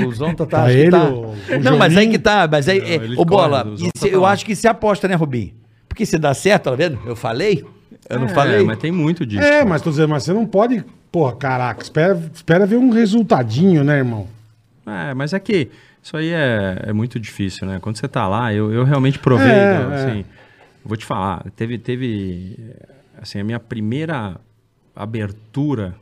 B: O Zonta tá.
C: Tá
B: acho que
C: ele,
B: tá.
C: o- o
B: não, mas
C: Joninho.
B: aí que tá. Mas aí, é,
D: ele
B: ô Bola,
D: corre, o
B: e
D: Zonta
B: se-
D: tá
B: eu
D: lá.
B: acho que se aposta, né, Rubinho? Porque se dá certo, tá vendo? Eu falei. Eu não
D: É,
B: falei.
D: mas tem muito disso.
C: É, mas tô dizendo, mas você não pode. Porra, caraca, espera, espera ver um resultadinho, né, irmão?
D: É, mas é que isso aí é, é muito difícil, né? Quando você tá lá, eu, eu realmente provei,
C: É,
D: né,
C: é.
D: assim... Vou te falar, teve, teve eh, assim, a minha primeira abertura,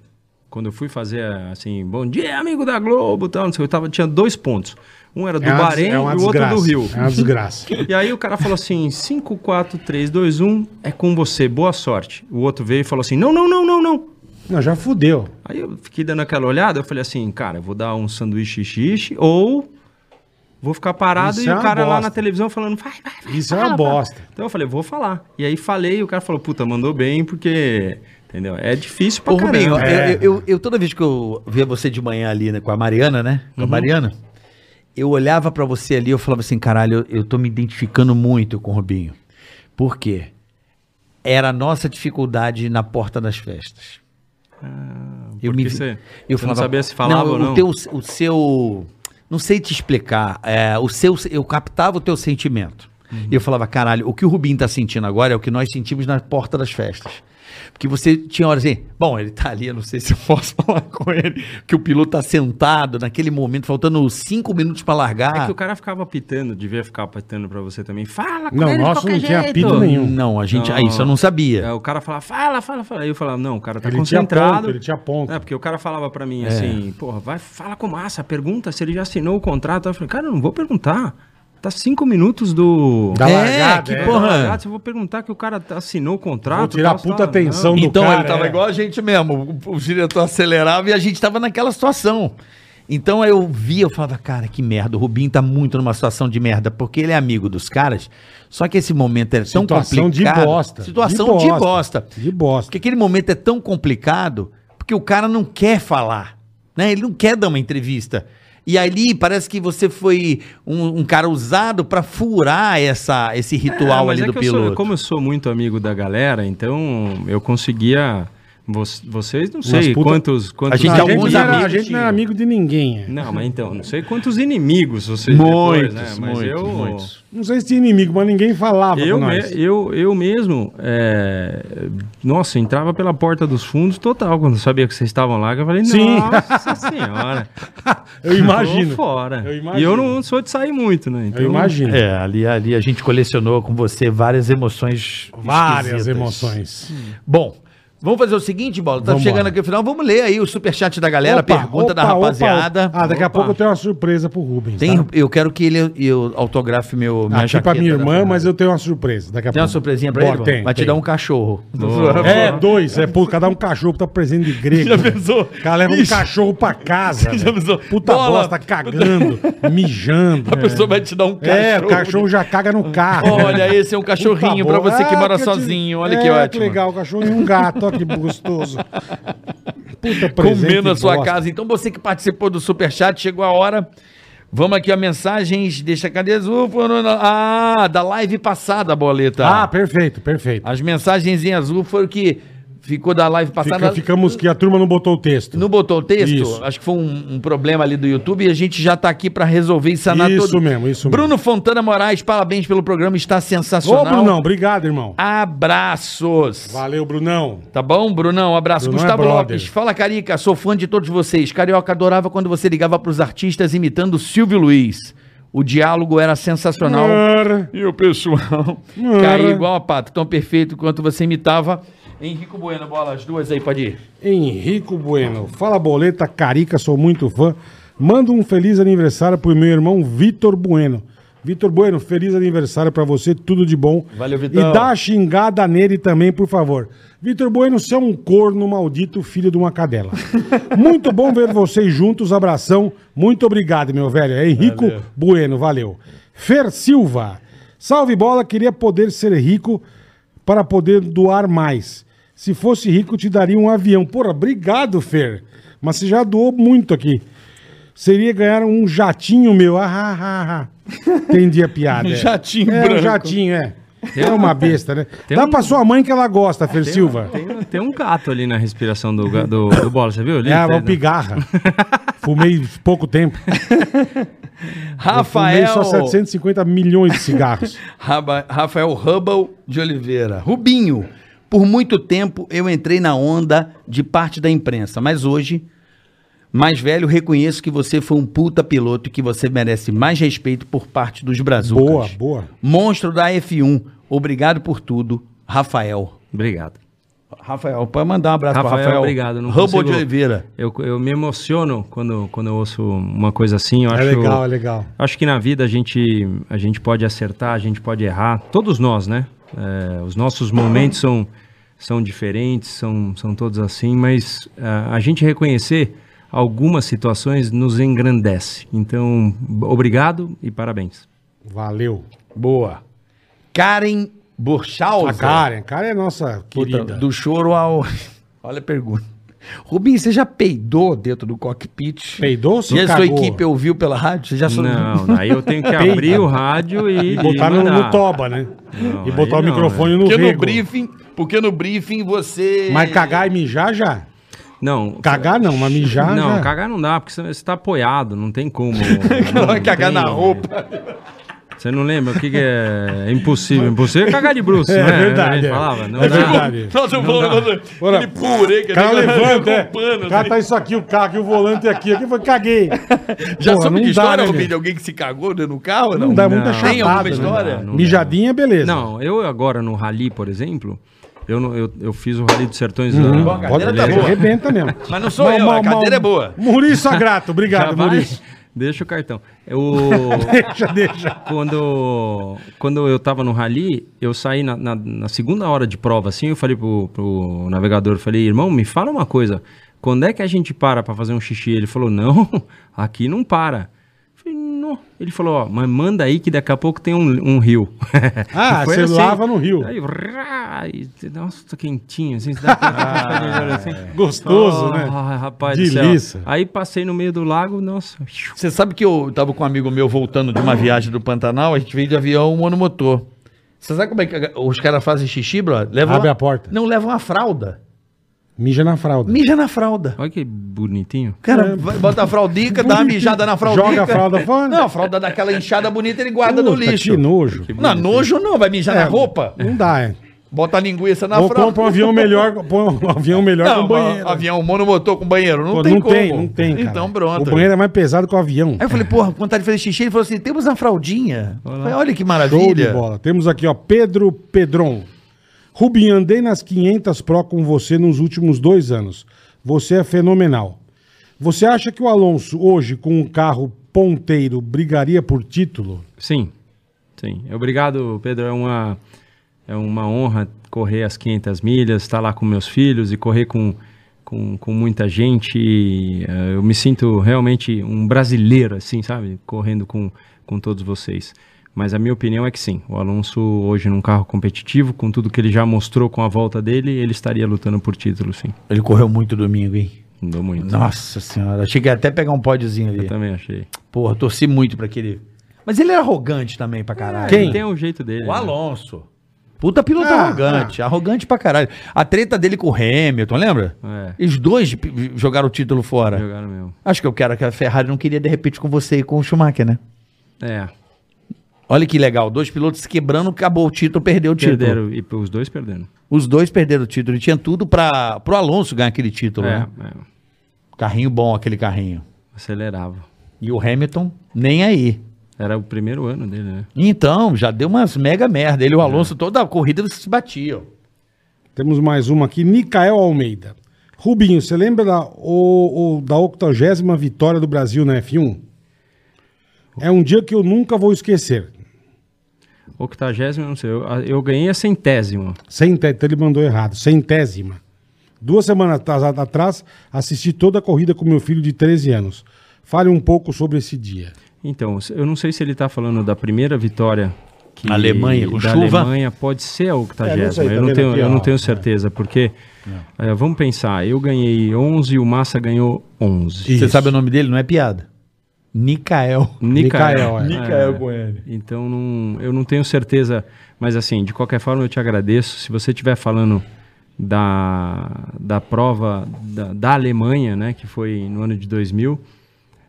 D: quando eu fui fazer assim, bom dia, amigo da Globo, tal, não sei, eu tava, tinha dois pontos. Um era do
C: É uma des-
D: Bahrein
C: é uma
D: e o outro do
C: desgraça,
D: Rio.
C: É uma desgraça.
D: E aí o cara falou assim: 5, 4, 3, 2, 1, é com você, boa sorte. O outro veio e falou assim: não, não, não, não, não.
C: Não, já fudeu.
D: Aí eu fiquei dando aquela olhada, eu falei assim, cara, eu vou dar um sanduíche xixi ou vou ficar parado
C: Isso
D: e
C: é
D: o
C: uma
D: cara lá
C: bosta.
D: na televisão falando, vai, vai, vai.
C: Isso é uma bosta.
D: Então eu falei, vou falar. E aí falei e o cara falou, puta, mandou bem porque, entendeu? É difícil pra
B: Ô,
D: caramba.
B: Rubinho,
C: É.
B: eu, eu- eu- toda vez que eu via você de manhã ali né, com a Mariana, né? Com a
D: Uhum.
B: Mariana, eu olhava pra você ali eu falava assim, caralho, eu, eu tô me identificando muito com o Rubinho. Por quê? Era a nossa dificuldade na porta das festas.
D: Porque
B: me-
D: Ah, você,
B: eu
D: você
B: falava,
D: não sabia se falava ou
B: o
D: não.
B: teu- o seu, não sei te explicar, é, o seu, eu captava o teu sentimento.
D: Uhum.
B: E eu falava, caralho, o que o Rubinho tá sentindo agora é o que nós sentimos na porta das festas. Porque você tinha horas assim, bom, ele tá ali, eu não sei se eu posso (laughs) falar com ele, que o piloto tá sentado naquele momento, faltando cinco minutos pra
D: É
B: largar.
D: que o cara ficava pitando, devia ficar pitando pra você também. Fala com
C: Não,
D: ele de
C: nosso
D: qualquer
C: não tinha
D: jeito.
C: apito nenhum.
B: Não, a gente,
D: Não.
B: ah, isso eu não sabia.
D: É, o cara falava, fala, fala, fala. Aí eu falava, não, o cara tá
C: Ele tinha
D: concentrado.
C: ponto, ele tinha ponto.
D: É, porque o cara falava pra
B: É.
D: mim assim, porra, vai, fala com o Massa, pergunta se ele já assinou o contrato. Eu falei, cara, eu não vou perguntar. Tá cinco minutos do.
C: Da
B: É,
C: largada,
B: que
C: é.
B: porra.
D: Largado, eu vou perguntar que o cara tá- assinou o contrato.
C: Vou tirar a
D: tal,
C: puta
D: tal.
C: atenção do
B: Então
C: cara.
B: ele tava
C: é.
B: igual a gente mesmo. O, o diretor acelerava e a gente tava naquela situação. Então eu via, eu falava, cara, que merda, o Rubinho tá muito numa situação de merda, porque ele é amigo dos caras. Só que esse momento é tão
C: Situação
B: complicado.
C: de bosta.
B: Situação de bosta.
C: De bosta.
B: Porque aquele momento é tão complicado porque o cara não quer falar, né? Ele não quer dar uma entrevista. E ali parece que você foi um, um cara usado pra furar essa, esse
D: É,
B: ritual
D: mas
B: ali
D: é
B: do
D: que eu sou-
B: piloto.
D: como eu sou muito amigo da galera, então eu conseguia. vo- Vocês não sei
C: puta-
D: quantos, quantos.
B: A gente
C: Não,
B: tem alguns
C: não era-
B: amigos
C: a gente não era amigo de ninguém. é.
D: Não, mas então, não sei quantos inimigos vocês
B: Muitos,
D: depois, né? Mas
B: muitos,
D: eu,
B: muitos.
C: Não sei se tinha inimigo, mas ninguém falava
D: Eu,
C: com
D: me-
C: nós.
D: eu, eu mesmo, é, nossa, entrava pela porta dos fundos total. Quando eu sabia que vocês estavam lá, que eu falei,
C: Sim.
D: nossa senhora.
C: (laughs) Eu imagino.
D: Tô fora.
C: Eu
D: E
C: imagino.
D: eu não sou de sair muito, né? Então,
C: Eu imagino.
E: É, ali, ali a gente colecionou com você várias emoções.
C: Várias
E: esquisitas.
C: emoções.
B: Bom, vamos fazer o seguinte, Bola. Tá
C: Vamos
B: chegando
C: embora.
B: aqui no final. Vamos ler aí o superchat da galera,
C: Opa,
B: a pergunta da
C: opa, opa,
B: rapaziada.
C: opa. Ah, daqui a pouco eu tenho uma surpresa pro Rubens.
B: Tem,
C: tá?
B: Eu quero que ele eu autografe meu minha
C: Aqui pra
B: jaqueta
C: minha
B: da
C: irmã,
B: Ferrari.
C: mas eu tenho uma surpresa. Daqui a
B: Tem uma
C: pouco.
B: surpresinha pra
C: Bora,
B: ele? irmão?
C: Tem,
B: Vai te
C: tem.
B: dar um
C: (laughs)
B: cachorro.
C: É, dois. É, pô, cada um cachorro tá presente de grego. Já pensou? O cara leva um cachorro pra
B: (laughs)
C: casa. velho. Puta
B: Bola. (laughs)
C: bosta, cagando, mijando.
B: A pessoa vai te dar um cachorro.
C: É, o cachorro já caga no carro.
B: Olha, esse é um
C: (laughs) Puta
B: cachorrinho pra
C: bola.
B: você que
C: Ah,
B: mora
C: eu te-
B: sozinho. Olha
C: É,
B: que ótimo.
C: legal, o cachorro e um gato. Olha que gostoso. Puta
B: Comendo a sua
C: bosta.
B: casa. Então você que participou do superchat, chegou a hora. Vamos aqui a mensagens. Deixa cadê azul? Ah, da live passada, boleta.
C: Ah, perfeito, perfeito.
B: As mensagens em azul foram que ficou da live
C: Fica-
B: passada.
C: ficamos que a turma não botou o texto.
B: Não botou o texto?
C: Isso.
B: Acho que foi um, um problema ali do YouTube e a gente já tá aqui pra resolver e sanar
C: Isso
B: tudo.
C: mesmo, isso
B: Bruno Fontana Moraes, parabéns pelo programa, está
C: mesmo. Ô,
B: sensacional.
C: Brunão, obrigado, irmão.
B: Abraços.
C: Valeu, Brunão.
B: Tá bom, Brunão? Um abraço.
C: Brunão é
B: Gustavo
C: brother.
B: Lopes. Fala, Carica. Sou fã de todos vocês. Carioca adorava quando você ligava pros artistas imitando Silvio Luiz. O diálogo era sensacional.
C: Cara,
B: E o pessoal caiu igual a pata, tão perfeito quanto você imitava. Henrico Bueno, bola, as duas aí, pode ir.
C: Henrico Bueno. Fala, Boleta Carica, sou muito fã. Manda um feliz aniversário pro meu irmão Vitor Bueno. Vitor Bueno, feliz aniversário pra você, tudo de bom.
B: Valeu, Vitão.
C: E dá a xingada nele também, por favor. Vitor Bueno, você é um corno maldito, filho de uma cadela. muito bom ver vocês juntos, abração. Muito obrigado, meu velho. É Henrico Bueno, valeu. Fer Silva. Salve bola, queria poder ser rico para poder doar mais. Se fosse rico, te daria um avião. Porra, obrigado, Fer. Mas você já doou muito aqui. Seria ganhar um jatinho meu. Ah, ah, ah, ah. Entendi a piada. Um
B: jatinho
C: é,
B: branco.
C: Um jatinho, é. É
D: (laughs)
C: uma besta, né? Dá
D: um-
C: pra sua mãe que ela gosta, Fer Silva.
D: tem, tem um gato ali na respiração do, ga- do, do bola, você viu? Ali,
C: É a
D: Tá-
C: pigarra. Fumei pouco tempo. Fumei
B: Rafael.
C: só 750 milhões de
D: (laughs)
C: cigarros.
B: Raba- Rafael Hubble de Oliveira. Rubinho, por muito tempo eu entrei na onda de parte da imprensa, mas hoje Mais velho, reconheço que você foi um puta piloto e que você merece mais respeito por parte dos brazucas.
C: Boa, boa.
B: Monstro da F1, obrigado por tudo, Rafael.
D: Obrigado.
B: Rafael, pode mandar um abraço
D: Rafael,
B: pra Rafael.
D: obrigado, não
B: Rambo
D: consigo-
B: de Oliveira.
D: Eu, eu me emociono quando, quando eu ouço uma coisa assim. Eu
C: É
D: acho,
C: legal, é legal.
D: Acho que na vida a gente, a gente pode acertar, a gente pode errar. Todos nós, né? É, os nossos momentos são, são diferentes, são, são todos assim, mas ah, a gente reconhecer algumas situações nos engrandece. Então, b- obrigado e parabéns.
C: Valeu.
B: Boa. Karen
C: A
B: Borchauser.
C: Karen, a Karen é nossa
B: Puta,
C: querida.
B: do choro ao. (laughs) Olha a pergunta. Rubinho, você já peidou dentro do cockpit?
C: Peidou ou
B: E a sua
C: cagou?
B: equipe ouviu pela rádio? Você já "Hum, soube?
D: Não, daí eu tenho que abrir o rádio e,
C: E botar
D: e
C: no,
D: mandar.
C: no toba, né?
D: Não,
C: e botar o
D: aí não, né?
C: microfone no
L: Porque no
C: rego.
L: briefing, porque no briefing você.
C: Mas
B: (laughs)
C: cagar e mijar já.
D: Não,
C: Cagar não, mas mijar
D: não,
C: já.
D: cagar não dá, porque você está apoiado, não tem
C: (laughs)
D: como. Não,
L: Vai cagar
D: tem-
L: na roupa.
D: Você não lembra o que, que é
C: (laughs)
D: é impossível? Impossível é cagar de bruxo,
C: É
D: né?
C: verdade,
D: Ele
C: é.
D: falava, não
C: É
D: dá.
C: verdade.
B: (laughs)
L: Nossa, eu
D: dá.
L: vou
C: Bora.
L: Aquele purê que
C: O cara
L: tem-
C: levanta, é.
L: com pano,
C: O cara
B: né?
L: assim.
C: tá isso aqui, o carro aqui, o volante aqui. aqui foi, caguei.
L: Já
C: Porra,
L: soube
C: não
L: de
C: dá,
L: história,
C: né,
L: Rubinho,
C: meu?
L: de alguém que se cagou dentro do carro?
C: Não dá
D: Não.
C: muita
D: Tem
L: alguma
C: chapada. né?
L: história?
D: Não dá.
C: Mijadinha, beleza.
D: Não, eu agora no Rally, por exemplo, eu, não- eu, eu fiz o Rally dos Sertões
C: Uhum.
D: lá.
L: Bom, a
C: Pode
L: cadeira tá
C: ser,
L: boa.
C: arrebenta mesmo.
L: Mas não sou eu, a cadeira é boa.
C: Maurício Sagrato,
D: (laughs)
C: obrigado,
D: Já vai?
C: Maurício. (laughs)
D: Deixa o cartão. Eu...
C: Deixa, deixa.
D: quando, quando eu tava no rally, eu saí na, na- na segunda hora de prova, assim, eu falei pro, pro navegador, eu falei, irmão, me fala uma coisa, quando é que a gente para pra fazer um xixi? Ele falou, não, (laughs) aqui não para. Eu falei, não. Ele falou, ó, mas manda aí que daqui a pouco tem um, um rio.
C: Ah,
D: E foi
C: você lava no rio.
D: Aí, rá, e, nossa, tô quentinho, assim, você dá
C: (laughs)
D: aquele- assim.
C: É. Gostoso, Ah, né?
D: Ah, rapaz do
C: Delícia.
D: céu. Aí passei no meio do lago, nossa,
B: Você sabe que eu tava com um amigo meu voltando de uma viagem do Pantanal, a gente veio de avião um monomotor. Você sabe como é que os caras fazem xixi, bro? Levam
C: Abre
B: uma-
C: a porta.
B: Não, levam a fralda.
C: Mija na fralda.
B: Mija na fralda.
D: olha que bonitinho.
B: Cara, vai- bota a fraldica, dá uma mijada na fraldica.
C: É. Joga a fralda fora.
B: Não, a fralda dá aquela inchada bonita, ele guarda no
C: Puta,
B: lixo.
C: Que nojo.
B: Não, nojo não, vai mijar na roupa.
C: Não dá, é.
B: Bota a linguiça na
C: Ou
B: fralda.
C: compra um
B: (laughs)
C: avião melhor, põe um avião melhor que
B: Não,
C: um banheiro.
B: avião monomotor com banheiro. Não,
C: Pô,
B: tem,
C: não
B: como.
C: tem, não tem, cara.
B: Então pronto. É
C: O banheiro é mais pesado que o avião.
B: Aí eu falei, porra, com vontade de fazer xixi, ele falou assim: temos uma fraldinha. Eu falei, Olha que
C: Show de
B: maravilha.
C: bola. Temos aqui, ó, Pedro Pedron. Rubinho, andei nas 500 Pro com você nos últimos dois anos. Você é fenomenal. Você acha que o Alonso, hoje, com um carro ponteiro, brigaria por título?
D: Sim, sim. Obrigado, Pedro. É uma, é uma honra correr as 500 milhas, estar lá com meus filhos e correr com, com, com muita gente. E, eh, eu me sinto realmente um brasileiro, assim, sabe? Correndo com, com todos vocês. Mas a minha opinião é que sim. O Alonso, hoje, num carro competitivo, com tudo que ele já mostrou com a volta dele, ele estaria lutando por título, sim.
B: Ele correu muito domingo, hein?
D: Mudou muito.
B: Nossa senhora. Achei que ia até pegar um pódiozinho
D: Eu
B: ali.
D: também achei.
B: Porra, torci muito pra aquele. Mas ele era arrogante também pra caralho.
D: Ele tem o jeito dele.
B: O
D: né?
B: Alonso. Puta piloto
C: Ah,
B: arrogante. Arrogante pra caralho. A treta dele com o Hamilton, lembra?
D: É.
B: Os dois p- jogaram o título fora.
D: Jogaram mesmo.
B: Acho que eu quero que a Ferrari não queria de repente com você e com o Schumacher, né?
D: É.
B: Olha que legal, dois pilotos se quebrando, acabou o título, perdeu o título.
D: Perderam. E os dois perderam.
B: Os dois perderam o título. E tinha tudo para pro Alonso ganhar aquele título,
D: É,
B: né?
D: é.
B: Carrinho bom aquele carrinho.
D: Acelerava.
B: E o Hamilton nem aí.
D: Era o primeiro ano dele, né?
B: Então, já deu umas mega merda. Ele e o Alonso, toda a corrida, eles se batiam.
C: Temos mais uma aqui, Micael Almeida. Rubinho, você lembra da, o, o- da 80 vitória do Brasil na F1? É um dia que eu nunca vou esquecer.
D: Octagésima, não sei. Eu, a- eu ganhei a centésima.
C: Centésima, então ele mandou errado, centésima. Duas semanas atrás- atrás, assisti toda a corrida com meu filho de 13 anos. Fale um pouco sobre esse dia.
D: Então, se- eu não sei se ele tá falando da primeira vitória que
B: Na Alemanha, com
D: da
B: chuva.
D: Alemanha pode ser a
C: É, não sei,
D: octagésima.
C: tá
D: eu não
C: vendo
D: tenho,
C: aqui,
D: eu não
C: ó.
D: tenho certeza, porque eh, vamos pensar, eu ganhei 11 e o Massa ganhou 11.
B: Você sabe o nome dele? Não é piada. Nicael.
C: Micael, é.
D: Micael com ele. Então não, eu não tenho certeza, mas assim, de qualquer forma eu te agradeço. Se você estiver falando da, da prova da, da Alemanha, né, que foi no ano de 2000,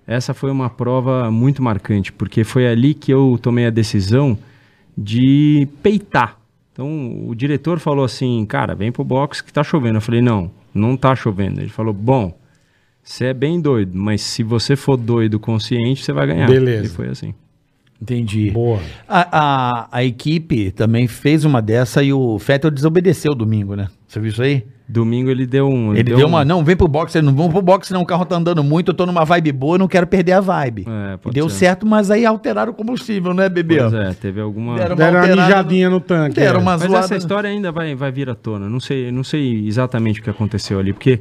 D: essa foi uma prova muito marcante, porque foi ali que eu tomei a decisão de peitar. Então o diretor falou assim, cara, vem pro box que tá chovendo. Eu falei, não, não tá chovendo. Ele falou, bom, Você é bem doido, mas se você for doido consciente, você vai ganhar.
C: Beleza.
D: E foi assim.
B: Entendi.
C: Boa.
B: A, a, a equipe também fez uma dessa e o Fettel desobedeceu domingo, né? Você viu isso aí?
D: Domingo ele deu um.
B: Ele deu, uma.
D: um-
B: Não, vem pro boxe, não vamos pro boxe, não. O carro tá andando muito, eu tô numa vibe boa, eu não quero perder a vibe.
D: É,
B: e
D: pode
B: deu
D: ser.
B: certo, mas aí alteraram o combustível, né, bebê?
D: Pois é, teve alguma.
B: Deram
C: Deram uma
B: alterada
C: mijadinha no tanque.
B: Deram
C: é.
B: uma
D: Mas
B: zoada.
D: essa história ainda vai, vai vir à tona. Não sei, não sei exatamente o que aconteceu ali, porque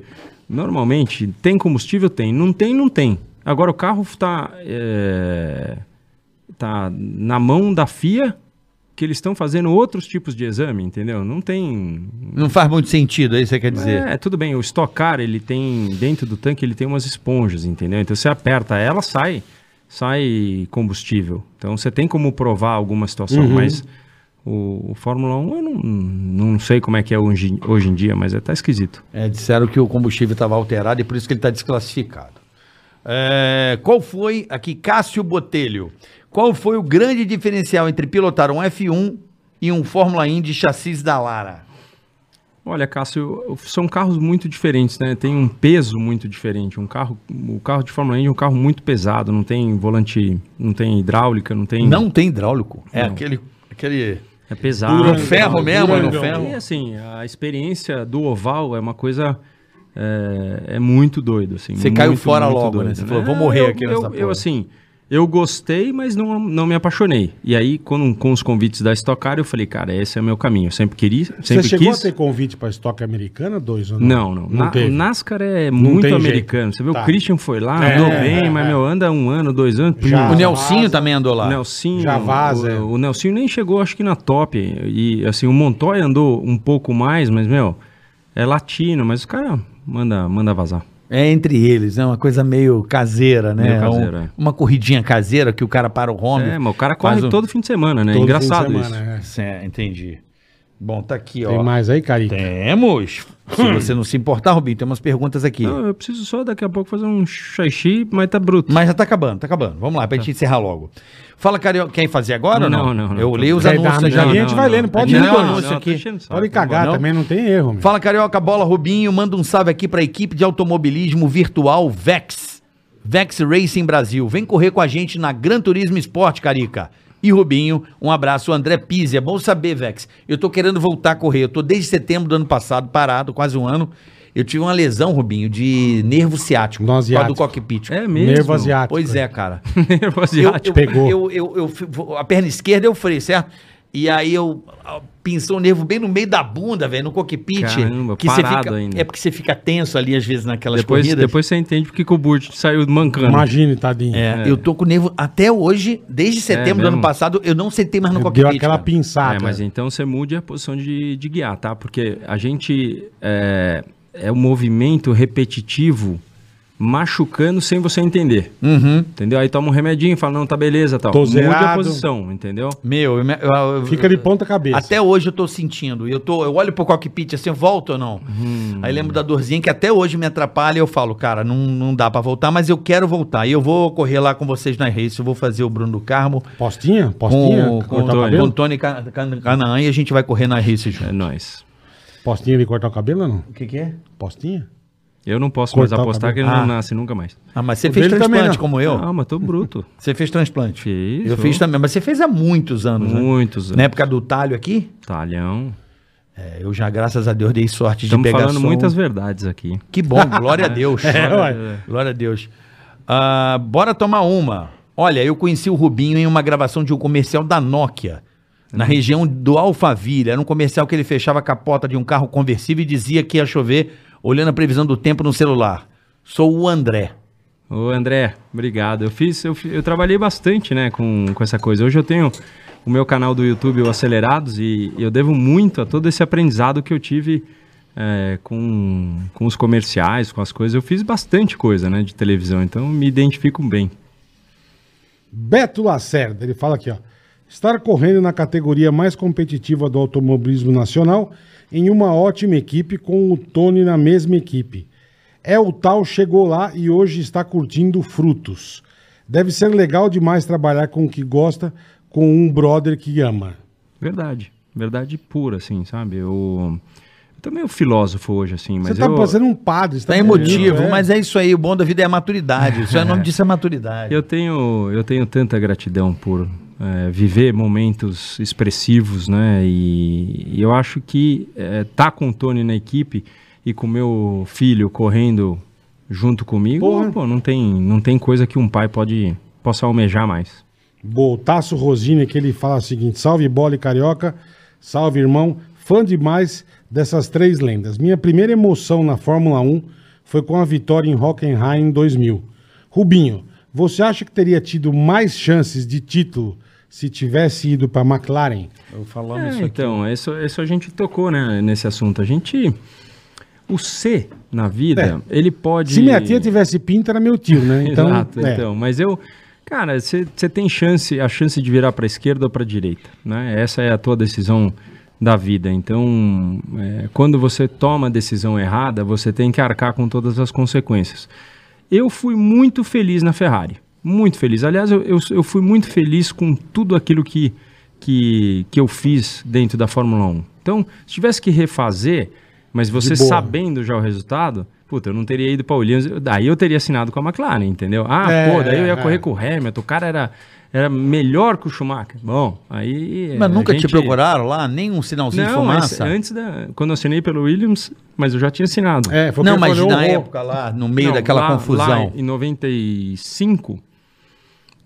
D: normalmente tem combustível, tem. Não tem, não tem. Agora o carro está tá na mão da FIA que eles estão fazendo outros tipos de exame, entendeu? Não tem.
B: Não faz muito sentido, aí você quer dizer.
D: É, tudo bem. O Stock Car, ele tem dentro do tanque, ele tem umas esponjas, entendeu? Então você aperta ela, sai, sai combustível. Então você tem como provar alguma situação, mas o, o Fórmula 1, eu não, não sei como é que é hoje, hoje em dia, mas é tá esquisito.
B: É, disseram que o combustível estava alterado e por isso que ele está desclassificado. É, qual foi, aqui, Cássio Botelho, qual foi o grande diferencial entre pilotar um F1 e um Fórmula Indy chassis da Lara?
D: Olha, Cássio, são carros muito diferentes, né? Tem um peso muito diferente. Um carro, o carro de Fórmula 1 é um carro muito pesado, não tem volante, não tem hidráulica, não tem.
B: Não tem hidráulico. É
D: Não.
B: aquele... aquele...
D: É pesado.
B: Durangão, ferro mesmo,
C: Durangão.
B: no ferro.
D: E assim, a experiência do oval é uma coisa. É, é muito doido, assim.
B: Você
D: muito,
B: caiu fora
D: muito
B: logo, né? Você falou, "Vou morrer
D: eu,
B: aqui
D: eu,
B: nessa
D: eu,
B: porra."
D: assim, eu gostei, mas não, não me apaixonei. E aí, quando, com os convites da Stock Car, eu falei, cara, esse é o meu caminho. Eu sempre queria,
C: Você
D: sempre
C: chegou
D: quis.
C: a ter convite pra estoque americana, dois ou
D: Não, é não.
C: Não
D: Na-
C: teve.
D: o NASCAR é muito
C: tem
D: americano. Você vê,
C: Tá.
D: o Christian foi lá,
C: É,
D: andou
C: é,
D: bem,
C: é,
D: mas,
C: é.
D: meu, anda um ano, dois anos.
C: Já.
D: pum,
B: O
C: Ah,
B: Nelsinho
C: vaza.
B: também andou lá.
D: Nelsinho,
C: Já vaza,
D: O, o Nelsinho nem chegou, acho que na top. E assim, o Montoya andou um pouco mais, mas, meu, é latino, mas o cara manda, manda vazar.
B: É entre eles, é uma coisa meio caseira, né?
D: Meio
B: É um-
D: caseira, é.
B: uma corridinha caseira que o cara para o home.
D: É, mas o cara
B: faz
D: corre
B: um-
D: todo fim de semana, né?
C: Todo fim de
D: Engraçado
C: semana,
D: isso.
C: é.
B: Cê- entendi. Bom, tá aqui, ó.
C: Tem mais aí, Carica?
D: (clears throat)
B: Temos. Se você não se importar, Rubinho, tem umas perguntas aqui.
D: Não, Então, eu preciso só daqui a pouco fazer um xixi, mas tá
C: Hum.
D: bruto.
B: Mas já tá acabando, tá acabando. Vamos lá, pra gente encerrar logo. Fala, Carioca, quer fazer agora ou não?
D: Não, não, não.
B: Eu leio os
C: Quer dar
B: anúncios
C: uma
B: aqui.
C: mijadinha? a gente vai lendo, pode
B: ler o
D: não, não,
B: anúncio
D: não,
B: aqui.
D: tô enchendo o saco.
C: Pode cagar,
B: Não?
C: também não tem erro, meu.
B: Fala, Carioca, bola, Rubinho. Manda um salve aqui pra equipe de automobilismo virtual Vex. Vex Racing Brasil. Vem correr com a gente na Gran Turismo Esporte, Carica. E Rubinho, um abraço. André Pizzi, é bom saber, Vex. Eu tô querendo voltar a correr. Eu tô desde setembro do ano passado, parado, quase um ano. Eu tive uma lesão, Rubinho, de nervo ciático.
C: Nó
B: por causa do
C: ciático. né?
B: cockpit.
D: É mesmo.
C: Nervo
D: (laughs)
C: asiático.
B: Pois é, cara.
D: Nervo
B: Eu,
D: asiático.
B: eu,
C: pegou.
B: Eu, eu, eu fui- vou- a perna esquerda eu freio, certo? E aí eu a- pinçou o nervo bem no meio da bunda, velho, no cockpit.
D: Caramba,
B: que você
D: parado
B: fica,
D: ainda.
B: É porque você fica tenso ali às vezes naquelas
D: Depois,
B: corridas.
D: depois você entende porque que o Burt saiu mancando.
C: Imagine, tadinho.
B: É, Eu tô com o nervo até hoje, desde setembro do ano
D: mesmo?
B: passado, eu não sentei mais no
C: Deu
B: cockpit.
C: aquela
B: cara.
C: pinçada.
D: É, mas então você mude a posição de, de guiar, tá? Porque a gente é, é um movimento repetitivo machucando sem você entender.
B: Hum. Uhum.
D: Entendeu? Aí toma um remedinho e fala, não, tá beleza, tal.
C: Tô
D: mude a
C: zerado.
D: posição, entendeu?
B: Meu, eu, me- eu- eu-
C: Fica de ponta cabeça.
B: Até hoje eu tô sentindo. E Eu, tô, eu olho pro cockpit assim, eu volto ou não? Aí lembro da dorzinha que até hoje me atrapalha e eu falo, cara, não, não dá pra voltar, mas eu quero voltar. E eu vou correr lá com vocês na race, eu vou fazer o Bruno do Carmo
C: Postinha? Postinha?
B: com, com,
C: cortar o
B: com o
C: cabelo?
B: Tony Ca- Ca- Canaã e a gente vai correr na race
D: É
B: junto.
D: nóis.
C: Postinha de cortar o cabelo ou não?
B: O que que é?
C: Postinha?
D: Eu não posso
C: Cortar
D: mais
C: o
D: apostar que ele
B: Ah.
D: não nasce nunca mais.
B: Ah, mas você
C: O
B: fez
C: dele também
B: transplante
C: não.
B: como eu?
D: Ah, mas
B: (laughs)
D: tô bruto.
B: Você fez transplante?
D: Fiz,
B: Eu
D: ô.
B: fiz também, mas você fez há muitos anos, né?
D: Muitos.
B: Na época do talho aqui,
D: Talhão.
B: é, eu já, graças a Deus, dei sorte
D: Estamos
B: de pegar
D: falando
B: som.
D: muitas verdades aqui.
B: Que bom, glória a
D: (laughs)
B: Deus.
D: É,
C: ué.
B: glória a Deus. Ah, bora tomar uma. Olha, eu conheci o Rubinho em uma gravação de um comercial da Nokia, na
D: Uhum.
B: região do Alphaville. Era um comercial que ele fechava a capota de um carro conversível e dizia que ia chover, olhando a previsão do tempo no celular. Sou o André.
D: Ô André, obrigado. Eu fiz, eu, fi- eu trabalhei bastante, né, com, com essa coisa. Hoje eu tenho o meu canal do YouTube, o Acelerados, e eu devo muito a todo esse aprendizado que eu tive é, com, com os comerciais, com as coisas. Eu fiz bastante coisa, né, de televisão, então eu me identifico bem.
C: Beto Lacerda, ele fala aqui, ó. Estar correndo na categoria mais competitiva do automobilismo nacional em uma ótima equipe com o Tony na mesma equipe. É o tal chegou lá e hoje está curtindo frutos. Deve ser legal demais trabalhar com o que gosta, com um brother que ama.
D: Verdade, verdade pura, assim, sabe? Eu, Tô meio filósofo hoje, assim,
C: Você
D: mas
C: tá
D: eu,
C: parecendo um padre. Você
B: Tá emotivo, mas é isso aí. O bom da vida é a maturidade. Isso é o nome disso é maturidade.
D: eu, tenho, eu tenho tanta gratidão por é, viver momentos expressivos, né? E, e eu acho que é, tá com o Tony na equipe e com o meu filho correndo junto comigo,
C: Porra.
D: pô, não, tem, não tem coisa que um pai pode possa almejar mais.
C: Boltaço Rosini, que ele fala o seguinte: salve bola e carioca, salve irmão, fã demais dessas três lendas. Minha primeira emoção na Fórmula 1 foi com a vitória em Hockenheim em 2000. Rubinho, você acha que teria tido mais chances de título se tivesse ido para McLaren?
B: Eu falamos
D: É, então, isso, isso a gente tocou, né, nesse assunto. A gente. O C na vida,
C: É.
D: ele pode.
C: Se minha tia tivesse pinta, era meu tio,
D: (laughs)
C: né? Então,
D: Exato,
C: é.
D: então. Mas eu. Cara, você tem chance, a chance de virar para esquerda ou para direita, né? Essa é a tua decisão da vida. Então, é, quando você toma a decisão errada, você tem que arcar com todas as consequências. Eu fui muito feliz na Ferrari. Muito feliz. Aliás, eu, eu, eu fui muito feliz com tudo aquilo que, que, que eu fiz dentro da Fórmula 1. Então, se tivesse que refazer, mas você
C: boa.
D: sabendo já o resultado, puta, eu não teria ido para Williams. eu- Daí eu teria assinado com a McLaren, entendeu? Ah,
C: É,
D: pô, daí eu
C: é.
D: ia correr com o Hamilton. O cara era, era melhor que o Schumacher. Bom, aí.
B: Mas
D: a
B: nunca te
D: gente-
B: procuraram lá? Nem um sinalzinho de
D: Não, mas
B: fumaça?
D: antes da. Quando eu assinei pelo Williams, mas eu já tinha assinado.
C: É, foi o que
B: Não,
C: eu
B: mas
C: falei,
B: na
C: eu vou-
B: época lá, no meio
D: Não,
B: daquela
D: lá-
B: confusão.
D: Lá em 95,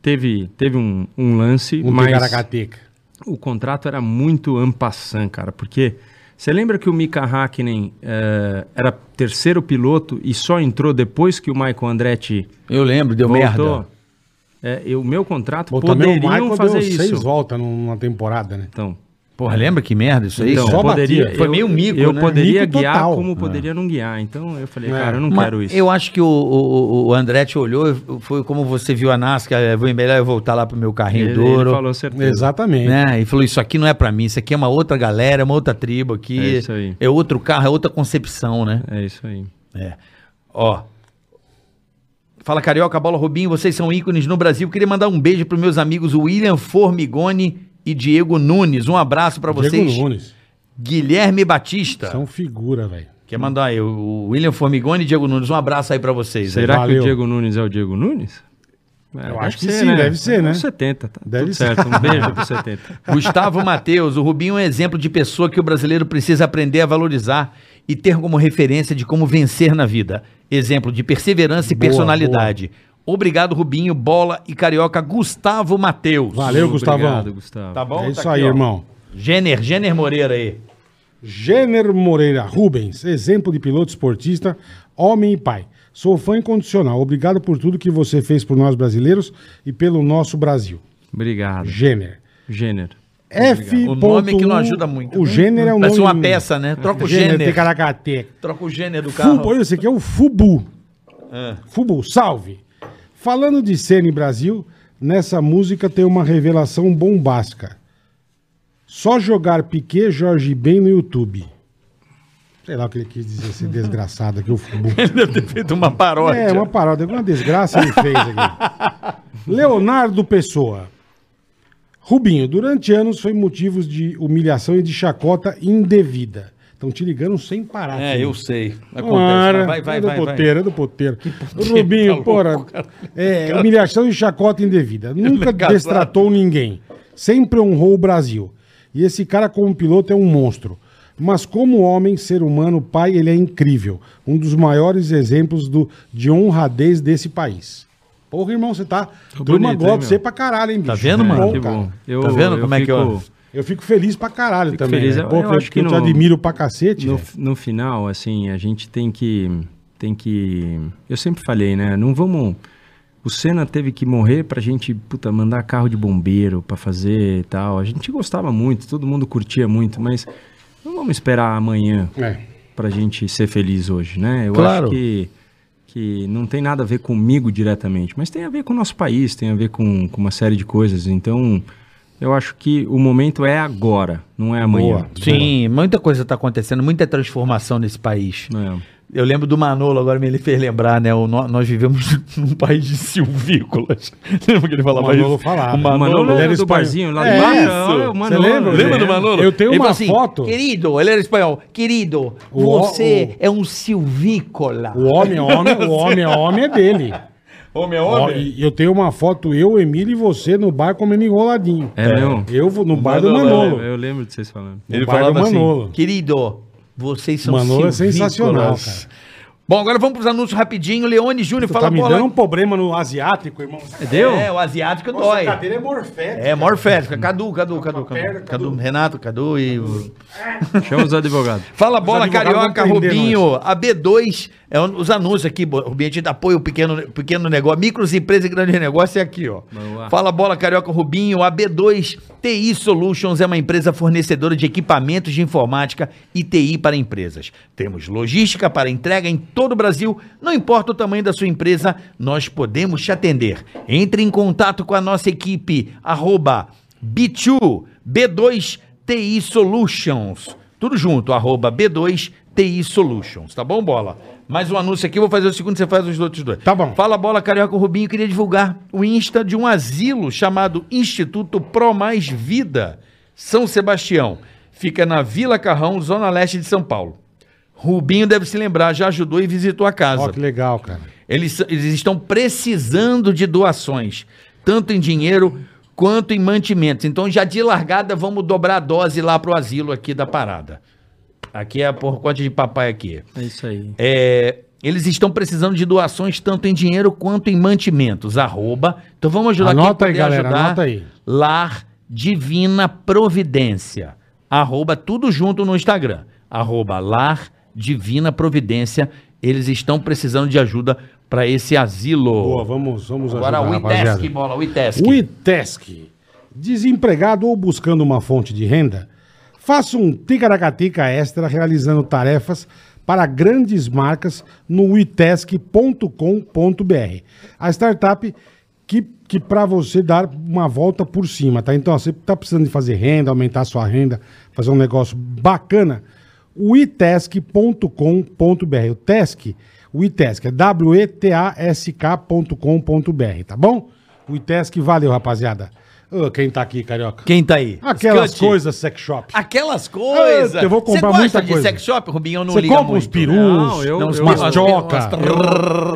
D: teve, teve um, um lance,
C: Um
D: mas
C: picaracateca.
D: o contrato era muito ampassan, cara, porque você lembra que o Mika Hakkinen eh, era terceiro piloto e só entrou depois que o Michael Andretti
B: Eu lembro, deu merda.
D: É, e o meu contrato
C: Bom, também o
D: poderiam
C: Michael
D: fazer
C: deu
D: isso.
C: seis voltas numa temporada, né?
D: Então,
B: Porra, lembra que merda isso aí?
D: então,
C: só
D: poderia,
C: batia.
B: Foi meio mico,
D: Eu
B: né?
D: poderia
C: Mico
D: guiar
C: total.
D: como poderia não guiar. Então eu falei,
C: É.
D: cara, eu não
B: Mas
D: quero isso.
B: Eu acho que o, o, o- o Andretti olhou, e foi como você viu a NASCAR, eh, vou melhor eu voltar lá pro meu carrinho
D: ele,
B: de
D: ele
B: ouro.
D: falou assim. certeza.
C: Exatamente.
B: né? E falou: Isso aqui não é pra mim, isso aqui é uma outra galera, é uma outra tribo aqui.
D: É isso aí.
B: é outro carro, é outra concepção, né?
D: É isso aí.
B: É. Ó. Fala Carioca, Bola Rubinho, vocês são ícones no Brasil. Queria mandar um beijo pros meus amigos William Formigoni e Diego Nunes. Um abraço pra
C: Diego
B: vocês.
C: Nunes.
B: Guilherme Batista.
C: São figura, velho.
B: Quer mandar aí o William Formigoni e Diego Nunes. Um abraço aí pra vocês.
D: Será
C: Valeu.
D: que o Diego Nunes é o Diego Nunes? É,
C: Eu
D: deve
C: acho que sim, deve ser, né?
D: O 70, tá
C: Deve
D: tudo
C: ser.
D: certo. Um beijo
C: (laughs)
D: pro 70.
B: Gustavo Matheus, o Rubinho é um exemplo de pessoa que o brasileiro precisa aprender a valorizar e ter como referência de como vencer na vida. Exemplo de perseverança e
C: Boa,
B: personalidade. Obrigado, Rubinho, Bola e Carioca, Gustavo Matheus.
C: Valeu, Gustavão.
D: Obrigado, Gustavo.
B: Tá bom?
C: é isso
B: Tá aqui,
C: aí,
B: ó.
C: irmão.
B: Jenner, Jenner Moreira aí.
C: Jenner Moreira Rubens, exemplo de piloto esportista, homem e pai. Sou fã incondicional. Obrigado por tudo que você fez por nós brasileiros e pelo nosso Brasil. Tá
D: Obrigado.
C: Jenner.
D: Gênero.
C: F.
B: O nome que não ajuda muito.
C: um.
B: né?
C: O Jenner é um
B: Parece
C: nome.
B: uma peça, né? Troca o
C: Jenner.
B: Jenner.
C: Tecaracate.
B: Troca o Jenner do carro. É.
C: Fubu, olha, esse aqui é o Fubu. Fubu, salve! Falando de cena em Brasil, nessa música tem uma revelação bombástica. Só jogar Piquet Jorge Ben no YouTube. Sei lá o que ele quis
B: (laughs)
C: dizer, esse desgraçado aqui, o Fubu.
B: Deve ter feito (laughs) uma paródia.
C: É, uma paródia, uma desgraça ele fez aqui.
B: (laughs)
C: Leonardo Pessoa. Rubinho, durante anos foi motivo de humilhação e de chacota indevida. Estão te ligando sem parar.
B: É,
C: filho.
B: eu sei. Acontece.
C: Ora,
B: mas vai, vai,
C: é do
B: vai. tá vai.
C: poteiro, é do poteiro. Rubinho, porra, é, humilhação e chacota indevida. Nunca
B: É casado.
C: destratou ninguém. Sempre honrou o Brasil. E esse cara, como piloto, é um monstro. Mas como homem, ser humano, pai, ele é incrível. Um dos maiores exemplos do, de honradez desse país. Porra, irmão, você tá... Turma
D: bonito, hein,
C: gosta de
D: meu?
C: você pra caralho, hein, bicho?
B: Tá vendo, mano?
C: bom,
D: Que
C: cara.
D: bom. Eu,
B: Tá vendo como é que eu-
C: Eu fico feliz pra caralho
D: Fico
C: também.
D: feliz.
C: né?
D: Eu-
C: Pô,
D: eu
C: Fred,
D: acho que
C: eu te
D: no-
C: admiro pra cacete. né?
D: No,
C: velho.
D: no final, assim, a gente tem que. Tem que. Eu sempre falei, né? Não vamos. O Senna teve que morrer pra gente, puta, mandar carro de bombeiro pra fazer e tal. A gente gostava muito, todo mundo curtia muito, mas não vamos esperar amanhã
C: É.
D: pra gente ser feliz hoje, né? Eu
B: Claro.
D: acho que, que não tem nada a ver comigo diretamente, mas tem a ver com o nosso país, tem a ver com, com uma série de coisas. Então, eu acho que o momento é agora, não é amanhã.
C: Boa.
B: Sim, muita coisa tá acontecendo, muita transformação nesse país.
D: Não é.
B: Eu lembro do Manolo, agora me ele fez lembrar, né? O, nó- nós vivemos (laughs) num país de silvícolas. (laughs) Lembra que ele falava
C: O Manolo
B: isso?
C: falava.
B: O
D: O
B: Manolo,
D: Manolo
C: ele
D: era
C: era
D: do
C: espanhol.
D: barzinho lá
C: É
D: de baixo.
C: isso.
D: olha o
C: Você
D: Manolo,
C: lembra?
D: né?
B: Lembra do Manolo?
C: Eu tenho
B: Ele
C: uma
B: falou assim,
C: foto.
B: Querido, ele era espanhol. Querido,
C: O-
B: você
C: o-
B: é um silvícola.
C: O homem é homem, o homem é homem é dele.
B: (laughs) Homem é
C: Ó, e Eu tenho uma foto, eu, Emílio e você no bar comendo enroladinho.
D: É mesmo?
C: Eu vou no bar do
B: Manolo, é,
C: Manolo.
D: Eu lembro de vocês falando.
C: No
B: Ele
C: bar do
B: falava assim,
C: Manolo.
B: querido, vocês são
C: Manolo é
B: silvícolas.
C: sensacional, cara.
B: Bom, agora vamos pros anúncios rapidinho. Leone Júnior,
C: Tu
B: fala
C: tá me
B: bola.
C: dando um problema no asiático, irmão. Essa
D: Deu?
B: É, o asiático dói.
C: é morfética. Tá
B: É, morfética. Cadu, Cadu, Cadu,
C: perna,
B: Cadu. Cadu, Renato, Cadu e... o-
D: Chama os advogados.
B: Fala bola,
C: advogados
B: Carioca,
C: vão prender
B: Rubinho, a B2, é um- os anúncios aqui, bo- ambiente de apoio, pequeno, pequeno negócio, micros, empresa e grande negócio é aqui, ó.
D: Boa.
B: Fala bola, Carioca, Rubinho, a B2 TI Solutions é uma empresa fornecedora de equipamentos de informática e TI para empresas. Temos logística para entrega em todo o Brasil, não importa o tamanho da sua empresa, nós podemos te atender. Entre em contato com a nossa equipe, arroba B2, B2 TI Solutions. Tudo junto, arroba B2 TI Solutions, tá bom, Bola? Mais um anúncio aqui, vou fazer o segundo, você faz os outros dois.
C: Tá bom.
B: Fala Bola Carioca Rubinho, queria divulgar o Insta de um asilo chamado Instituto Pro Mais Vida, São Sebastião. Fica na Vila Carrão, zona leste de São Paulo. Rubinho deve se lembrar, já ajudou e visitou a casa.
C: Ó, que legal, cara.
B: Eles, eles estão precisando de doações, tanto em dinheiro quanto em mantimentos. Então, já de largada, vamos dobrar a dose lá pro asilo aqui da parada. Aqui é por conta de papai aqui.
D: É isso aí.
B: É, eles estão precisando de doações tanto em dinheiro quanto em mantimentos. Arroba. Então vamos ajudar
C: Anota aí, galera, anota aí.
B: Lar Divina Providência. Arroba tudo junto no Instagram. Arroba Lar Divina Providência. Eles estão precisando de ajuda para esse asilo.
C: Boa, vamos, vamos
B: Agora o
C: rapaziada.
B: ITESC, bola, o ITESC.
C: O Itesc. Desempregado ou buscando uma fonte de renda? Faça um ticaracatica extra realizando tarefas para grandes marcas no itesc.com.br. A startup que, que para você dar uma volta por cima, tá? Então, ó, você está precisando de fazer renda, aumentar sua renda, fazer um negócio bacana o itesc.com.br. O TESC, o ITESC, é W-E-T-A-S-K.com.br, tá bom? O ITESC, valeu, rapaziada. Ô, quem tá aqui, carioca?
B: Quem tá aí?
C: Aquelas
B: Scut.
C: coisas sex shop.
B: Aquelas coisas.
C: Eu vou comprar
B: Você
C: muita
B: gosta de
C: coisa.
B: sex shop, Rubinho? Eu não
C: Você
B: liga
C: compra uns
B: muito.
C: perus,
D: Não, eu-
C: uns
D: eu-
C: machoca.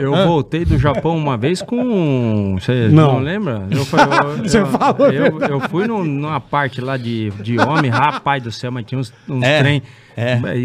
D: Eu voltei do Japão uma vez com. um, Você
C: Não.
D: não. lembra? Eu, fui- eu-
C: Você
D: eu-
C: falou,
D: Eu, eu fui num- numa parte lá de, de homem, rapaz do céu, mas tinha uns, uns
B: É,
D: trem.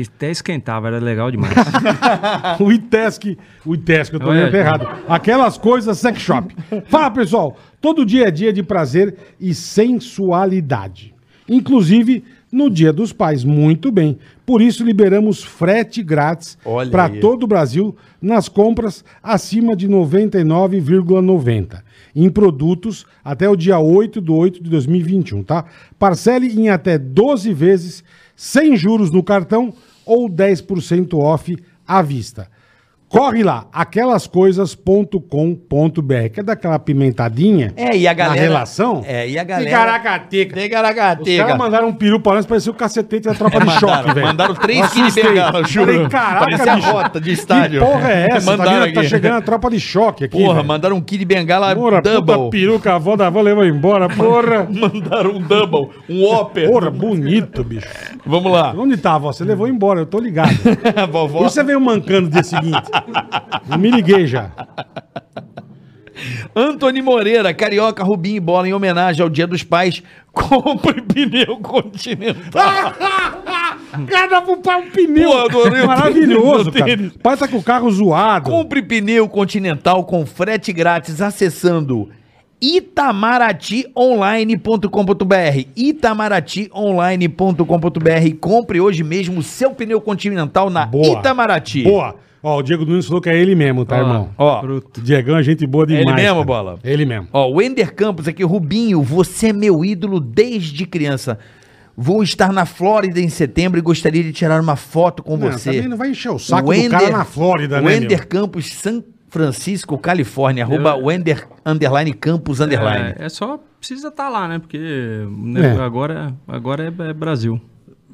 D: Até esquentava, era legal demais.
B: Ah.
C: O Itesc, o Itesc, eu tô
D: Olha,
C: olhando
D: gente.
C: errado. Aquelas coisas sex shop. Fala, pessoal. Todo dia é dia de prazer e sensualidade. Inclusive no Dia dos Pais, muito bem. Por isso liberamos frete grátis
B: Olha
C: para
B: aí.
C: todo o Brasil nas compras acima de 99,90 em produtos até o dia 8 de 8 de 2021, tá? Parcele em até 12 vezes, sem juros no cartão ou 10% off à vista. Corre lá, aquelascoisas.com.br. Quer dar aquela pimentadinha?
B: É, e a galera...
C: Na relação?
B: É, e a galera...
C: Ticaracateca. Os
B: Tegaragatega.
C: caras mandaram um peru pra nós, parecia o cacetete
B: (laughs)
C: da tropa de choque, velho.
B: É, Mandaram
C: Eu
B: três quilos de
C: assustei.
B: bengala,
C: Falei,
B: juro.
C: caraca,
B: Parece a
C: bicho,
B: rota de estádio.
C: Que porra é essa?
B: Mandaram
C: tá, vendo? tá
B: aqui.
C: chegando a tropa de choque aqui.
B: Porra,
C: velho.
B: mandaram um quilo de bengala
C: Porra, puta
B: double.
C: peruca, a avó da avó levou embora,
B: (laughs)
C: porra.
B: Mandaram um double, um whopper.
C: Porra, bonito, bicho.
B: Vamos lá.
C: Onde tá, avó? Você levou embora, eu tô ligado.
B: A (laughs) vovó.
C: Por isso é- você veio mancando dia seguinte. Eu me liguei já.
B: Antony Moreira, carioca, Rubinho e bola em homenagem ao Dia dos Pais. (laughs) Compre pneu
C: (laughs)
B: continental.
C: Cara, vou pôr um pneu.
B: Pô, adorei o
C: Maravilhoso,
B: tênis, meu
C: cara.
B: tênis.
C: O pai tá com o carro zoado.
B: Compre pneu continental com frete grátis acessando itamaratyonline.com.br itamaratyonline.com.br compre hoje mesmo o seu pneu continental na
C: Boa.
B: Itamaraty.
C: Boa. Ó, o Diego Nunes falou que é ele mesmo, tá,
D: Ó,
C: irmão?
B: Ó,
D: Fruto.
C: O Diegão é gente boa demais.
B: ele mesmo,
C: cara.
B: Bola?
C: Ele mesmo.
B: Ó, o Ender Campos aqui, Rubinho, você é meu ídolo desde criança. Vou estar na Flórida em setembro e gostaria de tirar uma foto com
C: Não,
B: você.
C: também não vai encher o saco do cara na Flórida,
B: o
C: né,
B: Ender
C: meu?
B: Campos, São Francisco, Califórnia, arroba
D: Eu-
B: Wender, underline Campos, underline.
D: É, é só precisa estar lá, né? tá Porque né,
C: É.
D: agora, agora é, é Brasil.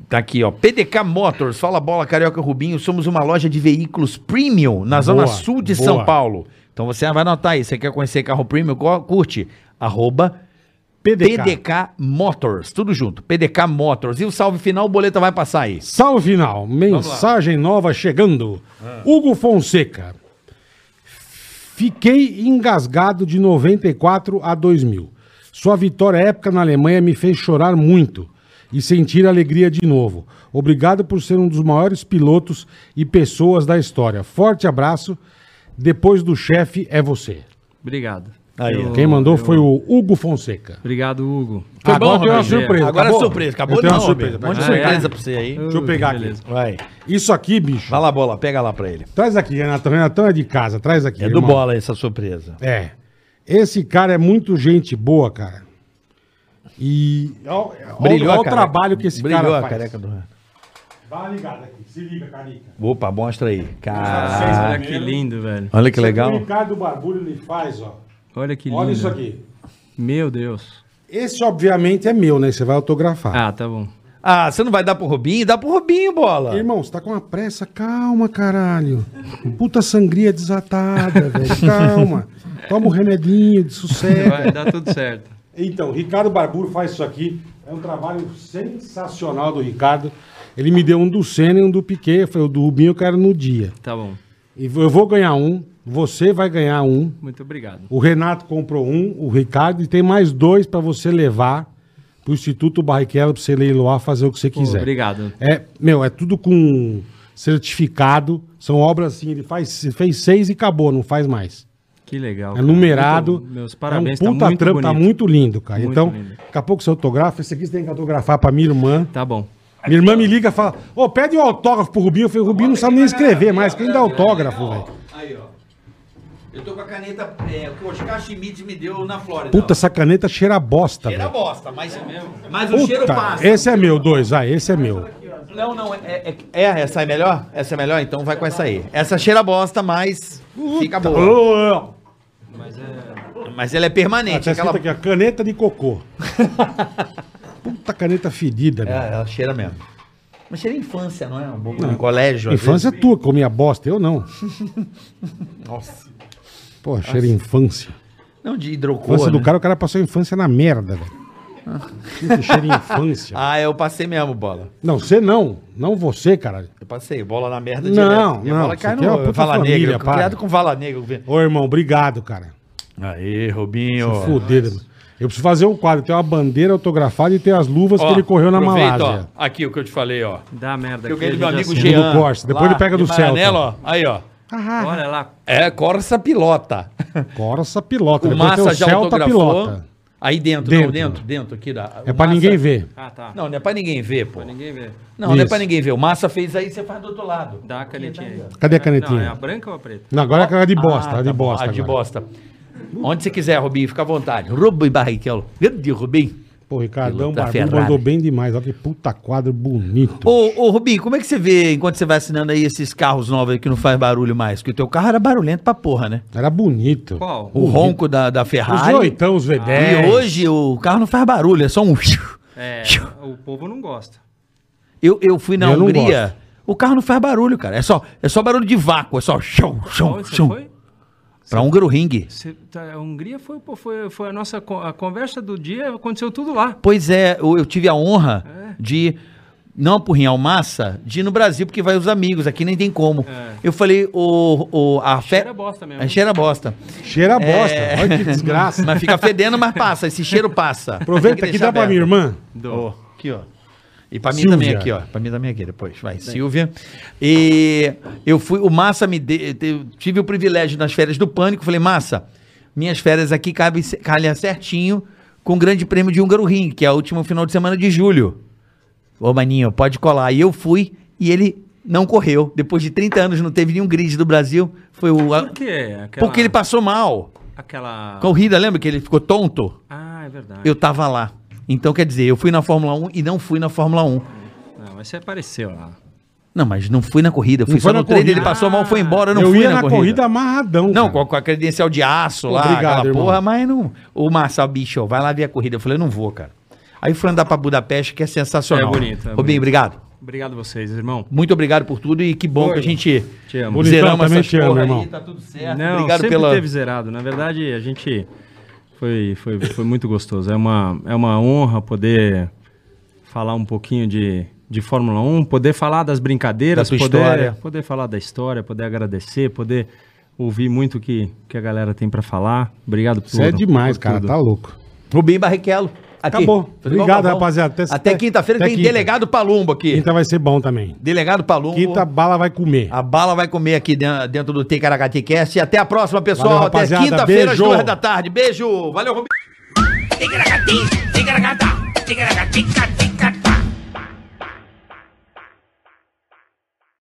B: Tá aqui, ó. PDK Motors, fala bola, Carioca Rubinho. Somos uma loja de veículos premium na zona
C: Boa,
B: sul de
C: boa.
B: São Paulo. Então você vai anotar aí. Você quer conhecer carro premium? Co- Curte. Arroba PDK. Motors. Tudo junto. PDK Motors. E o salve final, o boleta vai passar aí.
C: Salve final, mensagem nova chegando. Hugo Fonseca. Fiquei engasgado de 94 a 2000. Sua vitória épica na Alemanha me fez chorar muito e sentir alegria de novo. Obrigado por ser um dos maiores pilotos e pessoas da história. Forte abraço. Depois do chefe é você.
D: Obrigado.
B: Aí,
D: Eu-
C: Quem mandou
D: eu-
C: foi o Hugo Fonseca.
D: Obrigado, Hugo.
B: Foi
C: Agora
B: bom,
C: tem uma
D: Rogério?
C: surpresa.
B: Agora
C: acabou?
B: é surpresa. Acabou
C: Eu tenho
B: não,
C: uma surpresa.
B: Roberto. Um monte de
D: Ah, é?
B: surpresa pra você aí.
C: Deixa eu pegar aqui.
D: Beleza.
B: Vai.
C: Isso aqui, bicho.
B: Vai lá, bola. Pega lá pra ele.
C: Traz aqui, Renatão. Renatão é de casa, traz aqui.
B: É do
C: irmão.
B: bola essa surpresa.
C: É. Esse cara é muito gente boa, cara. E ó, ó,
B: Brilhou
C: ó
B: a
C: o
B: careca.
C: trabalho que esse
B: Brilhou
C: cara
B: a
C: faz.
B: careca do Renato.
C: Dá uma ligada aqui. Se liga, Carica.
B: Opa, mostra aí. Cara,
C: Vocês
D: Olha Ah, que
C: primeiro.
D: lindo, velho.
B: olha que
C: Isso é
B: legal.
C: O Ricardo Barbulho ele faz, ó.
D: Olha que lindo.
C: Olha isso aqui.
D: Meu Deus.
C: Esse, obviamente, é meu, né? Você vai autografar.
D: Ah,
C: (laughs)
D: tá bom.
B: Ah, você não vai dar pro Robinho? Dá pro Robinho, bola.
C: Irmão, você tá com uma pressa? Calma, caralho. Puta sangria desatada, velho. Calma. Toma um remedinho de sucesso.
D: Vai dar tudo certo.
C: Então, Ricardo Barburo faz isso aqui. É um trabalho sensacional do Ricardo. Ele me deu um do Senna e um do Piquet. Eu falei, o do Rubinho eu quero no dia.
D: Tá bom.
C: E eu vou ganhar um, você vai ganhar um.
D: Muito obrigado.
C: O Renato comprou um, o Ricardo, e tem mais dois para você levar pro Instituto Barrichello pra você leiloar, fazer o que você
D: Pô,
C: quiser.
D: obrigado.
C: É, meu, é tudo com certificado. São obras assim, ele faz, ele fez seis e acabou, não faz mais.
D: Que legal.
C: É
D: cara.
C: numerado.
D: Muito- meus parabéns,
C: é um puta
D: tá muito
C: trampo, tá
D: bonito.
C: muito lindo, cara.
D: Muito
C: então,
D: lindo.
C: daqui a pouco você autografa. Esse aqui você tem que autografar pra minha irmã.
D: Tá bom.
C: Minha irmã me liga e fala: Ô, pede o autógrafo pro Rubinho. Eu falei: o Rubinho não sabe nem escrever mais. Quem dá autógrafo, velho?
B: Aí, ó. Eu tô com a caneta é, que o Oscar Schmidt me deu na Flórida. ó.
C: Puta, essa caneta cheira a bosta,
B: Cheira a
C: velho.
B: bosta, mas, mas o cheiro
C: Puta,
B: passa.
C: esse é meu, dois. Ah, esse é meu.
B: Não, não, é, é, é- é, essa é melhor? Essa é melhor? Então vai com essa aí. Essa cheira a bosta, mas fica é
C: Tá
B: boa.
C: Ô, ô, ô.
B: Mas ela é
C: Ah,
B: permanente.
C: tá
B: aquela...
C: escrito aqui, ó, caneta de
B: (laughs)
C: cocô. Puta caneta fedida,
B: É,
C: velho.
B: ela cheira mesmo. Mas cheira infância, não é? Um pouco de colégio. às
C: Infância é tua, que comia bosta, eu não.
B: vezes. Nossa.
C: Pô, cheira infância.
B: Não, de
C: infância
B: hidrocor.
C: do
B: né?
C: cara, o cara passou a infância na merda, velho. Puta, cheira em infância.
B: Ah, eu passei mesmo, bola.
C: (laughs) Não, você não. Não você, caralho.
B: Eu passei, bola na merda
C: Não,
B: direto. E a
C: não,
B: bola
C: isso
B: cai
C: aqui é uma
B: no
C: puta
B: vala
C: família,
B: negra.
C: para.
B: Criado com vala negra.
C: Ô, irmão, obrigado, cara.
B: Aí, Robinho.
C: Fudido. Eu preciso fazer um quadro. Tem uma bandeira autografada e tem as luvas
B: Ó,
C: que ele correu na
B: aproveita,
C: Malásia.
B: ó, aqui o que eu te falei, ó.
D: Dá merda
B: Eu ganhei do
D: ele
B: meu
D: já
B: amigo
D: saiu.
B: Jean.
C: Do Corsa, depois
B: lá,
C: ele pega do
B: de Maranello,
C: Celta.
B: ó. Aí, ó.
D: Olha lá.
B: É Corsa Pilota.
C: Corsa pilota.
B: O
C: Depois tem
B: Massa já autografou. Aí dentro, dentro, não,
C: Dentro.
B: dentro, dentro aqui da.
C: É
B: o
C: pra
B: Massa-
C: ninguém ver.
D: Ah, tá.
B: Não, não é pra ninguém ver, pô.
D: Ninguém vê.
B: Não, não é
C: Isso.
B: pra ninguém ver. O Massa fez aí, você faz do outro lado.
D: Dá a canetinha aí.
C: Cadê a
D: Não, é
C: canetinha?
D: a branca ou a preta?
C: Não, agora é aquela de bosta.
B: Ah,
C: a de
B: tá bom,
C: bosta.
B: a de
C: agora.
B: bosta. Onde você quiser, Rubinho, fica à vontade. Rubem Barrichello. Grande Rubinho.
C: Pô, Ricardão
B: Pilota
C: Barbudo
B: Ferrari.
C: mandou bem demais. Olha que puta quadro bonito.
E: Ô, ô, Rubinho, como é que você vê enquanto você vai assinando aí esses carros novos aí que não faz barulho mais? Porque o teu carro era barulhento pra porra, né?
C: Era bonito.
D: Qual?
E: O ronco da, da
C: Os
E: Ferrari.
C: oitão, os V10.
E: E hoje o carro não faz barulho, é só um. (laughs)
D: É, o povo não gosta.
E: Eu, eu fui na
C: Eu não
E: Hungria. O carro não faz barulho, cara. É só, é só barulho de vácuo, é só chão, chão,
D: Onde você
E: chão.
D: foi?
E: Pra um húngaro ringue.
D: Você- tá, a Hungria foi, pô, foi, foi a nossa co- a conversa do dia, aconteceu tudo lá.
E: Pois é, eu, eu tive a
D: É.
E: honra de não apurrinhar o massa, de ir no Brasil, porque vai os amigos, aqui nem tem como.
D: É.
E: Eu falei, o, o, a fé.
D: Cheira bosta mesmo.
E: É, cheira bosta.
B: Ah.
C: Cheira a bosta.
E: É.
C: Olha
B: (laughs)
C: que desgraça.
E: Mas fica fedendo, mas passa. Esse cheiro passa.
C: Aproveita
E: Tem
C: aqui,
E: deixar
C: dá pra
E: aberto.
C: minha irmã.
E: Ó, aqui, ó. E pra
C: Silvia.
E: mim também aqui, ó. Pra mim também aqui depois. Vai, Silvia. E eu fui, o Massa me de, eu tive o privilégio nas férias do Pânico, falei, Massa, minhas férias aqui cabem, ce- calham certinho com o Grande Prêmio de Húngaro Ring, que é o último final de semana de julho. Ô, maninho, pode colar. E eu fui e ele não correu. Depois de 30 anos não teve nenhum grid do Brasil. Foi o...
D: Por quê? Aquela,
E: Porque ele passou mal.
D: Aquela...
E: Ah. Corrida, lembra que ele ficou tonto?
D: Ah, é verdade.
E: Eu tava lá. Então, quer dizer, eu fui na Fórmula 1 e não fui na Fórmula 1.
D: Não, mas você apareceu lá.
E: Não, mas não fui na corrida. eu Fui
C: Não
E: só
C: foi na
E: no treino, ele
C: corrida. Ah.
E: passou mal, foi embora, eu não
C: eu
E: fui
C: ia na corrida, amarradão.
E: Não,
C: cara.
E: com a, com a credencial de aço lá,
C: Obrigado,
E: aquela
C: irmão.
E: porra, mas não. O Marçal, bicho, vai lá ver a corrida. Eu falei, eu não vou, cara.
B: Aí fui andar pra Budapeste, que é sensacional.
D: É bonito, é
B: Rubinho,
D: bonito.
B: obrigado.
D: Obrigado a vocês, irmão.
B: Muito obrigado por tudo e que bom
D: Foi.
B: que a gente
D: Te amo.
C: Bonitão também te ama,
B: aí,
C: irmão.
B: tá tudo certo.
D: Não,
B: obrigado
D: sempre
B: pela...
D: teve zerado. Na verdade, a gente foi, foi, foi muito gostoso. É uma, é uma honra poder falar um pouquinho de, de Fórmula 1, poder falar das brincadeiras,
B: Da tua
D: poder,
B: história.
D: poder falar da história, poder agradecer, poder ouvir muito o que, que a galera tem pra falar. Obrigado por
C: Isso é demais,
D: por
C: cara.
D: tudo.
C: Tá louco.
B: Rubinho Barrichello. aqui.
C: Acabou.
B: Tudo
C: Obrigado,
B: igual, Galvão.
C: rapaziada. Até-
B: Até, quinta-feira
C: até
B: tem
C: quinta.
B: delegado Palumbo aqui.
C: Quinta vai ser bom também.
B: Delegado Palumbo.
C: Quinta bala vai comer.
B: A bala vai comer aqui den- dentro do Ticaracati Cast. E até a próxima, pessoal.
C: Valeu,
B: até
C: rapaziada.
B: quinta-feira, às
C: Beijo.
B: duas da tarde. Beijo. Valeu, Rubinho.
A: Ticaracati, ticaracata, ticaracati, ticaracati.